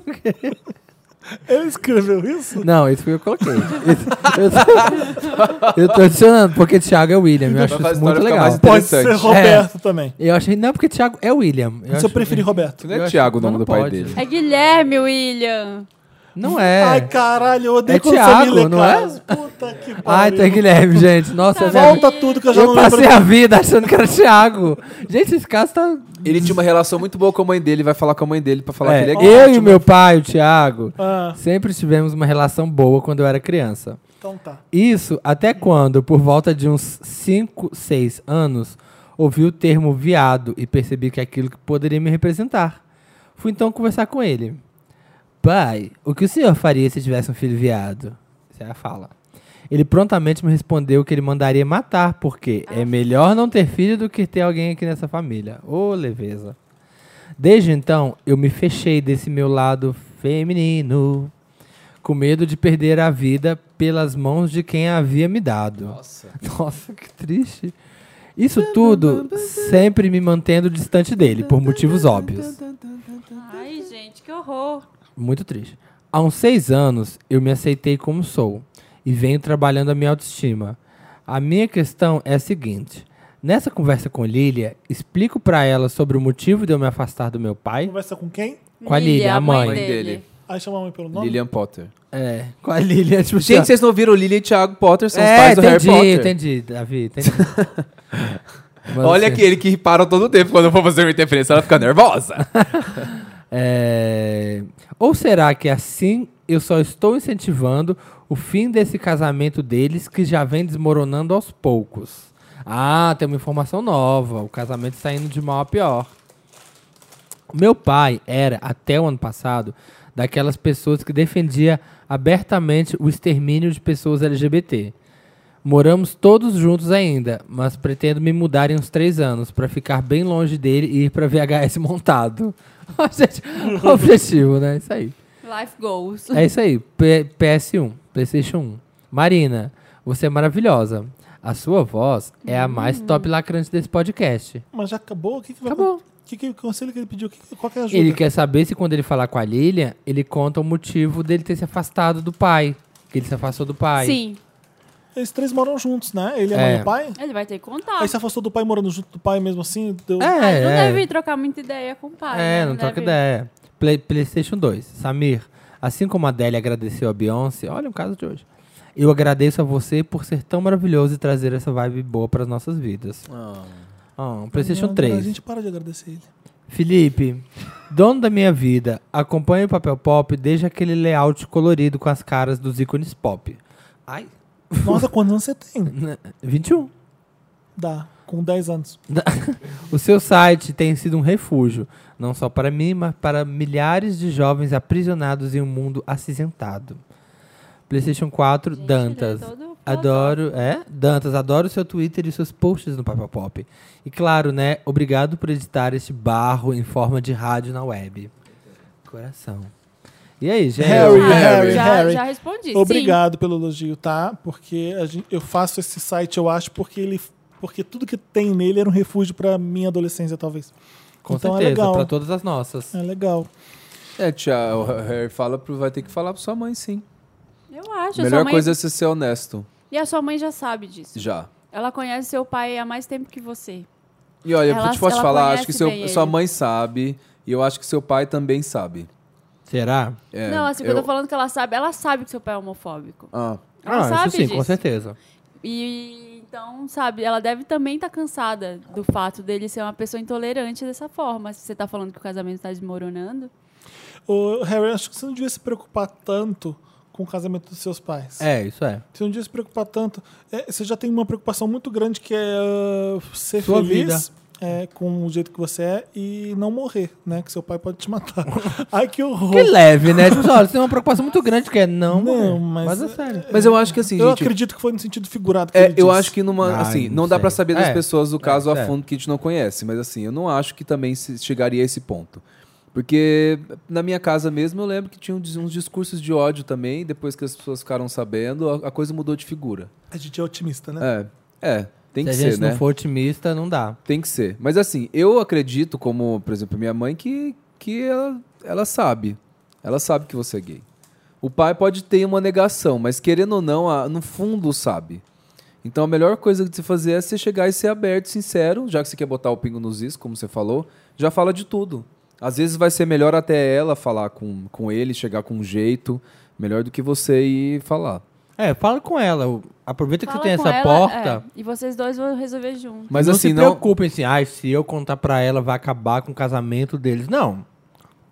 [SPEAKER 1] Ele escreveu isso?
[SPEAKER 3] Não, isso foi eu que coloquei. Isso- eu, tô, eu tô adicionando, porque Thiago é William. Eu acho
[SPEAKER 4] fazer a
[SPEAKER 3] isso
[SPEAKER 4] história
[SPEAKER 3] muito
[SPEAKER 4] ficar
[SPEAKER 3] legal.
[SPEAKER 4] mais
[SPEAKER 1] Pode ser
[SPEAKER 4] Interessante.
[SPEAKER 1] Roberto também.
[SPEAKER 3] É. Eu achei, não, porque Thiago é William. Eu
[SPEAKER 1] Se eu
[SPEAKER 3] acho-
[SPEAKER 1] preferir Roberto.
[SPEAKER 4] Não
[SPEAKER 3] Eu
[SPEAKER 4] é
[SPEAKER 3] acho-
[SPEAKER 4] Thiago
[SPEAKER 3] mas
[SPEAKER 4] o nome
[SPEAKER 3] não
[SPEAKER 4] do pai
[SPEAKER 3] pode.
[SPEAKER 4] dele.
[SPEAKER 2] É Guilherme, William.
[SPEAKER 3] Não é.
[SPEAKER 1] Ai, caralho, eu odeio
[SPEAKER 3] É
[SPEAKER 1] quando
[SPEAKER 3] Thiago,
[SPEAKER 1] família é
[SPEAKER 3] não é?
[SPEAKER 1] caso. Puta que pariu.
[SPEAKER 3] Ai, tem Guilherme, gente. Nossa,
[SPEAKER 2] Tá
[SPEAKER 3] é eu, já-
[SPEAKER 1] Volta tudo que eu já
[SPEAKER 3] eu
[SPEAKER 1] não
[SPEAKER 3] passei
[SPEAKER 1] lembro.
[SPEAKER 3] a vida achando que era Thiago. Gente, esse caso tá.
[SPEAKER 4] Ele tinha uma relação muito boa com a mãe dele, vai falar com a mãe dele pra falar
[SPEAKER 3] É,
[SPEAKER 4] que ele é
[SPEAKER 3] eu e meu pai, o Thiago,
[SPEAKER 1] Ah,
[SPEAKER 3] sempre tivemos uma relação boa quando eu era criança.
[SPEAKER 1] Então tá.
[SPEAKER 3] Isso até quando, por volta de uns 5, 6 anos, ouvi o termo viado e percebi que é aquilo que poderia me representar. Fui então conversar com ele. Pai, o que o senhor faria se tivesse um filho viado? Essa é a fala. Ele prontamente me respondeu que ele mandaria matar, porque é melhor não ter filho do que ter alguém aqui nessa família. Ô, leveza. Desde então, eu me fechei desse meu lado feminino, com medo de perder a vida pelas mãos de quem a havia me dado. Nossa. Nossa, que triste. Isso tudo sempre me mantendo distante dele, por motivos óbvios.
[SPEAKER 2] Ai, gente, que horror.
[SPEAKER 3] Muito triste. Há uns seis anos, eu me aceitei como sou e venho trabalhando a minha autoestima. A minha questão é a seguinte. Nessa conversa com Lilia, explico pra ela sobre o motivo de eu me afastar do meu pai.
[SPEAKER 1] Conversa com quem?
[SPEAKER 3] Com a Lilia, a mãe.
[SPEAKER 4] Mãe dele.
[SPEAKER 1] Aí chama a mãe pelo nome?
[SPEAKER 4] Lillian Potter.
[SPEAKER 3] É, com a Lilia. Tipo,
[SPEAKER 4] Gente, vocês não viram Lilian e Thiago Potter, são os
[SPEAKER 3] é,
[SPEAKER 4] pais do
[SPEAKER 3] entendi,
[SPEAKER 4] Harry Potter.
[SPEAKER 3] entendi, Davi, entendi. Mas
[SPEAKER 4] Olha
[SPEAKER 3] assim,
[SPEAKER 4] aquele que para todo tempo quando eu for fazer uma interferência, ela fica nervosa.
[SPEAKER 3] é, Ou será que assim eu só estou incentivando o fim desse casamento deles que já vem desmoronando aos poucos? Ah, tem uma informação nova. O casamento está indo de mal a pior. Meu pai era, até o ano passado, daquelas pessoas que defendia abertamente o extermínio de pessoas LGBT. Moramos todos juntos ainda, mas pretendo me mudar em uns três anos para ficar bem longe dele e ir para VHS montado. Gente, objetivo, né? Isso aí.
[SPEAKER 2] Life goals.
[SPEAKER 3] É isso aí. P- PS1, PlayStation 1. Marina, você é maravilhosa. A sua voz é a
[SPEAKER 2] Hum.
[SPEAKER 3] mais top lacrante desse podcast.
[SPEAKER 1] Mas já acabou? O que, que vai
[SPEAKER 3] Acabou.
[SPEAKER 1] O que, que o conselho que ele pediu? O Que, que- qual que é a ajuda?
[SPEAKER 3] Ele quer saber se quando ele falar com a Lilian, ele conta o motivo dele ter se afastado do pai. Que ele se afastou do pai.
[SPEAKER 2] Sim,
[SPEAKER 1] Eles três moram juntos, né? Ele é,
[SPEAKER 3] É.
[SPEAKER 1] mãe e pai?
[SPEAKER 2] ele vai ter que contar.
[SPEAKER 1] Aí se afastou do pai morando junto do pai mesmo assim? Deu...
[SPEAKER 3] É,
[SPEAKER 2] Mas Ah, não
[SPEAKER 3] é.
[SPEAKER 2] deve trocar muita ideia com o pai.
[SPEAKER 3] É,
[SPEAKER 2] né?
[SPEAKER 3] não troca
[SPEAKER 2] deve-
[SPEAKER 3] ideia. Play- PlayStation 2. Samir, assim como a Adélia agradeceu a Beyoncé, olha o caso de hoje. Eu agradeço a você por ser tão maravilhoso e trazer essa vibe boa para as nossas vidas. Ah, um PlayStation
[SPEAKER 1] A
[SPEAKER 3] 3.
[SPEAKER 1] gente para de agradecer ele.
[SPEAKER 3] Felipe, dono da minha vida, acompanho o papel pop desde aquele layout colorido com as caras dos ícones pop. Ai,
[SPEAKER 1] Nossa, quantos anos você tem?
[SPEAKER 3] né, 21.
[SPEAKER 1] Dá, com 10 anos.
[SPEAKER 3] O seu site tem sido um refúgio, não só para mim, mas para milhares de jovens aprisionados em um mundo acinzentado. PlayStation 4,
[SPEAKER 2] Gente,
[SPEAKER 3] Dantas.
[SPEAKER 2] ele é todo
[SPEAKER 3] Adoro, é? Dantas, adoro o seu Twitter e os seus posts no Papel Pop. E claro, né? Obrigado por editar este barro em forma de rádio na web. Coração. E aí, gente?
[SPEAKER 1] Harry,
[SPEAKER 2] Ah,
[SPEAKER 1] Harry,
[SPEAKER 2] já,
[SPEAKER 1] Harry.
[SPEAKER 2] já respondi.
[SPEAKER 1] Obrigado pelo elogio, tá? Porque a gente- eu faço esse site, eu acho, porque ele. Porque tudo que tem nele era um refúgio pra minha adolescência, talvez.
[SPEAKER 3] Com
[SPEAKER 1] então é
[SPEAKER 3] certeza,
[SPEAKER 1] legal.
[SPEAKER 3] para todas as nossas.
[SPEAKER 1] É legal.
[SPEAKER 4] É, tia, o Harry fala pro, vai ter que falar pra sua mãe, sim.
[SPEAKER 2] Sim. Eu acho. a sua
[SPEAKER 4] Melhor
[SPEAKER 2] mãe-
[SPEAKER 4] coisa é você ser honesto,
[SPEAKER 2] E a sua mãe já sabe disso.
[SPEAKER 4] já.
[SPEAKER 2] Ela conhece seu pai há mais tempo que você.
[SPEAKER 4] E olha,
[SPEAKER 2] Ela-
[SPEAKER 4] eu te posso
[SPEAKER 2] ela
[SPEAKER 4] falar,
[SPEAKER 2] conhece
[SPEAKER 4] acho que seu-
[SPEAKER 2] bem
[SPEAKER 4] sua
[SPEAKER 2] ele.
[SPEAKER 4] mãe sabe, e eu acho que seu pai também sabe.
[SPEAKER 3] Será?
[SPEAKER 4] É,
[SPEAKER 2] não, assim, quando eu tô falando que ela sabe, ela sabe que seu pai é homofóbico.
[SPEAKER 4] Ah,
[SPEAKER 2] Ela
[SPEAKER 3] ah,
[SPEAKER 2] sabe
[SPEAKER 3] isso sim,
[SPEAKER 2] disso.
[SPEAKER 3] com certeza.
[SPEAKER 2] E então, sabe, ela deve também estar cansada do fato dele ser uma pessoa intolerante dessa forma. Se você tá falando que o casamento tá desmoronando.
[SPEAKER 1] Ô, Harry, acho que você não devia se preocupar tanto com o casamento dos seus pais.
[SPEAKER 3] É, isso é.
[SPEAKER 1] Você não devia se preocupar tanto. É, você já tem uma preocupação muito grande que é ah, ser
[SPEAKER 3] Sua
[SPEAKER 1] feliz é, com o jeito que você é e não morrer, né? Que seu pai pode te matar. Ai, que horror.
[SPEAKER 3] Que leve, né? Tipo, olha, você tem uma preocupação muito grande que é não.
[SPEAKER 1] Não,
[SPEAKER 3] mas.
[SPEAKER 1] mas-
[SPEAKER 3] Mas é sério.
[SPEAKER 4] mas eu acho que assim,
[SPEAKER 1] eu
[SPEAKER 4] gente...
[SPEAKER 1] acredito que foi no sentido figurado que
[SPEAKER 4] É,
[SPEAKER 1] ele
[SPEAKER 4] eu
[SPEAKER 1] disse.
[SPEAKER 4] acho que numa,
[SPEAKER 3] Ai,
[SPEAKER 4] assim,
[SPEAKER 3] não
[SPEAKER 4] não, dá
[SPEAKER 3] sei.
[SPEAKER 4] pra saber das
[SPEAKER 3] É,
[SPEAKER 4] pessoas do caso
[SPEAKER 3] é.
[SPEAKER 4] a fundo que a gente não conhece, mas assim, eu não acho que também se chegaria a esse ponto. Porque na minha casa mesmo eu lembro que tinha uns, uns discursos de ódio também, depois que as pessoas ficaram sabendo, a, a coisa mudou de figura.
[SPEAKER 1] A gente é otimista, né?
[SPEAKER 4] É, é, tem
[SPEAKER 3] Se
[SPEAKER 4] que
[SPEAKER 3] a gente
[SPEAKER 4] ser,
[SPEAKER 3] não
[SPEAKER 4] né?
[SPEAKER 3] for otimista, não dá.
[SPEAKER 4] Tem que ser. Mas assim, eu acredito, como, por exemplo, minha mãe, que, que ela, ela sabe. Ela sabe que você é gay. O pai pode ter uma negação, mas querendo ou não, a- no fundo sabe. Então a melhor coisa de se fazer é você chegar e ser aberto, sincero, já que você quer botar o pingo nos is, como você falou, já fala de tudo. Às vezes vai ser melhor até ela falar com, com ele, chegar com um jeito, melhor do que você ir falar.
[SPEAKER 3] É, fala com ela. o- Aproveita que
[SPEAKER 2] Fala
[SPEAKER 3] você tem
[SPEAKER 2] com
[SPEAKER 3] essa
[SPEAKER 2] ela,
[SPEAKER 3] porta.
[SPEAKER 2] é, e vocês dois vão resolver juntos.
[SPEAKER 4] Mas
[SPEAKER 3] não
[SPEAKER 4] assim,
[SPEAKER 3] se
[SPEAKER 4] não.
[SPEAKER 3] preocupem assim, ai, se eu contar pra ela, vai acabar com o casamento deles. Não.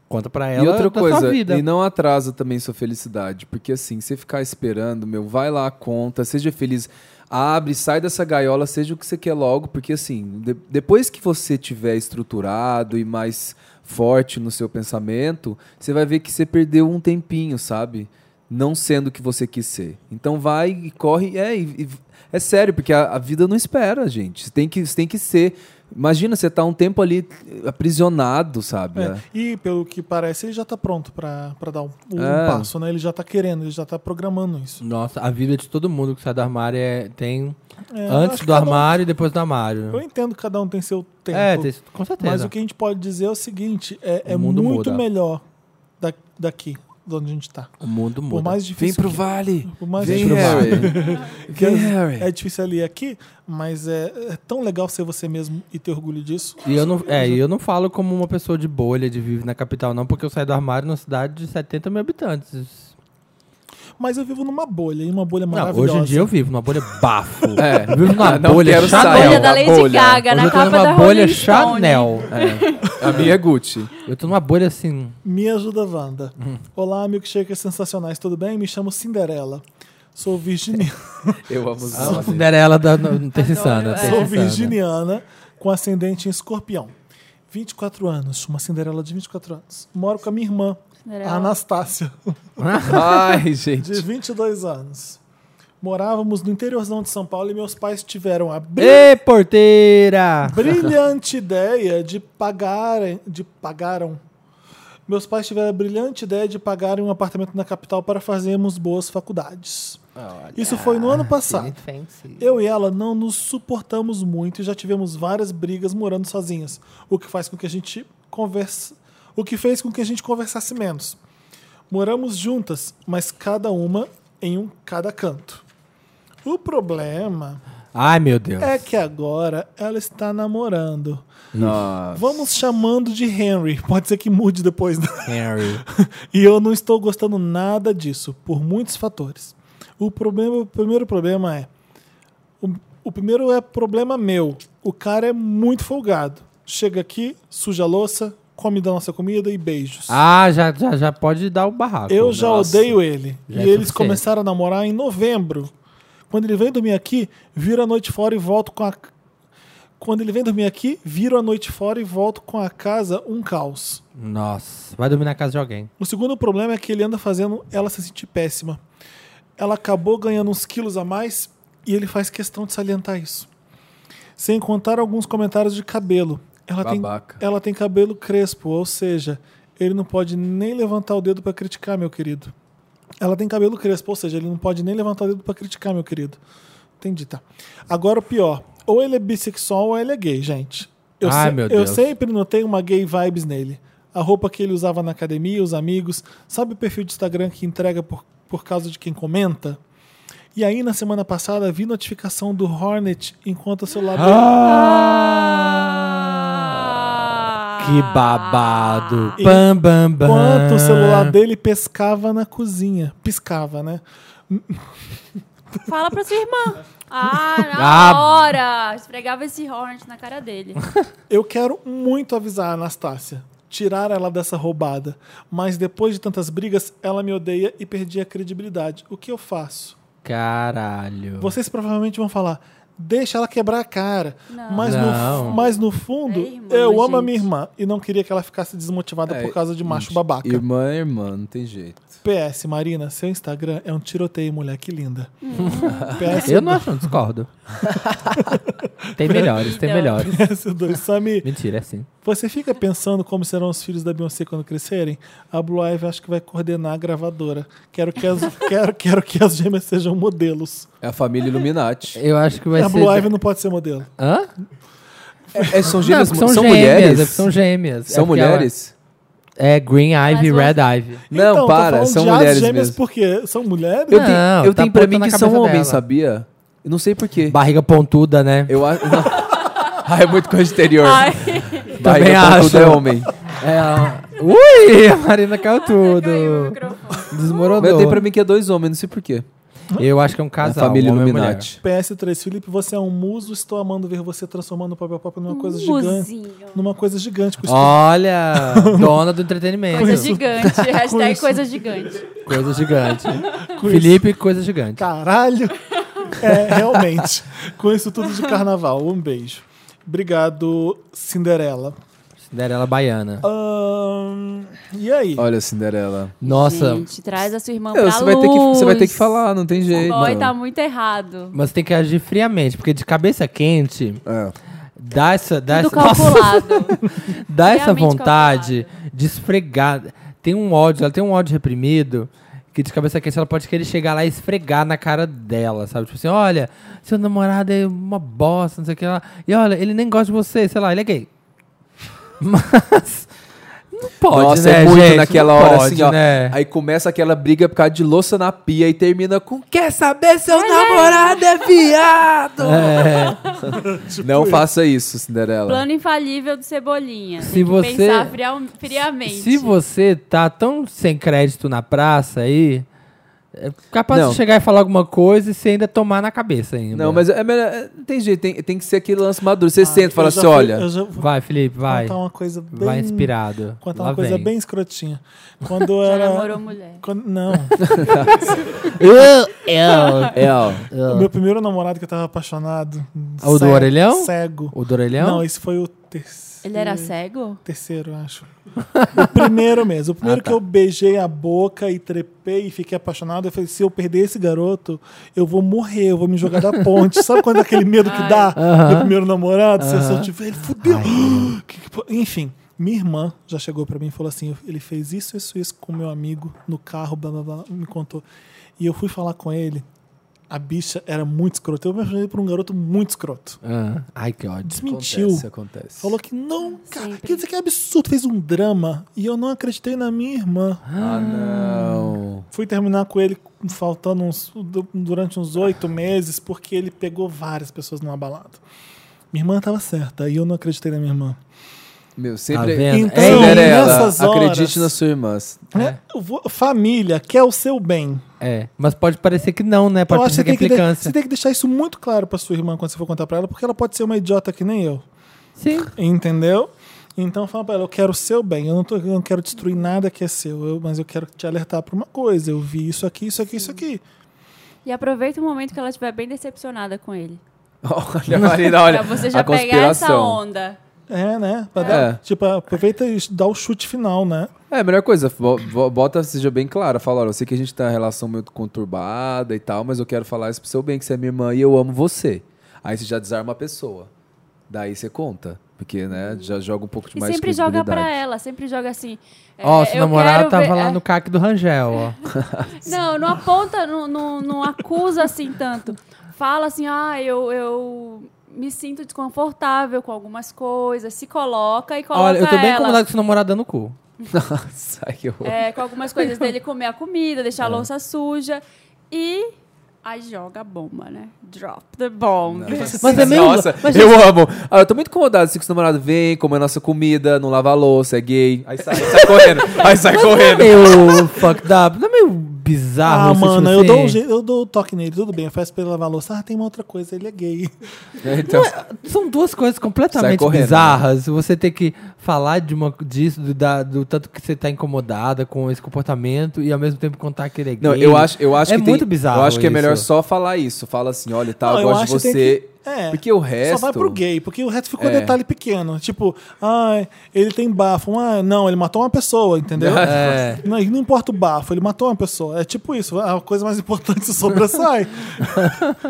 [SPEAKER 3] Conta pra ela
[SPEAKER 4] e outra
[SPEAKER 3] da
[SPEAKER 4] coisa,
[SPEAKER 3] sua vida.
[SPEAKER 4] e não atrasa também sua felicidade, porque assim, você ficar esperando, meu, vai lá, conta, seja feliz, abre, sai dessa gaiola, seja o que você quer logo, porque assim, de- depois que você tiver estruturado e mais forte no seu pensamento, você vai ver que você perdeu um tempinho, sabe? Não sendo o que você quis ser. Então vai e corre, é, e- e- é sério, porque a, a vida não espera, gente. Você tem que, você tem que ser. Imagina, você tá um tempo ali eh, aprisionado, sabe?
[SPEAKER 1] É, E pelo que parece, ele já tá pronto pra, pra dar um, um
[SPEAKER 4] É.
[SPEAKER 1] passo, né? Ele já tá querendo, ele já tá programando isso.
[SPEAKER 3] Nossa, a vida de todo mundo que sai do armário é, tem
[SPEAKER 1] É, acho
[SPEAKER 3] antes
[SPEAKER 1] que
[SPEAKER 3] do
[SPEAKER 1] cada um-
[SPEAKER 3] armário e depois do armário.
[SPEAKER 1] Eu entendo que cada um tem seu tempo.
[SPEAKER 3] É, tem- com certeza.
[SPEAKER 1] Mas o que a gente pode dizer é o seguinte: é,
[SPEAKER 3] O
[SPEAKER 1] é
[SPEAKER 3] mundo
[SPEAKER 1] muito
[SPEAKER 3] muda.
[SPEAKER 1] melhor da- daqui, de onde a gente tá.
[SPEAKER 3] O mundo muda.
[SPEAKER 1] Por mais
[SPEAKER 4] Vem
[SPEAKER 1] difícil.
[SPEAKER 4] pro
[SPEAKER 1] que-
[SPEAKER 4] vale.
[SPEAKER 1] por mais
[SPEAKER 4] Vem,
[SPEAKER 1] difícil
[SPEAKER 4] Harry.
[SPEAKER 1] que
[SPEAKER 4] Vem,
[SPEAKER 1] às-
[SPEAKER 4] Harry.
[SPEAKER 1] é difícil ali e aqui, mas é, é tão legal ser você mesmo e ter orgulho disso.
[SPEAKER 3] E eu não, é, e eu não falo como uma pessoa de bolha, de vive na capital, não, porque eu saí do armário numa cidade de 70 mil habitantes.
[SPEAKER 1] Mas eu vivo numa bolha, e uma bolha
[SPEAKER 3] Não,
[SPEAKER 1] maravilhosa.
[SPEAKER 3] hoje em dia eu vivo numa bolha bafo.
[SPEAKER 4] É.
[SPEAKER 3] Eu vivo numa
[SPEAKER 4] Não
[SPEAKER 3] bolha
[SPEAKER 4] quero
[SPEAKER 3] Chanel.
[SPEAKER 4] sair.
[SPEAKER 2] Bolha
[SPEAKER 4] Não,
[SPEAKER 2] da
[SPEAKER 4] na
[SPEAKER 2] Lady
[SPEAKER 4] Ah, é bolha.
[SPEAKER 2] Gaga,
[SPEAKER 3] Hoje
[SPEAKER 2] na
[SPEAKER 3] eu tô
[SPEAKER 2] capa
[SPEAKER 3] numa
[SPEAKER 2] da
[SPEAKER 3] bolha
[SPEAKER 2] Rolling Stone.
[SPEAKER 3] Chanel.
[SPEAKER 4] A minha é Gucci.
[SPEAKER 3] Eu tô numa bolha assim.
[SPEAKER 1] Me ajuda, Wanda. Olá, milkshakers sensacionais, tudo bem? Me chamo Cinderela. Sou virginiana.
[SPEAKER 4] Eu amo
[SPEAKER 3] a Cinderela da no- no
[SPEAKER 2] Adoro,
[SPEAKER 3] Terça Insana.
[SPEAKER 2] é.
[SPEAKER 3] Terça
[SPEAKER 1] Sou
[SPEAKER 3] Insana.
[SPEAKER 1] virginiana, com ascendente em escorpião. 24 anos, uma Cinderela de 24 anos. Moro com a minha irmã,
[SPEAKER 2] Cinderela.
[SPEAKER 1] a Anastácia,
[SPEAKER 4] Ai, gente.
[SPEAKER 1] de 22 anos. Morávamos no interiorzão de São Paulo e meus pais tiveram a bri-
[SPEAKER 3] Ê, porteira!
[SPEAKER 1] brilhante ideia de pagarem, de pagaram. Meus pais tiveram a brilhante ideia de pagarem um apartamento na capital para fazermos boas faculdades. Isso foi no ano passado. Eu e ela não nos suportamos muito e já tivemos várias brigas morando sozinhas, o que faz com que a gente converse, o que fez com que a gente conversasse menos. Moramos juntas, mas cada uma em um cada canto. O problema
[SPEAKER 3] Ai, meu Deus.
[SPEAKER 1] é que agora ela está namorando.
[SPEAKER 4] Nossa.
[SPEAKER 1] Vamos chamando de Henry. Pode ser que mude depois. Né?
[SPEAKER 3] Henry.
[SPEAKER 1] E eu não estou gostando nada disso, por muitos fatores. O, problema, o primeiro problema é. O, o primeiro é problema meu. O cara é muito folgado. Chega aqui, suja a louça, come da nossa comida e beijos.
[SPEAKER 3] Ah, já, já, já pode dar o barraco.
[SPEAKER 1] eu já
[SPEAKER 4] nossa.
[SPEAKER 1] odeio ele.
[SPEAKER 3] Já é
[SPEAKER 1] e eles
[SPEAKER 3] suficiente.
[SPEAKER 1] começaram a namorar em novembro. Quando ele vem dormir aqui, viro a noite fora e volto com a. Quando ele vem dormir aqui, viro a noite fora e volto com a casa um caos.
[SPEAKER 3] Nossa, vai dormir na casa de alguém.
[SPEAKER 1] O segundo problema é que ele anda fazendo ela se sentir péssima. Ela acabou ganhando uns quilos a mais e ele faz questão de salientar isso. Sem contar alguns comentários de cabelo. Ela tem,
[SPEAKER 4] Babaca.
[SPEAKER 1] ela tem cabelo crespo, ou seja, ele não pode nem levantar o dedo para criticar, meu querido. Ela tem cabelo crespo, ou seja, ele não pode nem levantar o dedo para criticar, meu querido. Entendi, tá. Agora o pior. Ou ele é bissexual ou ele é gay, gente. Eu,
[SPEAKER 3] Ai,
[SPEAKER 1] se-
[SPEAKER 3] meu
[SPEAKER 1] eu
[SPEAKER 3] Deus.
[SPEAKER 1] sempre notei uma gay vibes nele. A roupa que ele usava na academia, os amigos. Sabe o perfil de Instagram que entrega por, por causa de quem comenta? E aí, na semana passada, vi notificação do Hornet enquanto o celular dele...
[SPEAKER 2] Ah.
[SPEAKER 3] Que babado.
[SPEAKER 1] E
[SPEAKER 3] Bam, bam, bam.
[SPEAKER 1] Enquanto o celular dele pescava na cozinha. Piscava, né?
[SPEAKER 2] Fala pra sua irmã. Ah, na
[SPEAKER 3] Ah.
[SPEAKER 2] hora! Esfregava esse Hornet na cara dele.
[SPEAKER 1] Eu quero muito avisar a Anastácia. Tirar ela dessa roubada. Mas depois de tantas brigas, ela me odeia e perdi a credibilidade. O que eu faço?
[SPEAKER 3] Caralho.
[SPEAKER 1] Vocês provavelmente vão falar. Deixa ela quebrar a cara. Mas, No,
[SPEAKER 3] Não.
[SPEAKER 1] mas no fundo,
[SPEAKER 2] É irmã,
[SPEAKER 1] eu amo a
[SPEAKER 2] gente.
[SPEAKER 1] minha irmã e não queria que ela ficasse desmotivada
[SPEAKER 4] É,
[SPEAKER 1] por causa de macho
[SPEAKER 4] gente,
[SPEAKER 1] babaca.
[SPEAKER 4] Irmã é irmã, não tem jeito.
[SPEAKER 1] PS, Marina, seu Instagram é um tiroteio, mulher, que linda.
[SPEAKER 2] Hum.
[SPEAKER 1] PS,
[SPEAKER 3] Eu não acho, não discordo. tem melhores, tem
[SPEAKER 2] Não.
[SPEAKER 3] melhores.
[SPEAKER 1] PS2, Samir,
[SPEAKER 3] Mentira, é sim.
[SPEAKER 1] Você fica pensando como serão os filhos da Beyoncé quando crescerem? A Blue Ivy acho que vai coordenar a gravadora. Quero que as, quero, quero que as gêmeas sejam modelos.
[SPEAKER 4] É a família Illuminati.
[SPEAKER 3] Eu acho que vai
[SPEAKER 1] a
[SPEAKER 3] ser.
[SPEAKER 1] Blue Ivy não pode ser modelo.
[SPEAKER 3] Hã?
[SPEAKER 4] É, são
[SPEAKER 3] Não,
[SPEAKER 4] gêmeas,
[SPEAKER 3] porque
[SPEAKER 4] são,
[SPEAKER 3] são, gêmeas,
[SPEAKER 4] mulheres.
[SPEAKER 3] é porque são gêmeas. É
[SPEAKER 4] São
[SPEAKER 3] porque ela-
[SPEAKER 4] mulheres?
[SPEAKER 3] É Green Ivy,
[SPEAKER 2] Mas
[SPEAKER 3] Red Ivy.
[SPEAKER 4] Não,
[SPEAKER 1] então, tô
[SPEAKER 4] para,
[SPEAKER 1] falando
[SPEAKER 4] são
[SPEAKER 1] de as
[SPEAKER 4] mulheres
[SPEAKER 1] gêmeas
[SPEAKER 4] mesmo.
[SPEAKER 1] porque são mulheres?
[SPEAKER 3] Eu-
[SPEAKER 4] Eu tenho,
[SPEAKER 3] Não,
[SPEAKER 4] eu
[SPEAKER 3] tá
[SPEAKER 4] tenho pra mim
[SPEAKER 3] apontando
[SPEAKER 4] que
[SPEAKER 3] na
[SPEAKER 4] são
[SPEAKER 3] cabeça
[SPEAKER 4] homens,
[SPEAKER 3] dela.
[SPEAKER 4] sabia? Eu não sei porquê.
[SPEAKER 3] Barriga pontuda, né?
[SPEAKER 4] Eu acho. Ah, é muito coisa exterior.
[SPEAKER 2] Ai,
[SPEAKER 4] Barriga
[SPEAKER 3] também
[SPEAKER 4] pra
[SPEAKER 3] acho.
[SPEAKER 4] tudo é homem.
[SPEAKER 3] É, ela- Ui, a Marina caiu
[SPEAKER 2] caiu o
[SPEAKER 3] tudo.
[SPEAKER 2] microfone.
[SPEAKER 4] Mas eu
[SPEAKER 3] Desmoronou.
[SPEAKER 4] tenho pra mim que é dois homens, não sei porquê.
[SPEAKER 3] Eu acho que é um
[SPEAKER 4] A
[SPEAKER 3] casal.
[SPEAKER 4] família
[SPEAKER 3] um homem e uma
[SPEAKER 4] Illuminati.
[SPEAKER 1] PS3, Felipe, você é um muso, estou amando ver você transformando o papel pop numa coisa
[SPEAKER 2] Musinho.
[SPEAKER 1] gigante. Numa coisa gigante. com
[SPEAKER 3] mulher. Olha, dona do entretenimento.
[SPEAKER 2] Coisa
[SPEAKER 3] Coisa,
[SPEAKER 2] gigante.
[SPEAKER 1] Com
[SPEAKER 2] Hashtag
[SPEAKER 1] isso.
[SPEAKER 2] coisa gigante.
[SPEAKER 3] gigante. Felipe, coisa gigante.
[SPEAKER 1] Caralho! É, realmente. Com isso tudo de carnaval. Um beijo. Obrigado, Cinderela.
[SPEAKER 3] Cinderela baiana.
[SPEAKER 1] Ahn, e aí?
[SPEAKER 4] Olha, Cinderela.
[SPEAKER 3] Nossa,
[SPEAKER 2] Gente, traz a sua irmã
[SPEAKER 4] É,
[SPEAKER 2] pra
[SPEAKER 4] você, vai ter que,
[SPEAKER 2] luz.
[SPEAKER 4] você vai ter que falar, não tem
[SPEAKER 2] O
[SPEAKER 4] jeito.
[SPEAKER 2] boy tá muito errado.
[SPEAKER 3] mas tem que agir friamente, porque de cabeça quente,
[SPEAKER 4] É.
[SPEAKER 3] dá essa. Dá
[SPEAKER 2] Tudo
[SPEAKER 3] essa, Nossa.
[SPEAKER 2] calculado.
[SPEAKER 3] dá essa
[SPEAKER 2] Friamente
[SPEAKER 3] vontade de esfregar. Tem um ódio, ela tem um ódio reprimido que de cabeça quente ela pode querer chegar lá e esfregar na cara dela, sabe? Tipo assim, olha, seu namorado é uma bosta, não sei o que lá. E olha, ele nem gosta de você, sei lá, ele é gay. Mas não pode,
[SPEAKER 4] Nossa,
[SPEAKER 3] né,
[SPEAKER 4] é muito
[SPEAKER 3] gente?
[SPEAKER 4] naquela
[SPEAKER 3] Não
[SPEAKER 4] hora
[SPEAKER 3] pode,
[SPEAKER 4] assim, ó.
[SPEAKER 3] né?
[SPEAKER 4] Aí começa aquela briga por causa de louça na pia e termina com Quer saber seu namorado é viado? não faça isso, Cinderela.
[SPEAKER 2] Plano infalível do Cebolinha. Tem
[SPEAKER 3] Se
[SPEAKER 2] que
[SPEAKER 3] você-
[SPEAKER 2] pensar friam- friamente.
[SPEAKER 3] Se você tá tão sem crédito na praça aí, é capaz
[SPEAKER 4] Não.
[SPEAKER 3] de chegar e falar alguma coisa e você ainda tomar na cabeça ainda.
[SPEAKER 4] Não, mas é melhor. é, Não tem jeito, tem, tem que ser aquele lance maduro. Você senta e fala
[SPEAKER 1] Eu já
[SPEAKER 4] assim:
[SPEAKER 1] fui-
[SPEAKER 4] olha,
[SPEAKER 1] Eu já vou
[SPEAKER 3] Vai, Felipe, vai.
[SPEAKER 1] contar uma coisa bem.
[SPEAKER 3] Vai inspirado.
[SPEAKER 1] Contar
[SPEAKER 3] Lá
[SPEAKER 1] uma coisa
[SPEAKER 3] vem.
[SPEAKER 1] bem escrotinha. Quando eu
[SPEAKER 2] Já
[SPEAKER 1] era.
[SPEAKER 2] namorou mulher.
[SPEAKER 1] quando- não.
[SPEAKER 4] é, ó.
[SPEAKER 1] o meu primeiro namorado que eu tava apaixonado.
[SPEAKER 3] Ah, o do
[SPEAKER 1] cego-
[SPEAKER 3] orelhão?
[SPEAKER 1] Cego.
[SPEAKER 3] O do orelhão?
[SPEAKER 1] Não, esse foi o terceiro.
[SPEAKER 2] Ele era cego?
[SPEAKER 1] Terceiro, eu acho. O primeiro mesmo. O primeiro que eu beijei a boca e trepei e fiquei apaixonado, eu falei: se eu perder esse garoto, eu vou morrer, eu vou me jogar da ponte. Sabe quando é aquele medo que dá do primeiro namorado? Se eu- Se eu tiver, ele fudeu. Que que po- Enfim, minha irmã já chegou pra mim e falou assim: ele fez isso, isso, isso com meu amigo no carro, blá blá blá, me contou. E eu fui falar com ele. A bicha era muito escrota. Eu me apaixonei por um garoto muito escroto.
[SPEAKER 3] Ah, ai, que ódio.
[SPEAKER 1] Desmentiu.
[SPEAKER 4] Acontece, acontece.
[SPEAKER 1] Falou que não, cara, que isso aqui é absurdo. Fez um drama e eu não acreditei na minha irmã.
[SPEAKER 4] Ah, não.
[SPEAKER 1] Fui terminar com ele faltando uns, durante uns oito meses, porque ele pegou várias pessoas numa balada. Minha irmã estava certa e eu não acreditei na minha irmã.
[SPEAKER 4] Meu,
[SPEAKER 3] Tá
[SPEAKER 4] sempre.
[SPEAKER 3] vendo?
[SPEAKER 1] Então,
[SPEAKER 3] é,
[SPEAKER 4] Cinderela,
[SPEAKER 1] nessas horas-
[SPEAKER 4] acredite nas suas irmãs.
[SPEAKER 1] Né? Eu vou- família quer o seu bem.
[SPEAKER 3] é, mas pode parecer que não, né?
[SPEAKER 1] Eu
[SPEAKER 3] Pode
[SPEAKER 1] acho
[SPEAKER 3] parecer
[SPEAKER 1] que
[SPEAKER 3] que
[SPEAKER 1] tem
[SPEAKER 3] é
[SPEAKER 1] que, de-
[SPEAKER 3] implicância.
[SPEAKER 1] você tem que deixar isso muito claro para sua irmã quando você for contar para ela, porque ela pode ser uma idiota que nem eu.
[SPEAKER 3] Sim.
[SPEAKER 1] Entendeu? Então fala pra ela, eu quero o seu bem, eu não, tô, eu não quero destruir nada que é seu, eu- mas eu quero te alertar pra uma coisa. Eu vi isso aqui, isso aqui, isso aqui.
[SPEAKER 2] E aproveita o momento que ela estiver bem decepcionada com ele.
[SPEAKER 4] Olha, Marina, olha.
[SPEAKER 2] Pra você já
[SPEAKER 4] a
[SPEAKER 2] pegar
[SPEAKER 4] conspiração.
[SPEAKER 2] essa onda.
[SPEAKER 1] É, né? Pra
[SPEAKER 4] É.
[SPEAKER 1] dar- tipo, aproveita e dá o chute final, né?
[SPEAKER 4] É, a melhor coisa, bo- bo- bota, seja bem clara. Fala, olha, eu sei que a gente tá em uma relação muito conturbada e tal, mas eu quero falar isso pro seu bem, que você é minha irmã e eu amo você. Aí você já desarma a pessoa. Daí você conta. Porque, né, já joga um pouco de
[SPEAKER 2] E
[SPEAKER 4] mais
[SPEAKER 2] sempre joga pra
[SPEAKER 4] credibilidade.
[SPEAKER 2] ela, sempre joga assim. é,
[SPEAKER 3] Ó, seu
[SPEAKER 2] eu
[SPEAKER 3] namorado
[SPEAKER 2] quero
[SPEAKER 3] tava
[SPEAKER 2] ver-
[SPEAKER 3] lá
[SPEAKER 2] é,
[SPEAKER 3] no caque do Rangel, ó.
[SPEAKER 2] Não, não aponta, não, não, não acusa assim tanto. Fala assim, ah, eu, eu me sinto desconfortável com algumas coisas. Se coloca e coloca
[SPEAKER 3] Olha, eu tô bem
[SPEAKER 2] ela.
[SPEAKER 3] incomodado com seu namorado dando cu.
[SPEAKER 4] Nossa, ai, que horror.
[SPEAKER 2] É, com algumas coisas dele comer a comida, deixar a louça suja. E aí joga a bomba, né? Drop the bomb.
[SPEAKER 3] Mas é meio-
[SPEAKER 4] Nossa,
[SPEAKER 3] mas,
[SPEAKER 4] eu amo. Ah, eu tô muito incomodado se os namorados vêm, comem a nossa comida, não lava a louça, é gay. Aí sai, sai correndo. Aí sai correndo.
[SPEAKER 3] é. Meu fucked up. Não é meio bizarro
[SPEAKER 1] Ah,
[SPEAKER 3] isso,
[SPEAKER 1] mano,
[SPEAKER 3] tipo
[SPEAKER 1] eu, dou um
[SPEAKER 3] assim?
[SPEAKER 1] je- eu dou o toque nele, tudo bem, eu faço pra ele lavar a louça. Ah, tem uma outra coisa, ele é gay.
[SPEAKER 4] Então,
[SPEAKER 3] São duas coisas
[SPEAKER 4] Sai
[SPEAKER 3] completamente
[SPEAKER 4] correndo,
[SPEAKER 3] bizarras. Você ter que falar de uma, disso, do, da- do tanto que você tá incomodada com esse comportamento e ao mesmo tempo contar que ele é gay.
[SPEAKER 4] não, eu acho, eu acho
[SPEAKER 3] é
[SPEAKER 4] que tem-
[SPEAKER 3] muito bizarro
[SPEAKER 4] Eu acho que é melhor
[SPEAKER 3] isso.
[SPEAKER 4] só falar isso. Fala assim, olha, tá,
[SPEAKER 1] Não,
[SPEAKER 4] eu
[SPEAKER 1] eu
[SPEAKER 4] gosto de
[SPEAKER 1] acho que tem
[SPEAKER 4] você.
[SPEAKER 1] que- é.
[SPEAKER 4] Porque o resto...
[SPEAKER 1] Só vai pro gay, porque o resto ficou um
[SPEAKER 4] É.
[SPEAKER 1] detalhe pequeno. Tipo, ah, ele tem bafo. Ah, não, ele matou uma pessoa, entendeu?
[SPEAKER 3] É.
[SPEAKER 1] Não, e não importa o bafo, ele matou uma pessoa. É tipo isso, a coisa mais importante se sobressai.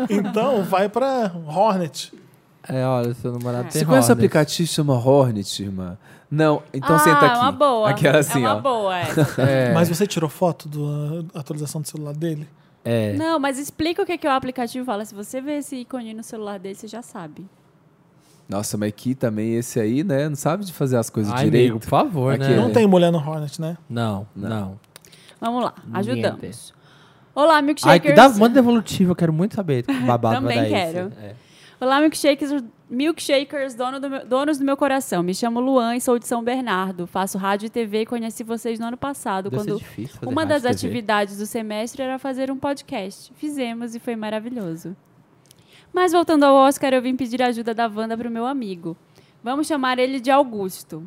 [SPEAKER 1] então, vai pra Hornet.
[SPEAKER 3] É, olha, seu namorado tem É.
[SPEAKER 4] Você conhece o
[SPEAKER 3] Hornets.
[SPEAKER 4] aplicativo que chama Hornet, irmã? Não, então
[SPEAKER 2] ah,
[SPEAKER 4] senta aqui.
[SPEAKER 2] é uma boa.
[SPEAKER 4] Aquela assim,
[SPEAKER 2] é uma
[SPEAKER 4] ó.
[SPEAKER 2] boa essa.
[SPEAKER 3] É,
[SPEAKER 1] Mas você tirou foto da atualização do celular dele?
[SPEAKER 3] é.
[SPEAKER 2] Não, mas explica o que, que é o aplicativo fala. Se você vê esse ícone no celular dele, você já sabe.
[SPEAKER 4] Nossa, mas que também esse aí, né? Não sabe de fazer as coisas
[SPEAKER 3] Ai,
[SPEAKER 4] direito.
[SPEAKER 3] amigo, por favor,
[SPEAKER 4] Aqui,
[SPEAKER 3] né?
[SPEAKER 1] Não
[SPEAKER 4] É.
[SPEAKER 1] tem mulher no Hornet, né?
[SPEAKER 3] Não, não.
[SPEAKER 2] Vamos lá,
[SPEAKER 3] Ninguém tem.
[SPEAKER 2] ajudamos. Olá, milkshakers.
[SPEAKER 3] Ai, que dá, manda devolutivo, eu quero muito saber que babado
[SPEAKER 2] Também
[SPEAKER 3] vai dar
[SPEAKER 2] quero.
[SPEAKER 3] isso. É.
[SPEAKER 2] Olá, milkshakers, milkshakers dono do meu- donos do meu coração. Me chamo Luan e sou de São Bernardo. Faço rádio e TV e conheci vocês no ano passado,
[SPEAKER 3] Deve ser
[SPEAKER 2] quando
[SPEAKER 3] difícil fazer
[SPEAKER 2] uma
[SPEAKER 3] rádio
[SPEAKER 2] das
[SPEAKER 3] e TV.
[SPEAKER 2] atividades do semestre era fazer um podcast. Fizemos e foi maravilhoso. Mas voltando ao Oscar, eu vim pedir a ajuda da Wanda para o meu amigo. Vamos chamar ele de Augusto.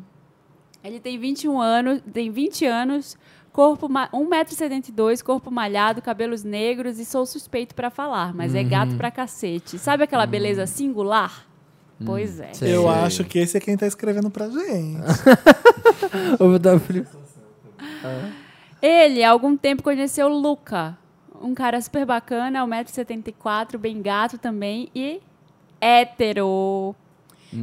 [SPEAKER 2] Ele tem 21 anos, tem 20 anos, corpo ma- 1,72m, corpo malhado, cabelos negros e sou suspeito para falar, mas
[SPEAKER 3] Uhum.
[SPEAKER 2] é gato pra cacete. Sabe aquela beleza singular? Pois é.
[SPEAKER 3] Sei.
[SPEAKER 1] Eu acho que esse é quem tá escrevendo pra gente.
[SPEAKER 3] Eu vou dar um flip.
[SPEAKER 2] É. Ele, há algum tempo, conheceu Luca, um cara super bacana, 1,74m, bem gato também e hétero.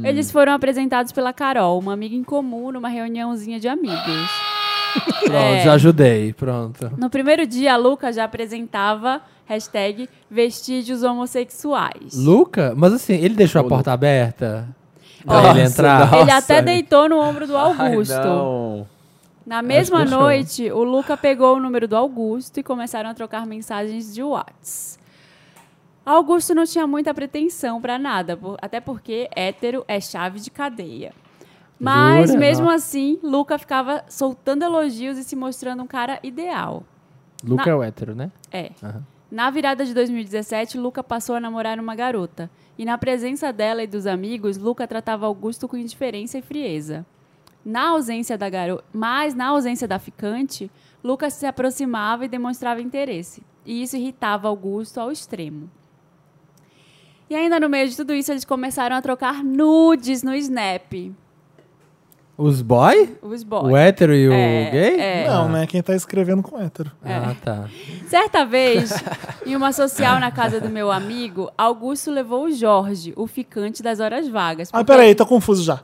[SPEAKER 2] Eles foram apresentados pela Carol, uma amiga em comum, numa reuniãozinha de amigos.
[SPEAKER 3] Pronto,
[SPEAKER 2] É.
[SPEAKER 3] já ajudei. Pronto.
[SPEAKER 2] No primeiro dia, a Luca já apresentava hashtag vestígios homossexuais.
[SPEAKER 3] Luca? Mas assim, ele deixou a porta aberta pra
[SPEAKER 2] Nossa,
[SPEAKER 3] ele entrar.
[SPEAKER 2] Ele
[SPEAKER 4] Nossa,
[SPEAKER 2] até
[SPEAKER 4] velho.
[SPEAKER 2] deitou no ombro do Augusto.
[SPEAKER 4] Ai, não.
[SPEAKER 2] Na mesma
[SPEAKER 3] Acho que
[SPEAKER 2] noite, o Luca pegou o número do Augusto e começaram a trocar mensagens de Whats. Augusto não tinha muita pretensão para nada, por- até porque hétero é chave de cadeia. Mas,
[SPEAKER 3] Jura?
[SPEAKER 2] mesmo
[SPEAKER 3] Nossa.
[SPEAKER 2] assim, Luca ficava soltando elogios e se mostrando um cara ideal.
[SPEAKER 3] Luca
[SPEAKER 2] Na-
[SPEAKER 3] é o hétero, né?
[SPEAKER 2] É.
[SPEAKER 3] Aham.
[SPEAKER 2] Na virada de 2017, Luca passou a namorar uma garota. E na presença dela e dos amigos, Luca tratava Augusto com indiferença e frieza. Na ausência da garota, mas na ausência da ficante, Luca se aproximava e demonstrava interesse. E isso irritava Augusto ao extremo. E ainda no meio de tudo isso, eles começaram a trocar nudes no Snap.
[SPEAKER 3] Os boy?
[SPEAKER 2] Os
[SPEAKER 3] O
[SPEAKER 2] boys.
[SPEAKER 3] hétero e o
[SPEAKER 2] É,
[SPEAKER 3] gay?
[SPEAKER 2] é.
[SPEAKER 1] Não, né? Quem tá escrevendo com hétero.
[SPEAKER 3] Ah, tá.
[SPEAKER 2] Certa vez, em uma social na casa do meu amigo, Augusto levou o Jorge, o ficante das horas vagas.
[SPEAKER 1] Ah,
[SPEAKER 2] porque-
[SPEAKER 1] peraí, tô confuso já.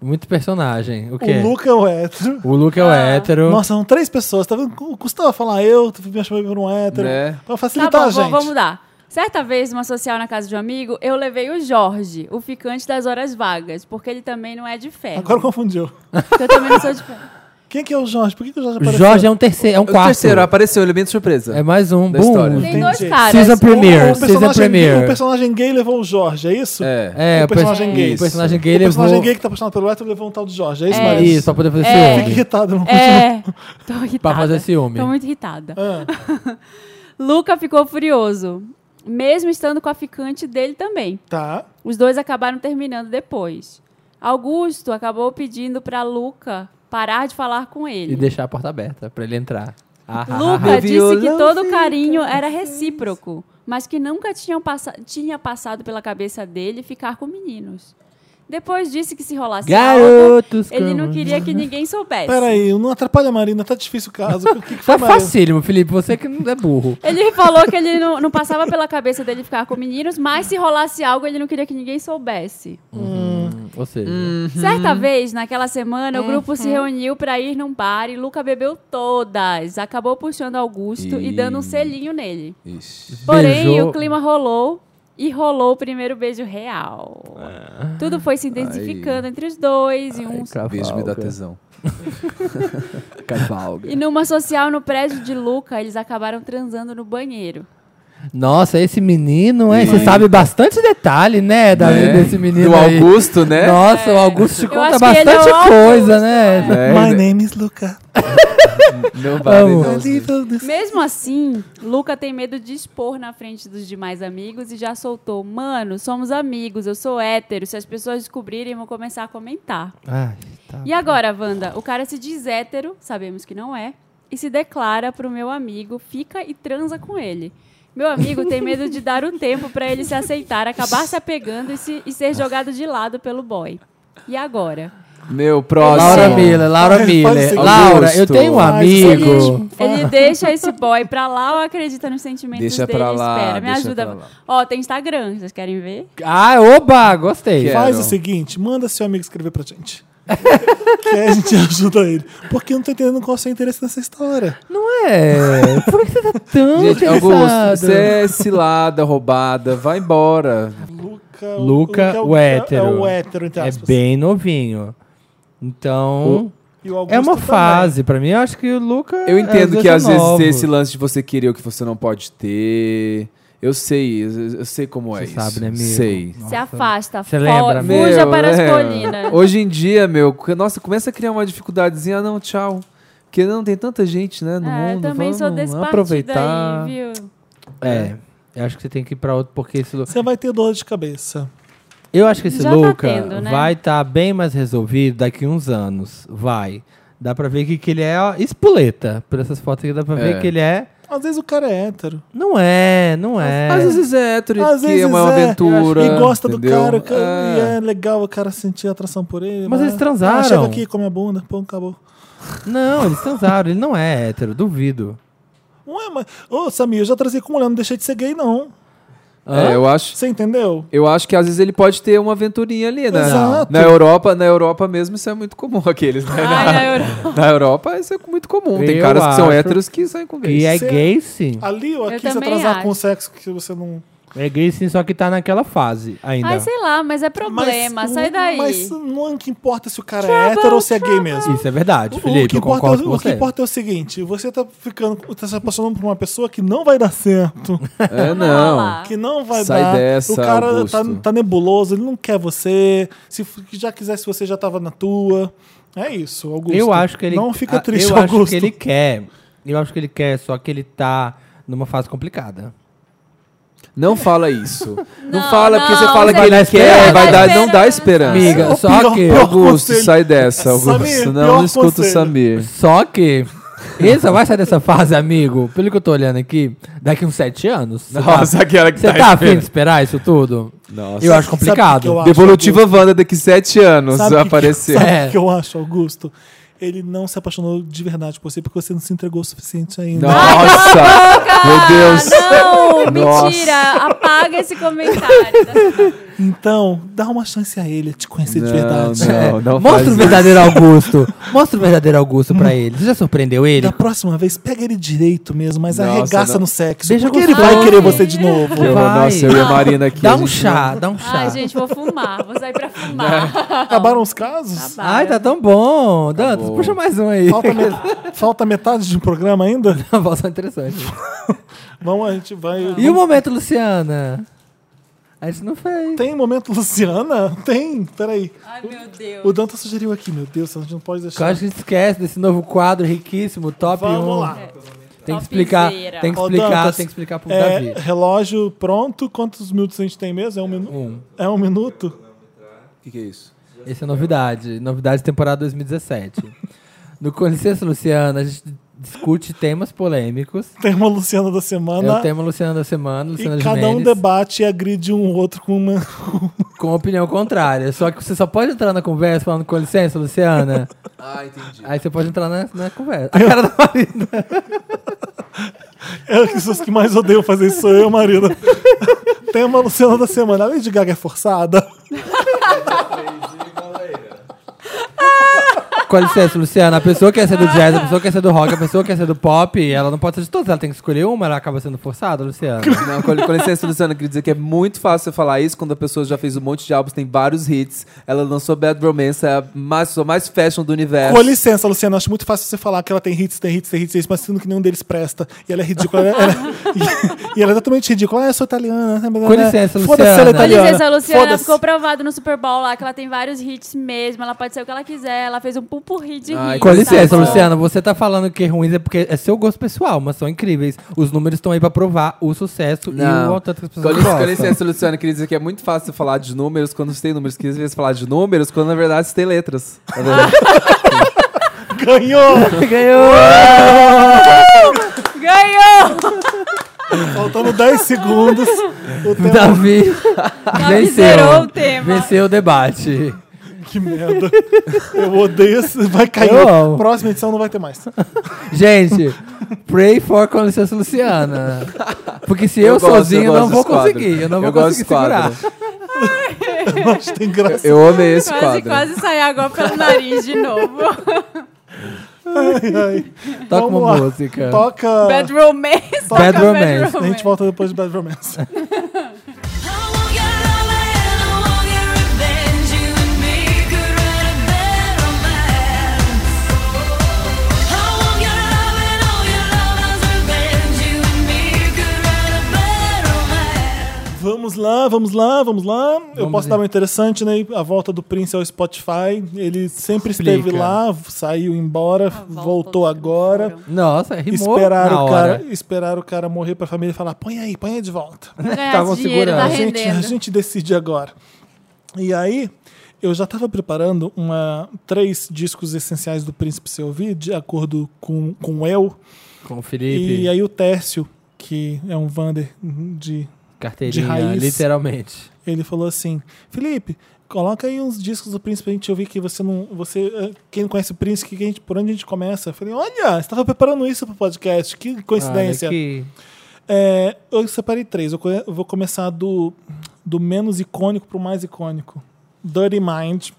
[SPEAKER 3] Muito personagem. O quê?
[SPEAKER 1] O Luca é o hétero.
[SPEAKER 3] O Luca é
[SPEAKER 2] Ah.
[SPEAKER 3] o hétero.
[SPEAKER 1] Nossa, são três pessoas. Tá vendo? Custava falar eu, tu me chamou por um hétero.
[SPEAKER 4] Né?
[SPEAKER 1] Pra
[SPEAKER 2] Tá
[SPEAKER 1] facilitar
[SPEAKER 2] bom,
[SPEAKER 1] a gente.
[SPEAKER 2] vamos- vamos mudar. Certa vez, numa social na casa de um amigo, eu levei o Jorge, o ficante das horas vagas, porque ele também não é de ferro.
[SPEAKER 1] Agora confundiu.
[SPEAKER 2] Porque eu também não sou de ferro.
[SPEAKER 1] Quem que é o Jorge? Por que, que o Jorge
[SPEAKER 3] O
[SPEAKER 1] apareceu?
[SPEAKER 3] Jorge é um terceiro, é um
[SPEAKER 4] O
[SPEAKER 3] quarto.
[SPEAKER 4] terceiro, apareceu um elemento surpresa.
[SPEAKER 3] É mais um.
[SPEAKER 4] Da
[SPEAKER 3] Boom.
[SPEAKER 4] história.
[SPEAKER 2] Tem dois
[SPEAKER 1] Entendi.
[SPEAKER 2] caras.
[SPEAKER 3] Season premiere,
[SPEAKER 1] O
[SPEAKER 3] season
[SPEAKER 1] personagem, gay, o
[SPEAKER 3] premiere.
[SPEAKER 1] personagem gay levou o Jorge, é isso?
[SPEAKER 4] É.
[SPEAKER 3] É,
[SPEAKER 1] o personagem
[SPEAKER 3] perso-
[SPEAKER 1] gay.
[SPEAKER 3] O personagem gay
[SPEAKER 1] o
[SPEAKER 3] levou...
[SPEAKER 1] personagem gay que tá apaixonado pelo hétero levou um tal do Jorge, é isso, Maria?
[SPEAKER 3] Isso, pra poder fazer
[SPEAKER 2] É.
[SPEAKER 1] Fica
[SPEAKER 3] ciúme.
[SPEAKER 1] irritado. Não
[SPEAKER 2] É, tô irritada.
[SPEAKER 3] Pra fazer ciúme.
[SPEAKER 2] Tô muito irritada.
[SPEAKER 1] Ah,
[SPEAKER 2] Luca ficou furioso, mesmo estando com a ficante dele também.
[SPEAKER 1] tá.
[SPEAKER 2] Os dois acabaram terminando depois. Augusto acabou pedindo para Luca parar de falar com ele.
[SPEAKER 3] E deixar a porta aberta pra ele entrar. Ah, ah, ah,
[SPEAKER 2] Luca
[SPEAKER 3] ah.
[SPEAKER 2] disse que todo o carinho era recíproco, mas que nunca tinham passa- tinha passado pela cabeça dele ficar com meninos. Depois disse que se rolasse algo,
[SPEAKER 3] Garotos
[SPEAKER 2] ele não
[SPEAKER 3] como-
[SPEAKER 2] queria que ninguém soubesse.
[SPEAKER 1] Peraí, não atrapalha a Marina, tá difícil o caso. O que, que foi,
[SPEAKER 3] Tá
[SPEAKER 1] Marina?
[SPEAKER 3] facílimo, Felipe. Você que não é burro.
[SPEAKER 2] Ele falou que ele não, não passava pela cabeça dele ficar com meninos, mas se rolasse algo, ele não queria que ninguém soubesse.
[SPEAKER 3] Uhum. Ou seja,
[SPEAKER 2] Hum. Certa vez, naquela semana, o grupo se reuniu para ir num bar e Luca bebeu todas. Acabou puxando Augusto e,
[SPEAKER 4] Ih.
[SPEAKER 2] dando um selinho nele.
[SPEAKER 4] Ixi.
[SPEAKER 2] Porém,
[SPEAKER 3] Beijou.
[SPEAKER 2] o clima rolou e rolou o primeiro beijo real. Tudo foi se intensificando entre os dois e
[SPEAKER 3] é
[SPEAKER 2] um
[SPEAKER 4] Beijo me dá tesão.
[SPEAKER 3] Cavalga.
[SPEAKER 2] e numa social no prédio de Luca, eles acabaram transando no banheiro.
[SPEAKER 3] Nossa, esse menino, hein? Você
[SPEAKER 4] Sim.
[SPEAKER 3] sabe bastante detalhe, né? Da
[SPEAKER 4] Né?
[SPEAKER 3] vida desse menino
[SPEAKER 4] Do
[SPEAKER 3] aí.
[SPEAKER 4] Augusto, né?
[SPEAKER 3] Nossa, o Augusto te
[SPEAKER 2] É. Eu
[SPEAKER 3] conta
[SPEAKER 2] acho que ele é o
[SPEAKER 3] bastante
[SPEAKER 2] Augusto,
[SPEAKER 3] coisa, né? Tá
[SPEAKER 4] É,
[SPEAKER 1] My
[SPEAKER 4] né?
[SPEAKER 1] name is Luca.
[SPEAKER 4] Não vale,
[SPEAKER 3] Amo.
[SPEAKER 4] não.
[SPEAKER 1] I live on this-
[SPEAKER 2] Mesmo assim, Luca tem medo de expor na frente dos demais amigos e já soltou: Mano, somos amigos, eu sou hétero. Se as pessoas descobrirem, vão começar a comentar.
[SPEAKER 3] Ai, tá.
[SPEAKER 2] E agora, Wanda? O cara se diz hétero, sabemos que não é, e se declara pro meu amigo, fica e transa com ele. Meu amigo tem medo de dar um tempo pra ele se aceitar, acabar se apegando e, se- e ser jogado de lado pelo boy. E agora?
[SPEAKER 4] Meu próximo.
[SPEAKER 3] Laura Miller, Laura
[SPEAKER 1] Pode
[SPEAKER 3] Miller.
[SPEAKER 1] ser.
[SPEAKER 3] Laura, eu
[SPEAKER 4] Augusto.
[SPEAKER 3] tenho um
[SPEAKER 1] Ai,
[SPEAKER 3] amigo.
[SPEAKER 2] Ele deixa esse boy pra lá ou acredita nos sentimentos
[SPEAKER 4] Deixa
[SPEAKER 2] dele?
[SPEAKER 4] pra lá,
[SPEAKER 2] Espera, me
[SPEAKER 4] deixa
[SPEAKER 2] ajuda.
[SPEAKER 4] pra lá.
[SPEAKER 2] Ó, tem Instagram, vocês querem ver?
[SPEAKER 3] Ah, oba, gostei.
[SPEAKER 4] Quero.
[SPEAKER 1] Faz o seguinte, manda seu amigo escrever pra gente. que aí a gente ajuda ele. Porque eu não tô entendendo qual é o seu interesse nessa história.
[SPEAKER 3] Não é? Por que você tá tão
[SPEAKER 4] Gente,
[SPEAKER 3] interessado?
[SPEAKER 4] Augusto, você é cilada, roubada, vai embora.
[SPEAKER 1] Luca,
[SPEAKER 3] Luca,
[SPEAKER 1] é
[SPEAKER 3] o hétero.
[SPEAKER 1] É o hétero, entre
[SPEAKER 3] É
[SPEAKER 1] aspas.
[SPEAKER 3] bem novinho. Então,
[SPEAKER 1] E o Augusto
[SPEAKER 3] é uma
[SPEAKER 1] também.
[SPEAKER 3] fase. Pra mim, eu acho que o Luca. é um
[SPEAKER 4] Eu entendo que às vezes
[SPEAKER 3] novo.
[SPEAKER 4] tem esse lance de você querer o que você não pode ter. Eu sei, eu eu sei como é
[SPEAKER 3] Você
[SPEAKER 4] isso.
[SPEAKER 3] sabe, né, amigo?
[SPEAKER 4] Sei.
[SPEAKER 2] Se afasta,
[SPEAKER 3] Você
[SPEAKER 2] fo-
[SPEAKER 3] lembra, amigo?
[SPEAKER 2] fuja
[SPEAKER 4] Meu,
[SPEAKER 2] para as
[SPEAKER 4] é.
[SPEAKER 2] colinas.
[SPEAKER 4] Hoje em dia, meu, que- nossa, começa a criar uma dificuldadezinha. Ah, não, tchau. Porque não tem tanta gente, né, no
[SPEAKER 2] É, eu
[SPEAKER 4] mundo.
[SPEAKER 2] também
[SPEAKER 4] Vamos
[SPEAKER 2] sou desse partido
[SPEAKER 4] aproveitar.
[SPEAKER 2] aí, viu?
[SPEAKER 3] É. Eu acho que você tem que ir pra outro, porque esse.
[SPEAKER 1] Você vai ter dor de cabeça.
[SPEAKER 3] Eu acho que esse
[SPEAKER 2] Já tá
[SPEAKER 3] Luca
[SPEAKER 2] tendo, né?
[SPEAKER 3] vai estar bem mais resolvido daqui uns anos. Vai. Dá pra ver que, que ele é ó, espoleta. Por essas fotos aqui dá pra ver
[SPEAKER 4] É.
[SPEAKER 3] que ele é.
[SPEAKER 1] Às vezes o cara é hétero.
[SPEAKER 3] Não é, não é.
[SPEAKER 4] Às vezes é hétero,
[SPEAKER 1] Às
[SPEAKER 4] que
[SPEAKER 1] vezes
[SPEAKER 4] é uma
[SPEAKER 1] é,
[SPEAKER 4] aventura.
[SPEAKER 1] E gosta
[SPEAKER 4] entendeu?
[SPEAKER 1] do cara, o cara-
[SPEAKER 4] É.
[SPEAKER 1] e é legal o cara sentir atração por ele.
[SPEAKER 3] Ah. Mas
[SPEAKER 1] né?
[SPEAKER 3] eles transaram.
[SPEAKER 1] Ah, chega aqui, come a bunda, pô, acabou.
[SPEAKER 3] Não, eles transaram. ele não é hétero, duvido.
[SPEAKER 1] Ué, é, mas. Ô, Samir, eu já trazia com mulher, não deixei de ser gay, não.
[SPEAKER 4] É, eu acho.
[SPEAKER 1] Você entendeu?
[SPEAKER 4] Eu acho que às vezes ele pode ter uma aventurinha ali, né?
[SPEAKER 1] Exato.
[SPEAKER 4] Na Europa, na Europa mesmo isso é muito comum aqueles, né?
[SPEAKER 2] Ai, na
[SPEAKER 4] na,
[SPEAKER 2] Europa.
[SPEAKER 4] na Europa isso é muito comum. Tem
[SPEAKER 3] Eu
[SPEAKER 4] caras que são
[SPEAKER 3] acho
[SPEAKER 4] héteros que saem com gays.
[SPEAKER 3] E é
[SPEAKER 1] Cê-
[SPEAKER 3] gay sim.
[SPEAKER 1] Ali ou aqui, você
[SPEAKER 2] também
[SPEAKER 1] atrasar
[SPEAKER 2] acho.
[SPEAKER 1] com o sexo que você não.
[SPEAKER 3] É gay sim, só que tá naquela fase ainda.
[SPEAKER 2] Ai, sei lá, mas é problema,
[SPEAKER 1] Mas o-
[SPEAKER 2] sai daí.
[SPEAKER 1] Mas não é que importa se o cara é hétero ou se é gay mesmo.
[SPEAKER 3] Isso é verdade,
[SPEAKER 1] O- o,
[SPEAKER 3] Felipe.
[SPEAKER 1] que
[SPEAKER 3] eu
[SPEAKER 1] importa,
[SPEAKER 3] concordo com
[SPEAKER 1] o que
[SPEAKER 3] você.
[SPEAKER 1] importa é o seguinte: você tá ficando, tá se apaixonando por uma pessoa que não vai dar certo,
[SPEAKER 4] É,
[SPEAKER 2] lá.
[SPEAKER 4] não.
[SPEAKER 1] que não vai
[SPEAKER 4] Sai
[SPEAKER 1] dar.
[SPEAKER 4] dessa,
[SPEAKER 1] o cara tá,
[SPEAKER 4] Augusto.
[SPEAKER 1] tá nebuloso, ele não quer você. Se f- já quisesse você, já tava na tua. É isso, Augusto.
[SPEAKER 3] Eu acho que ele.
[SPEAKER 1] Não fica
[SPEAKER 3] ah,
[SPEAKER 1] triste,
[SPEAKER 3] eu
[SPEAKER 1] Augusto.
[SPEAKER 3] acho que ele quer. Eu acho que ele quer, só que ele tá numa fase complicada.
[SPEAKER 4] Não fala isso. Não,
[SPEAKER 2] Não,
[SPEAKER 4] fala, porque você
[SPEAKER 2] não,
[SPEAKER 4] fala
[SPEAKER 2] você
[SPEAKER 4] que ele
[SPEAKER 3] vai dar
[SPEAKER 4] quer, vai dar, não dá
[SPEAKER 2] esperança.
[SPEAKER 4] esperança.
[SPEAKER 3] Amiga,
[SPEAKER 1] O
[SPEAKER 3] só
[SPEAKER 1] pior-
[SPEAKER 3] que-
[SPEAKER 1] pior
[SPEAKER 4] Augusto,
[SPEAKER 1] conselho.
[SPEAKER 4] sai dessa, Augusto.
[SPEAKER 1] Samir,
[SPEAKER 4] não,
[SPEAKER 1] pior
[SPEAKER 4] não escuta o
[SPEAKER 1] conselho.
[SPEAKER 4] Samir.
[SPEAKER 3] Só que. Ele só vai sair é dessa fase, amigo, pelo que eu tô olhando aqui, daqui uns sete anos. Você
[SPEAKER 4] Nossa,
[SPEAKER 3] tá,
[SPEAKER 4] aquela que
[SPEAKER 3] você tá
[SPEAKER 4] tá
[SPEAKER 3] afim de esperar isso tudo?
[SPEAKER 4] Nossa.
[SPEAKER 3] Eu
[SPEAKER 1] Sabe o
[SPEAKER 3] acho
[SPEAKER 1] que
[SPEAKER 3] complicado.
[SPEAKER 1] que eu acho,
[SPEAKER 4] Devolutiva Wanda daqui sete anos
[SPEAKER 1] Sabe o que que-
[SPEAKER 4] apareceu.
[SPEAKER 1] sabe o
[SPEAKER 3] É.
[SPEAKER 1] que eu acho, Augusto? Ele não se apaixonou de verdade por você porque você não se entregou o suficiente ainda.
[SPEAKER 4] Nossa! Meu Deus!
[SPEAKER 2] Ah, Não,
[SPEAKER 4] Nossa.
[SPEAKER 2] mentira, apaga esse comentário.
[SPEAKER 1] Então, dá uma chance a ele te conhecer de verdade.
[SPEAKER 4] Não,
[SPEAKER 3] Mostra
[SPEAKER 4] não
[SPEAKER 3] o
[SPEAKER 4] faz isso.
[SPEAKER 3] verdadeiro Augusto. Mostra o verdadeiro Augusto pra ele. Você já surpreendeu ele?
[SPEAKER 1] É, Da próxima vez, pega ele direito mesmo, mas
[SPEAKER 4] Nossa,
[SPEAKER 1] arregaça
[SPEAKER 4] não.
[SPEAKER 1] no sexo.
[SPEAKER 3] Deixa
[SPEAKER 1] porque ele
[SPEAKER 3] gostoso.
[SPEAKER 1] vai querer você de novo.
[SPEAKER 4] Eu-
[SPEAKER 3] Vai.
[SPEAKER 4] Nossa, eu e a Marina aqui. a
[SPEAKER 3] Dá um
[SPEAKER 4] gente
[SPEAKER 3] chá, dá um chá.
[SPEAKER 2] Ai, gente, vou fumar, vou sair pra fumar.
[SPEAKER 1] Acabaram os casos?
[SPEAKER 3] Ai, tá tão bom. Dantas,
[SPEAKER 4] bom.
[SPEAKER 3] puxa mais um aí.
[SPEAKER 1] Falta, met- falta metade de um programa ainda?
[SPEAKER 3] Uma voz interessante.
[SPEAKER 1] Vamos, a gente vai.
[SPEAKER 3] E o momento, Luciana? A gente não fez.
[SPEAKER 1] Tem momento, Luciana? Tem, peraí.
[SPEAKER 2] Ai, meu Deus.
[SPEAKER 1] O Danta sugeriu aqui, meu Deus, a gente não pode
[SPEAKER 3] Eu
[SPEAKER 1] deixar.
[SPEAKER 3] acho que um a gente esquece desse novo quadro riquíssimo, top 1.
[SPEAKER 1] Vamos lá.
[SPEAKER 3] Tem que explicar,
[SPEAKER 2] Topzera.
[SPEAKER 3] tem que
[SPEAKER 1] Ô,
[SPEAKER 3] explicar,
[SPEAKER 1] Dantas,
[SPEAKER 3] tem que explicar pro
[SPEAKER 1] É,
[SPEAKER 3] Davi.
[SPEAKER 1] relógio pronto, quantos minutos a gente tem mesmo? É um minuto?
[SPEAKER 3] Um.
[SPEAKER 1] É um minuto?
[SPEAKER 4] O que, que é isso?
[SPEAKER 3] Essa é novidade, novidade temporada 2017. No Com Licença, Luciana, a gente discute temas polêmicos.
[SPEAKER 1] Tem uma Luciana da semana.
[SPEAKER 3] É o tema Luciana da semana,
[SPEAKER 1] E
[SPEAKER 3] Luciana
[SPEAKER 1] cada um
[SPEAKER 3] Gimenez,
[SPEAKER 1] debate e agride um outro com uma.
[SPEAKER 3] com opinião contrária. Só que você só pode entrar na conversa falando com licença, Luciana.
[SPEAKER 4] Ah, entendi.
[SPEAKER 3] Aí você pode entrar na, na conversa. A cara da Marina.
[SPEAKER 1] É as pessoas que mais odeiam fazer isso sou eu, e a Marina. Tem uma Luciana da semana. A Lady Gaga é forçada.
[SPEAKER 3] Com licença, Luciana, a pessoa quer ser do jazz, a pessoa quer ser do rock, a pessoa quer ser do pop, ela não pode ser de todas, ela tem que escolher uma, ela acaba sendo forçada, Luciana.
[SPEAKER 4] Não, com, com licença, Luciana, eu queria dizer que é muito fácil você falar isso quando a pessoa já fez um monte de álbuns, tem vários hits. Ela lançou Bad Romance, é a mais, sua mais fashion do
[SPEAKER 3] É.
[SPEAKER 4] universo.
[SPEAKER 1] Com licença, Luciana, acho muito fácil você falar que ela tem hits, tem hits, tem hits, tem hits, mas sendo que nenhum deles presta. E ela é ridícula. ela- ela- e, e ela é totalmente ridícula. Ah, eu sou italiana.
[SPEAKER 3] Com licença,
[SPEAKER 1] Foda-se, ela é
[SPEAKER 3] Luciana.
[SPEAKER 2] Com
[SPEAKER 1] italiana.
[SPEAKER 2] licença, Luciana,
[SPEAKER 1] Foda-se.
[SPEAKER 2] ficou provado no Super Bowl lá que ela tem vários hits mesmo, ela pode ser o que ela quiser, ela fez um pupurri de
[SPEAKER 4] Ai,
[SPEAKER 2] hits.
[SPEAKER 3] Com
[SPEAKER 4] Tá
[SPEAKER 3] licença,
[SPEAKER 2] bom?
[SPEAKER 3] Luciana, você tá falando que é ruim é porque é seu gosto pessoal, mas são incríveis. Os números estão aí pra provar o sucesso e o
[SPEAKER 4] Não.
[SPEAKER 3] tanto que as
[SPEAKER 4] Com
[SPEAKER 3] pessoas
[SPEAKER 4] licença,
[SPEAKER 3] gostam.
[SPEAKER 4] com licença, Luciana, eu queria dizer que é muito fácil você falar de números quando você tem números. Queria vezes falar de números quando na verdade você tem letras. Tá vendo?
[SPEAKER 1] Ganhou!
[SPEAKER 3] Ganhou!
[SPEAKER 2] Ganhou!
[SPEAKER 1] Faltando 10 segundos. O tema...
[SPEAKER 3] Davi
[SPEAKER 2] Ela zerou o
[SPEAKER 3] venceu.
[SPEAKER 2] tema.
[SPEAKER 3] Venceu o debate.
[SPEAKER 1] Que merda. Eu odeio. esse- Vai cair.
[SPEAKER 3] Eu amo.
[SPEAKER 1] Próxima edição não vai ter mais.
[SPEAKER 3] Gente, pray for com licença, Luciana. Porque se eu,
[SPEAKER 4] gosto,
[SPEAKER 3] sozinho
[SPEAKER 4] gosto
[SPEAKER 3] não vou
[SPEAKER 4] desse quadro.
[SPEAKER 3] conseguir, eu não vou
[SPEAKER 4] gosto
[SPEAKER 3] conseguir
[SPEAKER 4] desse quadro.
[SPEAKER 3] segurar.
[SPEAKER 1] Eu acho que tem graça.
[SPEAKER 4] Eu amei esse
[SPEAKER 2] Quase,
[SPEAKER 4] quadro.
[SPEAKER 2] quase saiu agora pelo nariz de novo.
[SPEAKER 1] Ai, ai.
[SPEAKER 3] Toca
[SPEAKER 1] Vamos
[SPEAKER 3] uma
[SPEAKER 1] lá.
[SPEAKER 3] música.
[SPEAKER 1] Toca.
[SPEAKER 2] Bad Romance.
[SPEAKER 3] Bad
[SPEAKER 2] toca
[SPEAKER 3] Romance.
[SPEAKER 1] A gente volta depois de Bad Romance.
[SPEAKER 8] Romance.
[SPEAKER 1] Vamos lá, vamos lá, vamos lá. Eu
[SPEAKER 3] Vamos
[SPEAKER 1] posso
[SPEAKER 3] ver.
[SPEAKER 1] dar uma interessante, né? A volta do Prince ao Spotify. Ele sempre
[SPEAKER 3] Explica.
[SPEAKER 1] esteve lá, saiu embora,
[SPEAKER 2] volta,
[SPEAKER 1] voltou
[SPEAKER 2] os que não
[SPEAKER 1] agora.
[SPEAKER 2] foram.
[SPEAKER 3] Nossa, rimou
[SPEAKER 1] Esperaram
[SPEAKER 3] na
[SPEAKER 1] o,
[SPEAKER 3] hora.
[SPEAKER 1] cara, esperaram o cara morrer pra família falar: põe aí, põe aí de volta.
[SPEAKER 2] Pra ganhar
[SPEAKER 3] Estavam
[SPEAKER 2] esse dinheiro, tá
[SPEAKER 1] a, gente, a
[SPEAKER 2] rendendo.
[SPEAKER 1] gente decide agora. E aí, eu já estava preparando uma, três discos essenciais do Príncipe Se Ouvir, de acordo com, com eu.
[SPEAKER 3] Com o
[SPEAKER 1] E
[SPEAKER 3] Felipe,
[SPEAKER 1] aí, o Tércio, que é um Vander de
[SPEAKER 3] carteirinha,
[SPEAKER 1] de raiz.
[SPEAKER 3] literalmente.
[SPEAKER 1] ele falou assim: Felipe, coloca aí uns discos do Príncipe pra gente ouvir que você não. Você, eh, quem não conhece o Príncipe, que que a gente- por onde a gente começa? Eu falei: Olha, você tava preparando isso pro podcast, que coincidência.
[SPEAKER 3] Olha que-
[SPEAKER 1] É, eu separei três, eu co- eu vou começar do, do menos icônico pro mais icônico: Dirty Mind.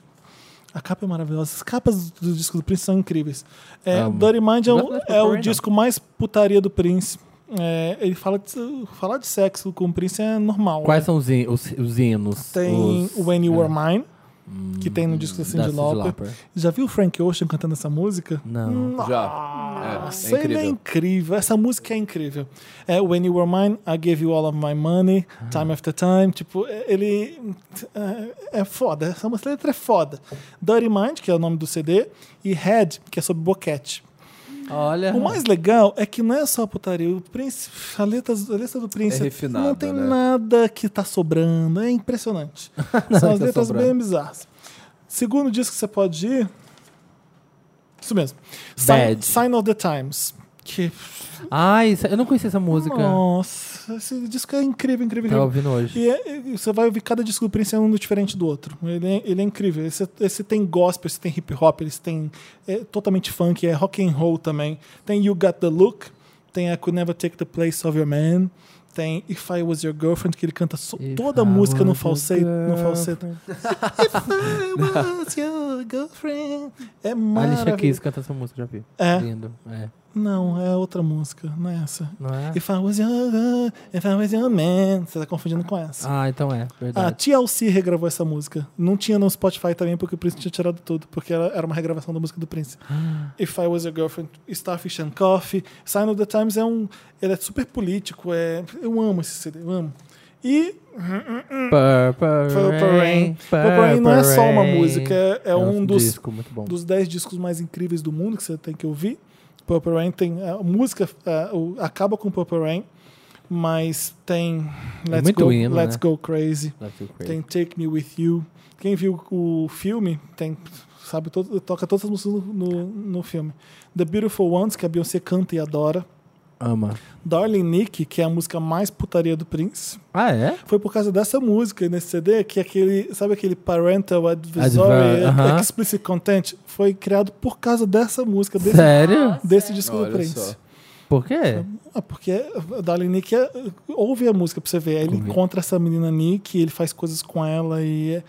[SPEAKER 1] A capa é maravilhosa. As capas do disco do Prince são incríveis. É,
[SPEAKER 3] Amo.
[SPEAKER 1] Dirty Mind é,
[SPEAKER 3] Não
[SPEAKER 1] um-
[SPEAKER 3] gosto
[SPEAKER 1] é o
[SPEAKER 3] mais Purple Rain, não.
[SPEAKER 1] disco mais putaria do Prince. É, ele fala de, falar de sexo com o Prince é normal.
[SPEAKER 3] Quais são os, hi- os- os hinos?
[SPEAKER 1] Tem
[SPEAKER 3] Os- é. Ah, Hum,
[SPEAKER 1] o When You Were Mine, que tem no disco da
[SPEAKER 3] da
[SPEAKER 1] Cyndi
[SPEAKER 3] Cyndi
[SPEAKER 1] Lauper. Hum.
[SPEAKER 3] Lauper.
[SPEAKER 1] Já viu o Frank Ocean cantando essa música?
[SPEAKER 3] Não.
[SPEAKER 4] Já. É,
[SPEAKER 1] Nossa,
[SPEAKER 4] é
[SPEAKER 1] ele é
[SPEAKER 4] incrível.
[SPEAKER 1] incrível. Essa música é incrível. É When You Were Mine, I Gave You All of My Money, Time After Time. Tipo, é- ele. É, é foda. Essa música letra é foda. Dirty Mind, que é o nome do CD, e Head, que é sobre boquete.
[SPEAKER 3] Olha.
[SPEAKER 1] O mais legal é que não é só putaria. O príncipe, a, letra, a letra do príncipe
[SPEAKER 4] É refinada,
[SPEAKER 1] não tem
[SPEAKER 4] né?
[SPEAKER 1] nada que tá sobrando. É impressionante. São as
[SPEAKER 4] tá
[SPEAKER 1] letras
[SPEAKER 4] sobrando.
[SPEAKER 1] bem bizarras. Segundo disco que você pode ir. Isso mesmo. Sign,
[SPEAKER 3] Bad.
[SPEAKER 1] Sign of the Times. Que.
[SPEAKER 3] Ai, isso- é, eu não conhecia essa música.
[SPEAKER 1] Nossa, esse disco é incrível, incrível,
[SPEAKER 3] Tava
[SPEAKER 1] incrível.
[SPEAKER 3] ouvindo hoje.
[SPEAKER 1] E é- e você vai ouvir cada disco do Prince é um diferente do outro. Ele é, ele é incrível. Esse, esse tem gospel, esse tem hip hop, eles têm é, totalmente funk, é rock and roll também. Tem You Got the Look, tem I Could Never Take the Place of Your Man, tem If I Was Your Girlfriend, que ele canta so-
[SPEAKER 3] If
[SPEAKER 1] toda a
[SPEAKER 3] I
[SPEAKER 1] música no
[SPEAKER 3] was your
[SPEAKER 1] falsete. No falsete. If I was your girlfriend. É
[SPEAKER 3] A Alicia Keys
[SPEAKER 1] maravilhoso.
[SPEAKER 3] canta essa música, já vi.
[SPEAKER 1] É.
[SPEAKER 3] Lindo. É.
[SPEAKER 1] Não, é outra música, não é essa.
[SPEAKER 3] Não é?
[SPEAKER 1] If I was your girl, if I was your man. Você tá confundindo com essa.
[SPEAKER 3] Ah, então é.
[SPEAKER 1] A
[SPEAKER 3] Verdade.
[SPEAKER 1] TLC regravou essa música. Não tinha no Spotify também, porque o Prince tinha tirado tudo, porque era, era uma regravação da música do Prince. If I Was Your Girlfriend, Starfish and Coffee. Sign of the Times é um. Ele é super político. É, eu amo esse CD, eu amo. E
[SPEAKER 3] Purple,
[SPEAKER 1] Ah, Purple Rain. Purple Rain não é só uma música, é- é, um dos
[SPEAKER 3] disco muito bom.
[SPEAKER 1] dos 10 discos mais incríveis do mundo que você tem que ouvir. Purple Rain tem a música a- o- acaba com Purple Rain, mas tem Let's,
[SPEAKER 3] muito
[SPEAKER 1] go,
[SPEAKER 3] hino,
[SPEAKER 1] Let's
[SPEAKER 3] né?
[SPEAKER 1] Go Crazy,
[SPEAKER 3] That's So Crazy.
[SPEAKER 1] tem Take Me With You. Quem viu o filme tem sabe todo- toca todas as músicas no, no, no filme. The Beautiful Ones que a Beyoncé canta e adora.
[SPEAKER 3] Ama.
[SPEAKER 1] Darling Nick, que é a música mais putaria do Prince.
[SPEAKER 3] Ah, é?
[SPEAKER 1] Foi por causa dessa música nesse CD que aquele, sabe aquele Parental Advisory,
[SPEAKER 3] Adver- aham.
[SPEAKER 1] Explicit Content, foi criado por causa dessa música, desse,
[SPEAKER 3] Sério?
[SPEAKER 1] desse disco do
[SPEAKER 4] Olha
[SPEAKER 1] Prince.
[SPEAKER 4] só.
[SPEAKER 3] Por quê?
[SPEAKER 1] Ah, porque a Darling Nick é- ouve a música pra você ver. Aí ele encontra essa menina Nick, ele faz coisas com ela e. é-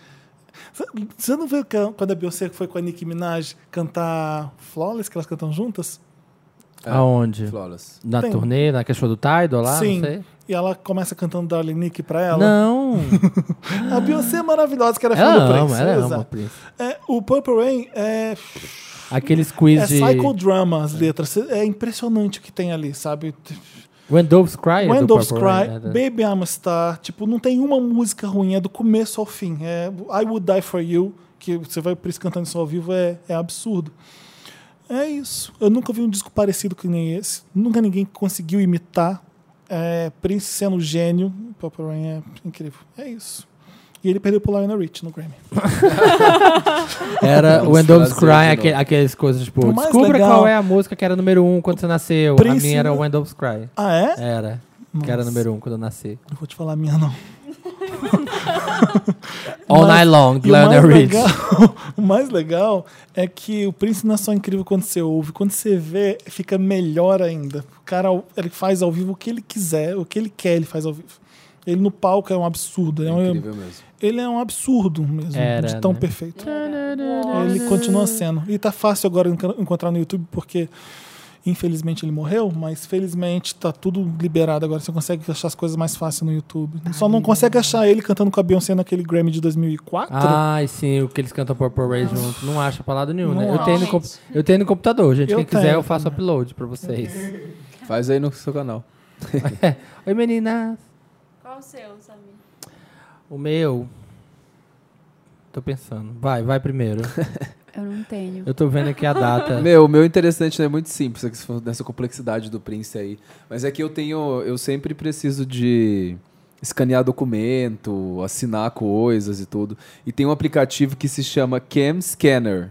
[SPEAKER 1] Você- Você não viu que a- quando a Beyoncé foi com a Nicki Minaj cantar Flawless, que elas cantam juntas?
[SPEAKER 3] Aonde?
[SPEAKER 4] Flawless.
[SPEAKER 3] Na
[SPEAKER 1] É. Tem.
[SPEAKER 3] turnê, na questão do Tidal lá?
[SPEAKER 1] Sim.
[SPEAKER 3] Não sei.
[SPEAKER 1] E ela começa cantando Darling Nick pra ela.
[SPEAKER 3] Não.
[SPEAKER 1] A Beyoncé é maravilhosa, que era fã do
[SPEAKER 3] ela ama,
[SPEAKER 1] Prince.
[SPEAKER 3] ela ama o
[SPEAKER 1] Exato.
[SPEAKER 3] Prince.
[SPEAKER 1] É, o Purple Rain é,
[SPEAKER 3] Aqueles quiz
[SPEAKER 1] é
[SPEAKER 3] de...
[SPEAKER 1] psychodrama, as letras. É impressionante o que tem ali, sabe?
[SPEAKER 3] When Doves Cry. é do
[SPEAKER 1] When Doves
[SPEAKER 3] Purple
[SPEAKER 1] Cry,
[SPEAKER 3] Rain, né?
[SPEAKER 1] Baby I'm a Star. Tipo, não tem uma música ruim, é do começo ao fim. É I Would Die For You, que você vai por isso cantando isso ao vivo, é, é absurdo. É isso. Eu nunca vi um disco parecido que nem esse. Nunca ninguém conseguiu imitar. É, Prince sendo gênio. Purple Rain é incrível. É isso. E ele perdeu pro Lionel Rich no Grammy.
[SPEAKER 3] Era
[SPEAKER 4] Vamos
[SPEAKER 3] When Doves
[SPEAKER 4] trazer
[SPEAKER 3] Cry,
[SPEAKER 4] de
[SPEAKER 3] aquele- aquelas coisas tipo,
[SPEAKER 1] né? O mais
[SPEAKER 3] descubra
[SPEAKER 1] legal-
[SPEAKER 3] qual é a música que era número um quando você nasceu. A
[SPEAKER 1] Prince-
[SPEAKER 3] minha era When Doves Cry.
[SPEAKER 1] Ah, é?
[SPEAKER 3] Era. Que era número um quando eu nasci.
[SPEAKER 1] Não vou te falar a minha, não.
[SPEAKER 3] All
[SPEAKER 1] Mas-
[SPEAKER 3] Night Long,
[SPEAKER 1] E o mais
[SPEAKER 3] Lionel Rich.
[SPEAKER 1] legal- o mais legal é que o Prince não é só incrível quando você ouve, quando você vê, fica melhor ainda. O cara ele faz ao vivo o que ele quiser, o que ele quer, ele faz ao vivo. Ele no palco é um absurdo. Ele é um,
[SPEAKER 4] Incrível mesmo.
[SPEAKER 1] ele é um absurdo mesmo,
[SPEAKER 3] Era,
[SPEAKER 1] de tão
[SPEAKER 3] né?
[SPEAKER 1] perfeito. Ele continua sendo. E tá fácil agora enca- encontrar no YouTube, porque infelizmente ele morreu, mas felizmente tá tudo liberado agora. Você consegue achar as coisas mais fácil no YouTube. Só não consegue achar ele cantando com a Beyoncé naquele Grammy de 2004.
[SPEAKER 3] Ai, sim, o que eles cantam Purple Rain junto. Não acha pra lado nenhum, né?
[SPEAKER 1] Não
[SPEAKER 3] Eu tenho, no
[SPEAKER 2] acha.
[SPEAKER 3] comp- eu tenho no computador, gente.
[SPEAKER 1] Eu
[SPEAKER 3] Quem quiser,
[SPEAKER 1] tenho.
[SPEAKER 3] eu faço upload pra vocês.
[SPEAKER 4] Faz aí no seu canal.
[SPEAKER 3] Oi, meninas.
[SPEAKER 2] Qual o seu, Samir?
[SPEAKER 3] O meu. Tô pensando. Vai, vai primeiro.
[SPEAKER 2] Eu não tenho.
[SPEAKER 3] Eu tô vendo aqui a data.
[SPEAKER 4] Meu, o meu interessante né, é muito simples, é que se for nessa complexidade do Prince aí. Mas é que eu tenho. Eu sempre preciso de escanear documento, assinar coisas e tudo. E tem um aplicativo que se chama Cam Scanner.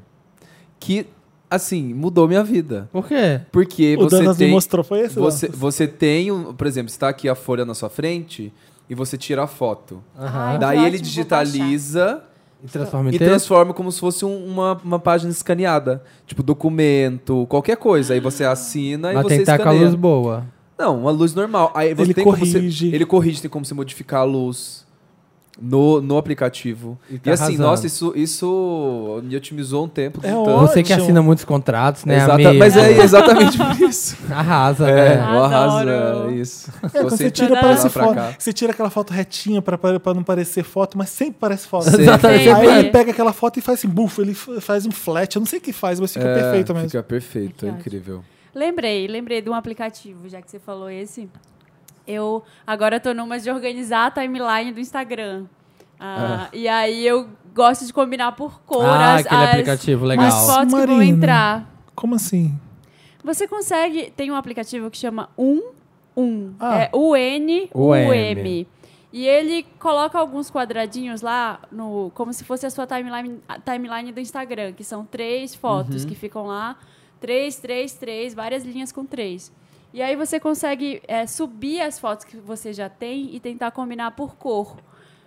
[SPEAKER 4] Que, assim, mudou minha vida.
[SPEAKER 3] Por quê?
[SPEAKER 4] Porque
[SPEAKER 1] O
[SPEAKER 4] você
[SPEAKER 1] Danas
[SPEAKER 4] tem.
[SPEAKER 1] me mostrou, foi esse? né?
[SPEAKER 4] Você,
[SPEAKER 1] Danas?
[SPEAKER 4] você tem, um, por exemplo, está aqui a folha na sua frente e você tira a foto.
[SPEAKER 2] Ai, que
[SPEAKER 3] Aham.
[SPEAKER 4] Daí
[SPEAKER 2] ótimo,
[SPEAKER 4] ele
[SPEAKER 2] vou
[SPEAKER 4] digitaliza
[SPEAKER 1] Então,
[SPEAKER 3] E transforma em
[SPEAKER 4] e
[SPEAKER 3] texto?
[SPEAKER 4] transforma como se fosse um- uma, uma página escaneada. Tipo, documento, qualquer coisa. Aí você assina e
[SPEAKER 3] Mas
[SPEAKER 4] você
[SPEAKER 3] tem que estar com a
[SPEAKER 4] escaneia.
[SPEAKER 3] luz boa.
[SPEAKER 4] Não, uma luz normal. Aí você
[SPEAKER 1] Ele
[SPEAKER 4] tem Como você,
[SPEAKER 1] corrige.
[SPEAKER 4] ele corrige, tem como você modificar a luz no, no aplicativo. E,
[SPEAKER 3] tá
[SPEAKER 4] assim,
[SPEAKER 3] arrasando.
[SPEAKER 4] nossa, isso, isso me otimizou um tempo.
[SPEAKER 1] É
[SPEAKER 4] um
[SPEAKER 1] ótimo.
[SPEAKER 4] tanto.
[SPEAKER 3] Você que assina muitos contratos, né,
[SPEAKER 4] Exata-
[SPEAKER 3] amigo?
[SPEAKER 4] Mas é exatamente por isso.
[SPEAKER 3] Arrasa,
[SPEAKER 4] É,
[SPEAKER 3] né?
[SPEAKER 4] eu arraso,
[SPEAKER 2] Adoro.
[SPEAKER 4] é isso.
[SPEAKER 1] É, quando você tira,
[SPEAKER 4] lá
[SPEAKER 1] parece
[SPEAKER 4] pra
[SPEAKER 1] foto.
[SPEAKER 4] cá.
[SPEAKER 1] Você tira aquela foto retinha pra, pra, pra não parecer foto, mas sempre parece foto.
[SPEAKER 4] Sempre.
[SPEAKER 3] Exatamente.
[SPEAKER 1] Aí
[SPEAKER 2] Sempre.
[SPEAKER 1] ele pega aquela foto e faz assim, bufo, ele f- faz um flat, eu não sei o que faz, mas fica
[SPEAKER 4] É,
[SPEAKER 1] perfeito mesmo.
[SPEAKER 4] Fica perfeito, é
[SPEAKER 2] Que ótimo.
[SPEAKER 4] incrível.
[SPEAKER 2] Lembrei, lembrei de um aplicativo, já que você falou esse. Eu agora tô numa de organizar a timeline do Instagram. Ah, E aí eu gosto de combinar por cor
[SPEAKER 3] Ah,
[SPEAKER 2] as,
[SPEAKER 3] aquele
[SPEAKER 2] as-
[SPEAKER 3] aplicativo
[SPEAKER 2] as
[SPEAKER 1] Mas-
[SPEAKER 3] legal.
[SPEAKER 2] fotos que vão
[SPEAKER 1] Marina.
[SPEAKER 2] entrar.
[SPEAKER 1] Como assim?
[SPEAKER 2] Você consegue. Tem um aplicativo que chama Um Um.
[SPEAKER 1] Ah.
[SPEAKER 2] É UN
[SPEAKER 3] UM.
[SPEAKER 2] UM. E ele coloca alguns quadradinhos lá, no, como se fosse a sua timeline, a timeline do Instagram, que são três
[SPEAKER 4] Uhum.
[SPEAKER 2] fotos que ficam lá. Três, três, três, várias linhas com três. E aí você consegue é, subir as fotos que você já tem e tentar combinar por cor.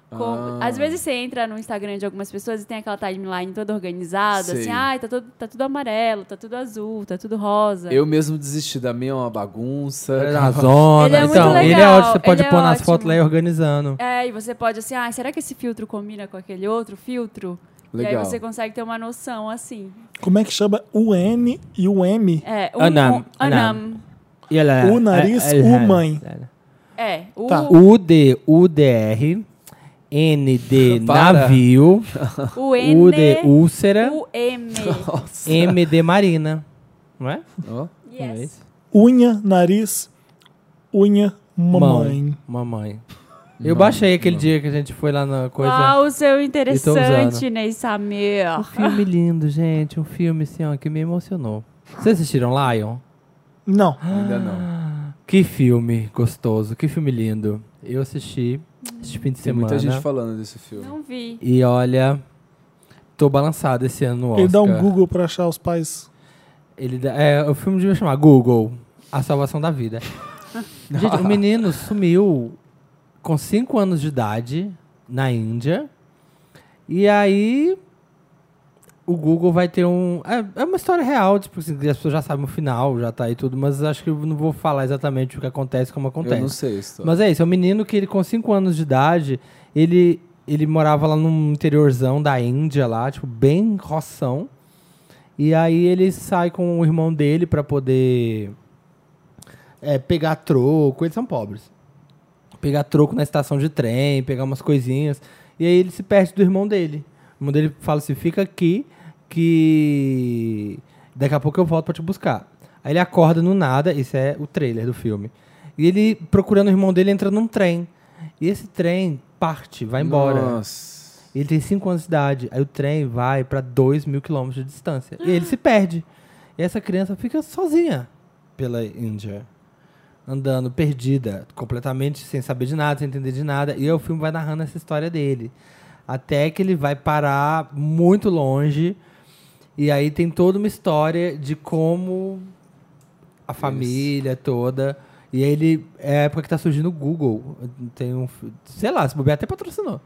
[SPEAKER 2] Com-
[SPEAKER 4] Ah.
[SPEAKER 2] Às vezes você entra no Instagram de algumas pessoas e tem aquela timeline toda organizada,
[SPEAKER 4] Sei.
[SPEAKER 2] assim, ai, tá, todo, tá tudo amarelo, tá tudo azul, tá tudo rosa.
[SPEAKER 4] Eu mesmo desisti da minha, é uma bagunça.
[SPEAKER 3] É na zona.
[SPEAKER 2] Ele é muito
[SPEAKER 3] então, ele é
[SPEAKER 2] legal,
[SPEAKER 3] ótimo. Você pode
[SPEAKER 2] ele é
[SPEAKER 3] pôr nas
[SPEAKER 2] ótimo.
[SPEAKER 3] fotos lá e organizando.
[SPEAKER 2] É, e você pode assim, ah, será que esse filtro combina com aquele outro filtro? E
[SPEAKER 4] Legal.
[SPEAKER 2] aí você consegue ter uma noção, assim.
[SPEAKER 1] Como é que chama o N e o M?
[SPEAKER 2] É,
[SPEAKER 3] Anam,
[SPEAKER 2] anam.
[SPEAKER 3] E ela-
[SPEAKER 1] O nariz,
[SPEAKER 3] é- é-
[SPEAKER 1] o mãe.
[SPEAKER 2] É, o...
[SPEAKER 1] Tá.
[SPEAKER 3] U D U D R N D
[SPEAKER 4] Para.
[SPEAKER 3] navio,
[SPEAKER 2] O N,
[SPEAKER 3] U de
[SPEAKER 1] né?
[SPEAKER 3] úlcera,
[SPEAKER 2] o M.
[SPEAKER 4] Nossa.
[SPEAKER 3] M de marina, não é?
[SPEAKER 4] Ó.
[SPEAKER 3] Não é
[SPEAKER 2] Yes.
[SPEAKER 3] isso?
[SPEAKER 1] Unha, nariz, unha, mamãe.
[SPEAKER 3] Mão, mamãe. Eu baixei aquele dia que a gente foi lá na coisa.
[SPEAKER 2] Ah, o seu
[SPEAKER 3] usando.
[SPEAKER 2] interessante, Ney Samir.
[SPEAKER 3] Um filme lindo, gente. Um filme assim, ó, que me emocionou. Vocês assistiram Lion?
[SPEAKER 1] Não.
[SPEAKER 4] Ainda não.
[SPEAKER 3] Que filme gostoso, que filme lindo. Eu assisti esse fim de
[SPEAKER 4] Tem
[SPEAKER 3] semana.
[SPEAKER 4] muita gente falando desse filme.
[SPEAKER 2] Não vi.
[SPEAKER 3] E olha, tô balançado esse ano no Oscar.
[SPEAKER 1] Ele dá um Google pra achar os pais.
[SPEAKER 3] Ele dá- é, o filme devia chamar Google, a salvação da vida. Gente, o menino sumiu com 5 anos de idade na Índia. E aí o Google vai ter um. É, é uma história real, tipo assim, as pessoas já sabem o final, já tá aí tudo, mas acho que eu não vou falar exatamente o que acontece, como acontece.
[SPEAKER 4] Eu não sei isso.
[SPEAKER 3] Mas é isso, é um menino que ele com 5 anos de idade, ele, ele morava lá num interiorzão da Índia lá, tipo, bem roção. E aí ele sai com o irmão dele pra poder é, pegar troco, eles são pobres. Pegar troco na estação de trem, pegar umas coisinhas. E aí ele se perde do irmão dele. O irmão dele fala assim, fica aqui que daqui a pouco eu volto pra te buscar. Aí ele acorda no nada, isso é o trailer do filme. E ele, procurando o irmão dele, entra num trem. E esse trem parte, vai embora.
[SPEAKER 4] Nossa.
[SPEAKER 3] Ele tem 5 anos de idade. Aí o trem vai pra 2 mil quilômetros de distância. E ele se perde. E essa criança fica sozinha pela Índia. Andando perdida, completamente sem saber de nada, sem entender de nada. E aí o filme vai narrando essa história dele. Até que ele vai parar muito longe. E aí tem toda uma história de como a família toda. E aí ele. É a época que tá surgindo o Google. Tem um. f- Sei lá, se bobear até patrocinou.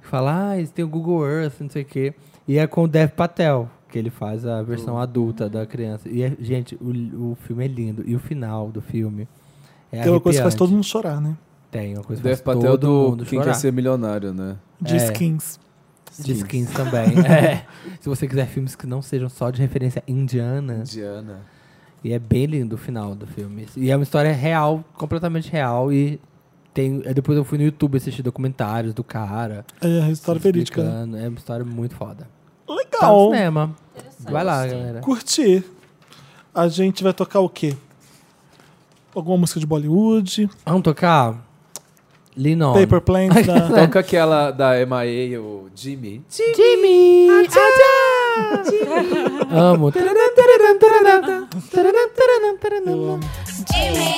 [SPEAKER 3] Fala, ah, eles têm o Google Earth, não sei o quê. E é com o Dev Patel, que ele faz a versão adulta da criança. E, é- gente, o, o filme é lindo. E o final do filme. É
[SPEAKER 1] Tem uma coisa que faz
[SPEAKER 3] arrepiante.
[SPEAKER 1] todo mundo chorar, né?
[SPEAKER 3] Tem uma coisa que faz
[SPEAKER 4] Deve Patel
[SPEAKER 3] todo
[SPEAKER 4] do
[SPEAKER 3] mundo
[SPEAKER 4] Quem
[SPEAKER 3] chorar.
[SPEAKER 4] Quer Ser Milionário, né?
[SPEAKER 1] De
[SPEAKER 3] É.
[SPEAKER 1] skins.
[SPEAKER 3] De skins também. É. Se você quiser filmes que não sejam só de referência indiana.
[SPEAKER 4] Diana.
[SPEAKER 3] E é bem lindo o final do filme. E é uma história real, completamente real. E tem. aí Depois eu fui no YouTube assistir documentários do cara.
[SPEAKER 1] É a história verídica. né?
[SPEAKER 3] explicando. É uma história muito foda. Tá no
[SPEAKER 1] Legal.
[SPEAKER 3] cinema. Vai lá, galera.
[SPEAKER 1] Curti. A gente vai tocar o quê? Alguma música de Bollywood?
[SPEAKER 3] Vamos tocar? Lean On.
[SPEAKER 1] Paper né? Planes da...
[SPEAKER 4] Toca aquela da MIA, o Jimmy.
[SPEAKER 3] Jimmy! Ajá! Amo.
[SPEAKER 1] Eu amo.
[SPEAKER 8] Jimmy.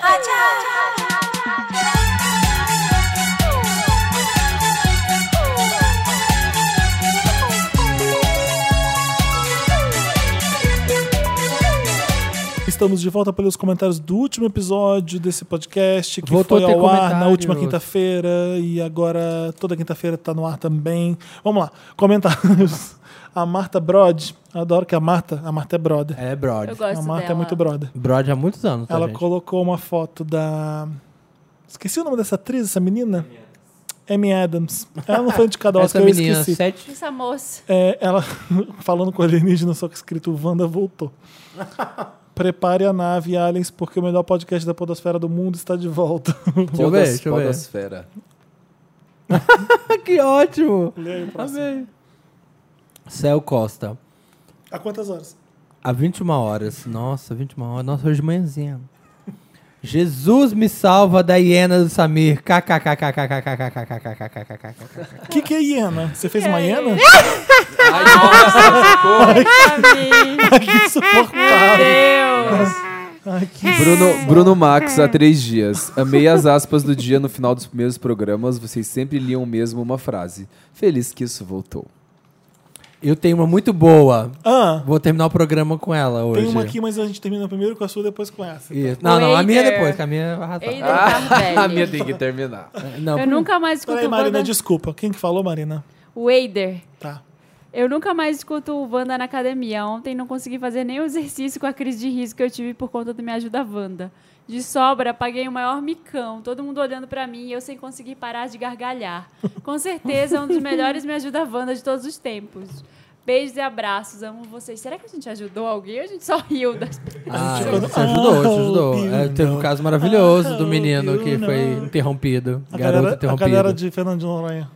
[SPEAKER 8] Acha.
[SPEAKER 1] Estamos de volta pelos comentários do último episódio desse podcast, que
[SPEAKER 3] Voltou a
[SPEAKER 1] foi
[SPEAKER 3] ter
[SPEAKER 1] ao ar na
[SPEAKER 3] comentários.
[SPEAKER 1] última quinta-feira e agora toda quinta-feira está no ar também. Vamos lá, comentários. A Marta Brod, adoro que a Marta, a Marta é brother.
[SPEAKER 3] É
[SPEAKER 2] Eu
[SPEAKER 3] Brod.
[SPEAKER 2] gosto
[SPEAKER 1] a Marta
[SPEAKER 2] dela.
[SPEAKER 1] é muito brother.
[SPEAKER 3] Brod há muitos anos, tá,
[SPEAKER 1] Ela
[SPEAKER 3] gente?
[SPEAKER 1] colocou uma foto da. Esqueci o nome dessa atriz, essa menina? Amy Adams. Ela não foi indicada ao
[SPEAKER 3] Essa
[SPEAKER 1] Oscar, eu
[SPEAKER 3] menina,
[SPEAKER 1] esqueci.
[SPEAKER 3] sete...
[SPEAKER 2] Essa moça.
[SPEAKER 1] É, ela falando com o alienígena, só que escrito Wanda voltou. Prepare a nave, aliens, porque o melhor podcast da podosfera do mundo está de volta.
[SPEAKER 3] Deixa eu ver, deixa eu ver.
[SPEAKER 4] Podosfera.
[SPEAKER 3] que ótimo!
[SPEAKER 1] Amei.
[SPEAKER 3] Céu Costa.
[SPEAKER 1] Há quantas horas?
[SPEAKER 3] Há 21 horas. Nossa, 21 horas. Nossa, hoje de manhãzinha. Jesus me salva da hiena do Samir. KKKKKKKKKKKKKKKKKKKKKKKKKKKKKKKKKKKKKKKKKKKKKKKKKKKKKK
[SPEAKER 1] O que, que é hiena? Você fez uma hiena?
[SPEAKER 4] Ai, nossa, socorro.
[SPEAKER 2] Samir.
[SPEAKER 1] que insuportável.
[SPEAKER 2] Deus.
[SPEAKER 1] Ai, que
[SPEAKER 4] Bruno, Bruno Max, há três dias. Amei as aspas do dia no final dos primeiros programas. Vocês sempre liam mesmo uma frase. Feliz que isso voltou.
[SPEAKER 3] Eu tenho uma muito boa.
[SPEAKER 1] Ah,
[SPEAKER 3] Vou terminar o programa com ela hoje.
[SPEAKER 1] tem uma aqui, mas a gente termina primeiro com a sua, depois com essa.
[SPEAKER 3] Isso. Não, não, a minha
[SPEAKER 2] Waiter.
[SPEAKER 3] depois, que a minha vai arrasar.
[SPEAKER 2] Eider
[SPEAKER 1] Ah,
[SPEAKER 4] a minha
[SPEAKER 2] Carvelli.
[SPEAKER 4] tem que terminar.
[SPEAKER 3] Não,
[SPEAKER 2] Eu nunca mais escuto
[SPEAKER 1] Peraí,
[SPEAKER 2] o Wanda...
[SPEAKER 1] Marina, desculpa. Quem que falou, Marina?
[SPEAKER 2] Wader.
[SPEAKER 1] Tá.
[SPEAKER 2] Eu nunca mais escuto o Wanda na academia. Ontem não consegui fazer nenhum exercício com a crise de riso que eu tive por conta do Me Ajuda Wanda. De sobra, paguei o maior micão, todo mundo olhando pra mim e eu sem conseguir parar de gargalhar. Com certeza, é um dos melhores Me Ajuda Wanda de todos os tempos. Beijos e abraços, amo vocês. Será que a gente ajudou alguém ou a gente só riu das pessoas?
[SPEAKER 3] Ah,
[SPEAKER 1] Tipo,
[SPEAKER 3] você ajudou, você ajudou.
[SPEAKER 1] oh,
[SPEAKER 3] É, teve um
[SPEAKER 1] Bruno.
[SPEAKER 3] caso maravilhoso do
[SPEAKER 1] Oh,
[SPEAKER 3] menino que
[SPEAKER 1] Bruno.
[SPEAKER 3] foi interrompido.
[SPEAKER 1] A
[SPEAKER 3] garoto
[SPEAKER 1] galera, a
[SPEAKER 3] interrompido.
[SPEAKER 1] galera de Fernando de Noronha.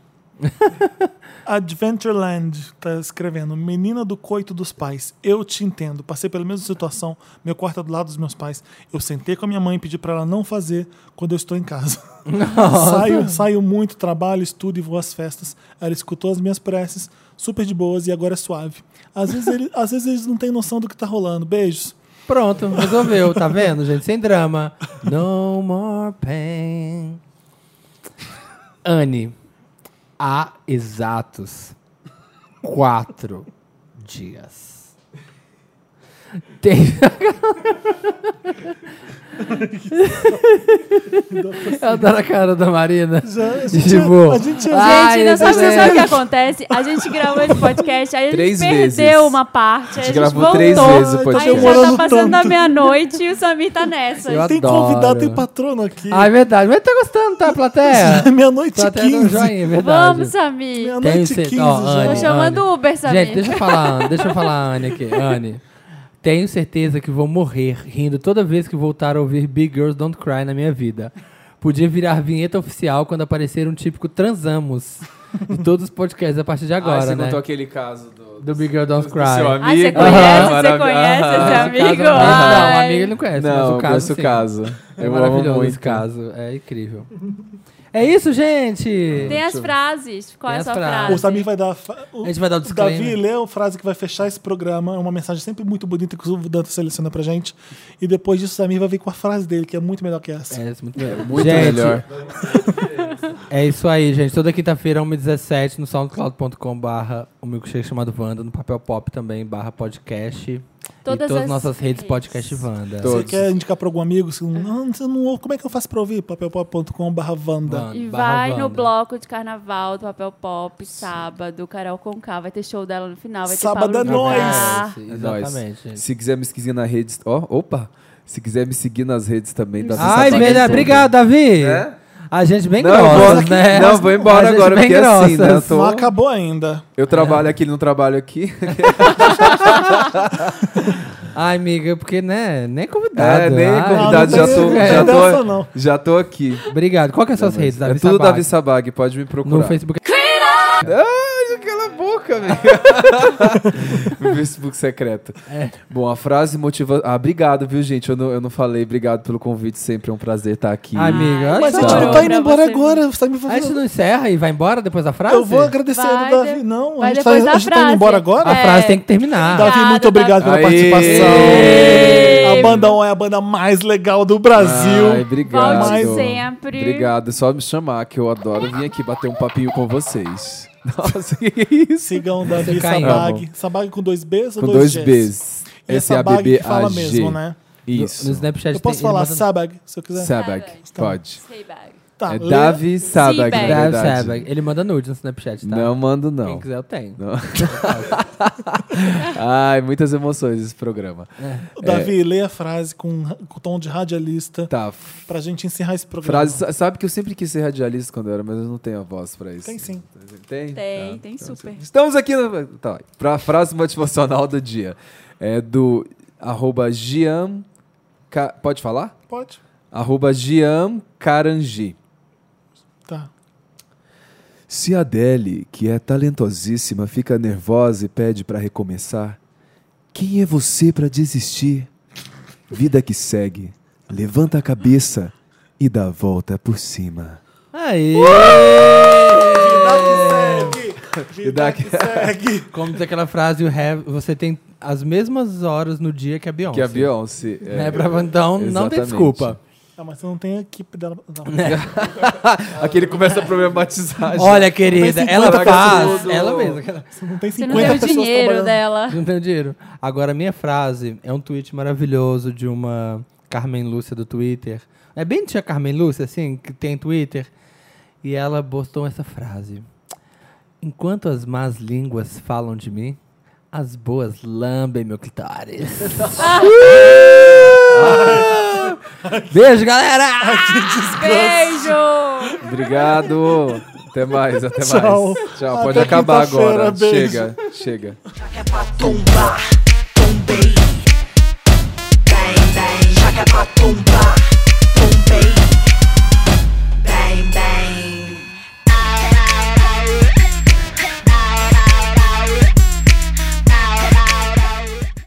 [SPEAKER 1] Adventureland tá escrevendo. Menina do coito dos pais. Eu te entendo. Passei pela mesma situação. Meu quarto é do lado dos meus pais. Eu sentei com a minha mãe e pedi pra ela não fazer quando eu estou em casa. saio, saio muito, trabalho, estudo e vou às festas. Ela escutou as minhas preces, super de boas e agora é suave. Às vezes, ele- às vezes eles não têm noção do que tá rolando. Beijos.
[SPEAKER 3] Pronto, resolveu, tá vendo, gente? Sem drama. No more pain. Anne, há exatos quatro dias. Tem... Eu adoro a cara da Marina.
[SPEAKER 1] Já-
[SPEAKER 3] Tipo,
[SPEAKER 1] é, a gente já-
[SPEAKER 3] ai,
[SPEAKER 2] gente, não sabe,
[SPEAKER 3] gente.
[SPEAKER 2] você sabe o que acontece? A gente gravou esse podcast, aí a gente
[SPEAKER 4] Três
[SPEAKER 2] perdeu
[SPEAKER 4] vezes.
[SPEAKER 2] uma parte, aí a gente
[SPEAKER 4] gravou
[SPEAKER 2] voltou.
[SPEAKER 4] três vezes o
[SPEAKER 2] aí
[SPEAKER 4] podcast.
[SPEAKER 2] já
[SPEAKER 1] Demorando
[SPEAKER 2] tá passando da
[SPEAKER 1] tanto.
[SPEAKER 2] meia-noite e o Samir tá nessa.
[SPEAKER 3] Eu
[SPEAKER 1] Tem
[SPEAKER 3] adoro.
[SPEAKER 1] convidado, tem patrono aqui.
[SPEAKER 3] Ah, é verdade. Mas tá gostando, tá, plateia?
[SPEAKER 1] Meia-noite e
[SPEAKER 3] plateia do
[SPEAKER 1] 15.
[SPEAKER 3] joinha, é verdade.
[SPEAKER 2] Vamos, Samir.
[SPEAKER 1] Meia-noite e
[SPEAKER 3] Tenho cer-
[SPEAKER 1] 15.
[SPEAKER 3] ó,
[SPEAKER 1] já.
[SPEAKER 2] Tô
[SPEAKER 3] Anne,
[SPEAKER 2] chamando o Uber, Samir.
[SPEAKER 3] Gente, deixa eu falar, Anne, deixa eu falar, a Anne, aqui. Anne, tenho certeza que vou morrer rindo toda vez que voltar a ouvir Big Girls Don't Cry na minha vida. Podia virar vinheta oficial quando aparecer um típico transamos de todos os podcasts a partir de
[SPEAKER 4] Agora,
[SPEAKER 3] agora,
[SPEAKER 4] Ah, você
[SPEAKER 3] né?
[SPEAKER 4] contou aquele caso do,
[SPEAKER 3] Do Big Girl Don't
[SPEAKER 4] do
[SPEAKER 3] Cry.
[SPEAKER 4] seu
[SPEAKER 2] Ah, você conhece?
[SPEAKER 4] amigo.
[SPEAKER 2] Você
[SPEAKER 4] Maravilha.
[SPEAKER 2] conhece esse
[SPEAKER 4] Ah,
[SPEAKER 3] Esse caso,
[SPEAKER 2] amigo?
[SPEAKER 3] não, não,
[SPEAKER 2] Ai.
[SPEAKER 3] amiga ele não conhece, mas
[SPEAKER 4] Não,
[SPEAKER 3] é o caso
[SPEAKER 4] conheço o
[SPEAKER 3] sim.
[SPEAKER 4] caso.
[SPEAKER 3] É
[SPEAKER 4] Eu amo
[SPEAKER 3] maravilhoso
[SPEAKER 4] muito.
[SPEAKER 3] esse caso, é incrível. É isso, gente! É
[SPEAKER 2] Tem as frases. Qual é
[SPEAKER 3] Tem
[SPEAKER 2] a
[SPEAKER 3] as
[SPEAKER 2] sua
[SPEAKER 3] frases.
[SPEAKER 2] frase?
[SPEAKER 1] O Samir vai dar. a fa- O
[SPEAKER 3] A gente vai dar o disclaimer.
[SPEAKER 1] Davi lê a frase que vai fechar esse programa. É uma mensagem sempre muito bonita que o Danta seleciona pra gente. E depois disso, o Samir vai vir com a frase dele, que é muito melhor que essa.
[SPEAKER 3] É, isso é muito melhor.
[SPEAKER 4] Muito
[SPEAKER 3] Gente,
[SPEAKER 4] melhor.
[SPEAKER 3] É isso aí, gente. Toda quinta-feira, 1h17, no soundcloud.com barra o milkshake chamado Wanda, no papel pop também, barra podcast.
[SPEAKER 2] Todas
[SPEAKER 3] e todas
[SPEAKER 2] as
[SPEAKER 3] nossas redes,
[SPEAKER 2] redes.
[SPEAKER 3] podcast Wanda.
[SPEAKER 4] Todas.
[SPEAKER 1] Você quer indicar pra algum amigo? Você não, não, você não ouve. Como é que eu faço pra ouvir? papelpop.com.br Wanda.
[SPEAKER 3] Wanda,
[SPEAKER 2] E
[SPEAKER 3] barra
[SPEAKER 2] vai no
[SPEAKER 3] Wanda.
[SPEAKER 2] bloco de carnaval do Papel Pop, sábado, Carol Conká. Vai ter show dela no final. Vai ter
[SPEAKER 1] Sábado
[SPEAKER 2] Paulo
[SPEAKER 1] é nóis.
[SPEAKER 2] Vittar.
[SPEAKER 4] É nóis.
[SPEAKER 3] Exatamente. gente.
[SPEAKER 4] Se quiser me seguir na rede. Ó, opa! Se quiser me seguir nas redes também, dá
[SPEAKER 3] Ai,
[SPEAKER 4] pra-
[SPEAKER 3] verdade. Obrigado, Davi.
[SPEAKER 4] É?
[SPEAKER 3] A gente bem
[SPEAKER 4] Não,
[SPEAKER 3] grossa,
[SPEAKER 4] vou-
[SPEAKER 3] né?
[SPEAKER 4] não, vou embora
[SPEAKER 3] A gente
[SPEAKER 4] agora,
[SPEAKER 3] bem
[SPEAKER 4] porque assim, né?
[SPEAKER 3] grossas.
[SPEAKER 4] tô-
[SPEAKER 1] Não acabou ainda.
[SPEAKER 4] Eu trabalho aqui, ele não trabalho aqui.
[SPEAKER 3] Ai, amiga, porque, né? Nem convidado.
[SPEAKER 4] É, nem
[SPEAKER 3] Ai,
[SPEAKER 4] convidado,
[SPEAKER 1] não
[SPEAKER 4] já
[SPEAKER 1] tem-
[SPEAKER 4] tô,
[SPEAKER 1] não
[SPEAKER 4] já
[SPEAKER 1] tem dessa,
[SPEAKER 4] tô,
[SPEAKER 1] não.
[SPEAKER 4] já tô aqui.
[SPEAKER 3] Obrigado. Qual que é as suas redes,
[SPEAKER 4] É
[SPEAKER 3] Davi?
[SPEAKER 4] tudo
[SPEAKER 3] Sabag?
[SPEAKER 4] Davi Sabag, pode me procurar.
[SPEAKER 3] No Facebook.
[SPEAKER 4] Ah, cala a boca. louca, velho. Meu Facebook secreto.
[SPEAKER 1] É.
[SPEAKER 4] Bom, a frase motiva. Ah, obrigado, viu, gente? Eu não, eu não falei, obrigado pelo convite. Sempre é um prazer estar aqui.
[SPEAKER 3] Amiga,
[SPEAKER 1] Mas a
[SPEAKER 3] olha
[SPEAKER 1] gente
[SPEAKER 3] só.
[SPEAKER 1] não
[SPEAKER 2] Pra
[SPEAKER 1] tá indo
[SPEAKER 2] você.
[SPEAKER 1] embora agora. Você tá me
[SPEAKER 3] A gente
[SPEAKER 1] fazendo.
[SPEAKER 3] não encerra e vai embora depois da frase?
[SPEAKER 1] Eu vou agradecendo
[SPEAKER 2] Vai
[SPEAKER 1] o Davi.
[SPEAKER 2] de-
[SPEAKER 1] Não, a
[SPEAKER 2] vai
[SPEAKER 1] gente, tá,
[SPEAKER 2] depois da
[SPEAKER 1] a gente tá indo
[SPEAKER 2] frase.
[SPEAKER 1] embora agora.
[SPEAKER 3] A
[SPEAKER 2] É.
[SPEAKER 3] frase tem que terminar.
[SPEAKER 1] Davi, muito obrigado
[SPEAKER 2] Obrigada,
[SPEAKER 1] pela
[SPEAKER 4] Aê!
[SPEAKER 1] participação.
[SPEAKER 4] Aê!
[SPEAKER 1] A banda 1 é a banda mais legal do Brasil.
[SPEAKER 4] Ai, obrigado.
[SPEAKER 1] Volte
[SPEAKER 2] sempre.
[SPEAKER 4] Obrigado. É só me chamar, que eu adoro vir aqui bater um papinho com vocês. Nossa, que isso?
[SPEAKER 1] Sigam o Davi
[SPEAKER 3] Você caiu.
[SPEAKER 1] Sabag. Sabag com dois Bs ou
[SPEAKER 4] tá Com dois
[SPEAKER 1] Gs?
[SPEAKER 4] Bs.
[SPEAKER 1] E é Sabag que fala mesmo, né?
[SPEAKER 3] No, no
[SPEAKER 4] Isso.
[SPEAKER 3] Snapchat
[SPEAKER 1] Eu posso
[SPEAKER 3] tem-
[SPEAKER 1] falar
[SPEAKER 3] ele manda-
[SPEAKER 1] Sabag, se eu quiser.
[SPEAKER 4] Sabag.
[SPEAKER 2] Sabag.
[SPEAKER 4] Pode.
[SPEAKER 2] Stay back.
[SPEAKER 1] né? Tá,
[SPEAKER 4] É
[SPEAKER 1] lê.
[SPEAKER 4] Davi Sabag,
[SPEAKER 2] Seabag.
[SPEAKER 4] na
[SPEAKER 3] Deve,
[SPEAKER 4] É verdade.
[SPEAKER 3] sabe? Ele manda nude no Snapchat, tá?
[SPEAKER 4] Não mando,
[SPEAKER 3] Quem
[SPEAKER 4] não.
[SPEAKER 3] quiser, eu tenho.
[SPEAKER 4] Ai, muitas emoções esse programa.
[SPEAKER 1] Davi, lê a frase com, com tom de radialista
[SPEAKER 4] é. Tá, f-
[SPEAKER 1] pra gente encerrar esse programa.
[SPEAKER 4] frase. sa- Sabe que eu sempre quis ser radialista quando eu era, mas eu não tenho a voz pra isso.
[SPEAKER 1] Tem sim.
[SPEAKER 4] Tem?
[SPEAKER 2] Tem, tem
[SPEAKER 4] então,
[SPEAKER 2] super.
[SPEAKER 4] Estamos aqui no, tá, pra frase motivacional do dia. É do arroba Gian. Ca- pode falar?
[SPEAKER 1] Pode?
[SPEAKER 4] Arroba Gian Carangi.
[SPEAKER 1] Tá.
[SPEAKER 4] Se a Adele, que é talentosíssima, fica nervosa e pede pra recomeçar, quem é você pra desistir? Vida que segue, levanta a cabeça e dá a volta por cima.
[SPEAKER 3] Aí!
[SPEAKER 1] Vida que segue.
[SPEAKER 3] Como diz aquela frase, you have- você tem as mesmas horas no dia que a Beyoncé.
[SPEAKER 4] Que a Beyoncé. é.
[SPEAKER 3] Né? Pra- Então, não tem
[SPEAKER 4] Exatamente.
[SPEAKER 3] desculpa.
[SPEAKER 1] Ah, mas você não tem a equipe dela. Não.
[SPEAKER 4] É. Aqui ele começa a problematizar.
[SPEAKER 3] Olha, querida,
[SPEAKER 1] Não tem
[SPEAKER 3] ela
[SPEAKER 1] 50
[SPEAKER 3] faz.
[SPEAKER 4] tudo.
[SPEAKER 3] Ela mesma.
[SPEAKER 1] Você não tem 50
[SPEAKER 2] Você não deu o
[SPEAKER 1] pessoas
[SPEAKER 2] dinheiro né?
[SPEAKER 1] trabalhando.
[SPEAKER 2] dela.
[SPEAKER 3] Não tem dinheiro. Agora, a minha frase é um tweet maravilhoso de uma Carmen Lúcia do Twitter. É bem tia Carmen Lúcia, assim, que tem Twitter. E ela postou essa frase. Enquanto as más línguas falam de mim, as boas lambem meu clitóris. Beijo, galera!
[SPEAKER 2] Beijo!
[SPEAKER 4] Obrigado. Até mais, até
[SPEAKER 1] Tchau.
[SPEAKER 4] mais. Tchau, pode
[SPEAKER 1] Até
[SPEAKER 4] acabar
[SPEAKER 1] quinta-feira,
[SPEAKER 4] agora.
[SPEAKER 1] beijo.
[SPEAKER 4] Chega, chega.
[SPEAKER 9] Tombar.